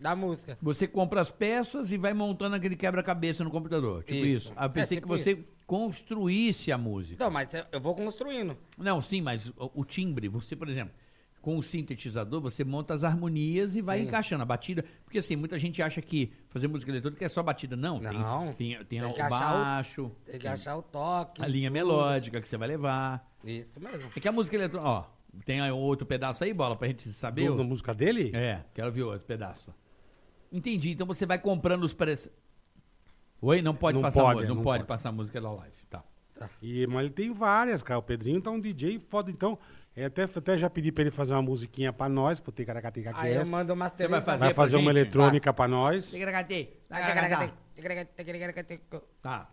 Speaker 2: da música.
Speaker 3: Você compra as peças e vai montando aquele quebra-cabeça no computador. Tipo isso.
Speaker 2: Isso.
Speaker 3: Ah, eu pensei
Speaker 2: É,
Speaker 3: que
Speaker 2: tipo
Speaker 3: você
Speaker 2: isso.
Speaker 3: construísse a música.
Speaker 2: Então, mas eu vou construindo.
Speaker 3: Não, sim, mas o, o timbre, você, por exemplo, com o sintetizador, você monta as harmonias e vai
Speaker 2: Sim.
Speaker 3: encaixando a batida. Porque assim, muita gente acha que fazer música eletrônica é só batida. Não, tem-
Speaker 2: Não.
Speaker 3: tem, tem,
Speaker 2: Tem
Speaker 3: o
Speaker 2: que achar o-
Speaker 3: baixo,
Speaker 2: Tem que achar o toque.
Speaker 3: a linha melódica que você vai levar.
Speaker 2: Isso mesmo.
Speaker 3: É que a música eletrônica. Ó, tem aí outro pedaço aí, bola, pra gente saber.
Speaker 4: Do- Na música dele?
Speaker 3: É, quero ver outro pedaço. Entendi. Então você vai comprando os preços. Oi? Não pode
Speaker 4: Não
Speaker 3: passar
Speaker 4: pode,
Speaker 3: música. Não,
Speaker 4: não
Speaker 3: pode,
Speaker 4: pode.
Speaker 3: passar música da live. Tá.
Speaker 4: E, mas ele tem várias, cara. O Pedrinho tá um DJ foda, então. Eu até, até já pedi pra ele fazer uma musiquinha pra nós, pro Ticaracatica
Speaker 2: Aí eu
Speaker 4: Cast.
Speaker 2: mando o
Speaker 3: é Você vai
Speaker 2: masterizado.
Speaker 3: fazer
Speaker 4: Vai
Speaker 3: pra
Speaker 4: fazer uma
Speaker 3: gente?
Speaker 4: eletrônica pra nós.
Speaker 3: Tá.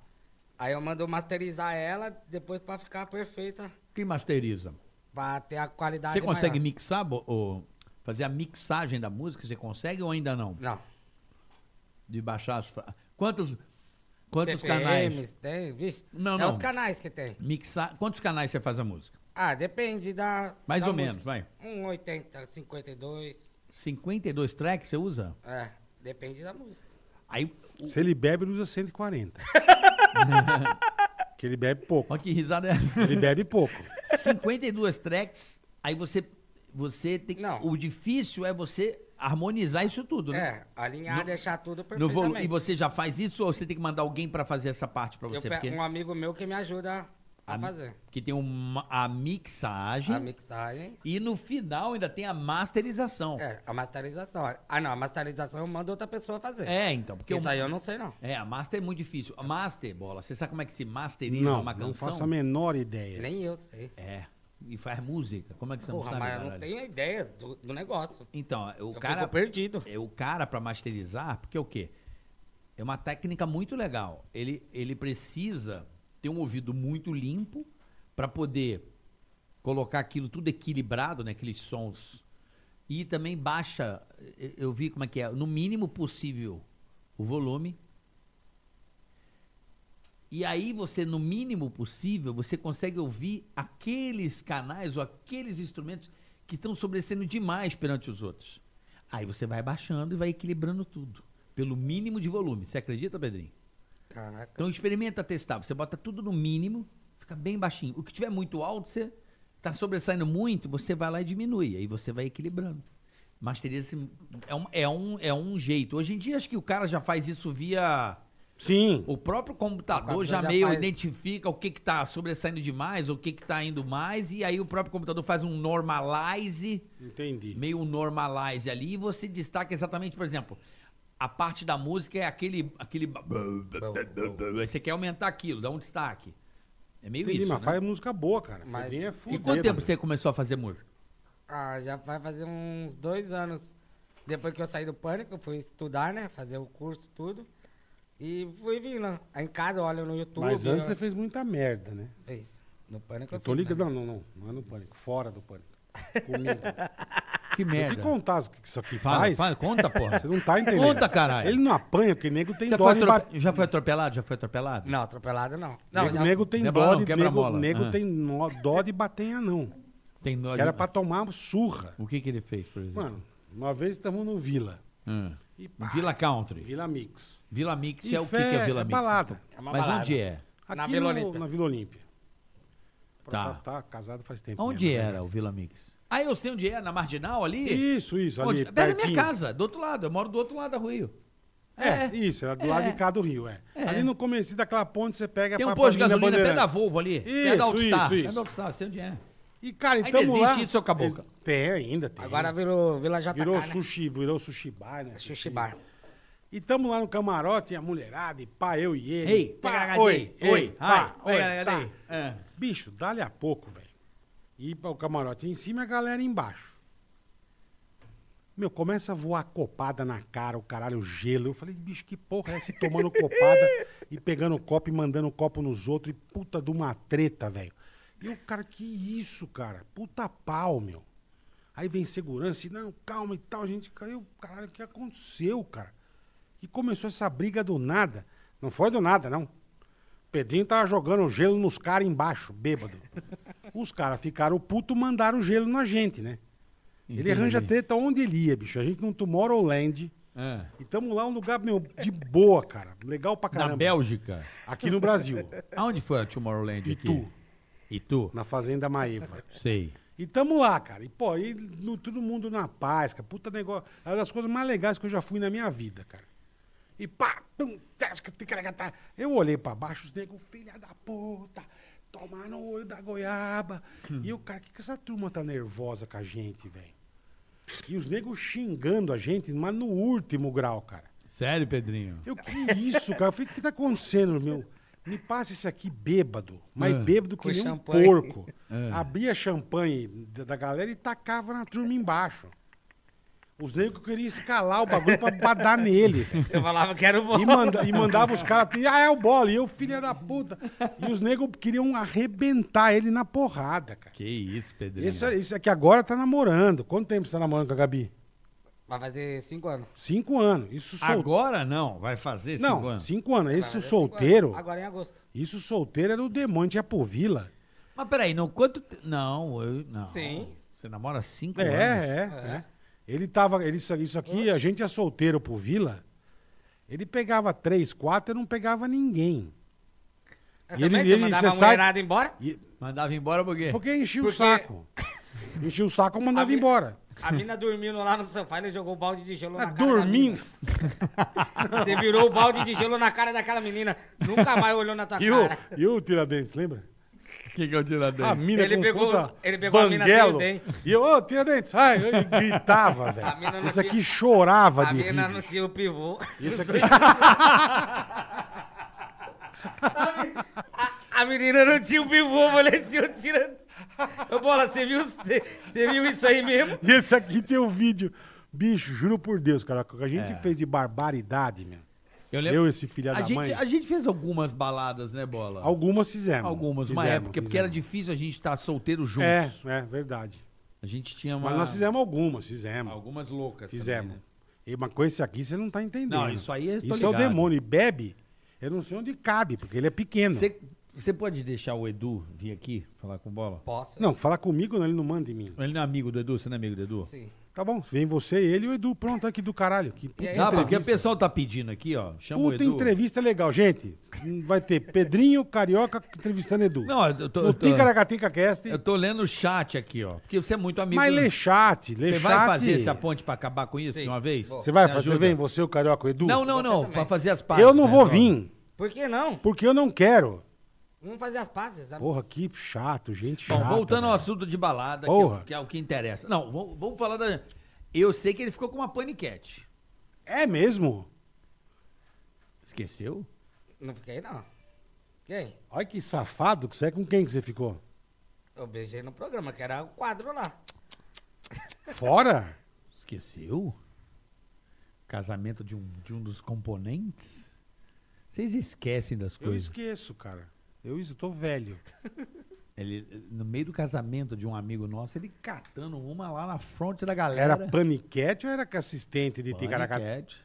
Speaker 2: Aí eu mando masterizar ela, depois pra ficar perfeita,
Speaker 3: Quem masteriza?
Speaker 2: pra ter a qualidade
Speaker 3: Você consegue
Speaker 2: maior.
Speaker 3: mixar, bo- ou fazer a mixagem da música? Você consegue ou ainda não?
Speaker 2: Não.
Speaker 3: De baixar as. fa- Quantos, quantos canais?
Speaker 2: PPMs, tem, vixe.
Speaker 3: Não,
Speaker 2: é
Speaker 3: não.
Speaker 2: os canais que tem.
Speaker 3: Mixar, quantos canais você faz a música?
Speaker 2: Ah, depende da...
Speaker 3: Mais
Speaker 2: da
Speaker 3: ou menos,
Speaker 2: música.
Speaker 3: vai.
Speaker 2: Um 80, 52,
Speaker 3: 52 tracks você usa?
Speaker 2: é, depende da música.
Speaker 3: Aí. o-
Speaker 4: Se ele bebe, ele usa 140. que ele bebe pouco.
Speaker 3: Olha que risada
Speaker 4: Ele bebe pouco.
Speaker 3: é. 52 tracks, aí você. Você tem.
Speaker 2: Não.
Speaker 3: O difícil é você harmonizar isso tudo, né?
Speaker 2: É, alinhar,
Speaker 3: No-
Speaker 2: deixar tudo
Speaker 3: No
Speaker 2: É, perfeitamente.
Speaker 3: volu- e você já faz isso ou você tem que mandar alguém pra fazer essa parte pra
Speaker 2: Eu
Speaker 3: você?
Speaker 2: pego
Speaker 3: Porque
Speaker 2: um amigo meu que me ajuda a,
Speaker 3: A-
Speaker 2: fazer.
Speaker 3: que tem uma, a mixagem.
Speaker 2: A mixagem.
Speaker 3: E no final ainda tem a masterização. É,
Speaker 2: É, a masterização. Ah, não, a masterização eu mando outra pessoa fazer.
Speaker 3: então. Porque
Speaker 2: Isso
Speaker 3: o-
Speaker 2: aí eu não sei, não.
Speaker 3: É, a master é muito difícil. A master, bola, você sabe como é que se masteriza
Speaker 4: Não,
Speaker 3: uma
Speaker 4: não
Speaker 3: canção? Né?
Speaker 4: faço a menor ideia.
Speaker 2: Nem eu sei.
Speaker 3: É. E faz música. Como é que você
Speaker 2: Porra,
Speaker 3: não sabe?
Speaker 2: mas eu não
Speaker 3: caralho?
Speaker 2: tenho ideia do, do negócio.
Speaker 3: Então,
Speaker 2: eu
Speaker 3: o cara.
Speaker 2: fico perdido.
Speaker 3: É o cara pra masterizar, porque o quê? É uma técnica muito legal. Ele, ele precisa ter um ouvido muito limpo pra poder colocar aquilo tudo equilibrado, né? Aqueles sons. E também baixa, eu- eu vi como é que é, no mínimo possível o volume. E aí você, no mínimo possível, você consegue ouvir aqueles canais ou aqueles instrumentos que estão sobrecendo demais perante os outros. Aí você vai baixando e vai equilibrando tudo. Pelo mínimo de volume. Você acredita, Pedrinho?
Speaker 2: Caraca.
Speaker 3: Então experimenta testar. Você bota tudo no mínimo, fica bem baixinho. O que tiver muito alto, você tá sobressaindo muito, você vai lá e diminui. Aí você vai equilibrando. Masteriza esse- é um, é, um, é um jeito. Hoje em dia, acho que o cara já faz isso via.
Speaker 4: Sim.
Speaker 3: O próprio computador,
Speaker 2: computador
Speaker 3: já,
Speaker 2: já
Speaker 3: meio
Speaker 2: faz-
Speaker 3: identifica o que que tá sobressaindo demais, o que que tá indo mais, e aí o próprio computador faz um normalize
Speaker 4: Entendi.
Speaker 3: meio um normalize ali e você destaca exatamente, por exemplo, a parte da música é aquele. aquele... Aí Você quer aumentar aquilo, dá um destaque. É meio
Speaker 4: Entendi,
Speaker 3: isso.
Speaker 4: mas
Speaker 3: né?
Speaker 4: faz música boa, cara.
Speaker 2: Mas-
Speaker 4: Pedrinho é
Speaker 3: E
Speaker 4: fudido,
Speaker 3: quanto tempo
Speaker 4: velho.
Speaker 3: você começou a fazer música?
Speaker 2: Ah, já vai fazer uns dois anos. Depois que eu saí do pânico, eu fui estudar, né? Fazer o curso, tudo. E fui vindo. Aí em casa eu olho no YouTube.
Speaker 4: Mas
Speaker 2: eu...
Speaker 4: antes você fez muita merda, né?
Speaker 2: fez. No pânico eu,
Speaker 4: Eu tô
Speaker 2: fiz, né?
Speaker 4: ligado. Não, não, não. Não é no pânico. Fora do pânico. Comigo.
Speaker 3: Que
Speaker 4: Vou te
Speaker 3: merda.
Speaker 4: contar o que isso aqui
Speaker 3: Fala,
Speaker 4: faz.
Speaker 3: fala, conta, porra.
Speaker 4: Você não tá entendendo.
Speaker 3: Conta, caralho.
Speaker 4: Ele não apanha, porque nego tem
Speaker 3: Já
Speaker 4: dó
Speaker 3: foi,
Speaker 4: de
Speaker 3: atrope-
Speaker 4: bater.
Speaker 3: já foi atropelado? Já foi atropelado?
Speaker 2: Não, atropelado não. Não,
Speaker 4: Nego,
Speaker 2: já...
Speaker 4: nego tem
Speaker 3: Quebra
Speaker 4: dó
Speaker 3: não,
Speaker 4: de,
Speaker 3: quebra a
Speaker 4: nego,
Speaker 3: bola.
Speaker 4: nego
Speaker 3: Ah.
Speaker 4: tem nó- dó de bater em anão.
Speaker 3: Tem nó
Speaker 4: Que
Speaker 3: de-
Speaker 4: era pra tomar surra.
Speaker 3: O que que ele fez, por exemplo?
Speaker 4: Mano, uma vez estamos no Vila.
Speaker 3: Hum.
Speaker 4: E pá,
Speaker 3: Vila Country.
Speaker 4: Vila Mix.
Speaker 3: Vila Mix
Speaker 4: E
Speaker 3: é o que, que
Speaker 4: fé-
Speaker 3: é Vila Mix?
Speaker 4: balada.
Speaker 2: é uma
Speaker 3: Mas
Speaker 2: balada.
Speaker 3: onde é?
Speaker 4: Aqui
Speaker 2: Na Vila
Speaker 4: no-
Speaker 2: Olímpia.
Speaker 4: Na Vila Olímpia. Pra-
Speaker 3: Tá.
Speaker 4: Tá. tá casado faz tempo.
Speaker 3: Onde
Speaker 4: mesmo, né?
Speaker 3: era o Vila Mix? Ah, eu sei onde é, na Marginal ali?
Speaker 4: Isso, isso, ali.
Speaker 3: Onde? Perto da
Speaker 4: pertinho.
Speaker 3: minha casa, do outro lado. Eu moro do outro lado da rua.
Speaker 4: É, isso, era do lado
Speaker 3: É.
Speaker 4: de cá do Rio, é. Ali no começo daquela ponte você pega
Speaker 3: Tem
Speaker 4: É pra-
Speaker 3: um
Speaker 4: pra
Speaker 3: posto de
Speaker 4: Avenida
Speaker 3: gasolina perto da
Speaker 4: Bandeirantes.
Speaker 3: Volvo ali.
Speaker 4: Isso,
Speaker 3: perto da Altstar.
Speaker 4: isso,
Speaker 3: Perto
Speaker 4: isso.
Speaker 3: da Altstar, sei onde é.
Speaker 4: E, cara,
Speaker 3: Ainda
Speaker 4: então
Speaker 3: existe
Speaker 4: lá...
Speaker 3: isso, seu caboclo?
Speaker 4: Ex- Tem, ainda tem.
Speaker 2: Agora virou Vila JK,
Speaker 4: virou
Speaker 2: né?
Speaker 4: sushi, virou sushi bar, né?
Speaker 2: Sushi Bar.
Speaker 4: E tamo lá no camarote, e a mulherada, e pá, eu e ele.
Speaker 3: Ei,
Speaker 4: pá,
Speaker 3: pega a
Speaker 4: oi,
Speaker 3: HD,
Speaker 4: oi,
Speaker 3: ai,
Speaker 4: pá,
Speaker 3: pega
Speaker 4: oi,
Speaker 3: a
Speaker 4: tá.
Speaker 3: HD. É.
Speaker 4: Bicho, dali a pouco, velho. E pra- o camarote em cima e a galera embaixo. Meu, começa a voar copada na cara, o caralho, o gelo. Eu falei, bicho, que porra é essa? E tomando copada e pegando copo e mandando copo nos outros. E puta de uma treta, velho. E o cara, que isso, cara? Puta pau, meu. Aí vem segurança e não, calma e tal, gente. Caiu, caralho, o que aconteceu, cara? E começou essa briga do nada. Não foi do nada, não. Pedrinho tava jogando gelo nos caras embaixo, bêbado. Os caras ficaram puto, mandaram gelo na gente, né? Ele
Speaker 3: Entendi.
Speaker 4: arranja treta onde ele ia, bicho. A gente não Tomorrowland.
Speaker 3: É.
Speaker 4: E tamo lá um lugar, meu, de boa, cara. Legal pra caramba.
Speaker 3: Na Bélgica.
Speaker 4: Aqui no Brasil.
Speaker 3: Aonde foi a Tomorrowland aqui?
Speaker 4: Itu.
Speaker 3: Itu?
Speaker 4: Na Fazenda Maeva.
Speaker 3: Sei.
Speaker 4: E tamo lá, cara. E, pô, e no- todo mundo na paz, cara. Puta negócio. É uma das coisas mais legais que eu já fui na minha vida, cara. E pá, pum, tchasca, ticaracatá. eu olhei pra baixo, os negros, filha da puta, tomar no olho da goiaba. E eu, cara, que, que essa turma tá nervosa com a gente, velho? E os negros xingando a gente, mas no último grau, cara.
Speaker 3: Sério, Pedrinho?
Speaker 4: Eu, que isso, cara? Eu falei, o que tá acontecendo, meu? Me passa esse aqui bêbado, mas
Speaker 3: É.
Speaker 4: bêbado que
Speaker 2: Com
Speaker 4: nem
Speaker 2: champanhe.
Speaker 4: um porco.
Speaker 3: É.
Speaker 4: Abria champanhe da da galera e tacava na turma embaixo. Os negros queriam escalar o bagulho pra badar nele. velho.
Speaker 2: Eu falava que era o bom.
Speaker 4: E, manda, e mandava os caras, ah, é o bola, e eu, filha da puta. E os negros queriam arrebentar ele na porrada, cara.
Speaker 3: Que isso, Pedrinho.
Speaker 4: Esse, esse aqui agora tá namorando. Quanto tempo você tá namorando com a Gabi?
Speaker 2: Vai fazer cinco anos.
Speaker 4: Cinco anos. Isso sol...
Speaker 3: Agora é um não, vai fazer
Speaker 4: Não,
Speaker 3: cinco anos.
Speaker 4: cinco anos.
Speaker 2: Vai
Speaker 4: Esse
Speaker 2: fazer
Speaker 4: solteiro.
Speaker 2: é cinco anos. Agora em agosto.
Speaker 4: Isso solteiro era o demônio, tinha por vila.
Speaker 3: Mas peraí, não, quanto... te- Não, eu... Não.
Speaker 2: Sim.
Speaker 3: Você namora cinco
Speaker 4: É,
Speaker 3: anos?
Speaker 4: é, é. Ele tava, ele, isso, isso aqui, a gente é solteiro por vila. Ele pegava três, quatro e não pegava ninguém.
Speaker 2: Eu
Speaker 4: E
Speaker 2: também,
Speaker 4: ele-
Speaker 2: se eu
Speaker 4: ele-
Speaker 2: mandava
Speaker 4: você
Speaker 2: a
Speaker 4: sabe-
Speaker 2: mulherada embora,
Speaker 4: E-
Speaker 3: Mandava embora porque...
Speaker 4: porque enchia
Speaker 2: Porque-
Speaker 4: o saco. Enchia o saco e mandava
Speaker 2: A vi-
Speaker 4: embora.
Speaker 2: a mina dormindo lá no sofá, ele jogou o balde de gelo
Speaker 4: Tá
Speaker 2: na cara da
Speaker 4: dormindo.
Speaker 2: menina. Você virou o balde de gelo na cara daquela menina. Nunca mais olhou na tua
Speaker 4: E
Speaker 2: cara.
Speaker 4: o, e o Tiradentes, lembra?
Speaker 3: O que que eu tiro dele?
Speaker 4: A mina
Speaker 2: Ele
Speaker 4: com
Speaker 2: pegou-
Speaker 4: puta
Speaker 2: ele pegou a mina sem o
Speaker 4: banguelo.
Speaker 2: dente.
Speaker 4: E eu, ô, Tiradentes, ai, ele gritava,
Speaker 2: A mina
Speaker 4: velho.
Speaker 2: não
Speaker 4: Isso aqui
Speaker 2: tinha-
Speaker 4: chorava
Speaker 2: A
Speaker 4: de
Speaker 2: mina
Speaker 4: rir.
Speaker 2: não tinha o pivô.
Speaker 4: Isso é aqui
Speaker 2: A, a menina não tinha o pivô, eu falei assim, eu tira. Ô, bola, você viu, você, você viu isso aí mesmo?
Speaker 4: E esse aqui tem o vídeo. Bicho, juro por Deus, cara, o que a gente
Speaker 2: É.
Speaker 4: fez de barbaridade, meu.
Speaker 3: Eu
Speaker 4: Eu, esse filho
Speaker 3: a
Speaker 4: da
Speaker 3: gente,
Speaker 4: mãe.
Speaker 3: A gente fez algumas baladas, né, Bola?
Speaker 4: Algumas fizemos.
Speaker 3: Algumas, uma
Speaker 4: Fizemos,
Speaker 3: época, porque era
Speaker 4: fizemos.
Speaker 3: difícil a gente estar solteiro juntos.
Speaker 4: É, é verdade.
Speaker 3: A gente tinha uma...
Speaker 4: Mas nós fizemos algumas, fizemos.
Speaker 3: Algumas loucas.
Speaker 4: Fizemos.
Speaker 3: também, né?
Speaker 4: E, mas com esse aqui você não tá entendendo.
Speaker 3: Não, isso aí eu tô
Speaker 4: Isso é o
Speaker 3: ligado.
Speaker 4: demônio. E bebe, eu não sei onde cabe, porque ele é pequeno.
Speaker 3: Você- Você pode deixar o Edu vir aqui falar com bola?
Speaker 2: Posso?
Speaker 4: Não, fala comigo, não, ele não manda em mim.
Speaker 3: Ele não é amigo do Edu? Você não é amigo do Edu?
Speaker 2: Sim.
Speaker 4: Tá bom, vem você, ele e o Edu. Pronto, olha que do caralho. Que puta
Speaker 2: E aí,
Speaker 3: Ah, porque o
Speaker 4: entrevista.
Speaker 3: pessoal tá pedindo aqui, ó. Chama o
Speaker 4: Puta
Speaker 3: Edu.
Speaker 4: entrevista legal. Gente, vai ter Pedrinho Carioca entrevistando Edu.
Speaker 3: Não, eu tô,
Speaker 4: o
Speaker 3: eu, tô,
Speaker 4: Ticaracatica Cast.
Speaker 3: eu tô lendo o chat aqui, ó. Porque você é muito amigo.
Speaker 4: Mas
Speaker 3: do-
Speaker 4: lê chat, lê
Speaker 3: Você
Speaker 4: chat.
Speaker 3: vai fazer essa ponte pra acabar com isso
Speaker 2: Sim.
Speaker 3: de uma vez?
Speaker 2: Vou.
Speaker 4: Você vai
Speaker 3: Me
Speaker 4: fazer,
Speaker 3: ajuda?
Speaker 4: vem você, o Carioca, o Edu?
Speaker 3: Não, não,
Speaker 2: Você
Speaker 3: não.
Speaker 2: também.
Speaker 3: Pra fazer as partes.
Speaker 4: Eu não
Speaker 3: né,
Speaker 4: vou
Speaker 3: Antônio?
Speaker 4: vir,
Speaker 2: Por que não?
Speaker 4: porque eu não quero.
Speaker 2: Vamos fazer as pazes. sabe?
Speaker 4: Porra, que chato, gente
Speaker 3: Bom,
Speaker 4: chata. né?
Speaker 3: voltando ao
Speaker 4: velho.
Speaker 3: assunto de balada, que,
Speaker 4: Porra.
Speaker 3: é o- que é o que interessa. Não, vamos, vamos falar da. Eu sei que ele ficou com uma paniquete.
Speaker 4: É mesmo?
Speaker 3: Esqueceu?
Speaker 2: Não fiquei, não. Fiquei.
Speaker 4: Olha que safado que você é. Com quem que você ficou?
Speaker 2: Eu beijei no programa, que era o quadro lá.
Speaker 4: Fora?
Speaker 3: Esqueceu? Casamento de um, de um dos componentes? Vocês esquecem das
Speaker 4: Eu
Speaker 3: coisas.
Speaker 4: esqueço, cara. Eu isso, tô velho.
Speaker 3: Ele, no meio do casamento de um amigo nosso, ele catando uma lá na fronte da galera.
Speaker 4: Era paniquete ou era que assistente de Ticaracatica?
Speaker 3: Paniquete.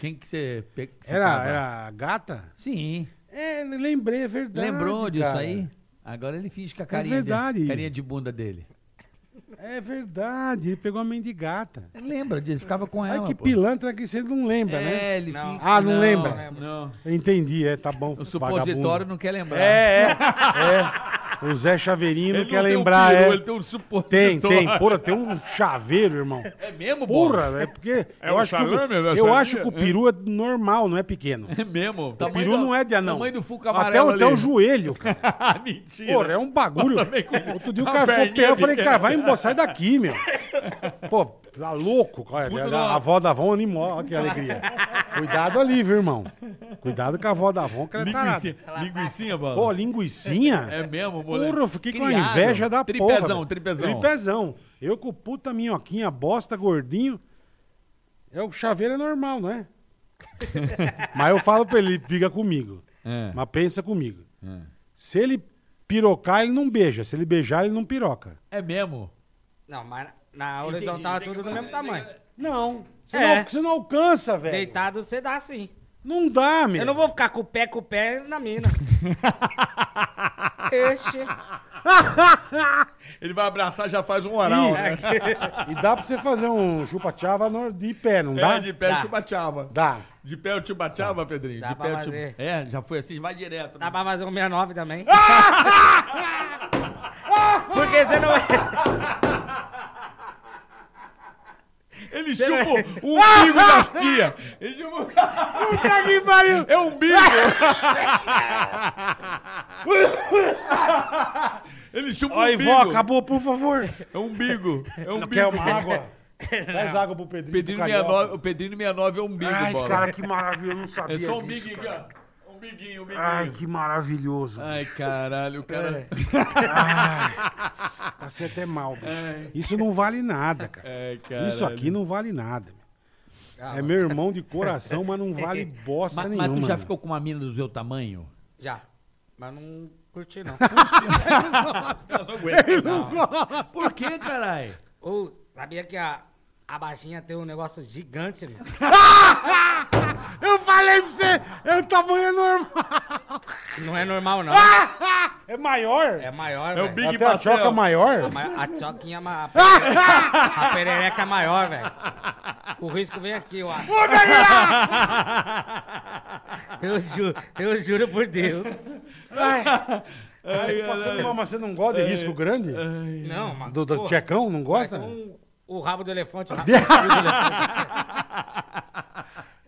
Speaker 3: Quem que você... pe-
Speaker 4: Era,
Speaker 3: ficava?
Speaker 4: era gata?
Speaker 3: Sim.
Speaker 4: É, lembrei, é verdade.
Speaker 3: Lembrou disso
Speaker 4: cara. É
Speaker 3: aí? Agora ele finge com a carinha,
Speaker 4: verdade.
Speaker 3: de, carinha de bunda dele.
Speaker 4: É verdade, ele pegou a mendigata.
Speaker 3: Lembra disso, ficava com é ela.
Speaker 4: Ai, que
Speaker 3: pô.
Speaker 4: pilantra que você não lembra, né?
Speaker 3: É, ele
Speaker 2: Não.
Speaker 3: fica-
Speaker 4: Ah, não lembra?
Speaker 3: Não.
Speaker 4: Eu Entendi, é, tá bom.
Speaker 3: O supositório
Speaker 4: vagabundo.
Speaker 3: não quer lembrar.
Speaker 4: É, é, é. O Zé Chaveirinho não quer lembrar,
Speaker 5: um peru,
Speaker 4: é.
Speaker 5: ele tem um
Speaker 4: Tem,
Speaker 5: supositório.
Speaker 4: tem. Porra, tem um chaveiro, irmão.
Speaker 3: É mesmo, Bola?
Speaker 4: Porra, é porque.
Speaker 5: É
Speaker 4: eu
Speaker 5: um
Speaker 4: acho
Speaker 5: salame,
Speaker 4: que o,
Speaker 5: né,
Speaker 4: Eu
Speaker 5: sabia?
Speaker 4: acho que o peru é normal, não é pequeno.
Speaker 5: É mesmo?
Speaker 4: O peru
Speaker 3: do-
Speaker 4: não é de anão.
Speaker 3: tamanho do Fuca
Speaker 4: até,
Speaker 3: amarelo
Speaker 4: o- até
Speaker 3: ali.
Speaker 4: o joelho, cara.
Speaker 5: Ah, mentira.
Speaker 4: Porra, é um bagulho. Outro dia o
Speaker 5: uma
Speaker 4: cara ficou
Speaker 5: perninha
Speaker 4: peão, eu falei,
Speaker 5: pequena.
Speaker 4: cara, vai embora, sai daqui, meu. Pô, tá louco. Olha,
Speaker 5: Puta
Speaker 4: a-
Speaker 5: da-
Speaker 4: a avó da Avon animou, olha que alegria. Cuidado ali, viu, irmão? Cuidado com a avó da Avon, que ela é tarada.
Speaker 5: Linguicinha, linguicinha, bola.
Speaker 4: Pô, linguicinha?
Speaker 5: É mesmo, moleque?
Speaker 4: Porra, eu fiquei com a
Speaker 3: Criado.
Speaker 4: inveja da
Speaker 5: Tripezão,
Speaker 4: porra. velho.
Speaker 5: tripezão.
Speaker 4: Tripezão. Eu com puta minhoquinha, bosta, gordinho. É o chaveiro é normal, não é? Mas eu falo pra ele, ele briga comigo.
Speaker 3: É.
Speaker 4: Mas pensa comigo. Se ele pirocar, ele não beija. Se ele beijar, ele não piroca.
Speaker 3: É mesmo.
Speaker 2: Não, mas na horizontal é é. tudo do mesmo tamanho.
Speaker 4: Não. Você,
Speaker 2: É.
Speaker 4: não, você não alcança, velho.
Speaker 2: Deitado você dá sim.
Speaker 4: Não dá, meu.
Speaker 2: Eu não vou ficar com o pé com o pé na mina. Este.
Speaker 5: Ele vai abraçar já faz um oral,
Speaker 4: é,
Speaker 5: né?
Speaker 4: E dá pra você fazer um chupa-chava no- de pé, não dá?
Speaker 5: É, de pé
Speaker 2: Dá.
Speaker 5: eu te bateava.
Speaker 4: Dá.
Speaker 5: De pé eu te bateava, Pedrinho.
Speaker 2: Dá
Speaker 5: de
Speaker 2: pra
Speaker 5: pé eu te-
Speaker 2: fazer.
Speaker 3: É, já foi assim, vai direto.
Speaker 2: Dá pra fazer um 69 também. Porque você não. é.
Speaker 5: Ele chupa o umbigo das tia. Ele chupa... Puta que pariu. É umbigo. Ele chupa o
Speaker 4: Aí,
Speaker 5: umbigo.
Speaker 4: vó, acabou, por favor.
Speaker 5: É umbigo. É umbigo.
Speaker 4: Quer uma água? Traz água pro Pedrinho.
Speaker 5: Pedrinho
Speaker 4: pro Carioca.
Speaker 5: 69, o Pedrinho 69 é umbigo,
Speaker 4: Ai,
Speaker 5: bola.
Speaker 4: cara, que maravilha. Eu não sabia
Speaker 5: É só um
Speaker 4: disso,
Speaker 5: big
Speaker 4: cara.
Speaker 5: cara. Um biguinho, um biguinho.
Speaker 4: Ai, que maravilhoso.
Speaker 5: É.
Speaker 3: Ai, caralho, o cara.
Speaker 4: Passei até Tá é mal, bicho. Isso não vale nada, cara.
Speaker 5: É, caralho.
Speaker 4: Isso aqui não vale nada. meu.
Speaker 2: Ah,
Speaker 4: É meu irmão de coração, mas não vale bosta
Speaker 3: Ma- mas, tu
Speaker 4: nenhuma.
Speaker 3: já
Speaker 4: meu.
Speaker 3: ficou com uma mina do seu tamanho?
Speaker 2: Já. Mas não curti, não.
Speaker 4: Ah, tá.
Speaker 3: Por que, caralho?
Speaker 2: Ou, sabia que a, a baixinha tem um negócio gigante, mano?
Speaker 4: Eu falei pra você, é o tamanho normal.
Speaker 2: Não é normal, não.
Speaker 4: É maior?
Speaker 2: É maior, É
Speaker 5: É o
Speaker 2: velho.
Speaker 5: Big
Speaker 4: Até a
Speaker 5: Pastel.
Speaker 4: choca maior?
Speaker 2: A ma- A tchoquinha, ma- a perereca, a perereca é maior, velho. O risco vem aqui, eu acho. Eu juro, eu juro por Deus.
Speaker 4: Ai, passando mal, mas você não gosta de risco grande?
Speaker 2: Não, mano.
Speaker 4: Do, do
Speaker 2: porra,
Speaker 4: tchecão, não
Speaker 2: parece
Speaker 4: gosta?
Speaker 2: um- o rabo do elefante. O rabo do elefante.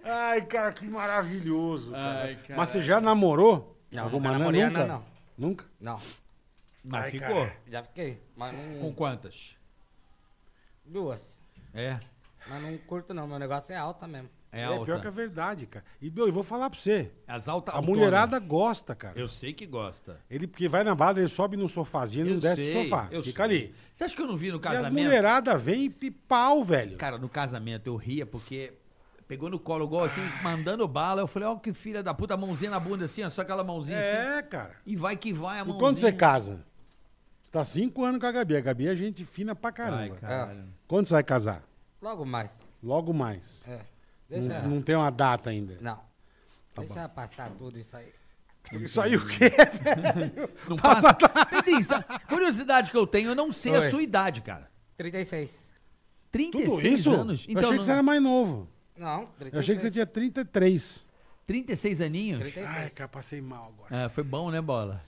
Speaker 4: Ai, cara, que maravilhoso. cara.
Speaker 5: Ai, cara.
Speaker 4: Mas você já namorou?
Speaker 2: Não, nunca
Speaker 4: Alguma não,
Speaker 2: namorei,
Speaker 4: nunca?
Speaker 2: não, não.
Speaker 4: Nunca?
Speaker 2: Não,
Speaker 3: Mas
Speaker 4: Ai,
Speaker 3: ficou.
Speaker 4: cara.
Speaker 2: já fiquei. Mas
Speaker 3: Com
Speaker 2: não.
Speaker 3: quantas?
Speaker 2: Duas.
Speaker 3: É.
Speaker 2: Mas não curto, não. Meu negócio é alta mesmo.
Speaker 3: É,
Speaker 4: É,
Speaker 3: alta.
Speaker 4: pior que a verdade, cara. E meu, eu vou falar pra você.
Speaker 3: As altas.
Speaker 4: A mulherada gosta, cara.
Speaker 3: Eu sei que gosta.
Speaker 4: Ele porque vai na balada, ele sobe no sofazinho, ele não
Speaker 3: eu
Speaker 4: desce
Speaker 3: sei,
Speaker 4: do sofá.
Speaker 3: eu
Speaker 4: Fica
Speaker 3: sei.
Speaker 4: ali.
Speaker 3: Você acha que eu não vi no
Speaker 4: E as
Speaker 3: casamento?
Speaker 4: mulherada vem e pi- pau, velho.
Speaker 3: Cara, no casamento eu ria porque pegou no colo igual assim, mandando bala. Eu falei, ó, que filha da puta, a mãozinha na bunda assim, ó, só aquela mãozinha assim.
Speaker 4: é, cara.
Speaker 3: E vai que vai a
Speaker 4: E
Speaker 3: mãozinha.
Speaker 4: quando você casa? Você tá cinco anos com a Gabi. A Gabi é gente fina pra caramba.
Speaker 3: Ai, caralho.
Speaker 4: Quando você vai casar?
Speaker 2: É, Logo mais.
Speaker 4: Logo mais.
Speaker 2: É. Deixa.
Speaker 4: Não, Tá não tem uma data ainda.
Speaker 2: Não. Deixa passar tudo isso aí.
Speaker 4: Isso aí o quê?
Speaker 3: Não passa. Pedrinho, sabe- curiosidade que eu tenho, eu não sei a
Speaker 2: Oi.
Speaker 3: sua idade, cara.
Speaker 2: 36.
Speaker 3: 36
Speaker 4: Tudo isso?
Speaker 3: anos? Então,
Speaker 4: eu achei que
Speaker 3: não-
Speaker 4: você era mais novo.
Speaker 2: Não, 36.
Speaker 4: Eu achei que você tinha 33.
Speaker 3: 36 aninhos?
Speaker 2: 36.
Speaker 4: Ai, cara, passei mal agora.
Speaker 3: É, foi bom, né, bola?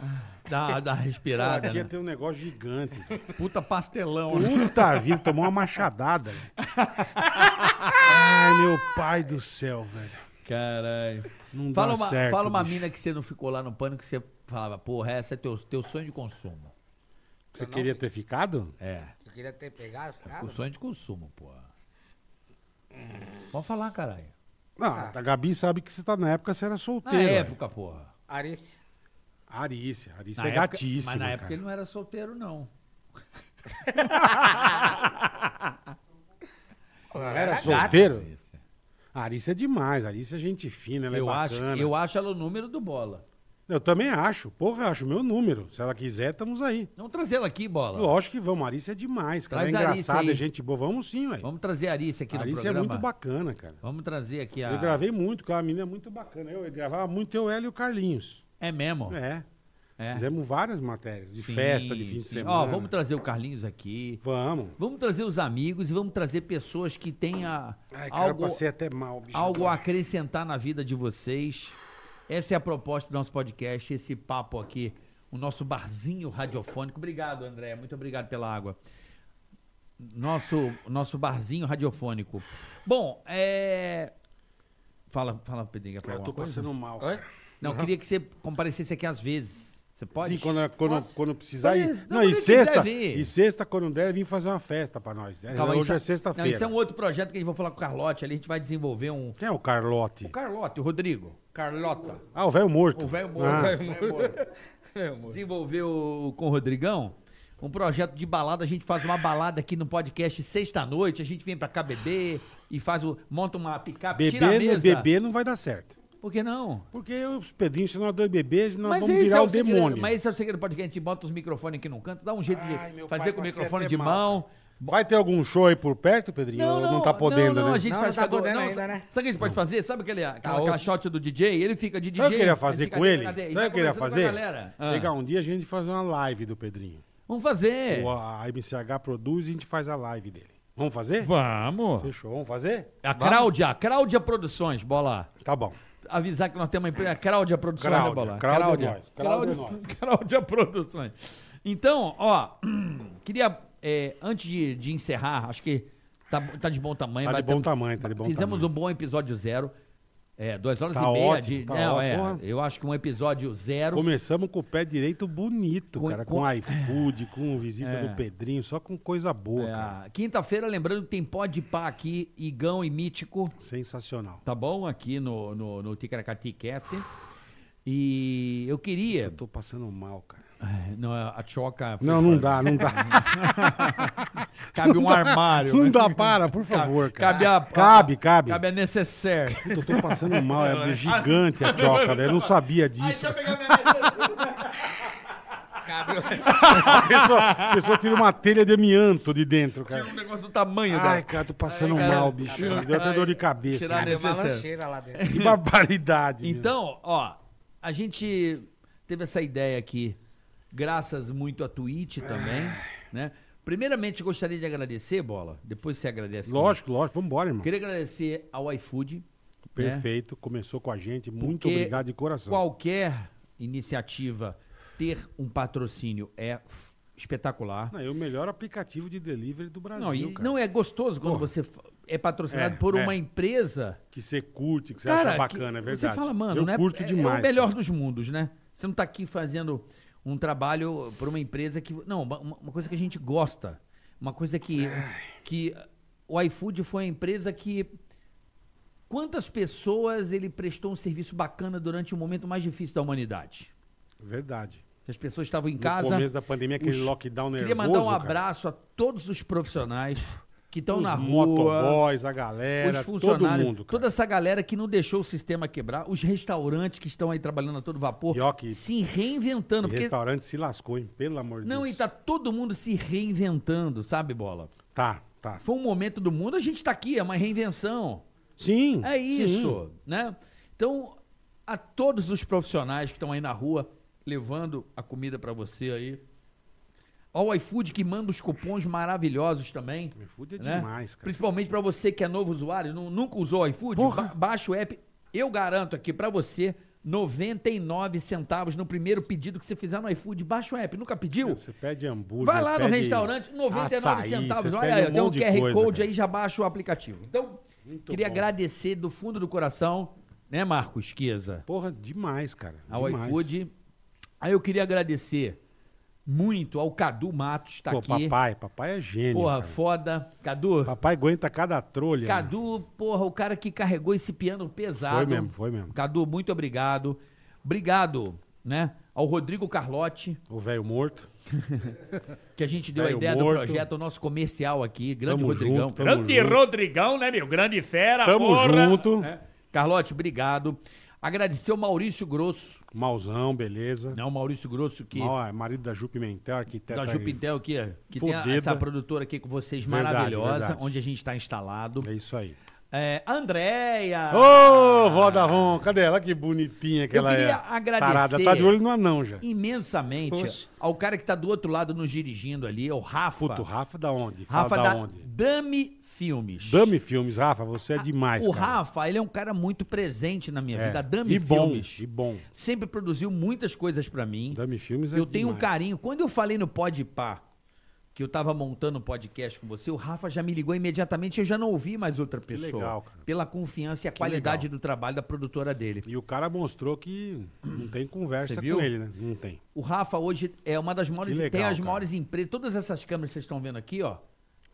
Speaker 3: Ah, Dá, dá uma respirada.
Speaker 4: a tia
Speaker 3: né?
Speaker 4: tem um negócio gigante.
Speaker 6: Puta pastelão. né?
Speaker 4: Puta vida, tomou uma machadada. velho. Ai, meu pai do céu, velho.
Speaker 3: Caralho.
Speaker 4: Não
Speaker 3: Fala
Speaker 4: dá
Speaker 3: uma,
Speaker 4: certo,
Speaker 3: fala uma
Speaker 4: bicho.
Speaker 3: mina que você não ficou lá no pânico que você falava, porra, essa é teu, teu sonho de consumo.
Speaker 4: Você queria ter ficado?
Speaker 3: É.
Speaker 2: Eu queria ter pegado, cara.
Speaker 3: O sonho de consumo, porra. Vamos falar, caralho.
Speaker 4: Não,
Speaker 3: Ah.
Speaker 4: a Gabi sabe que você tá na época, você era
Speaker 3: Na
Speaker 4: solteiro. velho.
Speaker 3: época, porra.
Speaker 2: Arícia.
Speaker 4: Arícia, Arícia
Speaker 3: Na
Speaker 4: é
Speaker 3: época-
Speaker 4: gatíssima.
Speaker 3: Mas na
Speaker 4: cara.
Speaker 3: época ele não era solteiro, não.
Speaker 2: Ela
Speaker 4: era
Speaker 2: gata.
Speaker 4: solteiro? A Arícia é demais, a Arícia é gente fina, ela
Speaker 3: eu,
Speaker 4: é
Speaker 3: acho,
Speaker 4: bacana.
Speaker 3: eu acho ela o número do bola.
Speaker 4: Eu também acho, porra, acho meu número. Se ela quiser, estamos aí.
Speaker 3: Vamos trazer ela aqui, bola.
Speaker 4: Lógico que vamos, a Arícia é demais, cara.
Speaker 3: Traz
Speaker 4: Ela é
Speaker 3: a Arícia
Speaker 4: engraçada,
Speaker 3: aí.
Speaker 4: é gente boa. Vamos sim, velho.
Speaker 3: Vamos trazer a Arícia aqui
Speaker 4: A
Speaker 3: no
Speaker 4: Arícia é
Speaker 3: programa. Ah.
Speaker 4: muito bacana, cara.
Speaker 3: Vamos trazer aqui a.
Speaker 4: Eu gravei muito, cara, a menina é muito bacana. Eu, eu gravava muito eu, ela e o Carlinhos.
Speaker 3: É mesmo.
Speaker 4: É.
Speaker 3: É.
Speaker 4: Fizemos várias matérias, de
Speaker 3: Sim,
Speaker 4: festa, de fim de
Speaker 3: sim.
Speaker 4: semana.
Speaker 3: Ó, vamos trazer o Carlinhos aqui.
Speaker 4: Vamos.
Speaker 3: Vamos trazer os amigos e vamos trazer pessoas que tenha
Speaker 4: Ai, cara,
Speaker 3: algo,
Speaker 4: eu passei até mal, bicho.
Speaker 3: algo a acrescentar na vida de vocês. Essa é a proposta do nosso podcast, esse papo aqui, o nosso barzinho radiofônico. Obrigado, André. Muito obrigado pela água. Nosso, nosso barzinho radiofônico. Bom, é. Fala, fala, Pedrinho. quer falar
Speaker 4: Eu tô
Speaker 3: alguma coisa?
Speaker 4: passando mal.
Speaker 2: Oi?
Speaker 3: Não, queria que você comparecesse aqui às vezes. Você pode?
Speaker 4: Sim, quando, quando,
Speaker 2: Posso?
Speaker 4: quando precisar
Speaker 3: Pode-
Speaker 4: ir.
Speaker 3: não,
Speaker 4: Não,
Speaker 3: quando
Speaker 4: e
Speaker 3: ele quiser
Speaker 4: sexta,
Speaker 3: vir.
Speaker 4: e sexta, quando der, vir fazer uma festa pra nós. É,
Speaker 3: Calma,
Speaker 4: hoje
Speaker 3: isso Não, isso
Speaker 4: é
Speaker 3: é
Speaker 4: sexta-feira.
Speaker 3: um outro projeto que a gente vai falar com o Carlote ali. A gente vai desenvolver um.
Speaker 4: Quem é o Carlote?
Speaker 3: O Carlote, o Rodrigo. Carlota.
Speaker 4: Ah, o velho morto.
Speaker 3: O velho morto.
Speaker 4: Ah.
Speaker 3: O velho morto. É, Desenvolveu com o Rodrigão um projeto de balada. A gente faz uma balada aqui no podcast sexta-noite. A gente vem pra cá beber e faz o. monta uma picape, tira a
Speaker 4: Bebê, né,
Speaker 3: mesa.
Speaker 4: bebê não vai dar certo.
Speaker 3: Por que não?
Speaker 4: Porque os pedrinhos, se nós dois bebês, nós
Speaker 3: Mas
Speaker 4: vamos
Speaker 3: esse,
Speaker 4: virar
Speaker 3: é
Speaker 4: o,
Speaker 3: o segredo,
Speaker 4: demônio.
Speaker 3: mas esse é o segredo do podcast. A gente bota os microfones aqui no canto, dá um jeito
Speaker 4: Ai,
Speaker 3: de
Speaker 4: meu
Speaker 3: fazer
Speaker 4: pai,
Speaker 3: com o
Speaker 4: passei
Speaker 3: microfone
Speaker 4: até
Speaker 3: de
Speaker 4: mal,
Speaker 3: mão.
Speaker 4: Vai ter algum show aí por perto, Pedrinho? Ou não, tá podendo,
Speaker 3: não, não,
Speaker 4: né? Tá
Speaker 3: a gente
Speaker 2: Não,
Speaker 3: faz
Speaker 2: não tá
Speaker 3: cada-
Speaker 2: podendo ainda, né?
Speaker 3: Sabe o que a gente pode fazer? Sabe aquele, aquela
Speaker 2: osso.
Speaker 3: caixote do DJ? Ele fica de DJ.
Speaker 4: Sabe o que eu queria
Speaker 3: a
Speaker 4: fazer
Speaker 3: gente tá
Speaker 4: com
Speaker 3: fica-
Speaker 4: ele?
Speaker 3: a gente
Speaker 4: Sabe o que eu queria
Speaker 3: vai conversando
Speaker 4: fazer?
Speaker 3: com a galera. Ah,
Speaker 4: Pegar um dia a gente fazer uma live do Pedrinho.
Speaker 3: Vamos fazer.
Speaker 4: Ou a MCH produz e a gente faz a live dele. Vamos fazer?
Speaker 6: Vamos.
Speaker 4: Fechou, vamos fazer?
Speaker 3: A Cláudia, a Cláudia Produções, bola.
Speaker 4: Tá bom.
Speaker 3: Avisar que nós temos uma empresa, a Cláudia Produções,
Speaker 4: Cláudia,
Speaker 3: né, bola?
Speaker 4: Cláudia é nós, Cláudia é
Speaker 3: Cláudia, Cláudia Produções. Então, ó, queria, é, antes de, de encerrar, acho que tá, tá de bom tamanho.
Speaker 4: Tá de
Speaker 3: batemos-
Speaker 4: bom tamanho, tá de bom
Speaker 3: Fizemos
Speaker 4: tamanho.
Speaker 3: um bom episódio zero. É, duas horas
Speaker 4: Tá
Speaker 3: e meia
Speaker 4: ótimo,
Speaker 3: de.
Speaker 4: tá
Speaker 3: não,
Speaker 4: ótimo,
Speaker 3: é,
Speaker 4: porra.
Speaker 3: eu acho que um episódio zero.
Speaker 4: Começamos com o pé direito bonito,
Speaker 3: Com-
Speaker 4: cara.
Speaker 3: com-
Speaker 4: Com, iFood, com visita
Speaker 3: É.
Speaker 4: do Pedrinho, só com coisa boa,
Speaker 3: É,
Speaker 4: cara.
Speaker 3: Quinta-feira, lembrando, tem pode pá aqui, Igão e Mítico,
Speaker 4: Sensacional.
Speaker 3: tá bom? Aqui no, no, no Ticaracati Cast. E eu queria.
Speaker 4: Eu tô passando mal, cara.
Speaker 3: Ah, Não, a Choca. fez
Speaker 4: Não, não
Speaker 3: pra-
Speaker 4: dá, não dá.
Speaker 3: Cabe um armário.
Speaker 4: não
Speaker 3: né?
Speaker 4: dá, para, por favor, cara.
Speaker 3: Cabe a.
Speaker 4: Cabe, cabe.
Speaker 3: Cabe a necessaire.
Speaker 4: Puta, eu tô passando mal, é gigante a choca, velho. Eu não sabia disso.
Speaker 2: Cabe...
Speaker 4: A pessoa, a pessoa tira uma telha de amianto de dentro, cara.
Speaker 3: um negócio do tamanho
Speaker 4: Ai, cara, tô passando mal, bicho.
Speaker 3: um
Speaker 4: Me deu até dor de cabeça.
Speaker 3: Tirar
Speaker 2: Cabe
Speaker 4: Cara.
Speaker 2: uma
Speaker 3: necessário.
Speaker 2: lancheira lá dentro.
Speaker 4: Que barbaridade. meu.
Speaker 3: Então, ó, a gente teve essa ideia aqui, graças muito à Twitch também, né? Primeiramente, gostaria de agradecer, Bola, depois você agradece.
Speaker 4: Lógico, lógico. Vambora, irmão.
Speaker 3: Queria agradecer ao iFood. né?
Speaker 4: Perfeito. Começou com a gente. Muito
Speaker 3: Porque
Speaker 4: obrigado de coração.
Speaker 3: Qualquer iniciativa ter um patrocínio é f- espetacular.
Speaker 4: Não, é o melhor aplicativo de delivery do Brasil,
Speaker 3: Não, e
Speaker 4: cara.
Speaker 3: não é gostoso quando
Speaker 4: Porra.
Speaker 3: você f- é patrocinado
Speaker 4: É,
Speaker 3: por
Speaker 4: é.
Speaker 3: uma empresa.
Speaker 4: Que você curte, que você
Speaker 3: Cara,
Speaker 4: acha bacana, é
Speaker 3: que
Speaker 4: verdade.
Speaker 3: Você fala, mano,
Speaker 4: Eu
Speaker 3: né?
Speaker 4: curto
Speaker 3: é,
Speaker 4: demais.
Speaker 3: É o melhor
Speaker 4: cara.
Speaker 3: dos mundos, né? Você não tá aqui fazendo um trabalho para uma empresa que. Não, uma, uma coisa que a gente gosta. Uma coisa que. que o iFood foi a empresa que. Quantas pessoas ele prestou um serviço bacana durante o momento mais difícil da humanidade?
Speaker 4: Verdade.
Speaker 3: As pessoas estavam em
Speaker 4: No
Speaker 3: casa.
Speaker 4: começo da pandemia, aquele
Speaker 3: os-
Speaker 4: lockdown nervoso,
Speaker 3: Queria mandar um
Speaker 4: cara.
Speaker 3: abraço a todos os profissionais que estão
Speaker 4: Os
Speaker 3: na rua
Speaker 4: motoboys, a galera,
Speaker 3: os
Speaker 4: todo
Speaker 3: funcionários,
Speaker 4: mundo, cara.
Speaker 3: toda essa galera que não deixou o sistema quebrar, os restaurantes que estão aí trabalhando a todo vapor,
Speaker 4: E ó que-
Speaker 3: se reinventando.
Speaker 4: O
Speaker 3: Porque...
Speaker 4: restaurante se lascou, hein? Pelo amor de
Speaker 3: Não, e
Speaker 4: Deus.
Speaker 3: tá todo mundo se reinventando, sabe, Bola?
Speaker 4: Tá, tá.
Speaker 3: Foi um momento do mundo, a gente tá aqui, é uma reinvenção.
Speaker 4: Sim.
Speaker 3: É
Speaker 4: sim.
Speaker 3: isso, né? Então, a todos os profissionais que estão aí na rua levando a comida pra você aí, Ó, o iFood que manda os cupons maravilhosos também.
Speaker 4: O iFood é
Speaker 3: né?
Speaker 4: demais, cara.
Speaker 3: Principalmente pra você que é novo usuário, nu- nunca usou o iFood, ba- baixa o app. Eu garanto aqui pra você 99 centavos no primeiro pedido que você fizer no iFood. Baixa o app. Nunca pediu?
Speaker 4: Você pede hambúrguer.
Speaker 3: Vai lá no
Speaker 4: né? pede
Speaker 3: restaurante, 99
Speaker 4: açaí,
Speaker 3: centavos.
Speaker 4: você
Speaker 3: Olha
Speaker 4: pede
Speaker 3: aí, tem um
Speaker 4: monte de
Speaker 3: QR
Speaker 4: coisa,
Speaker 3: Code
Speaker 4: cara.
Speaker 3: aí, já baixa o aplicativo. Então,
Speaker 4: Muito
Speaker 3: queria
Speaker 4: bom.
Speaker 3: agradecer do fundo do coração, né, Marcos Queza?
Speaker 4: Porra, demais, cara.
Speaker 3: Ao
Speaker 4: demais.
Speaker 3: Ah, iFood. Aí eu queria agradecer muito ao Cadu Matos, tá
Speaker 4: Pô,
Speaker 3: aqui.
Speaker 4: papai, papai é gênio.
Speaker 3: porra,
Speaker 4: cara.
Speaker 3: foda. Cadu,
Speaker 4: Papai aguenta cada trolha. né?
Speaker 3: Cadu, porra, o cara que carregou esse piano pesado.
Speaker 4: Foi mesmo, foi mesmo.
Speaker 3: Cadu, muito obrigado. Obrigado, né, ao Rodrigo Carlotti,
Speaker 4: O velho morto.
Speaker 3: que a gente deu a
Speaker 4: Velho
Speaker 3: ideia
Speaker 4: morto.
Speaker 3: do projeto, o nosso comercial aqui, grande
Speaker 4: Tamo
Speaker 3: Rodrigão.
Speaker 4: junto, tamo junto.
Speaker 3: Rodrigão, né, meu? Grande fera,
Speaker 4: Tamo junto.
Speaker 3: É. Carlote, obrigado. Agradecer o Maurício Grosso,
Speaker 4: Mauzão, beleza.
Speaker 3: né, o Maurício Grosso que...
Speaker 4: Mal, é marido da Ju Pimentel, arquiteta.
Speaker 3: da Jupintel, que, que tem a-
Speaker 4: Fudida.
Speaker 3: essa produtora aqui com vocês
Speaker 4: Verdade,
Speaker 3: maravilhosa,
Speaker 4: verdade.
Speaker 3: onde a gente está instalado.
Speaker 4: É isso aí.
Speaker 3: É, Andréia!
Speaker 4: Ô, vó da Von, cadê ela? Que bonitinha que
Speaker 3: Eu
Speaker 4: ela
Speaker 3: queria
Speaker 4: é.
Speaker 3: agradecer-
Speaker 4: Tarada, tá de olho no anão já.
Speaker 3: Imensamente
Speaker 2: Poxa.
Speaker 3: ao cara que tá do outro lado nos dirigindo ali, é o Rafa.
Speaker 4: Puto, Rafa da onde?
Speaker 3: Rafa
Speaker 4: Fala
Speaker 3: da
Speaker 4: da onde?
Speaker 3: Dami Filmes.
Speaker 4: Dami Filmes, Rafa, você é demais,
Speaker 3: Ah, O
Speaker 4: cara.
Speaker 3: Rafa, ele é um cara muito presente na minha
Speaker 4: É.
Speaker 3: vida. A Dami
Speaker 4: e bom,
Speaker 3: Filmes.
Speaker 4: E bom.
Speaker 3: Sempre produziu muitas coisas pra mim.
Speaker 4: Dami Filmes é
Speaker 3: eu tenho um
Speaker 4: demais.
Speaker 3: carinho. Quando eu falei no Podpah que eu tava montando um podcast com você, o Rafa já me ligou imediatamente. Eu já não ouvi mais outra pessoa.
Speaker 4: legal, cara.
Speaker 3: Pela confiança e a qualidade do trabalho da produtora dele.
Speaker 4: E o cara mostrou que não tem
Speaker 3: Você
Speaker 4: conversa
Speaker 3: viu?
Speaker 4: com ele, né? Não tem.
Speaker 3: O Rafa hoje é uma das maiores.
Speaker 4: Que legal,
Speaker 3: tem as
Speaker 4: cara.
Speaker 3: maiores empresas. Todas essas câmeras que vocês estão vendo aqui, ó.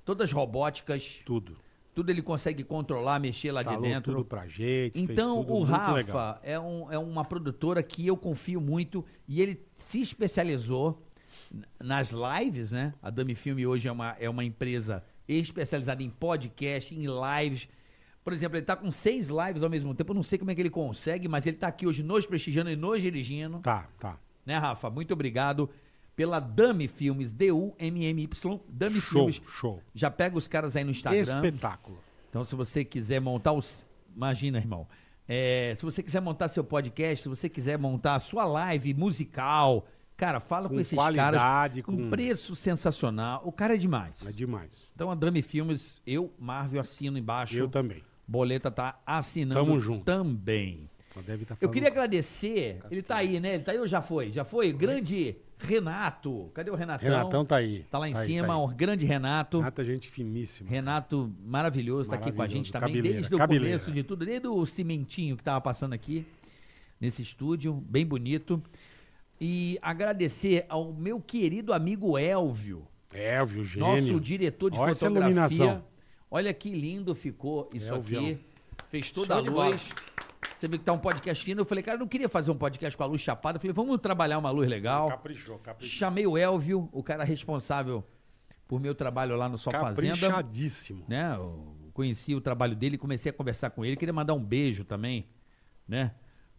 Speaker 3: Todas robóticas.
Speaker 4: Tudo.
Speaker 3: Tudo ele consegue controlar, mexer lá de
Speaker 4: Instalou
Speaker 3: dentro.
Speaker 4: tudo pra gente. fez
Speaker 3: Então,
Speaker 4: tudo
Speaker 3: o
Speaker 4: muito legal.
Speaker 3: Rafa é, um- é uma produtora que eu confio muito e ele se especializou n- nas lives, né? A Dami Filme hoje é uma, é uma empresa especializada em podcast, em lives. Por exemplo, ele tá com seis lives ao mesmo tempo. Eu não sei como é que ele consegue, mas ele tá aqui hoje nos prestigiando e nos dirigindo.
Speaker 4: Tá, tá.
Speaker 3: Né, Rafa? Muito obrigado pela Dami Filmes, D-U-M-M-Y, Dami
Speaker 4: Show,
Speaker 3: Filmes.
Speaker 4: show.
Speaker 3: Já pega os caras aí no Instagram.
Speaker 4: Espetáculo.
Speaker 3: Então, se você quiser montar os. Imagina, irmão. É, se você quiser montar seu podcast, se você quiser montar a sua live musical, cara, fala com,
Speaker 4: Com
Speaker 3: esses caras.
Speaker 4: qualidade,
Speaker 3: Um
Speaker 4: com-
Speaker 3: preço sensacional. O cara é demais.
Speaker 4: É demais.
Speaker 3: Então, a Dami Filmes, eu, Marvel, assino embaixo.
Speaker 4: Eu também.
Speaker 3: Boleta tá assinando
Speaker 4: Tamo junto.
Speaker 3: também.
Speaker 4: Ela Deve tá
Speaker 3: Eu
Speaker 4: falando-
Speaker 3: queria agradecer. Ele tá aí, né? Ele tá aí ou já foi? Já foi? Grande Renato. Cadê o Renatão?
Speaker 4: Renatão tá aí.
Speaker 3: Tá lá em
Speaker 4: Tá aí,
Speaker 3: cima,
Speaker 4: tá aí.
Speaker 3: o grande Renato.
Speaker 4: Renata é gente finíssima.
Speaker 3: Renato maravilhoso tá aqui com a gente
Speaker 4: Maravilhoso,
Speaker 3: também,
Speaker 4: cabeleira,
Speaker 3: desde o
Speaker 4: cabeleira.
Speaker 3: começo de tudo, desde o cimentinho que tava passando aqui nesse estúdio, bem bonito. E agradecer ao meu querido amigo Elvio,
Speaker 4: É, viu, gênio.
Speaker 3: nosso diretor de
Speaker 4: Olha essa
Speaker 3: fotografia.
Speaker 4: iluminação.
Speaker 3: Olha que lindo ficou isso
Speaker 4: Elvião.
Speaker 3: aqui. Fez toda
Speaker 2: Show de
Speaker 3: a
Speaker 2: bola.
Speaker 3: luz. Você viu que tá um podcast fino. Eu falei, cara, eu não queria fazer um podcast com a luz chapada. Eu falei, vamos trabalhar uma luz legal.
Speaker 4: Caprichou, caprichou.
Speaker 3: Chamei o Elvio, o cara responsável por meu trabalho lá no Só Fazenda
Speaker 4: Caprichadíssimo.
Speaker 3: né? Eu conheci o trabalho dele, comecei a conversar com ele, queria mandar um beijo também, né?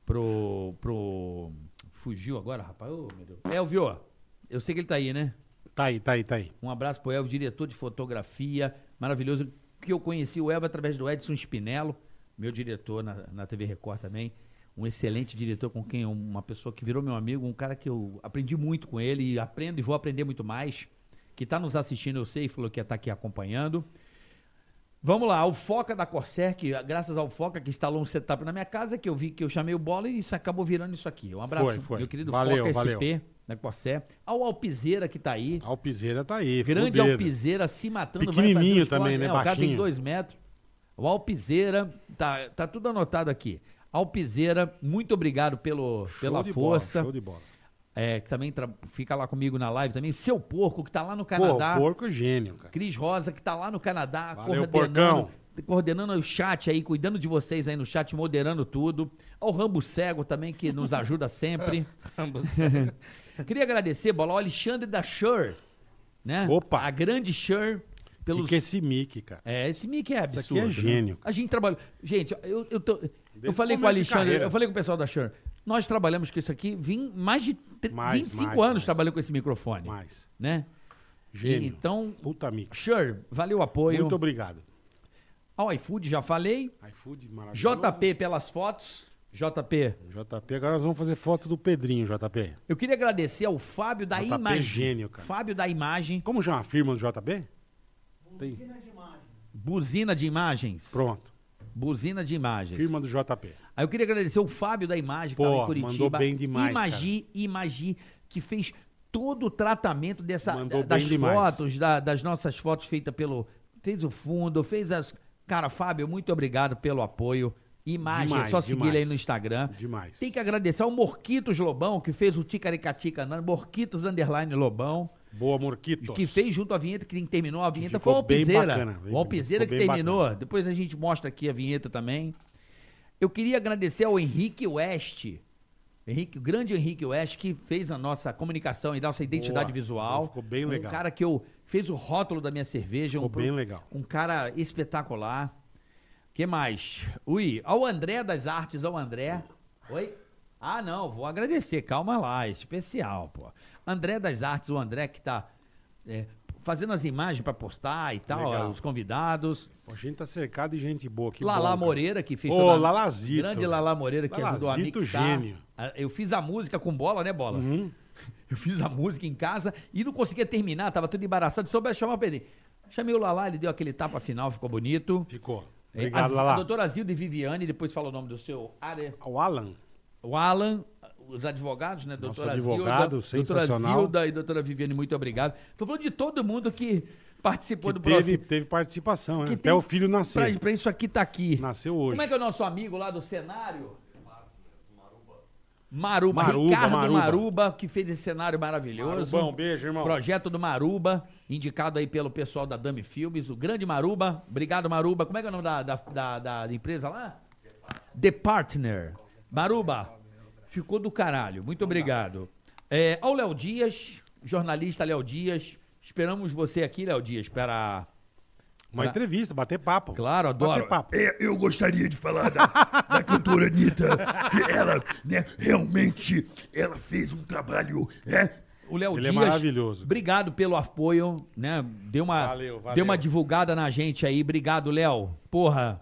Speaker 3: Pro. pro... Fugiu agora, rapaz. Ô, meu Deus. Elvio, eu sei que ele tá aí, né?
Speaker 4: Tá aí, tá aí, tá aí.
Speaker 3: Um abraço pro Elvio, diretor de fotografia, maravilhoso. Que eu conheci o Elvio através do Edson Spinello, meu diretor na, na TV Record também. Um excelente diretor com quem eu- uma pessoa que virou meu amigo, um cara que eu aprendi muito com ele e aprendo e vou aprender muito mais. Que tá nos assistindo, eu sei, falou que ia estar aqui acompanhando. Vamos lá, o Foca da Corsair, que graças ao Foca que instalou um setup na minha casa, que eu vi que eu chamei o bola e isso acabou virando isso aqui. Um abraço,
Speaker 4: Foi, foi.
Speaker 3: meu querido
Speaker 4: Valeu,
Speaker 3: Foca
Speaker 4: valeu.
Speaker 3: SP da Corsair. Ao Alpizeira que tá aí.
Speaker 4: A Alpizeira tá aí.
Speaker 3: Grande
Speaker 4: fudeira.
Speaker 3: Alpizeira se matando. vai
Speaker 4: Pequenininho
Speaker 3: fazer os
Speaker 4: também,
Speaker 3: cortes.
Speaker 4: né?
Speaker 3: É, O cara tem
Speaker 4: Baixinho.
Speaker 3: dois metros. O Alpizeira, tá, tá tudo anotado aqui. Alpizeira, muito obrigado pelo,
Speaker 4: Show
Speaker 3: pela
Speaker 4: de
Speaker 3: força.
Speaker 4: Bola, show de bola.
Speaker 3: É, que também tra- fica lá comigo na live também. Seu Porco, que tá lá no
Speaker 4: Pô,
Speaker 3: Canadá.
Speaker 4: o porco é gênio, cara.
Speaker 3: Cris Rosa, que tá lá no Canadá,
Speaker 4: Valeu,
Speaker 3: coordenando,
Speaker 4: porcão.
Speaker 3: coordenando o chat aí, cuidando de vocês aí no chat, moderando tudo. Ao Rambo Cego também, que nos ajuda sempre.
Speaker 2: Ambos.
Speaker 3: Queria agradecer, Bola, ao Alexandre da Shure, né?
Speaker 4: Opa.
Speaker 3: A grande Shure,
Speaker 4: Que
Speaker 3: pelos...
Speaker 4: que é esse Mickey, cara?
Speaker 3: É, esse Mickey é
Speaker 4: Isso
Speaker 3: absurdo.
Speaker 4: aqui é
Speaker 3: né?
Speaker 4: gênio.
Speaker 3: A gente trabalhou... Gente, eu, eu, tô- eu
Speaker 4: Desde
Speaker 3: falei
Speaker 4: o
Speaker 3: com o
Speaker 4: começo de
Speaker 3: Alexandre,
Speaker 4: carreira.
Speaker 3: eu falei com o pessoal da Shure, nós trabalhamos com isso aqui, vim mais de tre-
Speaker 4: Mais,
Speaker 3: 25
Speaker 4: mais,
Speaker 3: anos
Speaker 4: mais.
Speaker 3: trabalhando com esse microfone,
Speaker 4: Mais.
Speaker 3: né?
Speaker 4: Gênio.
Speaker 3: Então, um
Speaker 4: Puta Mickey.
Speaker 3: Shure, valeu o apoio.
Speaker 4: Muito obrigado.
Speaker 3: Ao iFood, já falei.
Speaker 4: iFood, maravilhoso.
Speaker 3: JP pelas fotos. JP,
Speaker 4: JP, agora nós vamos fazer foto do Pedrinho, JP.
Speaker 3: eu queria agradecer ao Fábio da
Speaker 4: JP é
Speaker 3: Imagem.
Speaker 4: gênio, cara.
Speaker 3: Fábio da Imagem,
Speaker 4: Como já afirma no JP? Tem.
Speaker 3: buzina de imagens.
Speaker 4: Pronto.
Speaker 3: Buzina de imagens.
Speaker 4: Firma do JP.
Speaker 3: Aí eu queria agradecer o Fábio da Imagem, que
Speaker 4: Pô,
Speaker 3: tava em Curitiba.
Speaker 4: mandou bem demais,
Speaker 3: Imagi, Imagi, que fez todo o tratamento dessa,
Speaker 4: Mandou
Speaker 3: das
Speaker 4: bem demais.
Speaker 3: fotos, da- das nossas fotos feitas pelo. Fez o fundo, fez as. Cara, Fábio, muito obrigado pelo apoio. Imagem,
Speaker 4: Demais,
Speaker 3: é só seguir
Speaker 4: demais.
Speaker 3: ele aí no Instagram.
Speaker 4: Demais.
Speaker 3: Tem que agradecer ao Morquitos Lobão, que fez o Ticaricatica, andando, Morquitos Underline Lobão.
Speaker 4: Boa, Morquitos.
Speaker 3: Que fez junto à vinheta, que terminou a vinheta,
Speaker 4: ficou
Speaker 3: foi o
Speaker 4: bem
Speaker 3: Alpizeira.
Speaker 4: bacana, bem-
Speaker 3: o Alpizeira que
Speaker 4: ficou bem
Speaker 3: terminou. Depois a gente mostra aqui a vinheta também. Eu queria agradecer ao Henrique West. Henrique, o grande Henrique West, que fez a nossa comunicação e nossa identidade
Speaker 4: Boa,
Speaker 3: visual.
Speaker 4: ficou bem
Speaker 3: um
Speaker 4: legal.
Speaker 3: cara que eu fez o rótulo da minha cerveja.
Speaker 4: Ficou
Speaker 3: um, pro-
Speaker 4: bem legal.
Speaker 3: Um cara espetacular. que mais? Ui, ao André das Artes, ao André. Oi? Ah, não, vou agradecer. Calma lá, é especial, pô. André das Artes, o André que tá é, fazendo as imagens pra postar e tal,
Speaker 4: Legal.
Speaker 3: os convidados.
Speaker 4: Pô, A gente tá cercado de gente boa. Que
Speaker 3: Lala
Speaker 4: bom, cara.
Speaker 3: Moreira, que fez
Speaker 4: Ô,
Speaker 3: toda a-
Speaker 4: Lalazito.
Speaker 3: Grande Lala Moreira, que ajudou a
Speaker 4: Lalazito
Speaker 3: mixar.
Speaker 4: gênio. Uhum.
Speaker 3: Ah, Eu fiz a música com bola, né, Bola? Eu fiz a música em casa e não conseguia terminar, tava tudo embaraçado, soube chamar o Pedrinho. Chamei o Lala, ele deu aquele tapa final, ficou bonito.
Speaker 4: Ficou.
Speaker 3: É,
Speaker 4: Obrigado,
Speaker 3: a, a
Speaker 4: Lala.
Speaker 3: doutora Zilda e Viviane, depois fala o nome do seu área.
Speaker 4: O Alan.
Speaker 3: O Alan, os advogados, né? Doutora
Speaker 4: advogado,
Speaker 3: Zilda, doutora
Speaker 4: sensacional.
Speaker 3: Zilda e doutora Viviane, muito obrigado. Tô falando de todo mundo que participou
Speaker 4: Que
Speaker 3: do
Speaker 4: teve,
Speaker 3: processo.
Speaker 4: teve participação, né?
Speaker 3: Que
Speaker 4: Até
Speaker 3: tem-
Speaker 4: o filho
Speaker 3: Pra,
Speaker 4: nascer.
Speaker 3: pra isso aqui tá aqui.
Speaker 4: Nasceu hoje.
Speaker 3: Como é que é o nosso amigo lá do cenário? Maruba.
Speaker 4: Maruba,
Speaker 3: Ricardo Maruba.
Speaker 4: Maruba.
Speaker 3: que fez esse cenário maravilhoso.
Speaker 4: Marubão, beijo, irmão.
Speaker 3: Projeto do Maruba, indicado aí pelo pessoal da Dami Filmes, o grande Maruba. Obrigado, Maruba. Como é que é o nome da, da, da- da empresa lá? The Partner. Maruba, ficou do caralho. Muito obrigado. É, ao Léo Dias, jornalista Léo Dias. Esperamos você aqui, Léo Dias, para
Speaker 4: Uma
Speaker 3: pra-
Speaker 4: entrevista, bater papo.
Speaker 3: tá? Claro, adoro.
Speaker 4: Bater papo.
Speaker 7: É, eu gostaria de falar da, da cantora Anitta. Ela, né, realmente, ela fez um trabalho é,
Speaker 3: O Léo
Speaker 4: Ele é
Speaker 3: Dias.
Speaker 4: maravilhoso.
Speaker 3: Obrigado pelo apoio, né? Deu uma,
Speaker 4: Valeu, valeu.
Speaker 3: Deu uma divulgada na gente aí. Obrigado, Léo. Porra.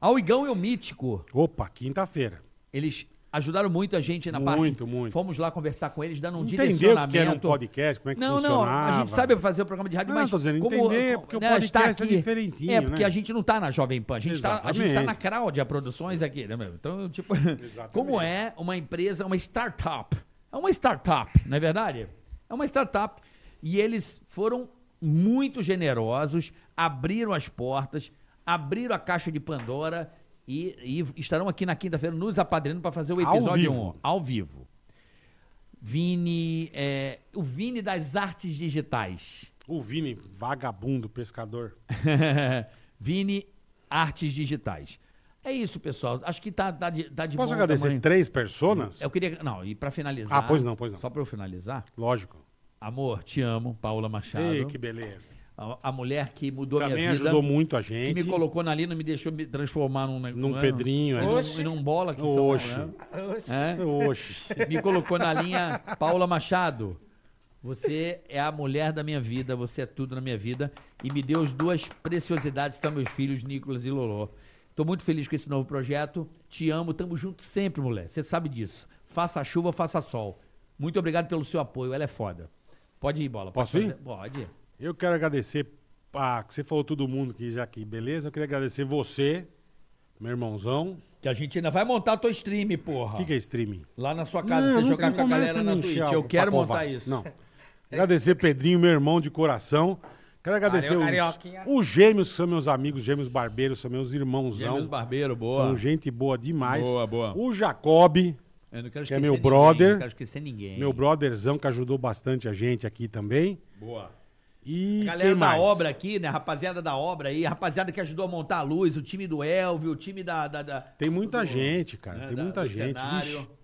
Speaker 3: Ao Igão e o Mítico,
Speaker 4: Opa, quinta-feira.
Speaker 3: eles ajudaram muito a gente na parte.
Speaker 4: Muito, muito.
Speaker 3: Fomos lá conversar com eles, dando um
Speaker 4: Entendeu o
Speaker 3: direcionamento.
Speaker 4: que era um podcast, como é que
Speaker 3: não, não,
Speaker 4: funcionava.
Speaker 3: a gente sabe fazer o programa de rádio,
Speaker 4: Não,
Speaker 3: mas
Speaker 4: tô dizendo,
Speaker 3: como, né,
Speaker 4: entender, porque o
Speaker 3: está
Speaker 4: podcast é
Speaker 3: aqui-
Speaker 4: diferentinho,
Speaker 3: É, porque
Speaker 4: né?
Speaker 3: a gente não tá na Jovem Pan, a gente, tá, a gente tá
Speaker 4: Exatamente.
Speaker 3: na Crowd, a Produções aqui, né, meu? Então, tipo, como é uma empresa, uma startup? É uma startup, não é verdade? É uma startup. E eles foram muito generosos, abriram as portas, abriram a caixa de Pandora e, e estarão aqui na quinta-feira nos apadrinando para fazer o
Speaker 4: Ao
Speaker 3: episódio
Speaker 4: vivo.
Speaker 3: 1, ao vivo. Vini, é, o Vini das artes digitais.
Speaker 4: O Vini, vagabundo, pescador.
Speaker 3: É Vini, artes digitais. É isso, pessoal. Acho que tá, tá de, tá de
Speaker 4: Posso
Speaker 3: bom
Speaker 4: agradecer
Speaker 3: tamanho. É
Speaker 4: três personas?
Speaker 3: Eu queria. Não, e pra finalizar.
Speaker 4: Ah, pois não, pois não.
Speaker 3: Só pra eu finalizar.
Speaker 4: Lógico.
Speaker 3: Amor, te amo, Paula Machado.
Speaker 4: Ei, que beleza.
Speaker 3: a, a mulher que mudou
Speaker 4: Também
Speaker 3: Tá, minha vida.
Speaker 4: ajudou muito a gente.
Speaker 3: Que me colocou na lina e me deixou me transformar num.
Speaker 4: Num
Speaker 3: não é?
Speaker 4: Pedrinho.
Speaker 3: Num-
Speaker 4: ali.
Speaker 2: Oxi.
Speaker 3: num bola que são,
Speaker 4: Oxe.
Speaker 3: né?
Speaker 2: Oxi.
Speaker 3: É?
Speaker 4: Oxe.
Speaker 3: Me colocou na linha Paula Machado. Você é a mulher da minha vida, você é tudo na minha vida. E me deu as duas preciosidades, que são meus filhos, Nicolas e Lolô. Tô muito feliz com esse novo projeto. Te amo, tamo junto sempre, mulher. Você sabe disso. Faça chuva, faça sol. Muito obrigado pelo seu apoio, ela é foda. Pode ir, bola. Pode
Speaker 4: Posso ir?
Speaker 3: fazer- Pode.
Speaker 4: Eu quero agradecer, ah, que você falou todo mundo que já aqui, beleza? Eu queria agradecer você, meu irmãozão.
Speaker 3: Que a gente ainda vai montar a tua stream, porra.
Speaker 4: O que, que é streaming?
Speaker 3: Lá na sua
Speaker 4: Não,
Speaker 3: casa, você
Speaker 4: não
Speaker 3: jogar com a
Speaker 4: começa
Speaker 3: galera
Speaker 4: a
Speaker 3: na
Speaker 4: me
Speaker 3: Twitch.
Speaker 4: encher o
Speaker 3: Eu quero
Speaker 4: papo
Speaker 3: montar
Speaker 4: ovado.
Speaker 3: isso.
Speaker 4: Não. Agradecer Pedrinho, meu irmão de coração. Quero agradecer
Speaker 2: Valeu,
Speaker 4: os,
Speaker 2: Carioquinha.
Speaker 4: os gêmeos, que são meus amigos, gêmeos barbeiros, são meus irmãozão.
Speaker 5: Gêmeos Barbeiro, boa.
Speaker 4: São gente boa demais.
Speaker 5: Boa, boa.
Speaker 4: O Jacob,
Speaker 3: Eu não quero
Speaker 4: Que é
Speaker 3: esquecer
Speaker 4: meu
Speaker 3: ninguém,
Speaker 4: brother.
Speaker 3: Não quero esquecer ninguém.
Speaker 4: meu brotherzão, que ajudou bastante a gente aqui também.
Speaker 5: Boa.
Speaker 4: E
Speaker 3: Galera
Speaker 4: quem
Speaker 3: da
Speaker 4: mais?
Speaker 3: obra aqui, né? Rapaziada da obra aí, rapaziada que ajudou a montar a luz, o time do Elvio, o time da. da- da-
Speaker 4: Tem muita
Speaker 3: do-
Speaker 4: gente, cara.
Speaker 3: né,
Speaker 4: Tem
Speaker 3: da-
Speaker 4: muita
Speaker 3: do
Speaker 4: gente.
Speaker 3: cenário.
Speaker 4: Vixe,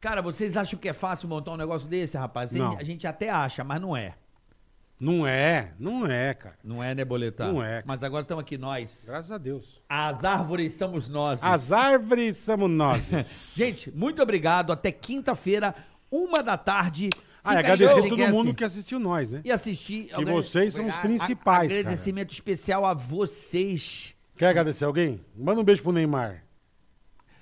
Speaker 3: Cara, vocês acham que é fácil montar um negócio desse, rapaz? Vocês-
Speaker 4: Não.
Speaker 3: A gente até acha, mas não é.
Speaker 4: não é, não é, cara.
Speaker 3: Não é, né, Boletar?
Speaker 4: Não é.
Speaker 3: Mas agora estamos aqui nós.
Speaker 4: Graças a Deus.
Speaker 3: As árvores somos nós.
Speaker 4: As árvores somos nós.
Speaker 3: Gente, muito obrigado. Até quinta-feira, uma da tarde.
Speaker 4: Ah,
Speaker 3: Fica aí
Speaker 4: e
Speaker 3: o
Speaker 4: agradecer todo
Speaker 3: podcast
Speaker 4: mundo que assistiu nós, né?
Speaker 3: E assistir.
Speaker 4: E vocês são os principais, cara.
Speaker 3: Agradecimento especial a vocês.
Speaker 4: Quer agradecer alguém? Manda um beijo pro Neymar.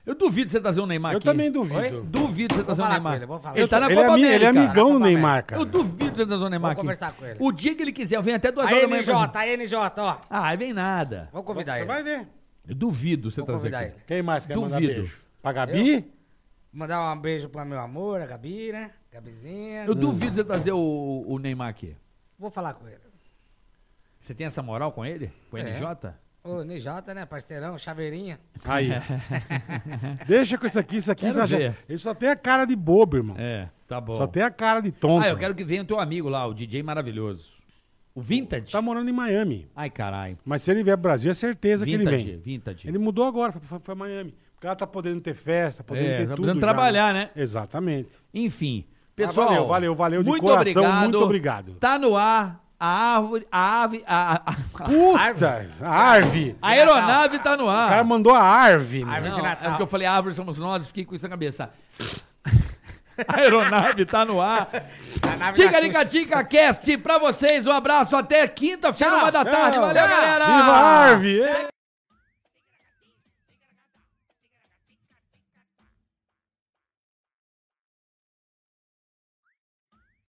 Speaker 3: Eu duvido você trazer o Neymar
Speaker 4: Eu
Speaker 3: aqui.
Speaker 4: também duvido.
Speaker 3: Duvido você trazer o
Speaker 2: falar
Speaker 3: Neymar.
Speaker 2: com ele, eu vou falar.
Speaker 3: Ele tá na
Speaker 4: Ele é,
Speaker 3: Copa
Speaker 4: ami- ele é
Speaker 3: América.
Speaker 4: amigão do
Speaker 2: Copa
Speaker 4: Neymar, cara.
Speaker 3: Eu duvido você trazer o Neymar
Speaker 2: Vou
Speaker 3: aqui.
Speaker 2: conversar com ele.
Speaker 3: O dia que ele quiser, eu venho até duas
Speaker 2: A
Speaker 3: horas da manhã.
Speaker 2: NJ, a NJ, ó.
Speaker 3: Ah, aí vem nada.
Speaker 2: Vou convidar
Speaker 4: Você
Speaker 2: ele.
Speaker 4: vai ver.
Speaker 3: Eu duvido você
Speaker 2: Vou
Speaker 3: trazer
Speaker 2: convidar
Speaker 3: aqui.
Speaker 2: ele.
Speaker 4: Quem mais quer mandar
Speaker 3: Duvido.
Speaker 4: beijo? Pra Gabi?
Speaker 2: Mandar um beijo pra meu amor, a Gabi, né? Gabizinha.
Speaker 3: Eu duvido você trazer o, o Neymar aqui.
Speaker 2: Vou falar com ele.
Speaker 3: Você tem essa moral com ele? Com o
Speaker 2: É.
Speaker 3: NJ?
Speaker 2: Ô, NJ, né? Parceirão, chaveirinha.
Speaker 4: Aí. Deixa com isso aqui, isso aqui.
Speaker 3: Quero
Speaker 4: Isso já...
Speaker 3: ver.
Speaker 4: Ele só tem a cara de bobo, irmão.
Speaker 3: É, tá bom.
Speaker 4: Só tem a cara de tonto.
Speaker 3: Ah, eu quero que venha o teu amigo lá, o DJ maravilhoso. O Vintage?
Speaker 4: Tá morando em Miami.
Speaker 3: Ai, caralho.
Speaker 4: Mas se ele vier pro Brasil, é certeza que ele
Speaker 3: Vintage,
Speaker 4: vem.
Speaker 3: vintage.
Speaker 4: Ele mudou agora, foi, foi pra Miami. Porque ela tá podendo ter festa, podendo
Speaker 3: É,
Speaker 4: ter
Speaker 3: tá
Speaker 4: tudo.
Speaker 3: podendo
Speaker 4: já,
Speaker 3: trabalhar, né?
Speaker 4: Exatamente.
Speaker 3: Enfim, pessoal.
Speaker 4: Ah, valeu, valeu, valeu de coração, muito obrigado.
Speaker 3: Tá no ar. A árvore, a ave, a, a- a-
Speaker 4: Puta! A Arve!
Speaker 3: a aeronave tá no
Speaker 4: O cara
Speaker 3: ar.
Speaker 4: mandou a
Speaker 2: Arve.
Speaker 4: Arve, mano.
Speaker 3: Não,
Speaker 2: de
Speaker 3: é
Speaker 2: Natal.
Speaker 3: porque eu falei árvore somos nós, fiquei com isso na cabeça. A aeronave tá no ar.
Speaker 2: A nave da
Speaker 3: Tica
Speaker 2: Xuxa.
Speaker 3: Liga Tica Cast pra vocês. Um abraço até quinta-feira,
Speaker 2: Tchau.
Speaker 3: uma da tarde.
Speaker 4: Tchau.
Speaker 3: Valeu, galera.
Speaker 4: Viva a Arve!